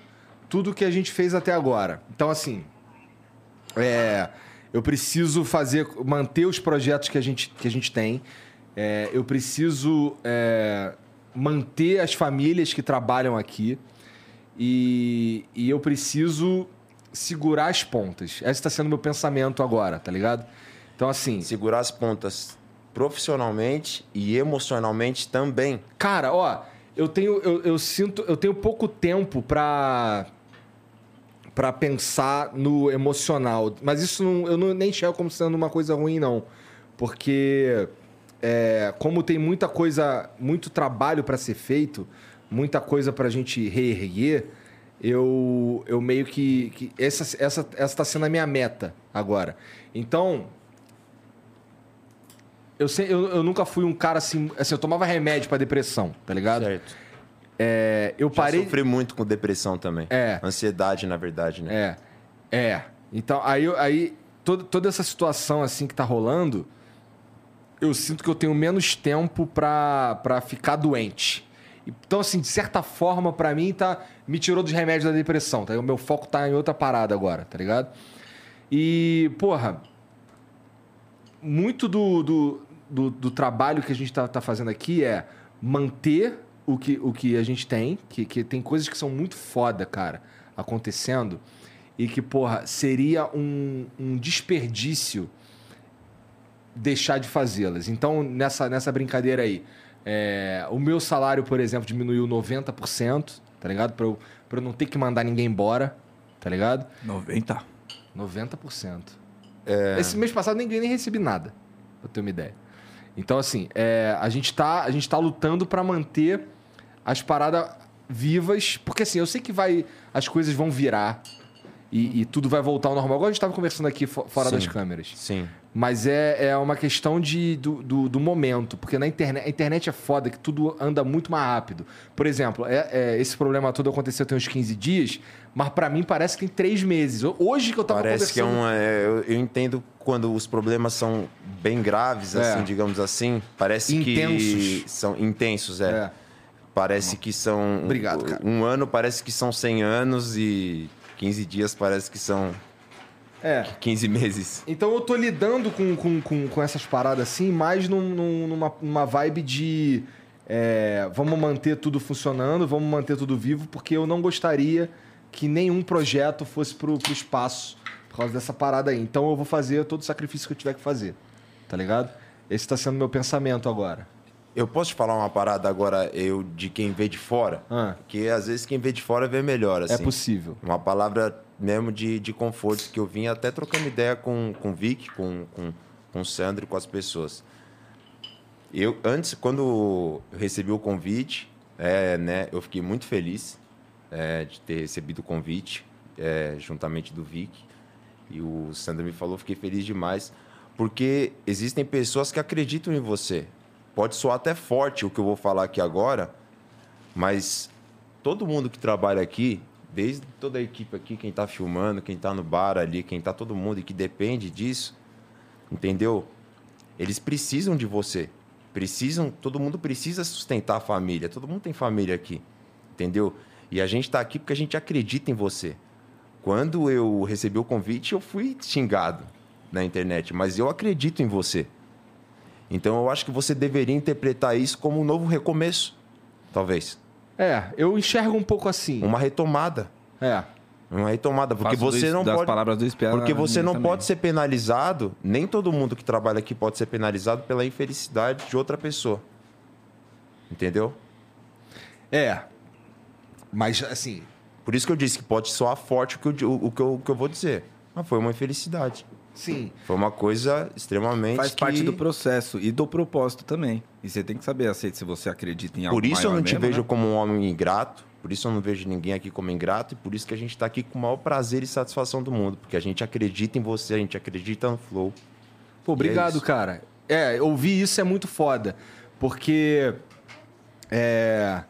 Speaker 1: tudo que a gente fez até agora. Então assim, é, eu preciso fazer manter os projetos que a gente que a gente tem. É, eu preciso é, manter as famílias que trabalham aqui e, e eu preciso segurar as pontas. Esse está sendo meu pensamento agora, tá ligado? Então assim,
Speaker 3: Segurar as pontas profissionalmente e emocionalmente também.
Speaker 1: Cara, ó, eu tenho, eu, eu sinto, eu tenho pouco tempo pra para pensar no emocional, mas isso não, eu não, nem enxergo como sendo uma coisa ruim não, porque é, como tem muita coisa, muito trabalho pra ser feito, muita coisa pra gente reerguer, eu, eu meio que, que essa, essa, essa tá sendo a minha meta agora. Então, eu, se- eu, eu nunca fui um cara assim, assim, eu tomava remédio pra depressão, tá ligado?
Speaker 3: Certo.
Speaker 1: É, eu
Speaker 3: Já
Speaker 1: parei.
Speaker 3: sofri muito com depressão também.
Speaker 1: É.
Speaker 3: Ansiedade, na verdade, né?
Speaker 1: É. É. Então, aí, eu- aí toda, toda essa situação assim que tá rolando, eu sinto que eu tenho menos tempo pra pra ficar doente. Então, assim, de certa forma, pra mim, tá. Me tirou dos remédios da depressão, tá? O meu foco tá em outra parada agora, tá ligado? E, porra, muito do, do, do, do trabalho que a gente está fazendo aqui é manter o que, o que a gente tem, que, que tem coisas que são muito foda, cara, acontecendo, e que, porra, seria um, um desperdício deixar de fazê-las. Então, nessa, nessa brincadeira aí, é, o meu salário, por exemplo, diminuiu 90%, tá ligado? Pra eu, pra eu não ter que mandar ninguém embora, tá ligado?
Speaker 4: 90.
Speaker 1: 90%. Esse mês passado ninguém nem recebi nada, pra ter uma ideia. Então, assim, é, a, gente tá, a gente tá lutando pra manter as paradas vivas, porque assim, eu sei que vai. As coisas vão virar e, e tudo vai voltar ao normal. Agora a gente tava conversando aqui fo- fora
Speaker 3: Sim.
Speaker 1: das câmeras.
Speaker 3: Sim.
Speaker 1: Mas é, é uma questão de, do, do, do momento, porque na internet, a internet é foda, que tudo anda muito mais rápido. Por exemplo, é- é, esse problema todo aconteceu tem uns 15 dias, mas pra mim parece que tem 3 meses. Hoje que eu tava
Speaker 3: Parece que é
Speaker 1: conversando
Speaker 3: um. é, eu, eu entendo quando os problemas são bem graves, assim,
Speaker 1: É.
Speaker 3: digamos assim. Parece que
Speaker 1: Intensos.
Speaker 3: são intensos, é.
Speaker 1: É.
Speaker 3: Parece que são.
Speaker 1: Obrigado, cara.
Speaker 3: Um ano parece que são 100 anos e 15 dias parece que são
Speaker 1: É.
Speaker 3: 15 meses.
Speaker 1: Então eu tô lidando com, com, com, com essas paradas assim, mais num- num- numa, numa vibe de. é, vamos manter tudo funcionando, vamos manter tudo vivo, porque eu não gostaria que nenhum projeto fosse pro, pro espaço por causa dessa parada aí. Então eu vou fazer todo o sacrifício que eu tiver que fazer. Tá ligado? Esse tá sendo meu pensamento agora.
Speaker 3: Eu posso te falar uma parada agora, eu, de quem vê de fora?
Speaker 1: Ah.
Speaker 3: Porque às vezes quem vê de fora vê melhor, assim.
Speaker 1: É possível.
Speaker 3: Uma palavra mesmo de, de conforto que eu vim até trocando ideia com, com o Vic, com, com, com o Sandro e com as pessoas. Eu, antes, quando eu recebi o convite, é, né, eu fiquei muito feliz é, de ter recebido o convite, é, juntamente do Vic. E o Sandro me falou, fiquei feliz demais, porque existem pessoas que acreditam em você. Pode soar até forte o que eu vou falar aqui agora, mas todo mundo que trabalha aqui, desde toda a equipe aqui, quem tá filmando, quem tá no bar ali, quem tá todo mundo e que depende disso, entendeu? Eles precisam de você. Precisam, todo mundo precisa sustentar a família. Todo mundo tem família aqui, entendeu? E a gente tá aqui porque a gente acredita em você. Quando eu recebi o convite, eu fui xingado na internet, mas eu acredito em você. Então eu acho que você deveria interpretar isso como um novo recomeço, talvez.
Speaker 1: É, eu enxergo um pouco assim.
Speaker 3: Uma retomada.
Speaker 1: É.
Speaker 3: Uma retomada, porque
Speaker 4: Faço
Speaker 3: você
Speaker 4: do-
Speaker 3: não
Speaker 4: das
Speaker 3: pode.
Speaker 4: palavras do Espiada
Speaker 3: Porque você
Speaker 4: minha
Speaker 3: não
Speaker 4: também. né?
Speaker 3: pode ser penalizado, nem todo mundo que trabalha aqui pode ser penalizado pela infelicidade de outra pessoa. Entendeu?
Speaker 1: É. Mas assim,
Speaker 3: Por isso que eu disse que pode soar forte o que eu, di- o, o que eu, o que eu vou dizer. Mas foi uma infelicidade.
Speaker 1: sim.
Speaker 3: Foi uma coisa extremamente.
Speaker 4: Faz parte
Speaker 3: que-
Speaker 4: do processo e do propósito também. E você tem que saber aceitar se você acredita em é algo
Speaker 3: Por isso eu
Speaker 4: maior
Speaker 3: não te
Speaker 4: mesmo,
Speaker 3: vejo
Speaker 4: né?
Speaker 3: como um homem ingrato, por isso eu não vejo ninguém aqui como ingrato, e por isso que a gente está aqui com o maior prazer e satisfação do mundo, porque a gente acredita em você, a gente acredita no flow.
Speaker 1: Pô,
Speaker 3: E é
Speaker 1: obrigado,
Speaker 3: isso.
Speaker 1: cara. É, ouvir isso é muito foda. Porque. É.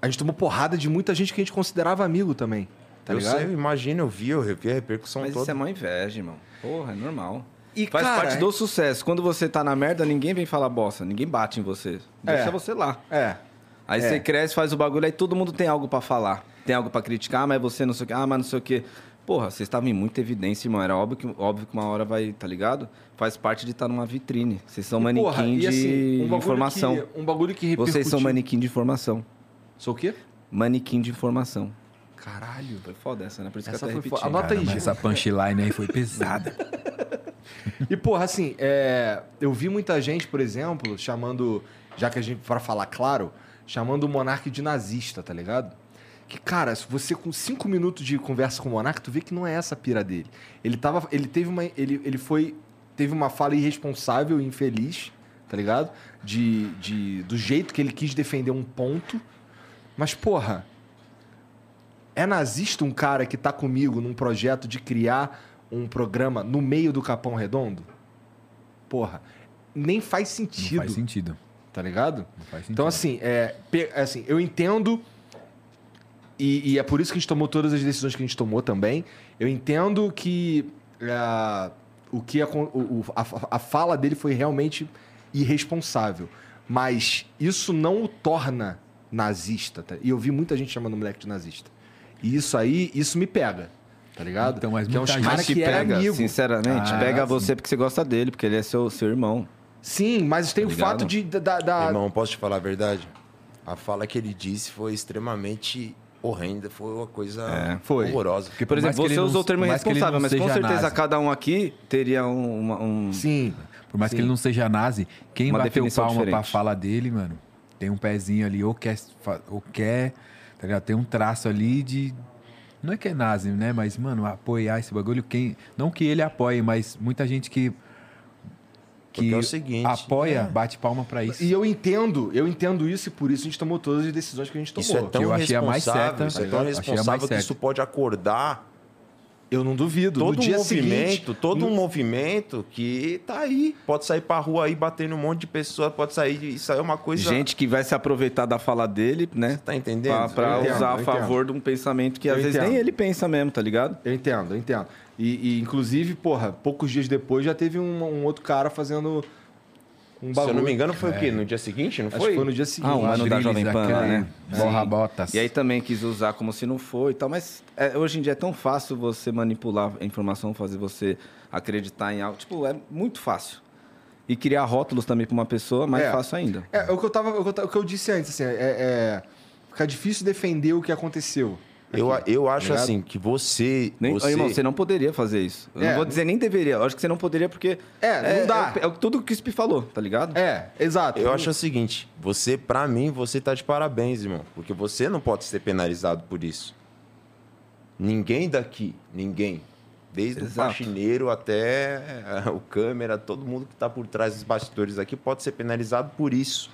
Speaker 1: A gente tomou porrada de muita gente que a gente considerava amigo também. Tá
Speaker 3: eu
Speaker 1: ligado?
Speaker 3: sei, eu imagino, eu vi, eu vi a repercussão
Speaker 4: Mas isso
Speaker 3: toda.
Speaker 4: é mó inveja, irmão. Porra, é normal.
Speaker 1: E,
Speaker 4: Faz
Speaker 1: cara, é
Speaker 4: parte do sucesso. Quando você tá na merda, ninguém vem falar bosta, ninguém bate em você. Deixa
Speaker 1: É.
Speaker 4: você lá.
Speaker 1: É.
Speaker 4: Aí
Speaker 1: É.
Speaker 4: você cresce, faz o bagulho, aí todo mundo tem algo pra falar. Tem algo pra criticar, mas você não sei o que. Ah, mas não sei o que. Porra, vocês estavam em muita evidência, irmão. Era óbvio que, óbvio que uma hora vai, tá ligado? Faz parte de estar numa vitrine. Vocês são
Speaker 1: E,
Speaker 4: manequim
Speaker 1: porra, e,
Speaker 4: de
Speaker 1: assim, um bagulho
Speaker 4: informação.
Speaker 1: que- um bagulho que repercutiu.
Speaker 4: Vocês são manequim de informação.
Speaker 1: Sou o quê?
Speaker 4: Manequim de informação.
Speaker 1: Caralho.
Speaker 4: Foi foda essa, né? Por isso
Speaker 1: Essa
Speaker 4: que eu
Speaker 1: foi
Speaker 4: até
Speaker 1: foda.
Speaker 4: repeti.
Speaker 1: Anota aí,
Speaker 2: Caramba,
Speaker 1: gente.
Speaker 2: essa punchline aí foi pesada.
Speaker 1: E, porra, assim, é, eu vi muita gente, por exemplo, chamando, já que a gente, pra falar claro, chamando o Monark de nazista, tá ligado? Que, cara, se você com cinco minutos de conversa com o Monark, tu vê que não é essa a pira dele. Ele tava. Ele teve uma. Ele, ele foi. Teve uma fala irresponsável e infeliz, tá ligado? De, de, do jeito que ele quis defender um ponto. Mas, porra, é nazista um cara que tá comigo num projeto de criar um programa no meio do Capão Redondo? Porra, nem faz
Speaker 2: Não
Speaker 1: sentido,
Speaker 2: faz sentido.
Speaker 1: tá ligado?
Speaker 2: Não faz sentido.
Speaker 1: Então, assim, é, pe- assim, eu entendo e, e é por isso que a gente tomou todas as decisões que a gente tomou também. Eu entendo que ah, o que acon- o- o- a, a fala dele foi realmente irresponsável. Mas isso não o torna nazista. tá? E eu vi muita gente chamando o moleque de nazista. E isso aí, isso me pega. Tá ligado?
Speaker 2: Então, mas
Speaker 1: que é uns
Speaker 2: muita
Speaker 1: cara
Speaker 2: gente
Speaker 1: que era
Speaker 4: pega,
Speaker 1: amigo.
Speaker 4: sinceramente,
Speaker 2: Ah,
Speaker 4: pega
Speaker 2: sim.
Speaker 4: você porque você gosta dele, porque ele é seu, seu irmão.
Speaker 1: Sim, mas tem o
Speaker 2: tá
Speaker 4: ligado?
Speaker 1: fato de. Da, da-
Speaker 3: Irmão, posso te falar a verdade? A fala que ele disse foi extremamente horrenda, foi uma coisa
Speaker 1: foi.
Speaker 3: horrorosa.
Speaker 4: Porque, por
Speaker 2: Por mais
Speaker 4: exemplo,
Speaker 2: que ele
Speaker 4: você
Speaker 2: não-
Speaker 4: usou o termo
Speaker 2: por mais que ele
Speaker 4: irresponsável,
Speaker 2: não
Speaker 4: mas com
Speaker 2: seja
Speaker 4: certeza
Speaker 2: nazi.
Speaker 4: cada um aqui teria um. uma- um-
Speaker 1: Sim.
Speaker 2: Por mais que ele não seja nazi, quem
Speaker 4: Uma
Speaker 2: bateu
Speaker 4: definição
Speaker 2: palma pra
Speaker 4: diferente.
Speaker 2: fala dele, mano, tem um pezinho ali, ou quer, fa- ou quer, tá ligado? Tem um traço ali de. Não é que é nazi, né? Mas, mano, apoiar esse bagulho, quem. Não que ele apoie, mas muita gente que.
Speaker 3: Porque é o seguinte,
Speaker 2: apoia, bate palma pra isso.
Speaker 1: E eu entendo, eu entendo isso e por isso a gente tomou todas as decisões que a gente tomou.
Speaker 3: Isso é
Speaker 2: que
Speaker 3: tão
Speaker 2: eu achei a mais certa,
Speaker 3: responsável,
Speaker 2: tá
Speaker 3: isso é
Speaker 2: ligado?
Speaker 3: tão
Speaker 2: Achei a mais
Speaker 3: responsável que
Speaker 2: certa.
Speaker 3: isso pode acordar
Speaker 1: Eu não duvido.
Speaker 3: todo
Speaker 1: no dia
Speaker 3: um movimento,
Speaker 1: seguinte,
Speaker 3: todo
Speaker 1: no-
Speaker 3: um movimento que tá aí. Pode sair pra rua aí batendo um monte de pessoa, pode sair e sair uma coisa.
Speaker 4: Gente que vai se aproveitar da fala dele, né?
Speaker 3: é. tá entendendo?
Speaker 4: Pra, pra
Speaker 1: Eu entendo,
Speaker 4: usar
Speaker 1: eu
Speaker 4: a favor de um pensamento que às
Speaker 1: Eu
Speaker 4: vezes
Speaker 1: entendo.
Speaker 4: nem ele pensa mesmo, tá ligado?
Speaker 1: Eu entendo, eu entendo. E, e, inclusive, porra, poucos dias depois já teve um, um outro cara fazendo um
Speaker 3: Se
Speaker 1: bagulho.
Speaker 3: eu não me engano, foi o quê? No dia seguinte, não
Speaker 1: Acho
Speaker 3: foi?
Speaker 1: que foi no dia seguinte.
Speaker 4: Ah, um ano da
Speaker 2: Adriles,
Speaker 4: Jovem Pan, lá,
Speaker 2: aquele-
Speaker 4: né?
Speaker 2: Borra botas.
Speaker 4: E aí também quis usar como se não foi e tal, mas é, hoje em dia é tão fácil você manipular a informação, fazer você acreditar em algo. Tipo, é muito fácil. E criar rótulos também pra uma pessoa, mais
Speaker 1: É.
Speaker 4: fácil ainda.
Speaker 1: É, é o que eu tava. O que eu, ta- o que eu disse antes, assim, é, é- Fica difícil defender o que aconteceu.
Speaker 3: Eu, eu acho
Speaker 1: Ligado?
Speaker 3: assim que você.
Speaker 4: Nem, Ô,
Speaker 3: você...
Speaker 4: irmão, você não poderia fazer isso. Eu
Speaker 1: É.
Speaker 4: não vou dizer nem deveria. Eu acho que você não poderia porque...
Speaker 1: É, não dá.
Speaker 4: É, é tudo que o Spi falou, tá ligado?
Speaker 1: É, exato.
Speaker 3: Eu acho o seguinte, você, pra mim, você tá de parabéns, irmão. Porque você não pode ser penalizado por isso. Ninguém daqui, ninguém. Desde
Speaker 4: Exato.
Speaker 3: o faxineiro até eh, o câmera, todo mundo que tá por trás dos bastidores aqui pode ser penalizado por isso.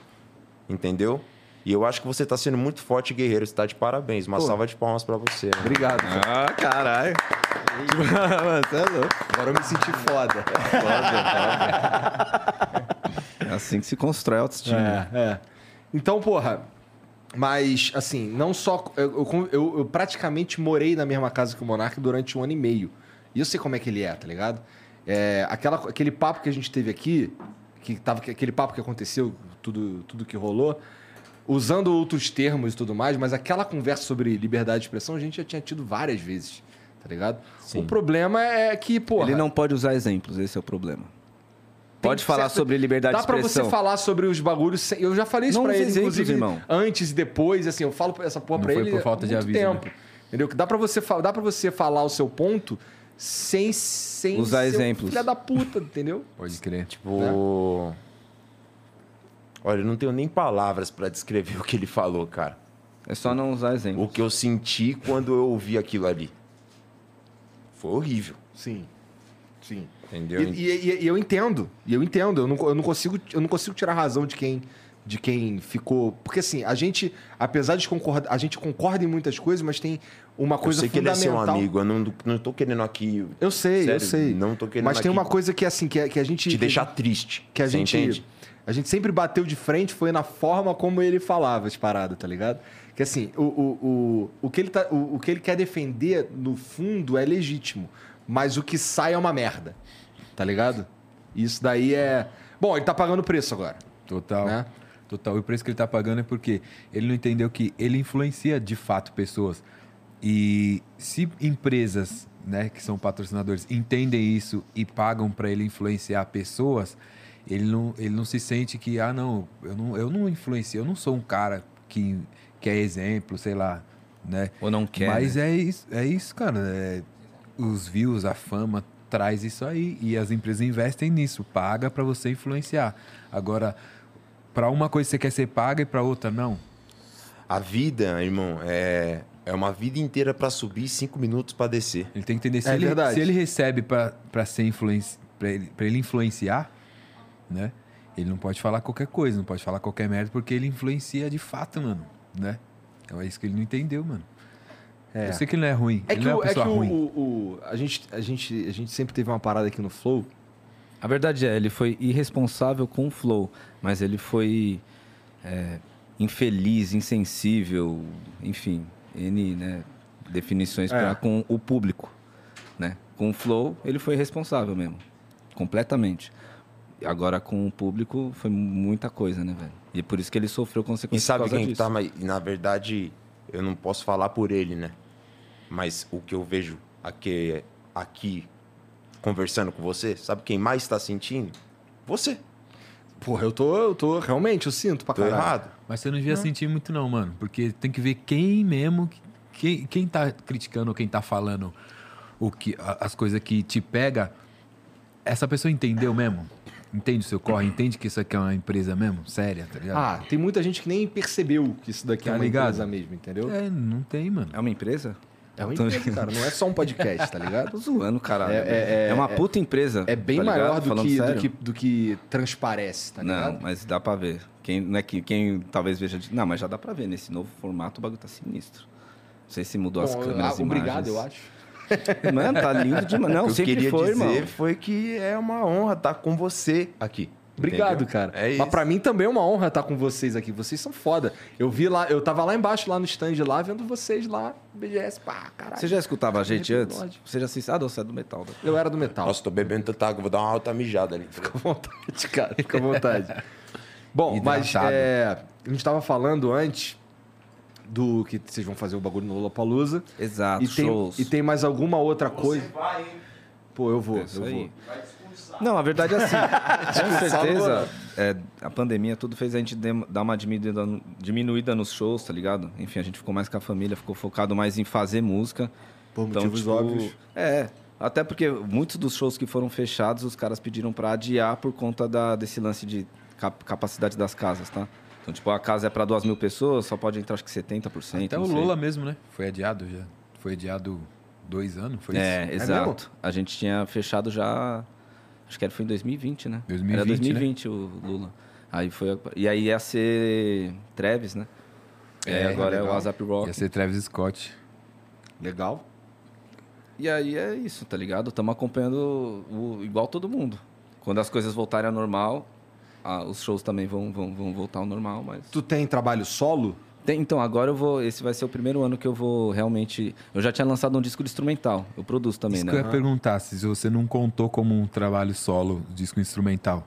Speaker 3: Entendeu? E eu acho que você tá sendo muito forte, guerreiro. Você tá de parabéns. Uma
Speaker 1: Pô.
Speaker 3: salva de palmas pra você. né?
Speaker 1: Obrigado. cara.
Speaker 4: Ah, caralho. Você é louco.
Speaker 1: Agora eu me senti foda.
Speaker 4: É assim que se constrói a autoestima.
Speaker 1: É, é. Então, porra, mas assim, não só. Eu, eu- eu- eu praticamente morei na mesma casa que o Monark durante um ano e meio. E eu sei como é que ele é, tá ligado? É, aquela, aquele papo que a gente teve aqui, que tava, que- aquele papo que aconteceu, tudo, tudo que rolou, usando outros termos e tudo mais, mas aquela conversa sobre liberdade de expressão a gente já tinha tido várias vezes, tá ligado? O problema é que, porra.
Speaker 4: Ele não pode usar exemplos, esse é o problema.
Speaker 1: Tem
Speaker 4: Pode falar
Speaker 1: certa-
Speaker 4: sobre liberdade
Speaker 1: Dá
Speaker 4: de
Speaker 1: pra
Speaker 4: expressão.
Speaker 1: você falar sobre os bagulhos. sem- Eu já falei isso
Speaker 4: Não
Speaker 1: pra
Speaker 4: os
Speaker 1: ele,
Speaker 4: exemplos,
Speaker 1: inclusive,
Speaker 4: irmão.
Speaker 1: antes e depois. Assim, eu falo essa porra
Speaker 2: Não
Speaker 1: pra
Speaker 2: foi
Speaker 1: ele
Speaker 2: por falta
Speaker 1: há
Speaker 2: de
Speaker 1: muito
Speaker 2: aviso,
Speaker 1: tempo. Entendeu? Que dá pra, você, fa- dá pra você falar o seu ponto sem, sem
Speaker 4: Usar
Speaker 1: ser um
Speaker 4: exemplos.
Speaker 1: Filha da puta, entendeu?
Speaker 2: Pode crer.
Speaker 1: né?
Speaker 3: Tipo. Olha, eu não tenho nem palavras pra descrever o que ele falou, cara.
Speaker 4: É só não usar exemplos.
Speaker 3: o que eu senti quando eu ouvi aquilo ali. Foi horrível,
Speaker 1: Sim. Sim.
Speaker 3: entendeu?
Speaker 1: E, e- e- e eu entendo, e eu entendo, eu não, co- eu não consigo, eu não consigo tirar a razão de quem, de quem ficou. Porque assim, a gente, apesar de concordar, a gente concorda em muitas coisas, mas tem uma
Speaker 3: eu
Speaker 1: coisa
Speaker 3: sei que ele é
Speaker 1: fundamental.
Speaker 3: seu amigo, eu não, não tô querendo aqui
Speaker 1: Eu sei, eu
Speaker 3: Sério,
Speaker 1: sei.
Speaker 3: não tô querendo
Speaker 1: Mas tem
Speaker 3: aqui
Speaker 1: uma coisa que assim, que, a- que a gente.
Speaker 3: te deixar triste.
Speaker 1: Que a
Speaker 3: você
Speaker 1: gente.
Speaker 3: entende?
Speaker 1: A gente sempre bateu de frente foi na forma como ele falava as paradas, tá ligado? Que assim, o, o, o, o, que ele tá, o, o que ele quer defender, no fundo, é legítimo. Mas o que sai é uma merda. Tá ligado? Isso daí é. Bom, ele tá pagando preço agora.
Speaker 2: Total.
Speaker 1: Né?
Speaker 2: Total. E o preço que ele tá pagando é porque ele não entendeu que ele influencia de fato pessoas. E se empresas, né, que são patrocinadores, entendem isso e pagam para ele influenciar pessoas, ele não, ele não se sente que, ah, não, eu não, eu não influencio, eu não sou um cara que, que é exemplo, sei lá, né?
Speaker 4: Ou não
Speaker 2: Mas
Speaker 1: né?
Speaker 2: é isso, é isso, cara. é- os views, a fama traz isso aí e as empresas investem nisso, paga pra você influenciar. Agora, pra uma coisa você quer ser paga e pra outra não.
Speaker 3: A vida, irmão, é, é uma vida inteira pra subir e cinco minutos pra descer.
Speaker 2: Ele tem que entender se,
Speaker 1: É
Speaker 2: ele,
Speaker 1: verdade.
Speaker 2: se ele recebe pra pra ser influenci... para ele, pra ele influenciar, né? Ele não pode falar qualquer coisa, não pode falar qualquer merda porque ele influencia de fato, mano, né? Então é isso que ele não entendeu, mano.
Speaker 1: É.
Speaker 2: Eu sei que ele não é ruim,
Speaker 1: É
Speaker 2: ele
Speaker 1: que,
Speaker 2: não é
Speaker 1: o,
Speaker 2: uma
Speaker 1: é que
Speaker 2: pessoa
Speaker 1: o,
Speaker 2: ruim.
Speaker 1: o- o- a, gente, a, gente, a gente sempre teve uma parada aqui no Flow.
Speaker 4: A verdade é, ele foi irresponsável com o flow, mas ele foi é, infeliz, insensível, enfim. N né, definições
Speaker 1: É.
Speaker 4: pra- com o público. Né? Com o Flow, ele foi responsável mesmo. Completamente. Agora, com o público, foi muita coisa, né, velho? E por isso que ele sofreu
Speaker 3: E
Speaker 4: consequências
Speaker 3: sabe
Speaker 4: por causa
Speaker 3: quem que
Speaker 4: disso.
Speaker 3: tá, mas na verdade eu não posso falar por ele, né? Mas o que eu vejo aqui, aqui conversando com você, sabe quem mais tá sentindo? Você.
Speaker 1: Porra, eu tô, eu tô, realmente, eu sinto pra
Speaker 3: Tô
Speaker 1: caralho.
Speaker 3: errado.
Speaker 2: Mas você não devia sentir muito, não, mano. Porque tem que ver quem mesmo. Quem, quem tá criticando, quem tá falando o que, a- as coisas que te pega. Essa pessoa entendeu mesmo? Entende o seu corre? Entende que isso aqui é uma empresa mesmo? Séria, tá
Speaker 4: É.
Speaker 2: ligado?
Speaker 1: Ah, tem muita gente que nem percebeu que isso daqui é
Speaker 2: Tá
Speaker 1: uma
Speaker 2: ligado?
Speaker 1: empresa mesmo, entendeu?
Speaker 2: É, não tem, mano.
Speaker 4: É uma empresa?
Speaker 1: É uma empresa, cara. Não é só um podcast, tá ligado?
Speaker 4: Tô zoando, caralho.
Speaker 1: É-
Speaker 4: É,
Speaker 1: é- é-
Speaker 4: uma puta empresa.
Speaker 1: É bem
Speaker 4: tá ligado?
Speaker 1: maior do
Speaker 4: Falando
Speaker 1: que, do,
Speaker 4: sério.
Speaker 1: que, do que transparece, tá
Speaker 4: não,
Speaker 1: ligado?
Speaker 4: mas dá pra ver. Quem, não é que, quem talvez veja. de- Não, mas já dá pra ver. Nesse novo formato, o bagulho tá sinistro. Não sei se mudou as
Speaker 1: Bom,
Speaker 4: câmeras.
Speaker 1: ah, obrigado,
Speaker 4: imagens.
Speaker 1: eu acho.
Speaker 4: acho. Mano, tá lindo demais.
Speaker 3: o
Speaker 4: Não,
Speaker 3: que eu
Speaker 4: sempre
Speaker 3: queria
Speaker 4: foi,
Speaker 3: dizer
Speaker 4: irmão.
Speaker 3: foi que é uma honra estar com você aqui.
Speaker 1: Obrigado,
Speaker 3: entendeu?
Speaker 1: cara.
Speaker 3: É isso.
Speaker 1: Mas pra mim também é uma honra estar com vocês aqui. Vocês são foda. Eu vi lá, eu tava lá embaixo, lá no stand lá, vendo vocês lá, BGS, pá, caralho.
Speaker 4: Você já é escutava a
Speaker 1: é
Speaker 4: gente antes?
Speaker 1: Lógico.
Speaker 4: Você já assistiu? Ah, não, você é do metal. né?
Speaker 1: Eu era do metal.
Speaker 3: Nossa, tô bebendo tanta água, vou dar uma alta mijada ali.
Speaker 1: Fica à vontade, cara. Fica à vontade. Bom, mas
Speaker 2: Hidratado.
Speaker 1: é, a gente tava falando antes do que vocês vão fazer o bagulho no Lollapalooza.
Speaker 4: Exato,
Speaker 1: e, tem,
Speaker 4: shows.
Speaker 1: e tem mais alguma outra coisa? Pô, eu vou,
Speaker 4: É isso
Speaker 1: eu vou.
Speaker 4: aí. Não, a verdade é assim. com certeza, é, a pandemia tudo fez a gente dem- dar uma diminuída, no- diminuída nos shows, tá ligado? Enfim, a gente ficou mais com a família, ficou focado mais em fazer música. Então,
Speaker 1: Por motivos óbvios.
Speaker 4: É, até porque muitos dos shows que foram fechados, os caras pediram pra adiar por conta da- desse lance de cap- capacidade das casas, tá? Então, tipo, a casa é pra duas mil pessoas, só pode entrar acho que 70%.
Speaker 2: Até
Speaker 4: não
Speaker 2: o
Speaker 4: sei.
Speaker 2: Lola mesmo, né? Foi adiado já. Foi adiado dois anos, foi
Speaker 4: É,
Speaker 2: isso?
Speaker 4: exato. a gente tinha fechado já. Acho que era, foi em 2020, né?
Speaker 2: 2020,
Speaker 4: era 2020 o Lula. Aí foi. a- E aí ia ser Travis, né? É,
Speaker 2: É,
Speaker 4: agora é o
Speaker 1: legal.
Speaker 4: WhatsApp Rock.
Speaker 2: Ia ser Travis Scott.
Speaker 1: Legal.
Speaker 4: E aí é isso, tá ligado? Estamos acompanhando o- igual todo mundo. Quando as coisas voltarem ao normal, ah, os shows também vão, vão, vão voltar ao normal, mas.
Speaker 1: Tu tem trabalho solo?
Speaker 4: Tem- então, agora eu vou. Esse vai ser o primeiro ano que eu vou realmente. Eu já tinha lançado um disco de instrumental. Eu produzo também,
Speaker 2: Isso
Speaker 4: né?
Speaker 2: que eu ia perguntar, se você não contou como um trabalho solo, disco instrumental.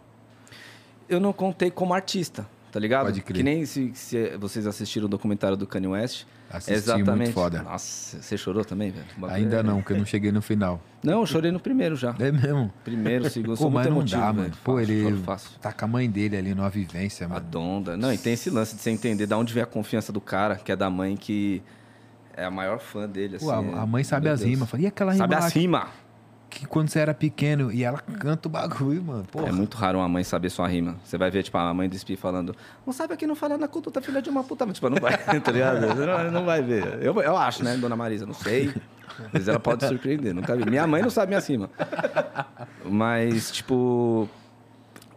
Speaker 4: eu não contei como artista, tá ligado?
Speaker 2: Pode crer.
Speaker 4: Que nem se, se vocês assistiram o documentário do Kanye West.
Speaker 2: Assisti,
Speaker 4: Exatamente.
Speaker 2: muito foda.
Speaker 4: Nossa, você chorou também, velho? O bagulho
Speaker 2: Ainda
Speaker 4: é-
Speaker 2: não, porque eu não cheguei no final.
Speaker 4: Não, eu chorei no primeiro já.
Speaker 2: É mesmo.
Speaker 4: Primeiro, segundo,
Speaker 2: Pô,
Speaker 4: sou
Speaker 2: mas
Speaker 4: muito
Speaker 2: não
Speaker 4: emotivo,
Speaker 2: dá,
Speaker 4: velho.
Speaker 2: mano. Pô,
Speaker 4: Fácil,
Speaker 2: ele
Speaker 4: choro fácil.
Speaker 2: tá com a mãe dele ali numa vivência,
Speaker 4: A
Speaker 2: mano.
Speaker 4: donda. Não, e tem esse lance de você entender de onde vem a confiança do cara, que é da mãe, que é a maior fã dele, assim.
Speaker 2: Pô, a, a mãe
Speaker 4: é-
Speaker 2: sabe
Speaker 4: Meu
Speaker 2: as
Speaker 4: Deus.
Speaker 2: rimas. Falei, e aquela rima
Speaker 4: Sabe
Speaker 2: lá
Speaker 4: as rimas.
Speaker 2: que quando você era pequeno e ela canta o bagulho, mano. Porra.
Speaker 4: É muito raro uma mãe saber sua rima. Você vai ver, tipo, a mãe do Spi falando, não sabe aqui não fala na conduta, filha de uma puta. Mas, Tipo, não vai, tá ligado? Você Não, não vai ver. Eu, eu acho, né, dona Marisa? Não sei. Mas ela pode surpreender, nunca vi. Minha mãe não sabe minha rima. Mas, tipo,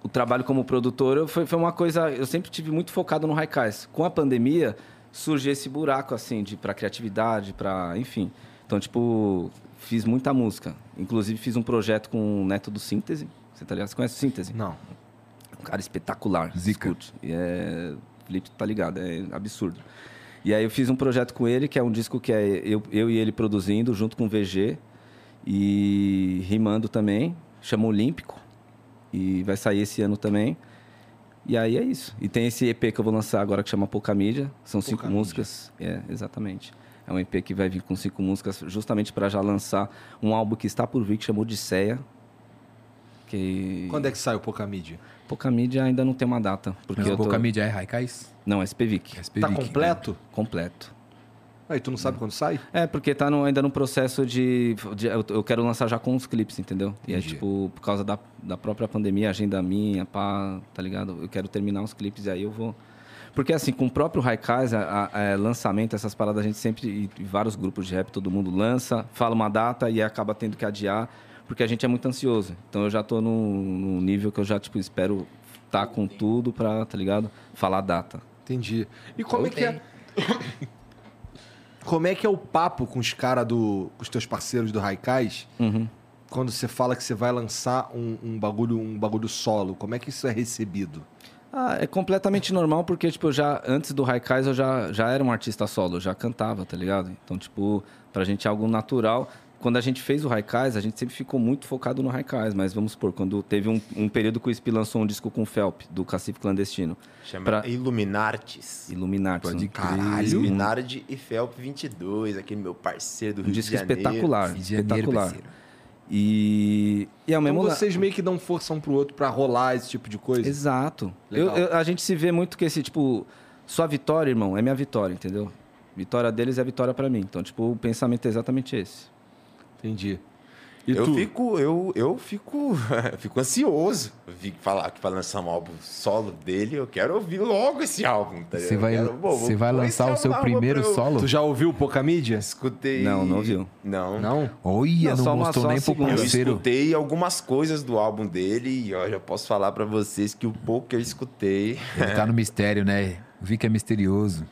Speaker 4: o trabalho como produtor eu- foi, foi uma coisa. Eu sempre tive muito focado no Raikais. Com a pandemia, surgiu esse buraco, assim, de pra criatividade, pra. Enfim. Então, tipo, fiz muita música. Inclusive, fiz um projeto com o Neto do Síntese. Você tá ligado? Você conhece o Síntese?
Speaker 1: Não.
Speaker 4: Um cara espetacular.
Speaker 2: Zica.
Speaker 4: Escute. E é... Felipe tá ligado, é absurdo. E aí eu fiz um projeto com ele, que é um disco que é eu, eu e ele produzindo, junto com o VG. E rimando também. Chama Olímpico. E vai sair esse ano também. E aí é isso. E tem esse EP que eu vou lançar agora que chama Pouca Mídia. São cinco
Speaker 1: Mídia.
Speaker 4: músicas. É, exatamente. É um EP que vai vir com cinco músicas, justamente para já lançar um álbum que está por vir, que chama Odisseia. Que...
Speaker 1: Quando é que sai o Pouca Mídia?
Speaker 4: Pouca mídia ainda não tem uma data. Porque
Speaker 2: Mas
Speaker 4: eu
Speaker 2: o
Speaker 4: tô...
Speaker 2: Boca Mídia é Raikais?
Speaker 4: Não, é SPVIC.
Speaker 1: Tá completo?
Speaker 4: Completo.
Speaker 1: Aí tu não sabe quando sai?
Speaker 4: É, porque tá no- ainda no processo de. de- eu, eu quero lançar já com os clipes, entendeu? E é
Speaker 2: Entendi.
Speaker 4: tipo, por causa da, da própria pandemia, agenda minha, pá, tá ligado? Eu quero terminar os clipes e aí eu vou. Porque assim, com o próprio Raikais, a- a- é, lançamento, essas paradas a gente sempre. E, e vários grupos de rap, todo mundo lança, fala uma data e acaba tendo que adiar, porque a gente é muito ansioso. Então eu já tô num, num nível que eu já, tipo, espero tá com tudo pra, tá ligado? Falar a data.
Speaker 1: Entendi. E como é que é. Como é que é o papo com os caras do. com os teus parceiros do Raikais
Speaker 4: Uhum.
Speaker 1: quando você fala que você vai lançar um, um bagulho, um bagulho solo? Como é que isso é recebido?
Speaker 4: Ah, é completamente normal, porque, tipo, eu já antes do Raikais eu já, já era um artista solo, eu já cantava, tá ligado? Então, tipo, pra gente é algo natural. Quando a gente fez o Raikais, a gente sempre ficou muito focado no Raikais, mas vamos supor, quando teve um, um período que o Spi lançou um disco com o Felp, do Cacife Clandestino.
Speaker 3: Chama
Speaker 4: Pra-
Speaker 3: Iluminartes.
Speaker 4: Iluminar,
Speaker 2: Pode
Speaker 4: um
Speaker 3: Caralho.
Speaker 2: crer.
Speaker 3: Iluminardi e Felp 22, aquele meu parceiro do Rio
Speaker 4: Um disco
Speaker 3: de Janeiro.
Speaker 4: espetacular,
Speaker 2: Rio de Janeiro,
Speaker 4: espetacular.
Speaker 2: parceiro.
Speaker 4: E, e ao mesmo
Speaker 1: Então
Speaker 4: la-
Speaker 1: vocês meio que dão força um pro outro pra rolar esse tipo de
Speaker 4: é.
Speaker 1: coisa.
Speaker 4: Exato.
Speaker 1: Legal.
Speaker 4: Eu- eu- a gente se vê muito que esse, tipo, sua vitória, irmão, é minha vitória, entendeu? Vitória deles é vitória pra mim. Então, tipo, o pensamento é exatamente esse.
Speaker 1: Entendi. E
Speaker 3: eu
Speaker 1: tu?
Speaker 3: fico, eu, eu fico, fico ansioso. Eu Fico falar que vai lançar um álbum solo dele, eu quero ouvir logo esse álbum, tá
Speaker 2: Você
Speaker 3: ligado?
Speaker 2: vai,
Speaker 3: Eu quero- pô,
Speaker 2: você
Speaker 3: vou
Speaker 2: vai
Speaker 3: pôr esse
Speaker 2: lançar o
Speaker 3: álbum
Speaker 2: seu
Speaker 3: na rua
Speaker 2: primeiro
Speaker 3: pra eu-
Speaker 2: solo?
Speaker 1: Tu já ouviu Pouca Mídia?
Speaker 3: Escutei.
Speaker 4: Não, não ouviu.
Speaker 3: Não.
Speaker 1: Não?
Speaker 2: Olha, não,
Speaker 4: Não, só uma-
Speaker 2: mostrou
Speaker 4: só
Speaker 2: nem
Speaker 4: a
Speaker 2: pro
Speaker 4: segunda.
Speaker 3: Eu
Speaker 2: parceiro.
Speaker 3: escutei algumas coisas do álbum dele e ó, já posso falar pra vocês que o pouco que eu escutei
Speaker 2: Ele tá no
Speaker 4: É.
Speaker 2: mistério, né? Vi que é misterioso.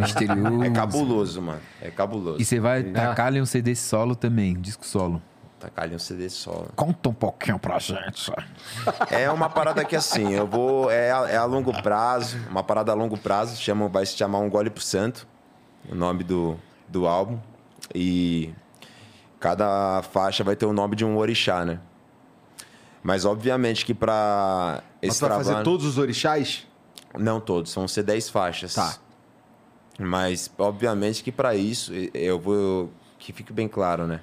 Speaker 2: misterioso.
Speaker 3: é cabuloso, mano. É cabuloso.
Speaker 2: E você vai
Speaker 4: é.
Speaker 2: tacar ali um CD solo também, disco solo.
Speaker 3: Tacar ali um CD solo.
Speaker 2: Conta um pouquinho pra gente.
Speaker 3: É uma parada que assim, eu vou. É a, é a longo prazo, uma parada a longo prazo, chama, vai se chamar Um Gole pro Santo, o nome do, do álbum. E cada faixa vai ter o nome de um orixá, né? Mas obviamente que pra
Speaker 1: Mas
Speaker 3: esse
Speaker 1: tu vai fazer
Speaker 3: trabalho.
Speaker 1: todos os orixás?
Speaker 3: Não todos, vão ser 10 faixas.
Speaker 1: Tá.
Speaker 3: Mas, obviamente, que para isso, e- eu vou. Que fique bem claro, né?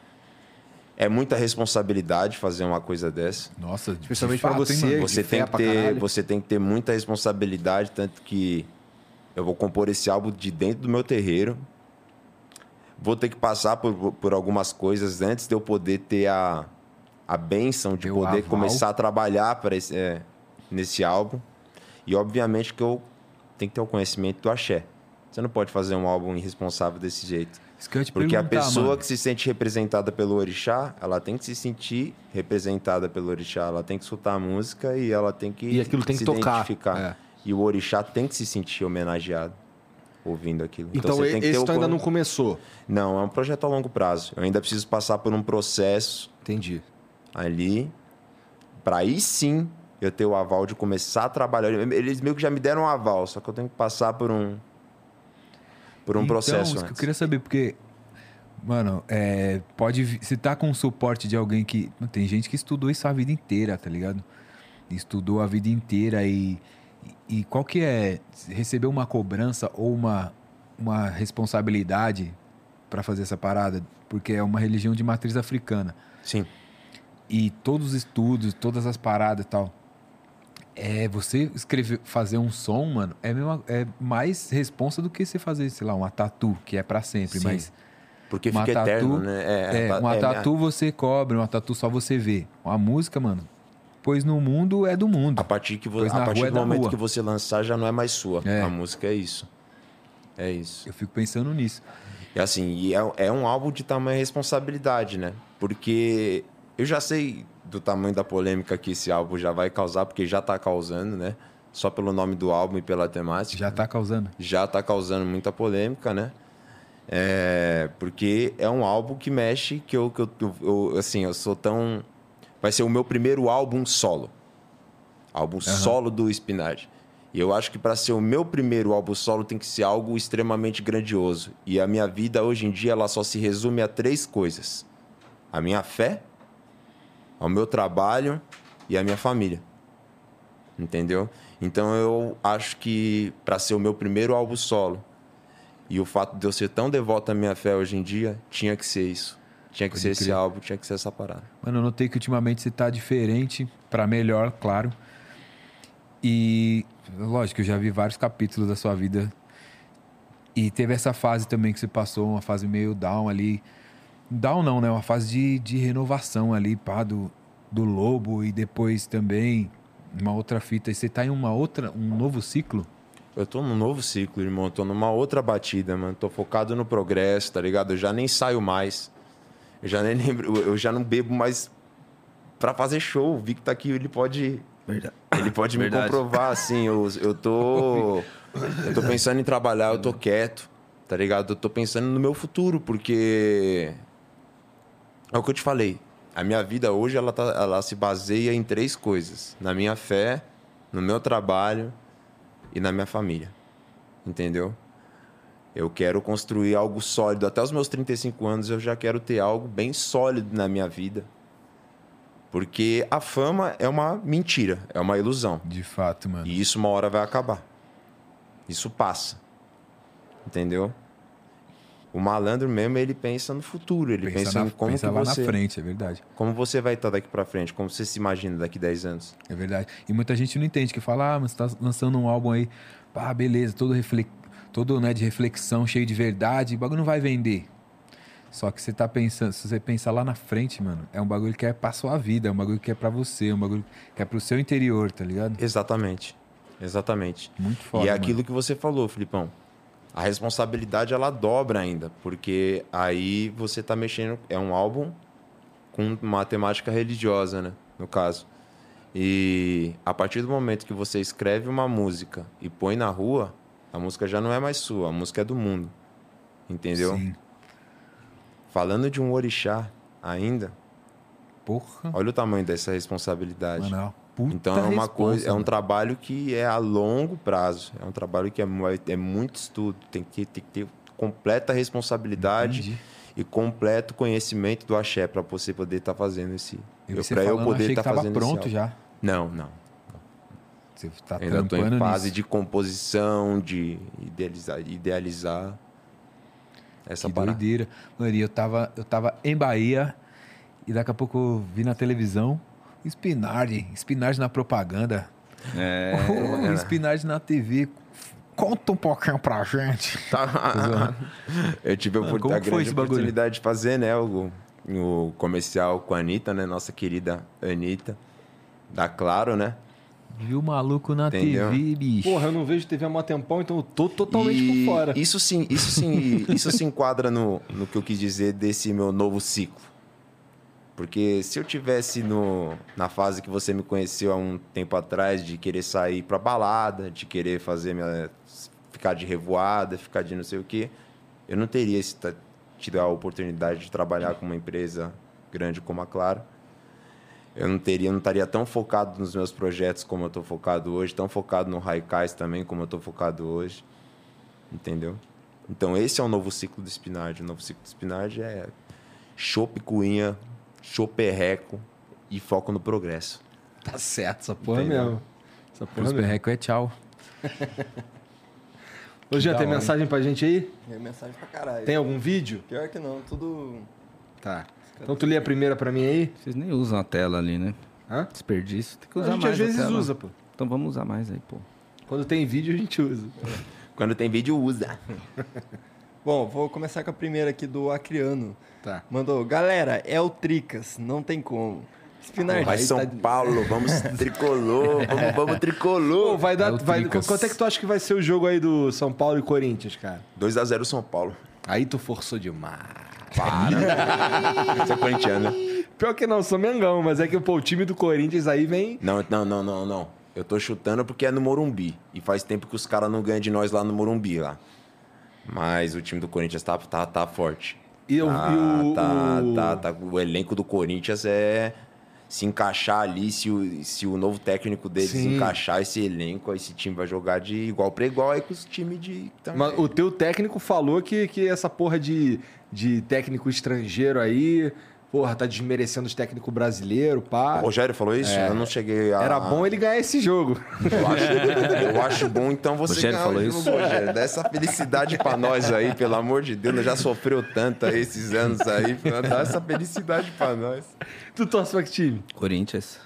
Speaker 3: É muita responsabilidade fazer uma coisa dessa.
Speaker 2: Nossa,
Speaker 1: Especialmente
Speaker 2: de fato,
Speaker 1: pra você,
Speaker 2: hein, mano?
Speaker 1: que-
Speaker 3: Você
Speaker 1: fé
Speaker 3: tem, que
Speaker 1: pra
Speaker 3: ter,
Speaker 1: caralho.
Speaker 3: você tem que ter muita responsabilidade, tanto que eu vou compor esse álbum de dentro do meu terreiro. Vou ter que passar por, por algumas coisas antes de eu poder ter a, a benção de
Speaker 2: Ter o
Speaker 3: poder
Speaker 2: aval.
Speaker 3: começar a trabalhar pra esse, é, nesse álbum. E obviamente que eu tenho que ter o conhecimento do axé. Você não pode fazer um álbum irresponsável desse jeito.
Speaker 2: Isso que eu ia te
Speaker 3: Porque a
Speaker 2: perguntar,
Speaker 3: pessoa
Speaker 2: mano.
Speaker 3: que se sente representada pelo orixá, ela tem que se sentir representada pelo orixá, ela tem que escutar a música e ela tem que
Speaker 1: E aquilo tem que
Speaker 3: se
Speaker 1: tocar,
Speaker 3: identificar.
Speaker 1: é.
Speaker 3: E o orixá tem que se sentir homenageado ouvindo aquilo.
Speaker 1: Então,
Speaker 3: você tem que ter
Speaker 1: esse
Speaker 3: o
Speaker 1: tu ainda
Speaker 3: con-
Speaker 1: não começou.
Speaker 3: Não, é um projeto a longo prazo. Eu ainda preciso passar por um processo
Speaker 1: Entendi.
Speaker 3: ali para aí sim eu ter o aval de começar a trabalhar. Eles meio que já me deram um aval, só que eu tenho que passar por um por um
Speaker 2: Então,
Speaker 3: processo
Speaker 2: Isso que eu
Speaker 3: antes.
Speaker 2: queria saber, porque, mano, é, pode. vi- Se tá com o suporte de alguém que. mano, Tem gente que estudou isso a vida inteira, tá ligado? Estudou a vida inteira e. E e qual que é receber uma cobrança ou uma, uma responsabilidade pra fazer essa parada? Porque é uma religião de matriz africana
Speaker 3: Sim.
Speaker 2: e todos os estudos, todas as paradas e tal. É, você escrever, fazer um som, mano, é, mesmo, é mais responsa do que você fazer, sei lá, uma tatu, que é pra sempre,
Speaker 3: Sim.
Speaker 2: mas
Speaker 3: Porque
Speaker 2: Uma
Speaker 3: fica eterno,
Speaker 2: tatu-
Speaker 3: né?
Speaker 2: é, uma tatu você cobra, uma tatu só você vê. Uma música, mano, pois no mundo é do mundo.
Speaker 3: A partir, que vo-
Speaker 2: Pois
Speaker 3: a
Speaker 2: na
Speaker 3: partir
Speaker 2: rua é
Speaker 3: do
Speaker 2: da
Speaker 3: momento
Speaker 2: rua.
Speaker 3: que você lançar, já não é mais sua.
Speaker 2: É.
Speaker 3: A música é isso. É isso.
Speaker 2: Eu fico pensando nisso.
Speaker 3: E assim, e é, é um álbum de tamanha responsabilidade, né? Porque eu já sei do tamanho da polêmica que esse álbum já vai causar, porque já tá causando, né? Só pelo nome do álbum e pela temática.
Speaker 2: Já tá causando.
Speaker 3: já tá causando muita polêmica, né? É, porque é um álbum que mexe, que eu, que eu, eu- assim, eu sou tão... Vai ser o meu primeiro álbum solo. Álbum solo do Spinard. E eu acho que para ser o meu primeiro álbum solo tem que ser algo extremamente grandioso. E a minha vida hoje em dia ela só se resume a três coisas: a minha fé, ao meu trabalho e a minha família. Entendeu? Então eu acho que para ser o meu primeiro álbum solo e o fato de eu ser tão devoto à minha fé hoje em dia, tinha que ser isso. Tinha que
Speaker 2: Pode
Speaker 3: ser esse
Speaker 2: crer.
Speaker 3: álbum, tinha que ser essa parada.
Speaker 2: Mano, eu notei que ultimamente você tá diferente, pra melhor, claro. E, lógico, eu já vi vários capítulos da sua vida. E teve essa fase também que você passou, uma fase meio down ali. Down não, né? Uma fase de, de renovação ali, pá, do, do Lobo e depois também uma outra fita. E você tá em uma outra, um novo ciclo?
Speaker 3: Eu tô num novo ciclo, irmão. Eu tô numa outra batida, mano. Tô focado no progresso, tá ligado? Eu já nem saio mais. Eu já nem lembro. Eu já não bebo mais pra fazer show. O Vic tá aqui, ele pode.
Speaker 4: Verdade.
Speaker 3: Ele pode me
Speaker 4: Verdade.
Speaker 3: comprovar, assim. Eu, eu tô. Eu tô pensando em trabalhar, eu tô quieto, tá ligado? Eu tô pensando no meu futuro, porque. É o que eu te falei. A minha vida hoje, ela, tá- ela se baseia em três coisas: na minha fé, no meu trabalho e na minha família. Entendeu? Eu quero construir algo sólido. Até os meus 35 anos eu já quero ter algo bem sólido na minha vida. Porque a fama é uma mentira, é uma ilusão.
Speaker 2: De fato, mano.
Speaker 3: E isso uma hora vai acabar. Isso passa. Entendeu? O malandro mesmo, ele pensa no futuro, ele pensa,
Speaker 2: na-
Speaker 3: em como
Speaker 2: pensa
Speaker 3: que
Speaker 2: lá
Speaker 3: você,
Speaker 2: na frente, é verdade.
Speaker 3: como você vai estar daqui pra frente, como você se imagina daqui 10 anos.
Speaker 2: É verdade. E muita gente não entende, que fala, ah, mas você tá lançando um álbum aí, pá, beleza, todo, refle- todo né, de reflexão, cheio de verdade, o bagulho não vai vender. Só que você tá pensando, se você pensar lá na frente, mano, é um bagulho que é pra sua vida, é um bagulho que é pra você, é um bagulho que é pro seu interior, tá ligado?
Speaker 3: Exatamente. Exatamente.
Speaker 2: Muito foda.
Speaker 3: e é
Speaker 2: mano.
Speaker 3: aquilo que você falou, Filipão. A responsabilidade ela dobra ainda, porque aí você tá mexendo. É um álbum com uma temática religiosa, né? No caso. E a partir do momento que você escreve uma música e põe na rua, a música já não é mais sua, a música é do mundo. Entendeu?
Speaker 2: Sim.
Speaker 3: Falando de um orixá ainda,
Speaker 2: Porra.
Speaker 3: olha o tamanho dessa responsabilidade.
Speaker 2: Mano, é uma puta
Speaker 3: Então é uma
Speaker 2: responsa,
Speaker 3: coisa, é um
Speaker 2: mano.
Speaker 3: trabalho que é a longo prazo, é um trabalho que é, mu- é muito estudo, tem que, tem que ter completa responsabilidade
Speaker 2: Entendi.
Speaker 3: e completo conhecimento do axé para você poder estar fazendo esse,
Speaker 2: Eu,
Speaker 3: eu-
Speaker 2: vi você
Speaker 3: pra eu
Speaker 2: falando,
Speaker 3: poder
Speaker 2: achei
Speaker 3: tá
Speaker 2: que tava
Speaker 3: fazendo esse
Speaker 2: pronto
Speaker 3: álbum.
Speaker 2: já.
Speaker 3: Não, não.
Speaker 2: Você tá
Speaker 3: Ainda estou
Speaker 2: trampando
Speaker 3: em fase
Speaker 2: nisso.
Speaker 3: de composição, de idealizar, idealizar essa
Speaker 2: que
Speaker 3: parada.
Speaker 2: doideira. Mano, e eu tava, eu tava em Bahia e daqui a pouco eu vi na televisão o Spinardi, Spinardi na propaganda.
Speaker 4: É.
Speaker 2: o Spinardi na TV. Conta um pouquinho pra gente.
Speaker 3: Tá. Eu tive a
Speaker 2: Mano,
Speaker 3: opor-
Speaker 2: Ah, como
Speaker 3: a
Speaker 2: que foi
Speaker 3: grande
Speaker 2: esse bagulho?
Speaker 3: oportunidade de fazer, né? O, o comercial com a Anitta, né? Nossa querida Anitta. Da Claro, né?
Speaker 2: Viu o maluco na
Speaker 3: Entendeu?
Speaker 2: TV, bicho.
Speaker 1: Porra, eu não vejo TV há mó tempão, então eu tô totalmente
Speaker 3: E
Speaker 1: por fora.
Speaker 3: Isso sim, isso sim, isso se enquadra no, no que eu quis dizer desse meu novo ciclo. Porque se eu tivesse no, na fase que você me conheceu há um tempo atrás, de querer sair pra balada, de querer fazer minha. ficar de revoada, ficar de não sei o quê, eu não teria esse, ta- tido a oportunidade de trabalhar com uma empresa grande como a Claro. Eu não teria, não estaria tão focado nos meus projetos como eu tô focado hoje, tão focado no Raikais também como eu tô focado hoje. Entendeu? Então esse é o novo ciclo do Spinard. O novo ciclo do Spinard é chope cuinha, choperreco e foco no progresso.
Speaker 1: Tá certo, essa porra
Speaker 3: Entendeu?
Speaker 1: mesmo. Essa porra
Speaker 2: Os
Speaker 1: mesmo.
Speaker 2: perreco é tchau.
Speaker 1: Ô, Jean,
Speaker 2: Da
Speaker 1: tem
Speaker 2: hora,
Speaker 1: mensagem pra gente aí?
Speaker 6: É mensagem pra caralho.
Speaker 1: Tem algum vídeo?
Speaker 6: Pior que não, tudo.
Speaker 1: Tá. Então tu lê a primeira pra mim aí?
Speaker 4: Vocês nem usam a tela ali, né?
Speaker 1: Hã?
Speaker 4: Desperdício. Tem que
Speaker 1: A
Speaker 4: usar
Speaker 1: gente
Speaker 4: mais
Speaker 1: às
Speaker 4: a
Speaker 1: vezes
Speaker 4: tela.
Speaker 1: usa, pô.
Speaker 4: Então vamos usar mais aí, pô.
Speaker 1: Quando tem vídeo, a gente usa.
Speaker 3: Quando tem vídeo, usa.
Speaker 6: Bom, vou começar com a primeira aqui do Acriano.
Speaker 1: Tá.
Speaker 6: Mandou, galera, é o Tricas, não tem como. Spinardinho.
Speaker 3: Vai um São
Speaker 6: tá-
Speaker 3: Paulo, vamos tricolor, vamos, vamos
Speaker 1: Pô,
Speaker 3: tricolor.
Speaker 1: vai dar.
Speaker 2: É o
Speaker 1: vai,
Speaker 2: Tricas.
Speaker 1: quanto é que tu acha que vai ser o jogo aí do São Paulo e Corinthians, cara?
Speaker 3: 2 a 0 São Paulo.
Speaker 1: Aí tu forçou demais.
Speaker 3: Para. Você é corintiano. né?
Speaker 1: Pior que não, eu sou Mengão, mas é que pô, o time do Corinthians aí vem.
Speaker 3: Não, não, não, não, não. Eu tô chutando porque é no Morumbi. E faz tempo que os caras não ganham de nós lá no Morumbi lá. Mas o time do Corinthians tá, tá, tá forte.
Speaker 1: E, eu,
Speaker 3: tá,
Speaker 1: e o.
Speaker 3: tá,
Speaker 1: o-
Speaker 3: tá, tá. O elenco do Corinthians é se encaixar ali, se o, se o novo técnico deles
Speaker 1: Sim.
Speaker 3: encaixar esse elenco, aí esse time vai jogar de igual para igual aí com os times de. também.
Speaker 1: Mas o teu técnico falou que, que essa porra de, de técnico estrangeiro aí, porra, tá desmerecendo os técnicos brasileiros,
Speaker 3: O
Speaker 1: pá.
Speaker 3: Ah, Rogério falou isso? Eu não cheguei a.
Speaker 1: É. Era bom né? ele ganhar esse jogo.
Speaker 3: Eu acho, eu acho bom, então você
Speaker 4: Rogério
Speaker 3: ganhar o
Speaker 4: falou
Speaker 3: jogo,
Speaker 4: isso?
Speaker 3: Rogério. Dá essa felicidade pra nós aí, pelo amor de Deus. nós Já sofreu tanto aí esses anos aí. Dá essa felicidade pra nós.
Speaker 1: Tu torce pra que time?
Speaker 4: Corinthians.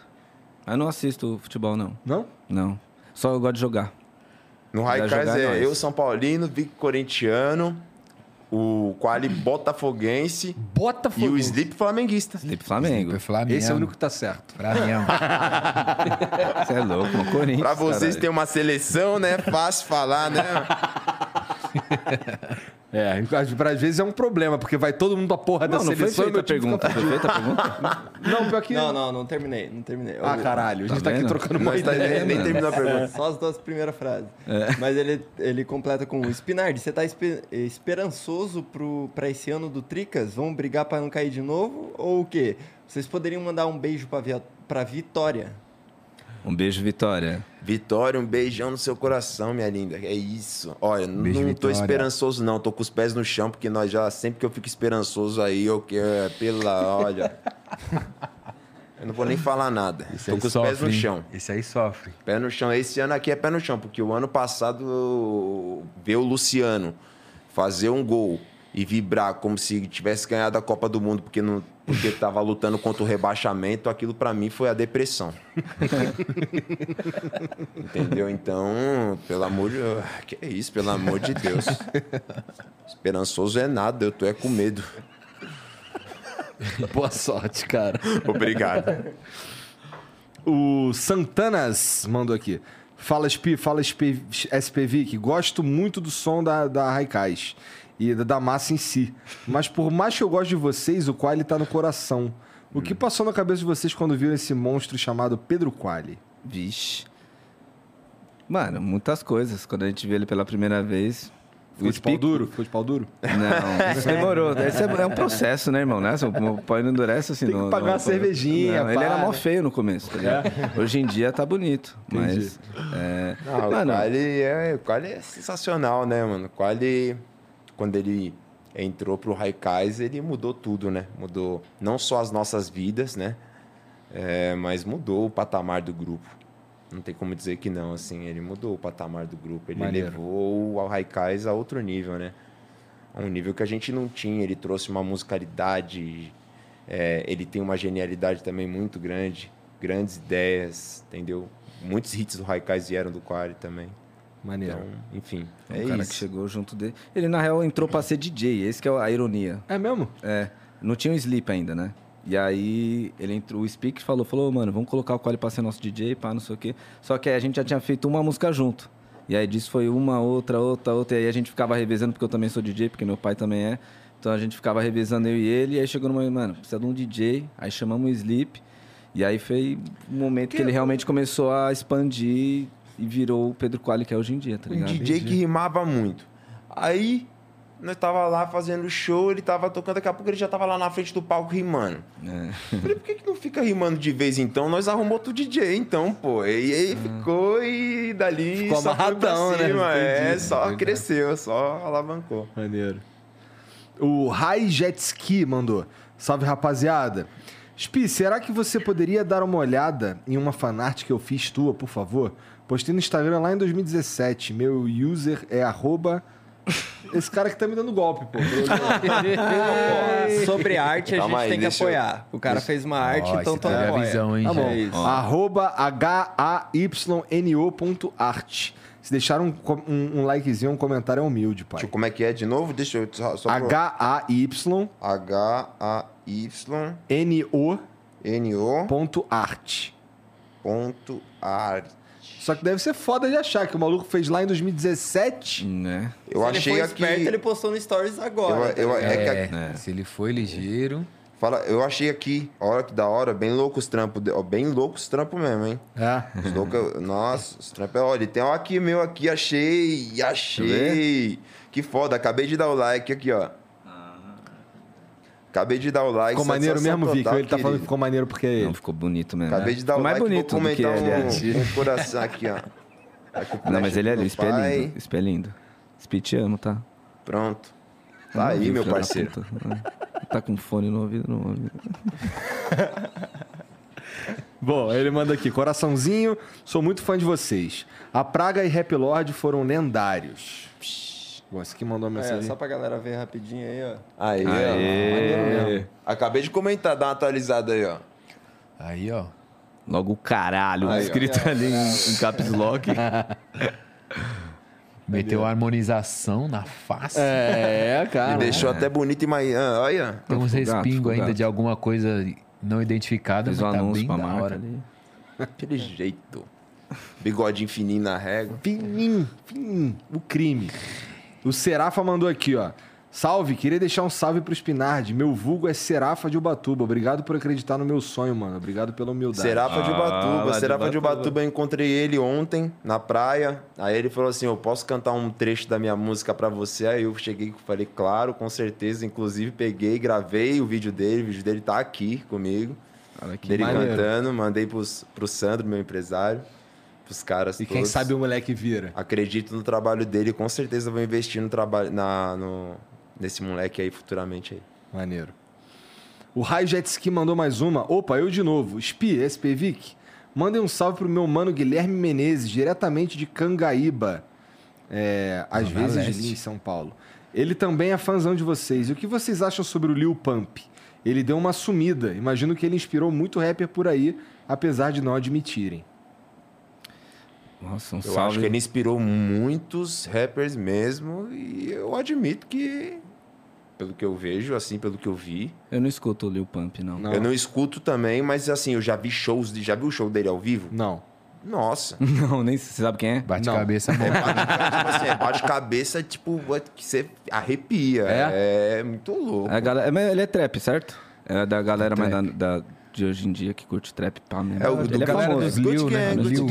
Speaker 4: Mas eu não assisto futebol, não.
Speaker 1: Não?
Speaker 4: Não. Só eu gosto de jogar.
Speaker 3: No
Speaker 4: Vai
Speaker 3: Raikais
Speaker 4: jogar
Speaker 3: é
Speaker 4: nós.
Speaker 3: eu, São Paulino, Vic Corintiano, o Quali Botafoguense
Speaker 1: Botafogo.
Speaker 3: e o Sleep Flamenguista.
Speaker 4: Tem pro Flamengo.
Speaker 2: Foi Flamengo.
Speaker 1: Esse é o único que tá certo.
Speaker 2: Flamengo.
Speaker 4: Você é louco, mano. Corinthians.
Speaker 3: Pra vocês
Speaker 4: caralho.
Speaker 3: terem uma seleção, né? Fácil falar, né?
Speaker 1: É, às pra- às vezes é um problema, porque vai todo mundo pra porra da
Speaker 4: Não, não foi
Speaker 1: seleção. e
Speaker 4: feita
Speaker 1: meu
Speaker 4: a
Speaker 1: time fica
Speaker 4: pergunta. Foi feita a pergunta?
Speaker 1: fudido. Não, pior que.
Speaker 6: Não, não, não terminei, não terminei.
Speaker 1: Ah,
Speaker 6: Eu-
Speaker 1: caralho, a gente tá,
Speaker 4: Tá
Speaker 1: aqui
Speaker 4: vendo?
Speaker 1: trocando uma
Speaker 3: Nós tá-
Speaker 1: ideia.
Speaker 2: é,
Speaker 3: nem, nem terminou a pergunta.
Speaker 6: Só as duas primeiras frases. Mas ele, ele completa com o Spinardi, você tá espe- esperançoso pro, pra esse ano do Tricas? Vamos brigar pra não cair de novo? Ou o quê? Vocês poderiam mandar um beijo pra, via, pra Vitória?
Speaker 4: Um beijo, Vitória.
Speaker 3: Vitória, um beijão no seu coração, minha linda. É isso. Olha, n-
Speaker 2: Beijo,
Speaker 3: não tô
Speaker 2: Vitória.
Speaker 3: esperançoso, não. Tô com os pés no chão, porque nós já, sempre que eu fico esperançoso aí, eu quero. Pela, olha. eu não vou nem falar nada.
Speaker 2: Esse
Speaker 3: tô
Speaker 2: aí
Speaker 3: com os
Speaker 2: sofre,
Speaker 3: pés no
Speaker 2: hein?
Speaker 3: chão.
Speaker 2: Esse aí sofre.
Speaker 3: Pé no chão. Esse ano aqui é pé no chão, porque o ano passado ver o Luciano fazer um gol e vibrar como se tivesse ganhado a Copa do Mundo porque não porque tava lutando contra o rebaixamento, aquilo pra mim foi a depressão. Entendeu? Então, pelo amor de que é isso, pelo amor de Deus. Esperançoso é nada, eu tô é com medo.
Speaker 5: Boa sorte, cara.
Speaker 3: Obrigado.
Speaker 1: O Santanas mandou aqui. Fala, SP, fala SP, SPV, que gosto muito do som da, da Raikais e da, da massa em si. Mas por mais que eu goste de vocês, o Quali tá no coração. O que passou na cabeça de vocês quando viram esse monstro chamado Pedro Quali?
Speaker 4: Vixe. Mano, muitas coisas. Quando a gente vê ele pela primeira vez.
Speaker 1: Ficou
Speaker 4: os
Speaker 1: de pau
Speaker 4: picos-
Speaker 1: duro? Ficou de pau duro?
Speaker 4: Não, isso demorou. Esse é, é um processo, né, irmão? Né? Você- O pai não endurece assim.
Speaker 1: Tem que
Speaker 4: no-
Speaker 1: pagar
Speaker 4: no-
Speaker 1: uma cervejinha,
Speaker 4: ele era
Speaker 1: para. É.
Speaker 4: mó feio no começo. Tá ligado? Hoje em dia tá bonito. Mas. é,
Speaker 3: Não,
Speaker 4: mano,
Speaker 3: o Quali é, o Quali é sensacional, né, mano? O Quali, quando ele entrou pro Raikais, ele mudou tudo, né? Mudou não só as nossas vidas, né? É, mas mudou o patamar do grupo. Não tem como dizer que não, assim. Ele mudou o patamar do grupo. Ele
Speaker 1: Maneiro.
Speaker 3: levou o Raikais a outro nível, né? A um nível que a gente não tinha. Ele trouxe uma musicalidade. é, ele tem uma genialidade também muito grande. Grandes ideias, entendeu? Muitos hits do Raikais vieram do Quali também.
Speaker 1: Maneiro.
Speaker 3: Então, enfim.
Speaker 4: É. um
Speaker 3: É
Speaker 4: cara
Speaker 3: isso.
Speaker 4: que chegou junto dele. Ele, na real, entrou pra ser DJ. Esse que é a ironia.
Speaker 1: É mesmo?
Speaker 4: É, não tinha o Sleep ainda, né? E aí ele entrou, o Speak falou, falou, "Ô, mano, vamos colocar o Quali pra ser nosso DJ, pá, não sei o quê. Só que aí a gente já tinha feito uma música junto. E aí disso foi uma, outra, outra, outra. E aí a gente ficava revezando, porque eu também sou DJ, porque meu pai também é. Então a gente ficava revezando eu e ele. E aí chegou numa, mano, precisa de um DJ. Aí chamamos o Sleep. E aí foi um momento que, ele realmente começou a expandir e virou o Pedro Quali que é hoje em dia, tá
Speaker 3: um
Speaker 4: ligado?
Speaker 3: DJ que rimava muito. Aí, nós tava lá fazendo show, ele tava tocando, daqui a pouco ele já tava lá na frente do palco rimando.
Speaker 1: É.
Speaker 3: Falei, por que, que não fica rimando de vez então? Nós arrumou outro DJ, então, pô. E aí ficou e dali
Speaker 1: Ah. Ficou
Speaker 3: só foi pra
Speaker 1: amarradão, né?
Speaker 3: cima. É,
Speaker 1: Entendi. né?
Speaker 3: só cresceu, só alavancou.
Speaker 1: Maneiro. O Rai Jetski mandou. Salve, rapaziada. Spi, será que você poderia dar uma olhada em uma fanart que eu fiz tua, por favor? Postei no Instagram lá em 2017. Meu user é arroba... Esse cara que tá me dando golpe, pô.
Speaker 6: Pô, sobre arte a
Speaker 3: Calma
Speaker 6: gente
Speaker 3: aí,
Speaker 6: tem que
Speaker 3: deixa eu-
Speaker 6: apoiar. O cara fez uma arte,
Speaker 2: Ó,
Speaker 6: então
Speaker 2: esse cara é
Speaker 6: toma apoia.
Speaker 2: visão, hein,
Speaker 1: Tá bom.
Speaker 2: gente?
Speaker 3: é
Speaker 6: isso.
Speaker 1: Arroba H-A-Y-N-O ponto art. Se deixar um, co- um, um likezinho, um comentário é humilde,
Speaker 3: Deixa eu-
Speaker 1: pai.
Speaker 3: como é que é de novo? Deixa eu só, só pro-
Speaker 1: H-A-Y-N-O
Speaker 3: H-A-Y-N-O
Speaker 1: ponto art.
Speaker 3: ponto art.
Speaker 1: Só que deve ser foda de achar que o maluco fez lá em 2017.
Speaker 4: Né?
Speaker 3: Eu
Speaker 6: Se
Speaker 3: achei
Speaker 6: ele foi
Speaker 3: aqui...
Speaker 6: esperto, ele postou no Stories agora.
Speaker 3: Eu- eu-
Speaker 6: tá ligado?
Speaker 3: é que
Speaker 2: É, Se ele foi ligeiro.
Speaker 3: Fala, eu achei aqui, olha que da hora, bem louco os trampos, de- ó, bem louco os trampos mesmo, hein?
Speaker 1: É.
Speaker 3: Os louco, nossa, os trampos, é- olha, tem ó aqui meu aqui, achei, achei. Que foda, acabei de dar o like aqui, ó. Acabei de dar o like.
Speaker 1: Ficou maneiro
Speaker 3: satisfação
Speaker 1: mesmo, Vic.
Speaker 3: total,
Speaker 1: Ele tá falando que
Speaker 3: querido.
Speaker 1: ficou maneiro porque é
Speaker 4: Não,
Speaker 1: ele.
Speaker 4: ficou bonito mesmo. né?
Speaker 3: Acabei de dar
Speaker 4: Ficou
Speaker 3: o
Speaker 4: mais
Speaker 3: like, vou
Speaker 4: bonito do que
Speaker 3: comentar
Speaker 4: ele. é.
Speaker 3: um, um coração aqui, ó. Aqui,
Speaker 4: Não, mas ele é
Speaker 3: meu
Speaker 4: lindo, Spee é
Speaker 3: pai.
Speaker 4: lindo. Spee é lindo. Spee te amo, tá?
Speaker 3: Pronto. Tá aí,
Speaker 4: Ouviu,
Speaker 3: meu
Speaker 4: filho da
Speaker 3: parceiro.
Speaker 4: puta. Tá com fone no ouvido, no ouvido.
Speaker 1: Bom, ele manda aqui, coraçãozinho, sou muito fã de vocês. A Praga e Rap Lord foram lendários. Bom, esse aqui mandou uma
Speaker 6: É,
Speaker 1: mensagem.
Speaker 6: só pra galera ver rapidinho aí, ó.
Speaker 3: Aí, ó.
Speaker 4: Aê.
Speaker 3: Acabei de comentar, dar uma atualizada aí, ó.
Speaker 2: Aí, ó.
Speaker 4: Logo o caralho,
Speaker 3: Aí, ó.
Speaker 4: escrito ali em, em caps lock.
Speaker 2: Meteu a harmonização na face.
Speaker 5: É,
Speaker 4: Tá,
Speaker 5: cara.
Speaker 3: Me
Speaker 4: né?
Speaker 3: deixou até bonito e mais. Ah, olha.
Speaker 2: Tem uns
Speaker 4: Ficou gato,
Speaker 2: respingos
Speaker 4: ficou
Speaker 2: ainda
Speaker 4: gato.
Speaker 2: de alguma coisa não identificada, mas
Speaker 4: Fez um
Speaker 2: tá bem
Speaker 4: anúncio pra
Speaker 2: da
Speaker 4: marca
Speaker 2: hora.
Speaker 4: ali.
Speaker 1: É.
Speaker 3: Aquele jeito. Bigodinho fininho na régua.
Speaker 1: Fininho, fininho. O crime. O Serafa mandou aqui, ó. Salve, queria deixar um salve pro Spinard. Meu vulgo é Serafa de Ubatuba. Obrigado por acreditar no meu sonho, mano. Obrigado pela humildade.
Speaker 3: Serapa de
Speaker 4: Ah,
Speaker 3: Ubatuba.
Speaker 4: lá de
Speaker 3: Serapa de
Speaker 4: Ubatuba.
Speaker 3: Ubatuba, eu encontrei ele ontem na praia. Aí ele falou assim: Eu posso cantar um trecho da minha música pra você? Aí eu cheguei e falei: Claro, com certeza. Inclusive, peguei, gravei o vídeo dele. O vídeo dele tá aqui comigo.
Speaker 4: Olha que
Speaker 3: dele
Speaker 1: maneiro.
Speaker 3: cantando, mandei pros, pro Sandro, meu empresário, pros caras
Speaker 1: E quem
Speaker 3: todos.
Speaker 1: sabe o moleque vira.
Speaker 3: Acredito no trabalho dele, com certeza vou investir no trabalho, na, no, nesse moleque aí futuramente aí.
Speaker 1: Maneiro. O Raio Jet Ski mandou mais uma. Opa, eu de novo. Spi, SP Vic. Mandem um salve pro meu mano Guilherme Menezes, diretamente de Cangaíba. É, às
Speaker 2: Zona
Speaker 1: vezes
Speaker 2: Leste.
Speaker 1: em São Paulo. Ele também é fãzão de vocês. E o que vocês acham sobre o Lil Pump? Ele deu uma sumida. Imagino que ele inspirou muito rapper por aí, apesar de não admitirem.
Speaker 4: Nossa, um
Speaker 3: Eu
Speaker 4: salve.
Speaker 3: acho que ele inspirou muitos rappers mesmo e eu admito que, pelo que eu vejo, assim, pelo que eu vi,
Speaker 4: Eu não escuto o Lil Pump, não.
Speaker 1: Não.
Speaker 3: eu não escuto também, mas assim, eu já vi shows, de, já vi o show dele ao vivo?
Speaker 1: Não.
Speaker 3: Nossa. Então,
Speaker 4: Não, nem você sabe quem é?
Speaker 2: Bate
Speaker 1: Não.
Speaker 2: cabeça, bom.
Speaker 3: tipo assim, é bate-cabeça, tipo, que você arrepia. É, muito louco.
Speaker 4: A galera, mas ele é trap, certo? É da galera mais da, da- de hoje em dia que curte trap pá mesmo.
Speaker 3: É o
Speaker 4: ele
Speaker 3: do
Speaker 4: é
Speaker 2: galera
Speaker 4: famoso.
Speaker 2: dos Lil, né? Lil,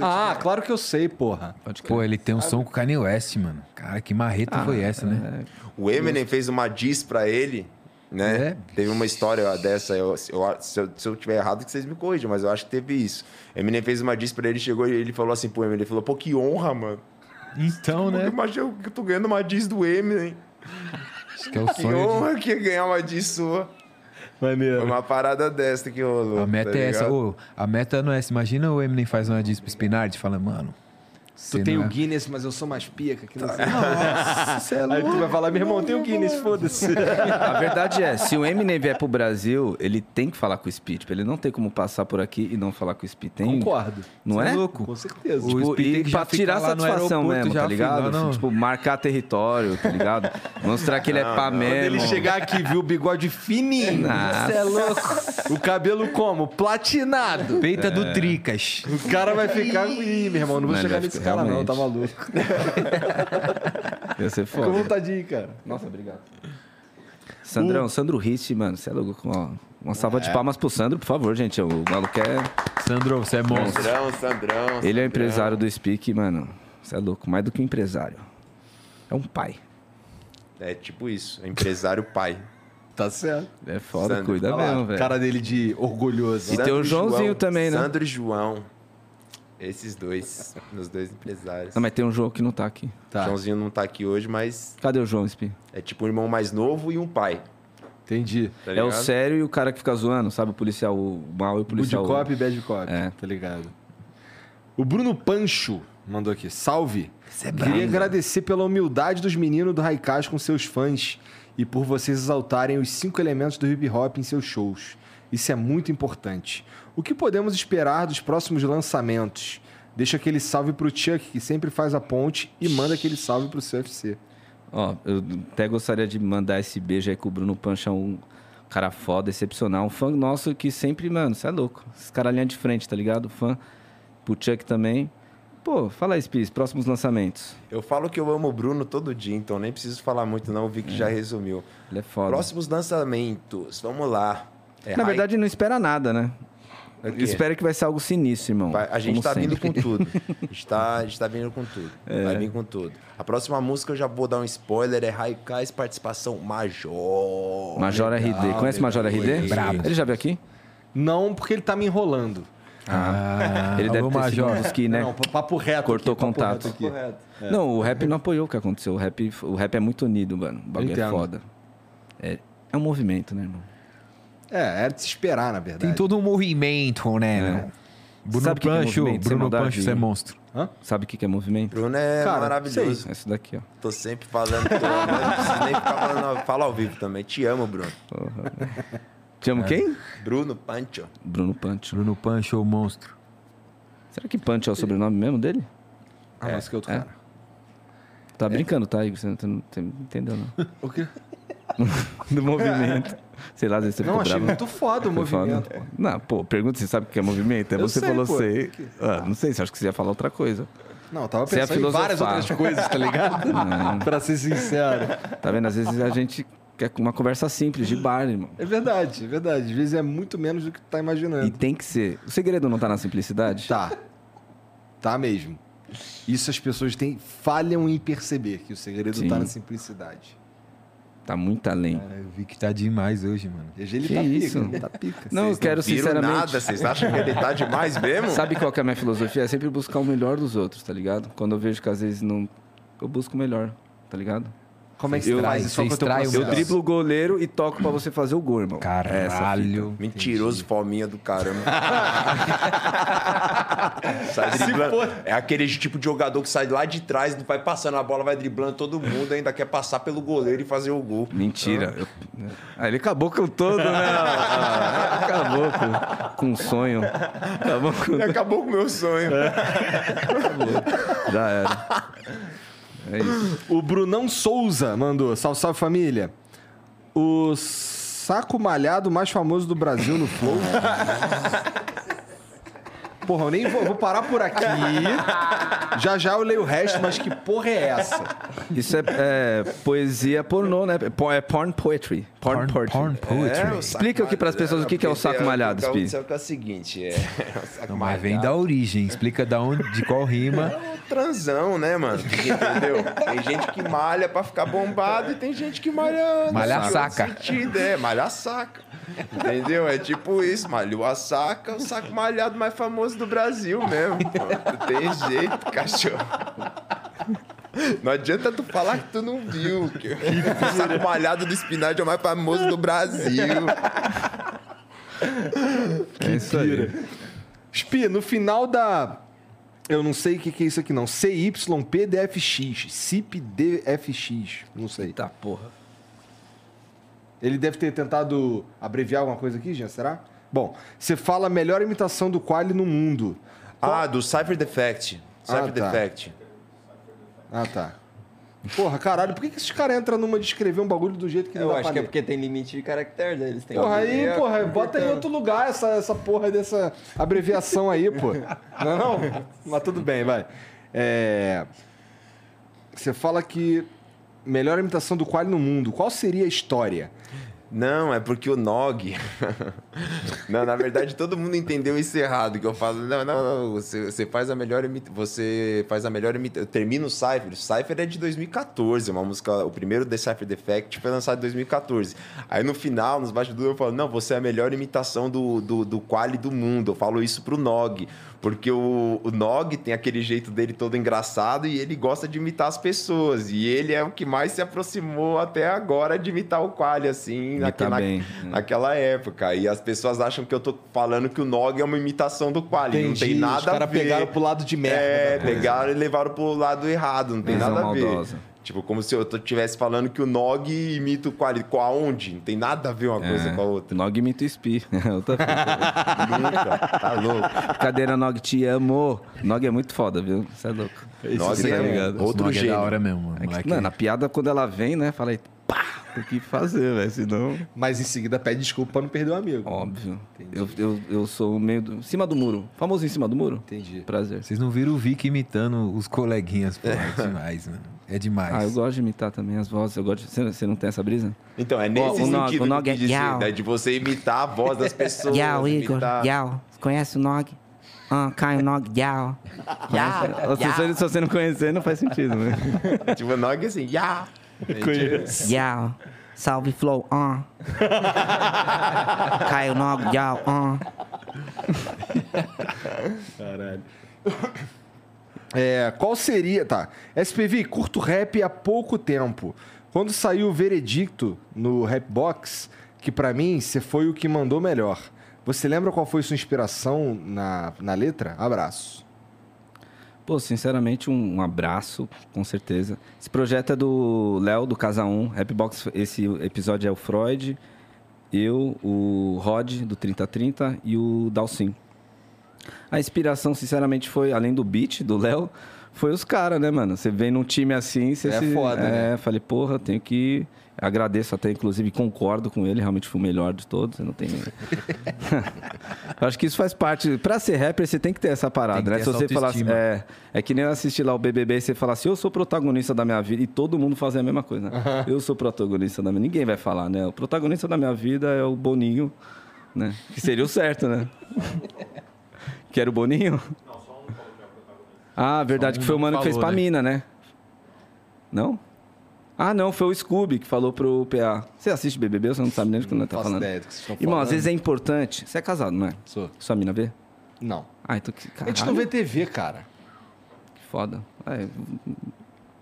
Speaker 1: Ah, claro que eu sei, porra.
Speaker 4: Pode crer.
Speaker 2: Pô, ele tem um som com o Kanye West, mano. Cara, que marreta foi essa, né?
Speaker 3: O Eminem fez uma diss pra ele, né?
Speaker 2: É.
Speaker 3: Teve uma história dessa. eu- eu- se, eu, se eu tiver errado, que vocês me corrijam, mas eu acho que teve isso. O Eminem fez uma diss pra ele, chegou e ele falou assim pro Eminem, ele falou, pô, que honra, mano.
Speaker 2: Então,
Speaker 4: É.
Speaker 2: né?
Speaker 3: Imagina eu que tô ganhando uma diss do Eminem.
Speaker 2: Acho que é o
Speaker 3: Que
Speaker 2: sonho.
Speaker 3: honra que é ganhar uma diss sua. Foi
Speaker 1: Maneiro.
Speaker 3: uma parada dessa que
Speaker 2: de-
Speaker 3: rolou.
Speaker 2: A meta
Speaker 3: tá
Speaker 2: é essa.
Speaker 3: ligado?
Speaker 2: Ô, a meta não é essa. Imagina o Eminem faz uma disso pro Spinard e fala, mano.
Speaker 1: Tu tem o Guinness, mas eu sou mais pica que não sei.
Speaker 2: Guinness. é
Speaker 1: Aí
Speaker 2: louco.
Speaker 1: tu vai falar, meu irmão, tem o Guinness, foda-se.
Speaker 4: A verdade é, se o Eminem vier pro Brasil, ele tem que falar com o Speed. Ele não tem como passar por aqui e não falar com o Speed. Tem,
Speaker 1: Concordo.
Speaker 4: Não é?
Speaker 2: Cê louco.
Speaker 1: Com certeza.
Speaker 2: O
Speaker 4: Tipo,
Speaker 2: Speed tem
Speaker 4: e
Speaker 2: que já
Speaker 4: pra
Speaker 2: ficar
Speaker 4: tirar
Speaker 2: lá no
Speaker 4: satisfação
Speaker 2: aeroporto,
Speaker 4: mesmo,
Speaker 2: já
Speaker 4: tá ligado?
Speaker 2: afinal, não.
Speaker 4: Tipo, marcar território, tá ligado? Mostrar que ele é pá
Speaker 1: Quando
Speaker 4: mesmo.
Speaker 1: ele chegar aqui, viu o bigode fininho.
Speaker 4: Nossa.
Speaker 1: Você é louco. O cabelo como? Platinado.
Speaker 2: Peita do Tricas.
Speaker 1: O cara vai ficar. Ih, meu irmão, não vou
Speaker 4: Não, ele
Speaker 1: chegar
Speaker 4: vai
Speaker 1: nesse
Speaker 4: ficar-
Speaker 1: cara, não,
Speaker 4: realmente.
Speaker 1: tá maluco.
Speaker 4: Ia ser
Speaker 1: Fica à
Speaker 4: foda.
Speaker 1: vontade, cara.
Speaker 4: Nossa, obrigado. Sandrão, Sandro Hit, mano, você é louco. Ó, uma salva
Speaker 1: É.
Speaker 4: de palmas pro Sandro, por favor, gente. O maluco é.
Speaker 2: Sandro, você é monstro.
Speaker 3: Sandrão, Sandrão.
Speaker 4: Ele é o
Speaker 3: Sandrão.
Speaker 4: empresário do Speak, mano. Você é louco, mais do que um empresário. É um pai.
Speaker 3: É tipo isso, empresário pai.
Speaker 1: Tá certo.
Speaker 4: É foda,
Speaker 3: Sandro,
Speaker 4: cuida
Speaker 1: Olha lá,
Speaker 4: mesmo, velho.
Speaker 1: cara dele de orgulhoso.
Speaker 4: E tem o
Speaker 3: e
Speaker 4: Joãozinho
Speaker 3: João.
Speaker 4: também, né?
Speaker 3: Sandro e João. Esses dois, meus dois empresários.
Speaker 4: Não, mas tem um João que não tá aqui.
Speaker 1: Tá.
Speaker 3: Joãozinho não tá aqui hoje, mas
Speaker 4: Cadê o João, Speak?
Speaker 3: é tipo um irmão mais novo e um pai.
Speaker 1: Entendi.
Speaker 3: tá
Speaker 4: é o
Speaker 3: ligado?
Speaker 4: sério e o cara que fica zoando, sabe? O policial o mal e o
Speaker 1: Good
Speaker 4: policial.
Speaker 1: cop e bad cop.
Speaker 4: É.
Speaker 1: Tá ligado? O Bruno Pancho mandou aqui. Salve.
Speaker 4: é
Speaker 1: Queria agradecer pela humildade dos meninos do Raikais com seus fãs e por vocês exaltarem os cinco elementos do hip hop em seus shows. Isso é muito importante. O que podemos esperar dos próximos lançamentos? Deixa aquele salve pro Chuck, que sempre faz a ponte, e manda aquele salve pro CFC.
Speaker 4: Ó, eu até gostaria de mandar esse beijo aí com o Bruno Pancha, um cara foda, excepcional. Um fã nosso que sempre, mano, você é louco. Esse cara linha de frente, tá ligado? Fã pro Chuck também. Pô, fala aí, Spiz, próximos lançamentos.
Speaker 3: Eu falo que eu amo o Bruno todo dia, então nem preciso falar muito, não. O Vic já resumiu.
Speaker 4: Ele é foda.
Speaker 3: Próximos lançamentos, vamos lá. É
Speaker 4: Na
Speaker 3: Rai-
Speaker 4: verdade, não espera nada, né?
Speaker 3: O quê?
Speaker 4: Espero que vai ser algo sinistro, irmão.
Speaker 3: Vai- a gente
Speaker 4: Como
Speaker 3: tá
Speaker 4: sempre. É.
Speaker 3: vindo com tudo. A gente tá, a gente tá vindo com tudo. Vai vir com tudo. A próxima música eu já vou dar um spoiler: é Raikais Participação Major.
Speaker 4: Major
Speaker 3: Ah,
Speaker 4: RD. Conhece Major RD?
Speaker 2: Brabo.
Speaker 4: Ele já veio aqui?
Speaker 1: Não, porque ele tá me enrolando.
Speaker 2: Ah,
Speaker 4: Ele deve
Speaker 2: alô,
Speaker 4: ter sido um
Speaker 2: Major.
Speaker 4: dos que, né?
Speaker 1: Não, papo reto.
Speaker 4: Cortou
Speaker 1: aqui, papo
Speaker 4: contato.
Speaker 1: reto aqui.
Speaker 6: Correto.
Speaker 1: É.
Speaker 4: Não, o rap não apoiou o que aconteceu. O rap, o rap é muito unido, mano. O bagulho é
Speaker 1: Entendo.
Speaker 4: foda. É, é um movimento, né, irmão?
Speaker 1: É, era de se esperar, na verdade.
Speaker 2: Tem todo um movimento, né? Bruno
Speaker 4: Sabe o que que é
Speaker 2: Pancho,
Speaker 4: movimento? Sem
Speaker 2: Bruno
Speaker 4: maldade?
Speaker 2: Pancho, você é monstro.
Speaker 4: Sabe o que que é movimento?
Speaker 3: Bruno é
Speaker 1: Cara,
Speaker 3: maravilhoso.
Speaker 4: É isso daqui, ó.
Speaker 3: Tô sempre falando, tô, né? não preciso nem ficar falando. Fala ao vivo também. Te amo, Bruno.
Speaker 4: Te amo quem?
Speaker 3: Bruno Pancho.
Speaker 4: É. Bruno Pancho.
Speaker 2: Bruno Pancho, o monstro.
Speaker 4: Será que Pancho é o sobrenome mesmo dele?
Speaker 1: Ah, mas que outro
Speaker 4: é.
Speaker 1: cara. É.
Speaker 4: Tá brincando, tá, Igor? Você não, não tem- não entendeu, não.
Speaker 1: O quê?
Speaker 4: Do movimento. Sei lá, às vezes você
Speaker 1: Não,
Speaker 4: ficou
Speaker 1: achei
Speaker 4: bravo.
Speaker 1: muito foda o
Speaker 4: Foi foda.
Speaker 1: movimento.
Speaker 4: Não, pô, pergunta se sabe o que é movimento. Aí
Speaker 1: Eu
Speaker 4: você
Speaker 1: sei,
Speaker 4: falou
Speaker 1: pô.
Speaker 4: sei. Ah, não sei, você acha que você ia falar outra coisa.
Speaker 1: Não, eu tava
Speaker 4: Você é
Speaker 1: pensando em várias
Speaker 4: filosofar.
Speaker 1: outras coisas, tá ligado? pra ser sincero.
Speaker 4: Tá vendo? Às vezes a gente quer uma conversa simples, de bar, irmão.
Speaker 1: É verdade, é verdade. Às vezes é muito menos do que tu tá
Speaker 4: E
Speaker 1: imaginando.
Speaker 4: tem que ser. O segredo não tá na simplicidade?
Speaker 1: Tá. Tá mesmo. Isso as pessoas têm, falham em perceber que o segredo
Speaker 4: Sim.
Speaker 1: tá na simplicidade.
Speaker 4: Tá muito além.
Speaker 2: Cara, eu vi que tá demais hoje, mano.
Speaker 6: GG ele
Speaker 4: Que
Speaker 6: tá
Speaker 4: isso?
Speaker 6: pica, ele tá pica.
Speaker 4: Não, eu quero
Speaker 3: viram
Speaker 4: sinceramente.
Speaker 3: nada, vocês acham que ele tá demais mesmo?
Speaker 4: Sabe qual que é a minha filosofia? É sempre buscar o melhor dos outros, tá ligado? Quando eu vejo que às vezes não. Eu busco o melhor, tá ligado?
Speaker 1: Como é que
Speaker 4: Eu-
Speaker 1: você traz
Speaker 2: mas
Speaker 1: isso ao
Speaker 2: vocês
Speaker 1: teu
Speaker 2: traem o
Speaker 1: processo?
Speaker 4: Eu driblo o goleiro e toco pra você fazer o gol, irmão.
Speaker 2: Caralho.
Speaker 3: Mentiroso, palminha do caramba. sai driblando. É aquele tipo de jogador que sai lá de trás, vai passando a bola, vai driblando todo mundo, ainda quer passar pelo goleiro e fazer o gol.
Speaker 4: Mentira. Eu... Ah, ele acabou com todo, né? Ah, acabou com, com um sonho. Acabou com.
Speaker 3: E Acabou com o meu sonho.
Speaker 4: É, Já era. É isso.
Speaker 1: O Brunão Souza mandou. Salve, salve família. O saco malhado mais famoso do Brasil no Flow. Porra, eu nem vou, vou parar por aqui. Já já eu leio o resto, mas que porra é essa?
Speaker 4: Isso é, é poesia pornô, né? É po- É porn poetry. Porn,
Speaker 2: Porn,
Speaker 4: poetry.
Speaker 2: porn
Speaker 3: É,
Speaker 2: poetry.
Speaker 4: Explica aqui pras pessoas o que que é o saco malhado, Spi.
Speaker 3: Isso é o seguinte, é. o saco
Speaker 2: Não, mas vem
Speaker 3: malhado.
Speaker 2: da origem. Explica da onde, de qual rima.
Speaker 3: É um transão, né, mano? Entendeu? tem gente que malha pra ficar bombado e tem gente que malha. no
Speaker 2: Malha a
Speaker 3: seu
Speaker 2: saca.
Speaker 3: Sentido, é, malha a saca. Entendeu? É tipo isso, malhou a saca, o saco malhado mais famoso do Brasil mesmo. pô. Não tem jeito, cachorro. Não adianta tu falar que tu não viu. Que o saco malhado do Spinach é o mais famoso do Brasil.
Speaker 4: É isso aí.
Speaker 1: Spi, no final da. Eu não sei o que, que é isso aqui, não. CYPDFX. CIPDFX. Não sei.
Speaker 4: Eita porra.
Speaker 1: Ele deve ter tentado abreviar alguma coisa aqui, Jean, será? Bom, você fala a melhor imitação do Quali no mundo.
Speaker 3: Ah, do Cypher Defect. Cypher
Speaker 1: Ah, tá.
Speaker 3: Defect.
Speaker 1: Ah, tá. Porra, caralho, por que, que esses caras entram numa de escrever um bagulho do jeito que não
Speaker 6: Eu
Speaker 1: dá
Speaker 6: acho
Speaker 1: pra
Speaker 6: que é
Speaker 1: ler?
Speaker 6: porque tem limite de caractere deles. Tem
Speaker 3: é
Speaker 1: Porra,
Speaker 6: que
Speaker 1: aí,
Speaker 6: ver a-
Speaker 1: porra, bota em outro lugar essa, essa porra dessa abreviação aí, pô. Não é não? Mas tudo bem, vai. É... Você fala que melhor imitação do Quali no mundo. Qual seria a história?
Speaker 3: Não, é porque o Nog. não, na verdade todo mundo entendeu isso errado que eu falo. Não, não, não. Você, você faz a melhor imita... você faz a melhor imita... Eu termino o Cypher. O Cypher é de 2014, uma música, o primeiro The Cypher Defect foi lançado em 2014. Aí no final, nos bastidores eu falo: "Não, você é a melhor imitação do do, do Quali do mundo". Eu falo isso pro Nog, porque o, o Nog tem aquele jeito dele todo engraçado e ele gosta de imitar as pessoas. E ele é o que mais se aproximou até agora de imitar o Quali assim,
Speaker 4: Imitar
Speaker 3: naquela,
Speaker 4: bem.
Speaker 3: naquela época. E as pessoas acham que eu tô falando que o Nog é uma imitação do Quali. Não tem nada
Speaker 1: Os caras
Speaker 3: a ver.
Speaker 1: pegaram pro lado de merda.
Speaker 3: é,
Speaker 1: né?
Speaker 3: pegaram e levaram pro lado errado. Não tem
Speaker 4: Visão
Speaker 3: nada a ver.
Speaker 4: maldosa.
Speaker 3: Tipo, como se eu estivesse falando que o Nog imita o Quali. Com aonde? Não tem nada a ver uma coisa com a outra.
Speaker 4: Nog imita o Spi. Outra fita.
Speaker 3: Nunca. Tá louco.
Speaker 4: Cadeira Nog, te amo. Nog é muito foda, viu? Você é louco.
Speaker 3: Nossa,
Speaker 4: tá
Speaker 3: é
Speaker 4: ligado?
Speaker 3: um outro
Speaker 2: Smog é
Speaker 3: gênio.
Speaker 2: da hora mesmo, mano.
Speaker 4: É que,
Speaker 2: Moleque.
Speaker 4: mano, a piada quando ela vem, né? Fala aí, pá, tem que fazer, velho. Senão.
Speaker 1: Mas em seguida pede desculpa pra não perder o amigo.
Speaker 4: Óbvio. Eu, eu, eu sou o meio do. Cima do muro. Famoso em cima do muro?
Speaker 1: Entendi.
Speaker 4: Prazer.
Speaker 2: Vocês não viram o Vic imitando os coleguinhas, pô. É demais, mano. É demais.
Speaker 4: Ah, eu gosto de imitar também as vozes. Eu gosto de... você, você não tem essa brisa?
Speaker 3: Então, é nesse
Speaker 4: Ó, o
Speaker 3: sentido
Speaker 4: Nog- o
Speaker 3: que eu
Speaker 4: Nog é
Speaker 3: quis dizer,
Speaker 7: Yao.
Speaker 3: né? De você imitar a voz das pessoas.
Speaker 7: Yao, Igor.
Speaker 3: imitar-
Speaker 7: Yao. Conhece o Nog? Ah, Caio Nog. Yao. Yao.
Speaker 4: Se você- se você não conhecer, não faz sentido, né?
Speaker 3: Tipo, o Nog é assim, Yao.
Speaker 7: Yao. Salve Flow. Ah. Caio Nog. Yao. Ah.
Speaker 1: É, qual seria. Tá. SPV, curto rap há pouco tempo. Quando saiu o veredicto no Rapbox, que pra mim você foi o que mandou melhor. Você lembra qual foi sua inspiração na, na letra? Abraço.
Speaker 4: Pô, sinceramente, um, um abraço, com certeza. Esse projeto é do Léo, do Casa 1. Rapbox, esse episódio é o Freud, eu, o Rod, do 3030 e o Dalcin. A inspiração, sinceramente, foi, além do beat do Léo, foi os caras, né, mano? Você vem num time assim, você
Speaker 1: É
Speaker 4: se...
Speaker 1: foda,
Speaker 4: é, falei, porra, tenho que... Agradeço até, inclusive, concordo com ele, realmente fui o melhor de todos, eu não tenho... Eu Acho que isso faz parte. Pra ser rapper, você tem que ter essa parada,
Speaker 2: Tem que
Speaker 4: né?
Speaker 2: ter
Speaker 4: Se
Speaker 2: essa
Speaker 4: você falar assim,
Speaker 2: autoestima.
Speaker 4: é, é que nem eu assistir lá o BBB e você falar assim, eu sou protagonista da minha vida e todo mundo fazer a mesma coisa, né? Eu sou protagonista da minha ninguém vai falar, né? O protagonista da minha vida é o Boninho, né? Que seria o certo, né? que era o Boninho? Não, só um falou que é o protagonista. Ah, verdade,
Speaker 2: um
Speaker 4: que foi o
Speaker 2: não
Speaker 4: mano que fez
Speaker 2: falou,
Speaker 4: pra
Speaker 2: né?
Speaker 4: mina, né? Não? Ah, não, foi o Scooby que falou pro PA. Você assiste BBB, você não sabe nem de que nós tá
Speaker 1: faço
Speaker 4: falando.
Speaker 1: ideia do que vocês estão
Speaker 4: Irmão,
Speaker 1: falando.
Speaker 4: às vezes é importante. Você é casado, não é?
Speaker 1: Sou.
Speaker 4: Sua mina vê?
Speaker 1: Não.
Speaker 4: Ah, então que
Speaker 1: A
Speaker 4: caralho,
Speaker 1: gente não vê TV, cara.
Speaker 4: que foda. Ai,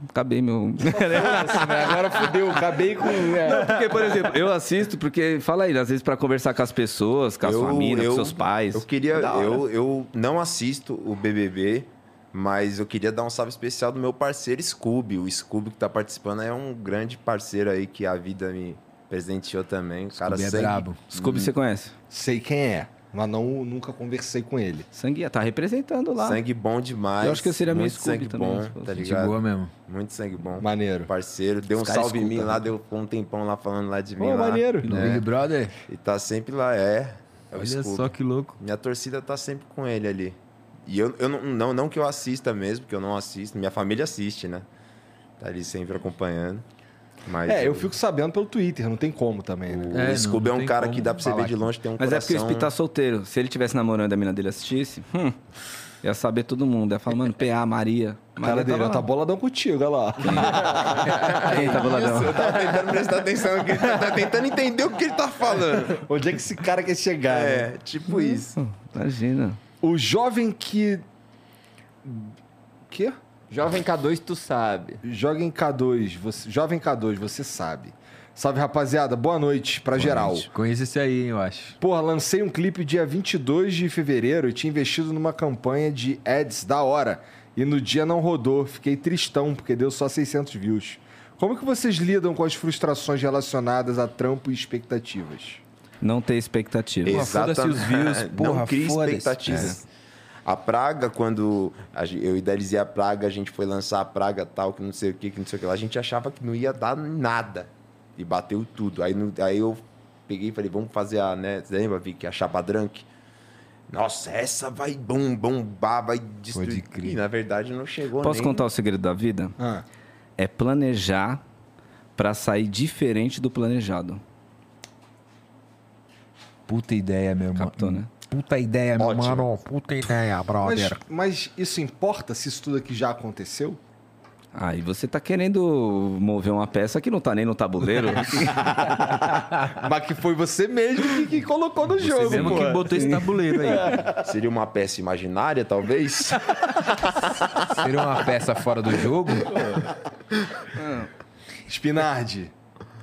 Speaker 4: acabei meu...
Speaker 6: Nossa, né? Agora fudeu, acabei com. É.
Speaker 4: Porque, por exemplo, eu assisto porque, fala aí, às vezes pra conversar com as pessoas, com a sua mina, com seus pais.
Speaker 3: Eu queria. Eu, eu não assisto o BBB, mas eu queria dar um salve especial do meu parceiro Scooby. O Scooby que tá participando é um grande parceiro aí que a vida me presenteou também. O cara
Speaker 2: Scooby é
Speaker 3: sangue-
Speaker 2: brabo.
Speaker 4: Scooby
Speaker 3: Hum.
Speaker 4: você conhece?
Speaker 1: Sei quem é, mas não, nunca conversei com ele.
Speaker 4: Sanguinha, tá representando lá.
Speaker 3: Sangue bom demais.
Speaker 4: Eu acho que eu seria meio
Speaker 3: muito
Speaker 4: Scooby
Speaker 3: sangue
Speaker 4: também,
Speaker 3: bom,
Speaker 4: se fosse.
Speaker 3: tá
Speaker 2: Gente
Speaker 3: ligado?
Speaker 2: boa mesmo.
Speaker 3: Muito sangue bom.
Speaker 1: Maneiro.
Speaker 3: Parceiro, deu um
Speaker 4: Os caras
Speaker 3: salve em mim
Speaker 4: escutam,
Speaker 3: lá,
Speaker 4: né?
Speaker 3: deu um tempão lá falando lá de mim
Speaker 1: Pô,
Speaker 3: lá.
Speaker 1: maneiro.
Speaker 2: E no Big Brother,
Speaker 3: E tá sempre lá, é. é o
Speaker 2: olha
Speaker 3: Scooby.
Speaker 2: só que louco.
Speaker 3: Minha torcida tá sempre com ele ali. E eu, eu não, não, não que eu assista mesmo, que eu não assisto. Minha família assiste, né? Tá ali sempre acompanhando. Mas
Speaker 1: É, eu
Speaker 3: o-
Speaker 1: fico sabendo pelo Twitter, não tem como também, né?
Speaker 3: O
Speaker 2: É, não,
Speaker 3: Scooby é
Speaker 2: não
Speaker 3: um
Speaker 2: tem
Speaker 3: cara
Speaker 2: como
Speaker 3: que dá pra você
Speaker 2: falar
Speaker 3: ver de
Speaker 2: que-
Speaker 3: longe, tem um
Speaker 4: Mas é porque
Speaker 3: coração...
Speaker 4: o Spi tá solteiro. Se ele tivesse namorando e a mina dele assistisse, hum, ia saber todo mundo. Ia falar, mano, PA, Maria.
Speaker 1: O cara
Speaker 4: Maria
Speaker 1: dele, ó, tá boladão contigo, olha lá.
Speaker 4: Quem tá boladão?
Speaker 3: Eu tava tentando prestar atenção no que ele tá, tá tentando entender o que ele tá falando.
Speaker 1: Onde é que esse cara quer chegar? né?
Speaker 3: É, tipo isso.
Speaker 4: Imagina.
Speaker 1: O jovem que. Quê?
Speaker 6: Jovem K2, tu sabe.
Speaker 1: Joga em K2, você... jovem K2, você sabe. Salve, rapaziada. Boa noite pra É geral.
Speaker 2: Conheço esse aí, eu acho.
Speaker 1: Porra, lancei um clipe dia 22 de fevereiro e tinha investido numa campanha de ads da hora. E no dia não rodou. Fiquei tristão porque deu só 600 views. Como que vocês lidam com as frustrações relacionadas a trampo e expectativas?
Speaker 4: Não ter expectativa.
Speaker 2: Porra, foda-se os views, porra,
Speaker 3: não cria
Speaker 2: foda-se.
Speaker 3: expectativas. A Praga, quando a gen- eu idealizei a Praga, a gente foi lançar a Praga tal, que não sei o que, que não sei o que lá, a gente achava que não ia dar nada. E bateu tudo. Aí, no- aí eu peguei e falei, vamos fazer a, né? Você lembra, Vicky? A Chapa Drunk? Nossa, essa vai bom, bombar, vai destruir.
Speaker 2: crer.
Speaker 3: E na verdade não chegou
Speaker 4: Posso
Speaker 3: nem-
Speaker 4: contar o segredo da vida?
Speaker 1: Ah,
Speaker 4: É planejar pra sair diferente do planejado.
Speaker 2: Puta ideia, meu irmão.
Speaker 4: Captou, né?
Speaker 2: Puta ideia, meu
Speaker 3: Ótimo.
Speaker 2: mano. Puta ideia,
Speaker 1: mas,
Speaker 2: brother.
Speaker 1: mas isso importa se isso tudo aqui já aconteceu?
Speaker 4: Ah, e você tá querendo mover uma peça que não tá nem no tabuleiro?
Speaker 1: Mas que foi você mesmo que, que colocou no
Speaker 2: Você
Speaker 1: jogo,
Speaker 2: mesmo
Speaker 1: pô.
Speaker 2: que botou esse tabuleiro aí.
Speaker 3: Seria uma peça imaginária, talvez?
Speaker 2: Seria uma peça fora do jogo?
Speaker 1: Spinardi,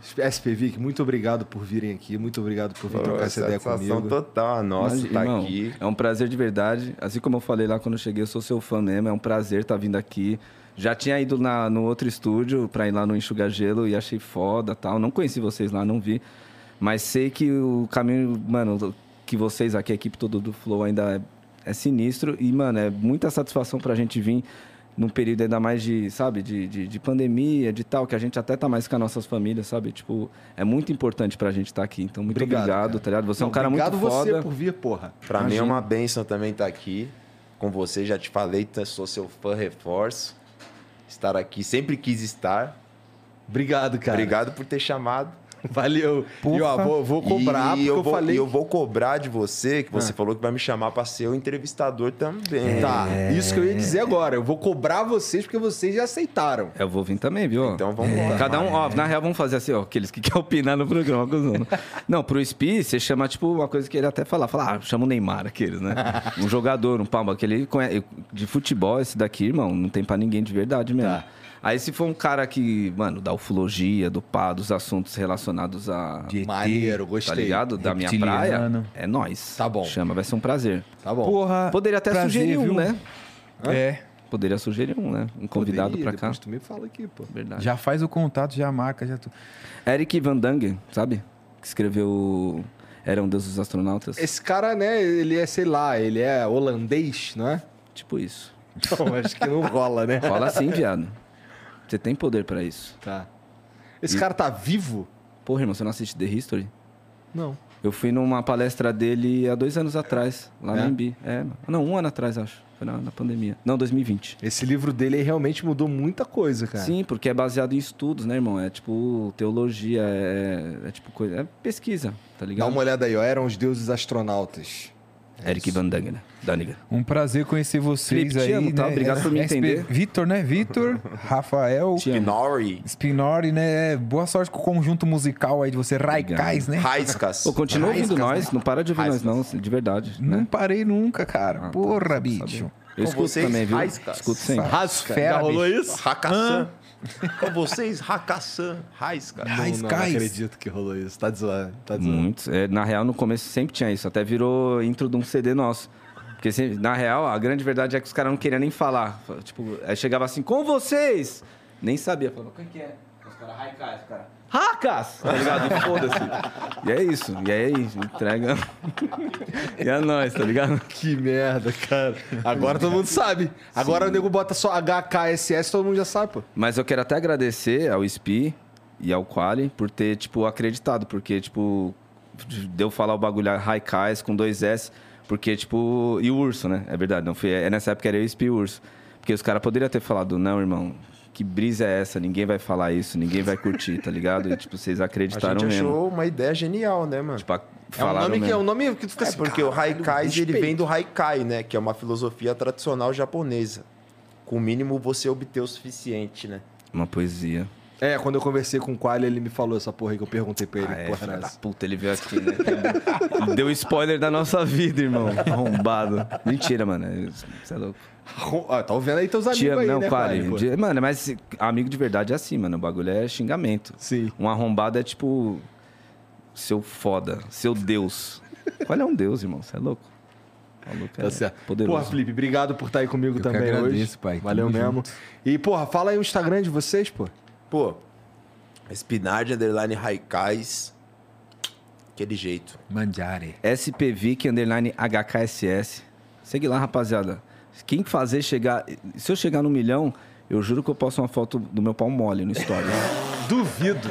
Speaker 1: SPVIC, muito obrigado por virem aqui. Muito obrigado por vir trocar essa ideia
Speaker 3: Satisfação
Speaker 1: comigo.
Speaker 3: total, nossa,
Speaker 4: Imagina,
Speaker 3: tá
Speaker 4: irmão,
Speaker 3: aqui.
Speaker 4: É um prazer de verdade. Assim como eu falei lá quando eu cheguei, eu sou seu fã mesmo. É um prazer estar vindo aqui. Já tinha ido na, no outro estúdio pra ir lá no Enxugar Gelo e achei foda tal. Não conheci vocês lá, não vi. Mas sei que o caminho, mano, que vocês aqui, a equipe toda do Flow ainda é, é sinistro. E, mano, é muita satisfação pra gente vir num período ainda mais de, sabe, de, de, de pandemia, de tal, que a gente até tá mais com as nossas famílias, sabe? Tipo, é muito importante pra gente estar aqui. Então, muito
Speaker 1: Obrigado,
Speaker 4: obrigado,
Speaker 1: cara.
Speaker 4: tá ligado? Você é
Speaker 1: Não,
Speaker 4: um cara
Speaker 1: obrigado
Speaker 4: muito foda.
Speaker 1: você por vir, porra.
Speaker 3: Pra
Speaker 4: Imagina.
Speaker 3: mim é uma benção também estar aqui com você. Já te falei, tá- sou seu fã, reforço. Estar aqui, sempre quis estar.
Speaker 1: Obrigado, cara.
Speaker 3: Obrigado por ter chamado.
Speaker 1: Valeu. E ó,
Speaker 2: Porra.
Speaker 1: vou, vou cobrar,
Speaker 3: e
Speaker 1: porque
Speaker 3: eu,
Speaker 1: eu,
Speaker 3: vou,
Speaker 1: falei.
Speaker 3: e eu vou cobrar de você, que você falou que vai me chamar pra ser o entrevistador também.
Speaker 1: Tá,
Speaker 4: É.
Speaker 1: isso que eu ia dizer agora. Eu vou cobrar vocês porque vocês já aceitaram.
Speaker 4: Eu vou vir também, viu?
Speaker 3: Então vamos lá.
Speaker 4: Cada um,
Speaker 1: É.
Speaker 4: ó, na real, vamos fazer assim, ó, aqueles que querem opinar no programa. cuzão. Não, pro SPI, você chama, tipo, uma coisa que ele até fala. Fala, ah, chama o Neymar, aqueles, né? Um jogador, um palma, aquele conhe- de futebol, esse daqui, irmão, não tem pra ninguém de verdade mesmo.
Speaker 1: Tá.
Speaker 4: Aí se for um cara que, mano, da ufologia, do pá, dos assuntos relacionados a...
Speaker 2: De ET,
Speaker 1: Maneiro,
Speaker 4: Tá
Speaker 1: gostei.
Speaker 4: ligado? Da minha praia.
Speaker 2: reptiliano.
Speaker 4: É nóis.
Speaker 1: Tá bom.
Speaker 4: Chama, vai ser um prazer.
Speaker 1: Tá bom.
Speaker 2: Porra.
Speaker 4: Poderia até
Speaker 2: prazer,
Speaker 4: sugerir
Speaker 2: viu?
Speaker 4: um, né?
Speaker 2: É.
Speaker 4: Poderia sugerir um, né? Um convidado
Speaker 1: Poderia,
Speaker 4: pra cá.
Speaker 1: depois Tu me fala aqui, pô.
Speaker 4: Verdade.
Speaker 2: Já faz o contato, já marca, já tu.
Speaker 4: Eric Van Dunge, sabe? Que escreveu Eram Deus dos Astronautas.
Speaker 1: Esse cara, né, ele é, sei lá, ele é holandês, não é?
Speaker 4: Tipo isso.
Speaker 1: Então, acho que não rola, né?
Speaker 4: Fala assim, viado. Você tem poder pra isso.
Speaker 1: Tá. Esse cara tá vivo?
Speaker 4: Porra, irmão, você não assiste The History?
Speaker 1: Não.
Speaker 4: Eu fui numa palestra dele há dois anos atrás, lá
Speaker 1: É?
Speaker 4: no Embi. É, não, um ano atrás, acho. Foi na, na pandemia. Não, 2020.
Speaker 1: Esse livro dele aí realmente mudou muita coisa, cara.
Speaker 4: Sim, porque é baseado em estudos, né, irmão? É tipo teologia, é, é tipo coisa. É pesquisa,
Speaker 1: Dá
Speaker 4: tá ligado?
Speaker 1: uma olhada aí, ó. Eram os deuses astronautas.
Speaker 4: Eric Van né? Daniga. Daniga.
Speaker 2: Um prazer conhecer vocês
Speaker 4: Felipe,
Speaker 2: aí.
Speaker 4: te amo, tá?
Speaker 2: né?
Speaker 4: Obrigado por me
Speaker 2: SP
Speaker 4: entender.
Speaker 2: Vitor, né? Vitor, Rafael,
Speaker 3: Pinori,
Speaker 2: Spinori, né? Boa sorte com o conjunto musical aí de você, Raikais, né?
Speaker 3: Raiscas.
Speaker 4: Pô, continua ouvindo
Speaker 2: Raiscas,
Speaker 4: nós, não para de ouvir
Speaker 3: Raiscas.
Speaker 4: nós não, de verdade.
Speaker 2: Não
Speaker 4: Né? Ah,
Speaker 2: parei nunca, cara. Porra, bicho.
Speaker 3: Com
Speaker 4: Eu escuto
Speaker 3: vocês,
Speaker 4: também, viu?
Speaker 3: Raiscas.
Speaker 4: Escuto sempre.
Speaker 5: Rasca.
Speaker 2: Fera,
Speaker 5: Já
Speaker 1: é
Speaker 5: rolou
Speaker 2: Ah, bicho.
Speaker 5: isso?
Speaker 3: Hakassan. Com vocês, Hakassan. Raiscas.
Speaker 2: Raiscais.
Speaker 5: Não, não acredito que rolou isso. Tá de zoando. Tá de zoando.
Speaker 4: Muitos. É, na real, no começo sempre tinha isso. Até virou intro de um CD nosso. Porque, se- na real, a grande verdade é que os caras não queriam nem falar. Tipo, aí chegava assim, com vocês! Nem sabia. Falava, quem que é? Os caras, raicais, os caras. Racas! Tá ligado? E Foda-se. E é isso. E aí, entrega. e é nóis, tá ligado?
Speaker 5: Que merda, cara.
Speaker 1: Agora todo mundo sabe. Agora o nego bota só HKSS, todo mundo já sabe, pô. É
Speaker 4: Mas eu quero até agradecer ao SPI e ao Quali por ter, tipo, acreditado, porque, tipo, deu falar o bagulho Raikais com dois S, porque, tipo, e o urso, né? É verdade, não foi. É nessa época era eu, SPI e o urso. Porque os caras poderiam ter falado, não, irmão, que brisa é essa? Ninguém vai falar isso, ninguém vai curtir, tá ligado? E, tipo, vocês
Speaker 3: A
Speaker 4: acreditaram
Speaker 3: gente
Speaker 4: mesmo.
Speaker 3: achou uma ideia genial, né, mano?
Speaker 4: Tipo, a-
Speaker 1: É um,
Speaker 4: falaram
Speaker 1: nome que, é
Speaker 4: mesmo.
Speaker 1: um nome que tu fica
Speaker 3: É
Speaker 1: assim,
Speaker 3: porque o Haikai ele
Speaker 1: respeito.
Speaker 3: vem do Haikai, né? Que é uma filosofia tradicional japonesa. Com o mínimo você obter o suficiente, né?
Speaker 4: Uma poesia.
Speaker 1: É, quando eu conversei com o Qualy, ele me falou essa porra aí que eu perguntei pra ele. que porra, era
Speaker 4: Ah, é, filha da
Speaker 1: essa.
Speaker 4: puta, ele veio aqui, né? Deu spoiler da nossa vida, irmão. Arrombado. Mentira, mano. Você é louco.
Speaker 1: Ó, tá ouvindo aí teus amigos
Speaker 4: Tia,
Speaker 1: aí,
Speaker 4: não, um
Speaker 1: né,
Speaker 4: claro.
Speaker 1: Qualy, pô?
Speaker 4: de- Mano, mas amigo de verdade é assim, mano. O bagulho é xingamento.
Speaker 1: Sim.
Speaker 4: Um arrombado é tipo. Seu foda, seu Deus. Qual é um Deus, irmão? Você é louco? O maluco é
Speaker 1: Tá certo.
Speaker 4: poderoso.
Speaker 1: Porra, Felipe, obrigado por estar aí comigo
Speaker 2: Eu que
Speaker 1: também
Speaker 2: agradeço,
Speaker 1: hoje.
Speaker 2: pai.
Speaker 1: Valeu
Speaker 2: Tamo
Speaker 1: mesmo. E, porra, fala aí o Instagram de vocês, pô.
Speaker 3: Pô, Spinard underline Haikais. Aquele jeito.
Speaker 2: Manjare.
Speaker 4: SPVIC underline HKSS. Segue lá, rapaziada. Quem fazer chegar. Se eu chegar no milhão, eu juro que eu posto uma foto do meu pau mole no story.
Speaker 1: Duvido.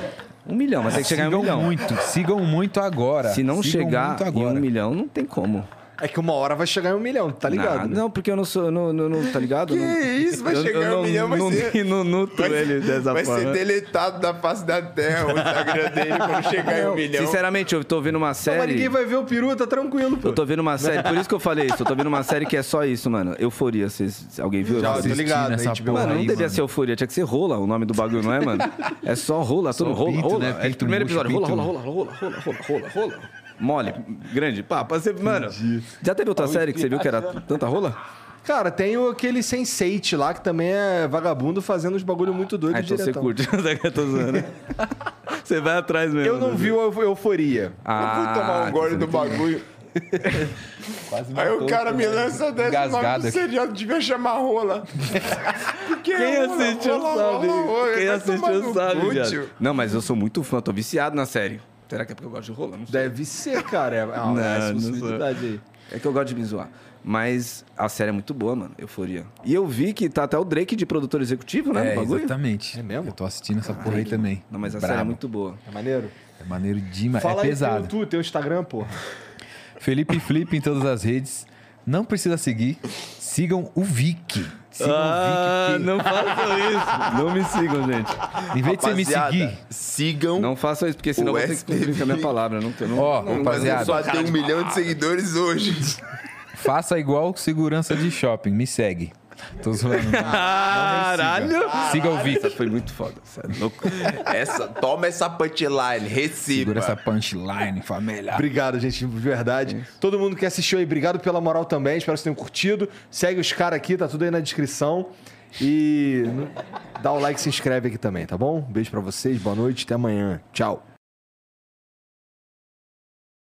Speaker 4: Um milhão, mas tem que chegar em um
Speaker 2: sigam
Speaker 4: milhão.
Speaker 2: muito, sigam muito agora.
Speaker 4: Se não
Speaker 2: Sigam
Speaker 4: chegar
Speaker 2: muito
Speaker 4: em um milhão, não tem como.
Speaker 1: É que uma hora vai chegar em um milhão, tá ligado?
Speaker 4: Não,
Speaker 1: né?
Speaker 4: não, porque eu não sou. Não, não, não- tá ligado?
Speaker 3: Que
Speaker 4: Não-
Speaker 3: isso, vai
Speaker 4: eu-
Speaker 3: chegar
Speaker 4: eu
Speaker 3: em um
Speaker 4: não-
Speaker 3: milhão, vai
Speaker 4: não,
Speaker 3: ser-
Speaker 4: Não nutro ele dessa
Speaker 3: vai
Speaker 4: forma.
Speaker 3: ser deletado da face da terra o Instagram dele quando chegar em um
Speaker 4: Não,
Speaker 3: milhão.
Speaker 4: Sinceramente, eu tô vendo uma
Speaker 1: Não, mas ninguém
Speaker 4: série.
Speaker 1: vai ver o peru, tá tranquilo, pô.
Speaker 4: Eu tô vendo uma série, por isso que eu falei isso. Eu tô vendo uma série que é só isso, mano. Euforia, vocês, alguém viu?
Speaker 1: Já,
Speaker 4: Eu
Speaker 1: tô
Speaker 4: assisti.
Speaker 1: ligado,
Speaker 2: nessa
Speaker 1: HBO.
Speaker 2: porra
Speaker 4: tipo, Mano, não
Speaker 2: aí,
Speaker 4: devia
Speaker 2: mano.
Speaker 4: ser euforia, tinha que ser rola o nome do bagulho, não é, mano? É só rola, todo rola,
Speaker 2: pinto,
Speaker 4: rola.
Speaker 2: né?
Speaker 4: É o
Speaker 2: Pinto
Speaker 4: primeiro
Speaker 2: murcho,
Speaker 4: episódio, rola,
Speaker 2: pinto-
Speaker 4: rola, rola, rola, rola, rola, rola, rola. Mole, grande, pá, pra ser- mano. Já teve outra série que você viu que era tanta rola?
Speaker 1: Cara, tem o- aquele Sense8 lá, que também é vagabundo fazendo uns bagulho muito doido
Speaker 4: Ah, então você
Speaker 1: diretão.
Speaker 4: curte. Eu tô zoando. Você vai atrás mesmo. né?
Speaker 1: Eu não vi o Eu- Euforia.
Speaker 4: Ah,
Speaker 3: eu fui tomar um gole do bagulho. Aí o cara
Speaker 1: né?
Speaker 3: me lança dessa nome
Speaker 2: Engasgado
Speaker 3: do
Speaker 2: aqui.
Speaker 3: seriado devia chamar rola. Porque
Speaker 4: Quem
Speaker 3: rola,
Speaker 4: assistiu
Speaker 3: rola,
Speaker 4: sabe.
Speaker 3: rola, rola,
Speaker 4: Quem
Speaker 3: vai tomar
Speaker 4: assistiu
Speaker 3: no
Speaker 4: sabe,
Speaker 3: cu,
Speaker 4: viado.
Speaker 3: tio.
Speaker 4: Não, mas eu sou muito fã, tô viciado na série. Será que é porque eu gosto de rola? Não sei.
Speaker 1: Deve ser, cara. É, é uma
Speaker 4: Não,
Speaker 1: essa
Speaker 4: não sou.
Speaker 1: possibilidade aí.
Speaker 4: É que eu gosto de me zoar. Mas a série é muito boa, mano. Euforia. E eu vi que tá até o Drake de produtor executivo, né?
Speaker 2: É,
Speaker 4: no bagulho.
Speaker 2: exatamente.
Speaker 1: É mesmo?
Speaker 2: Eu tô assistindo essa porra aí também.
Speaker 4: Não, mas a
Speaker 2: Brabo.
Speaker 4: série é muito boa.
Speaker 1: É maneiro?
Speaker 2: É maneiro demais.
Speaker 1: Fala
Speaker 2: é
Speaker 1: aí,
Speaker 2: pesado.
Speaker 1: Teu, tu, teu um Instagram, porra.
Speaker 2: Felipe Flip em todas as redes. Não precisa seguir. Sigam o Vic. Sigam o Vic.
Speaker 4: Ah, não façam isso. Não me sigam, gente.
Speaker 2: Em vez de você me
Speaker 3: Rapaziada,
Speaker 2: seguir.
Speaker 3: Sigam.
Speaker 4: Não façam isso, porque senão
Speaker 3: O
Speaker 4: eu vou ter que
Speaker 3: SPV.
Speaker 4: cumprir com a minha palavra. Não, eu não,
Speaker 2: Ó,
Speaker 4: não,
Speaker 3: mas eu
Speaker 2: rapaziada,
Speaker 3: só tenho um milhão de seguidores hoje.
Speaker 2: faça igual segurança de shopping. Me segue. Tô zoando. né? não. Não me siga. Siga é o Vic.
Speaker 4: Foi muito foda. Sério.
Speaker 3: Essa, toma essa punchline, receba.
Speaker 2: Segura essa punchline, família.
Speaker 1: Obrigado, gente, de verdade. Todo mundo que assistiu aí, obrigado pela moral também. Espero que vocês tenham curtido. Segue os caras aqui, tá tudo aí na descrição. E dá o like, se inscreve aqui também, tá bom? Beijo pra vocês, boa noite, até amanhã. Tchau.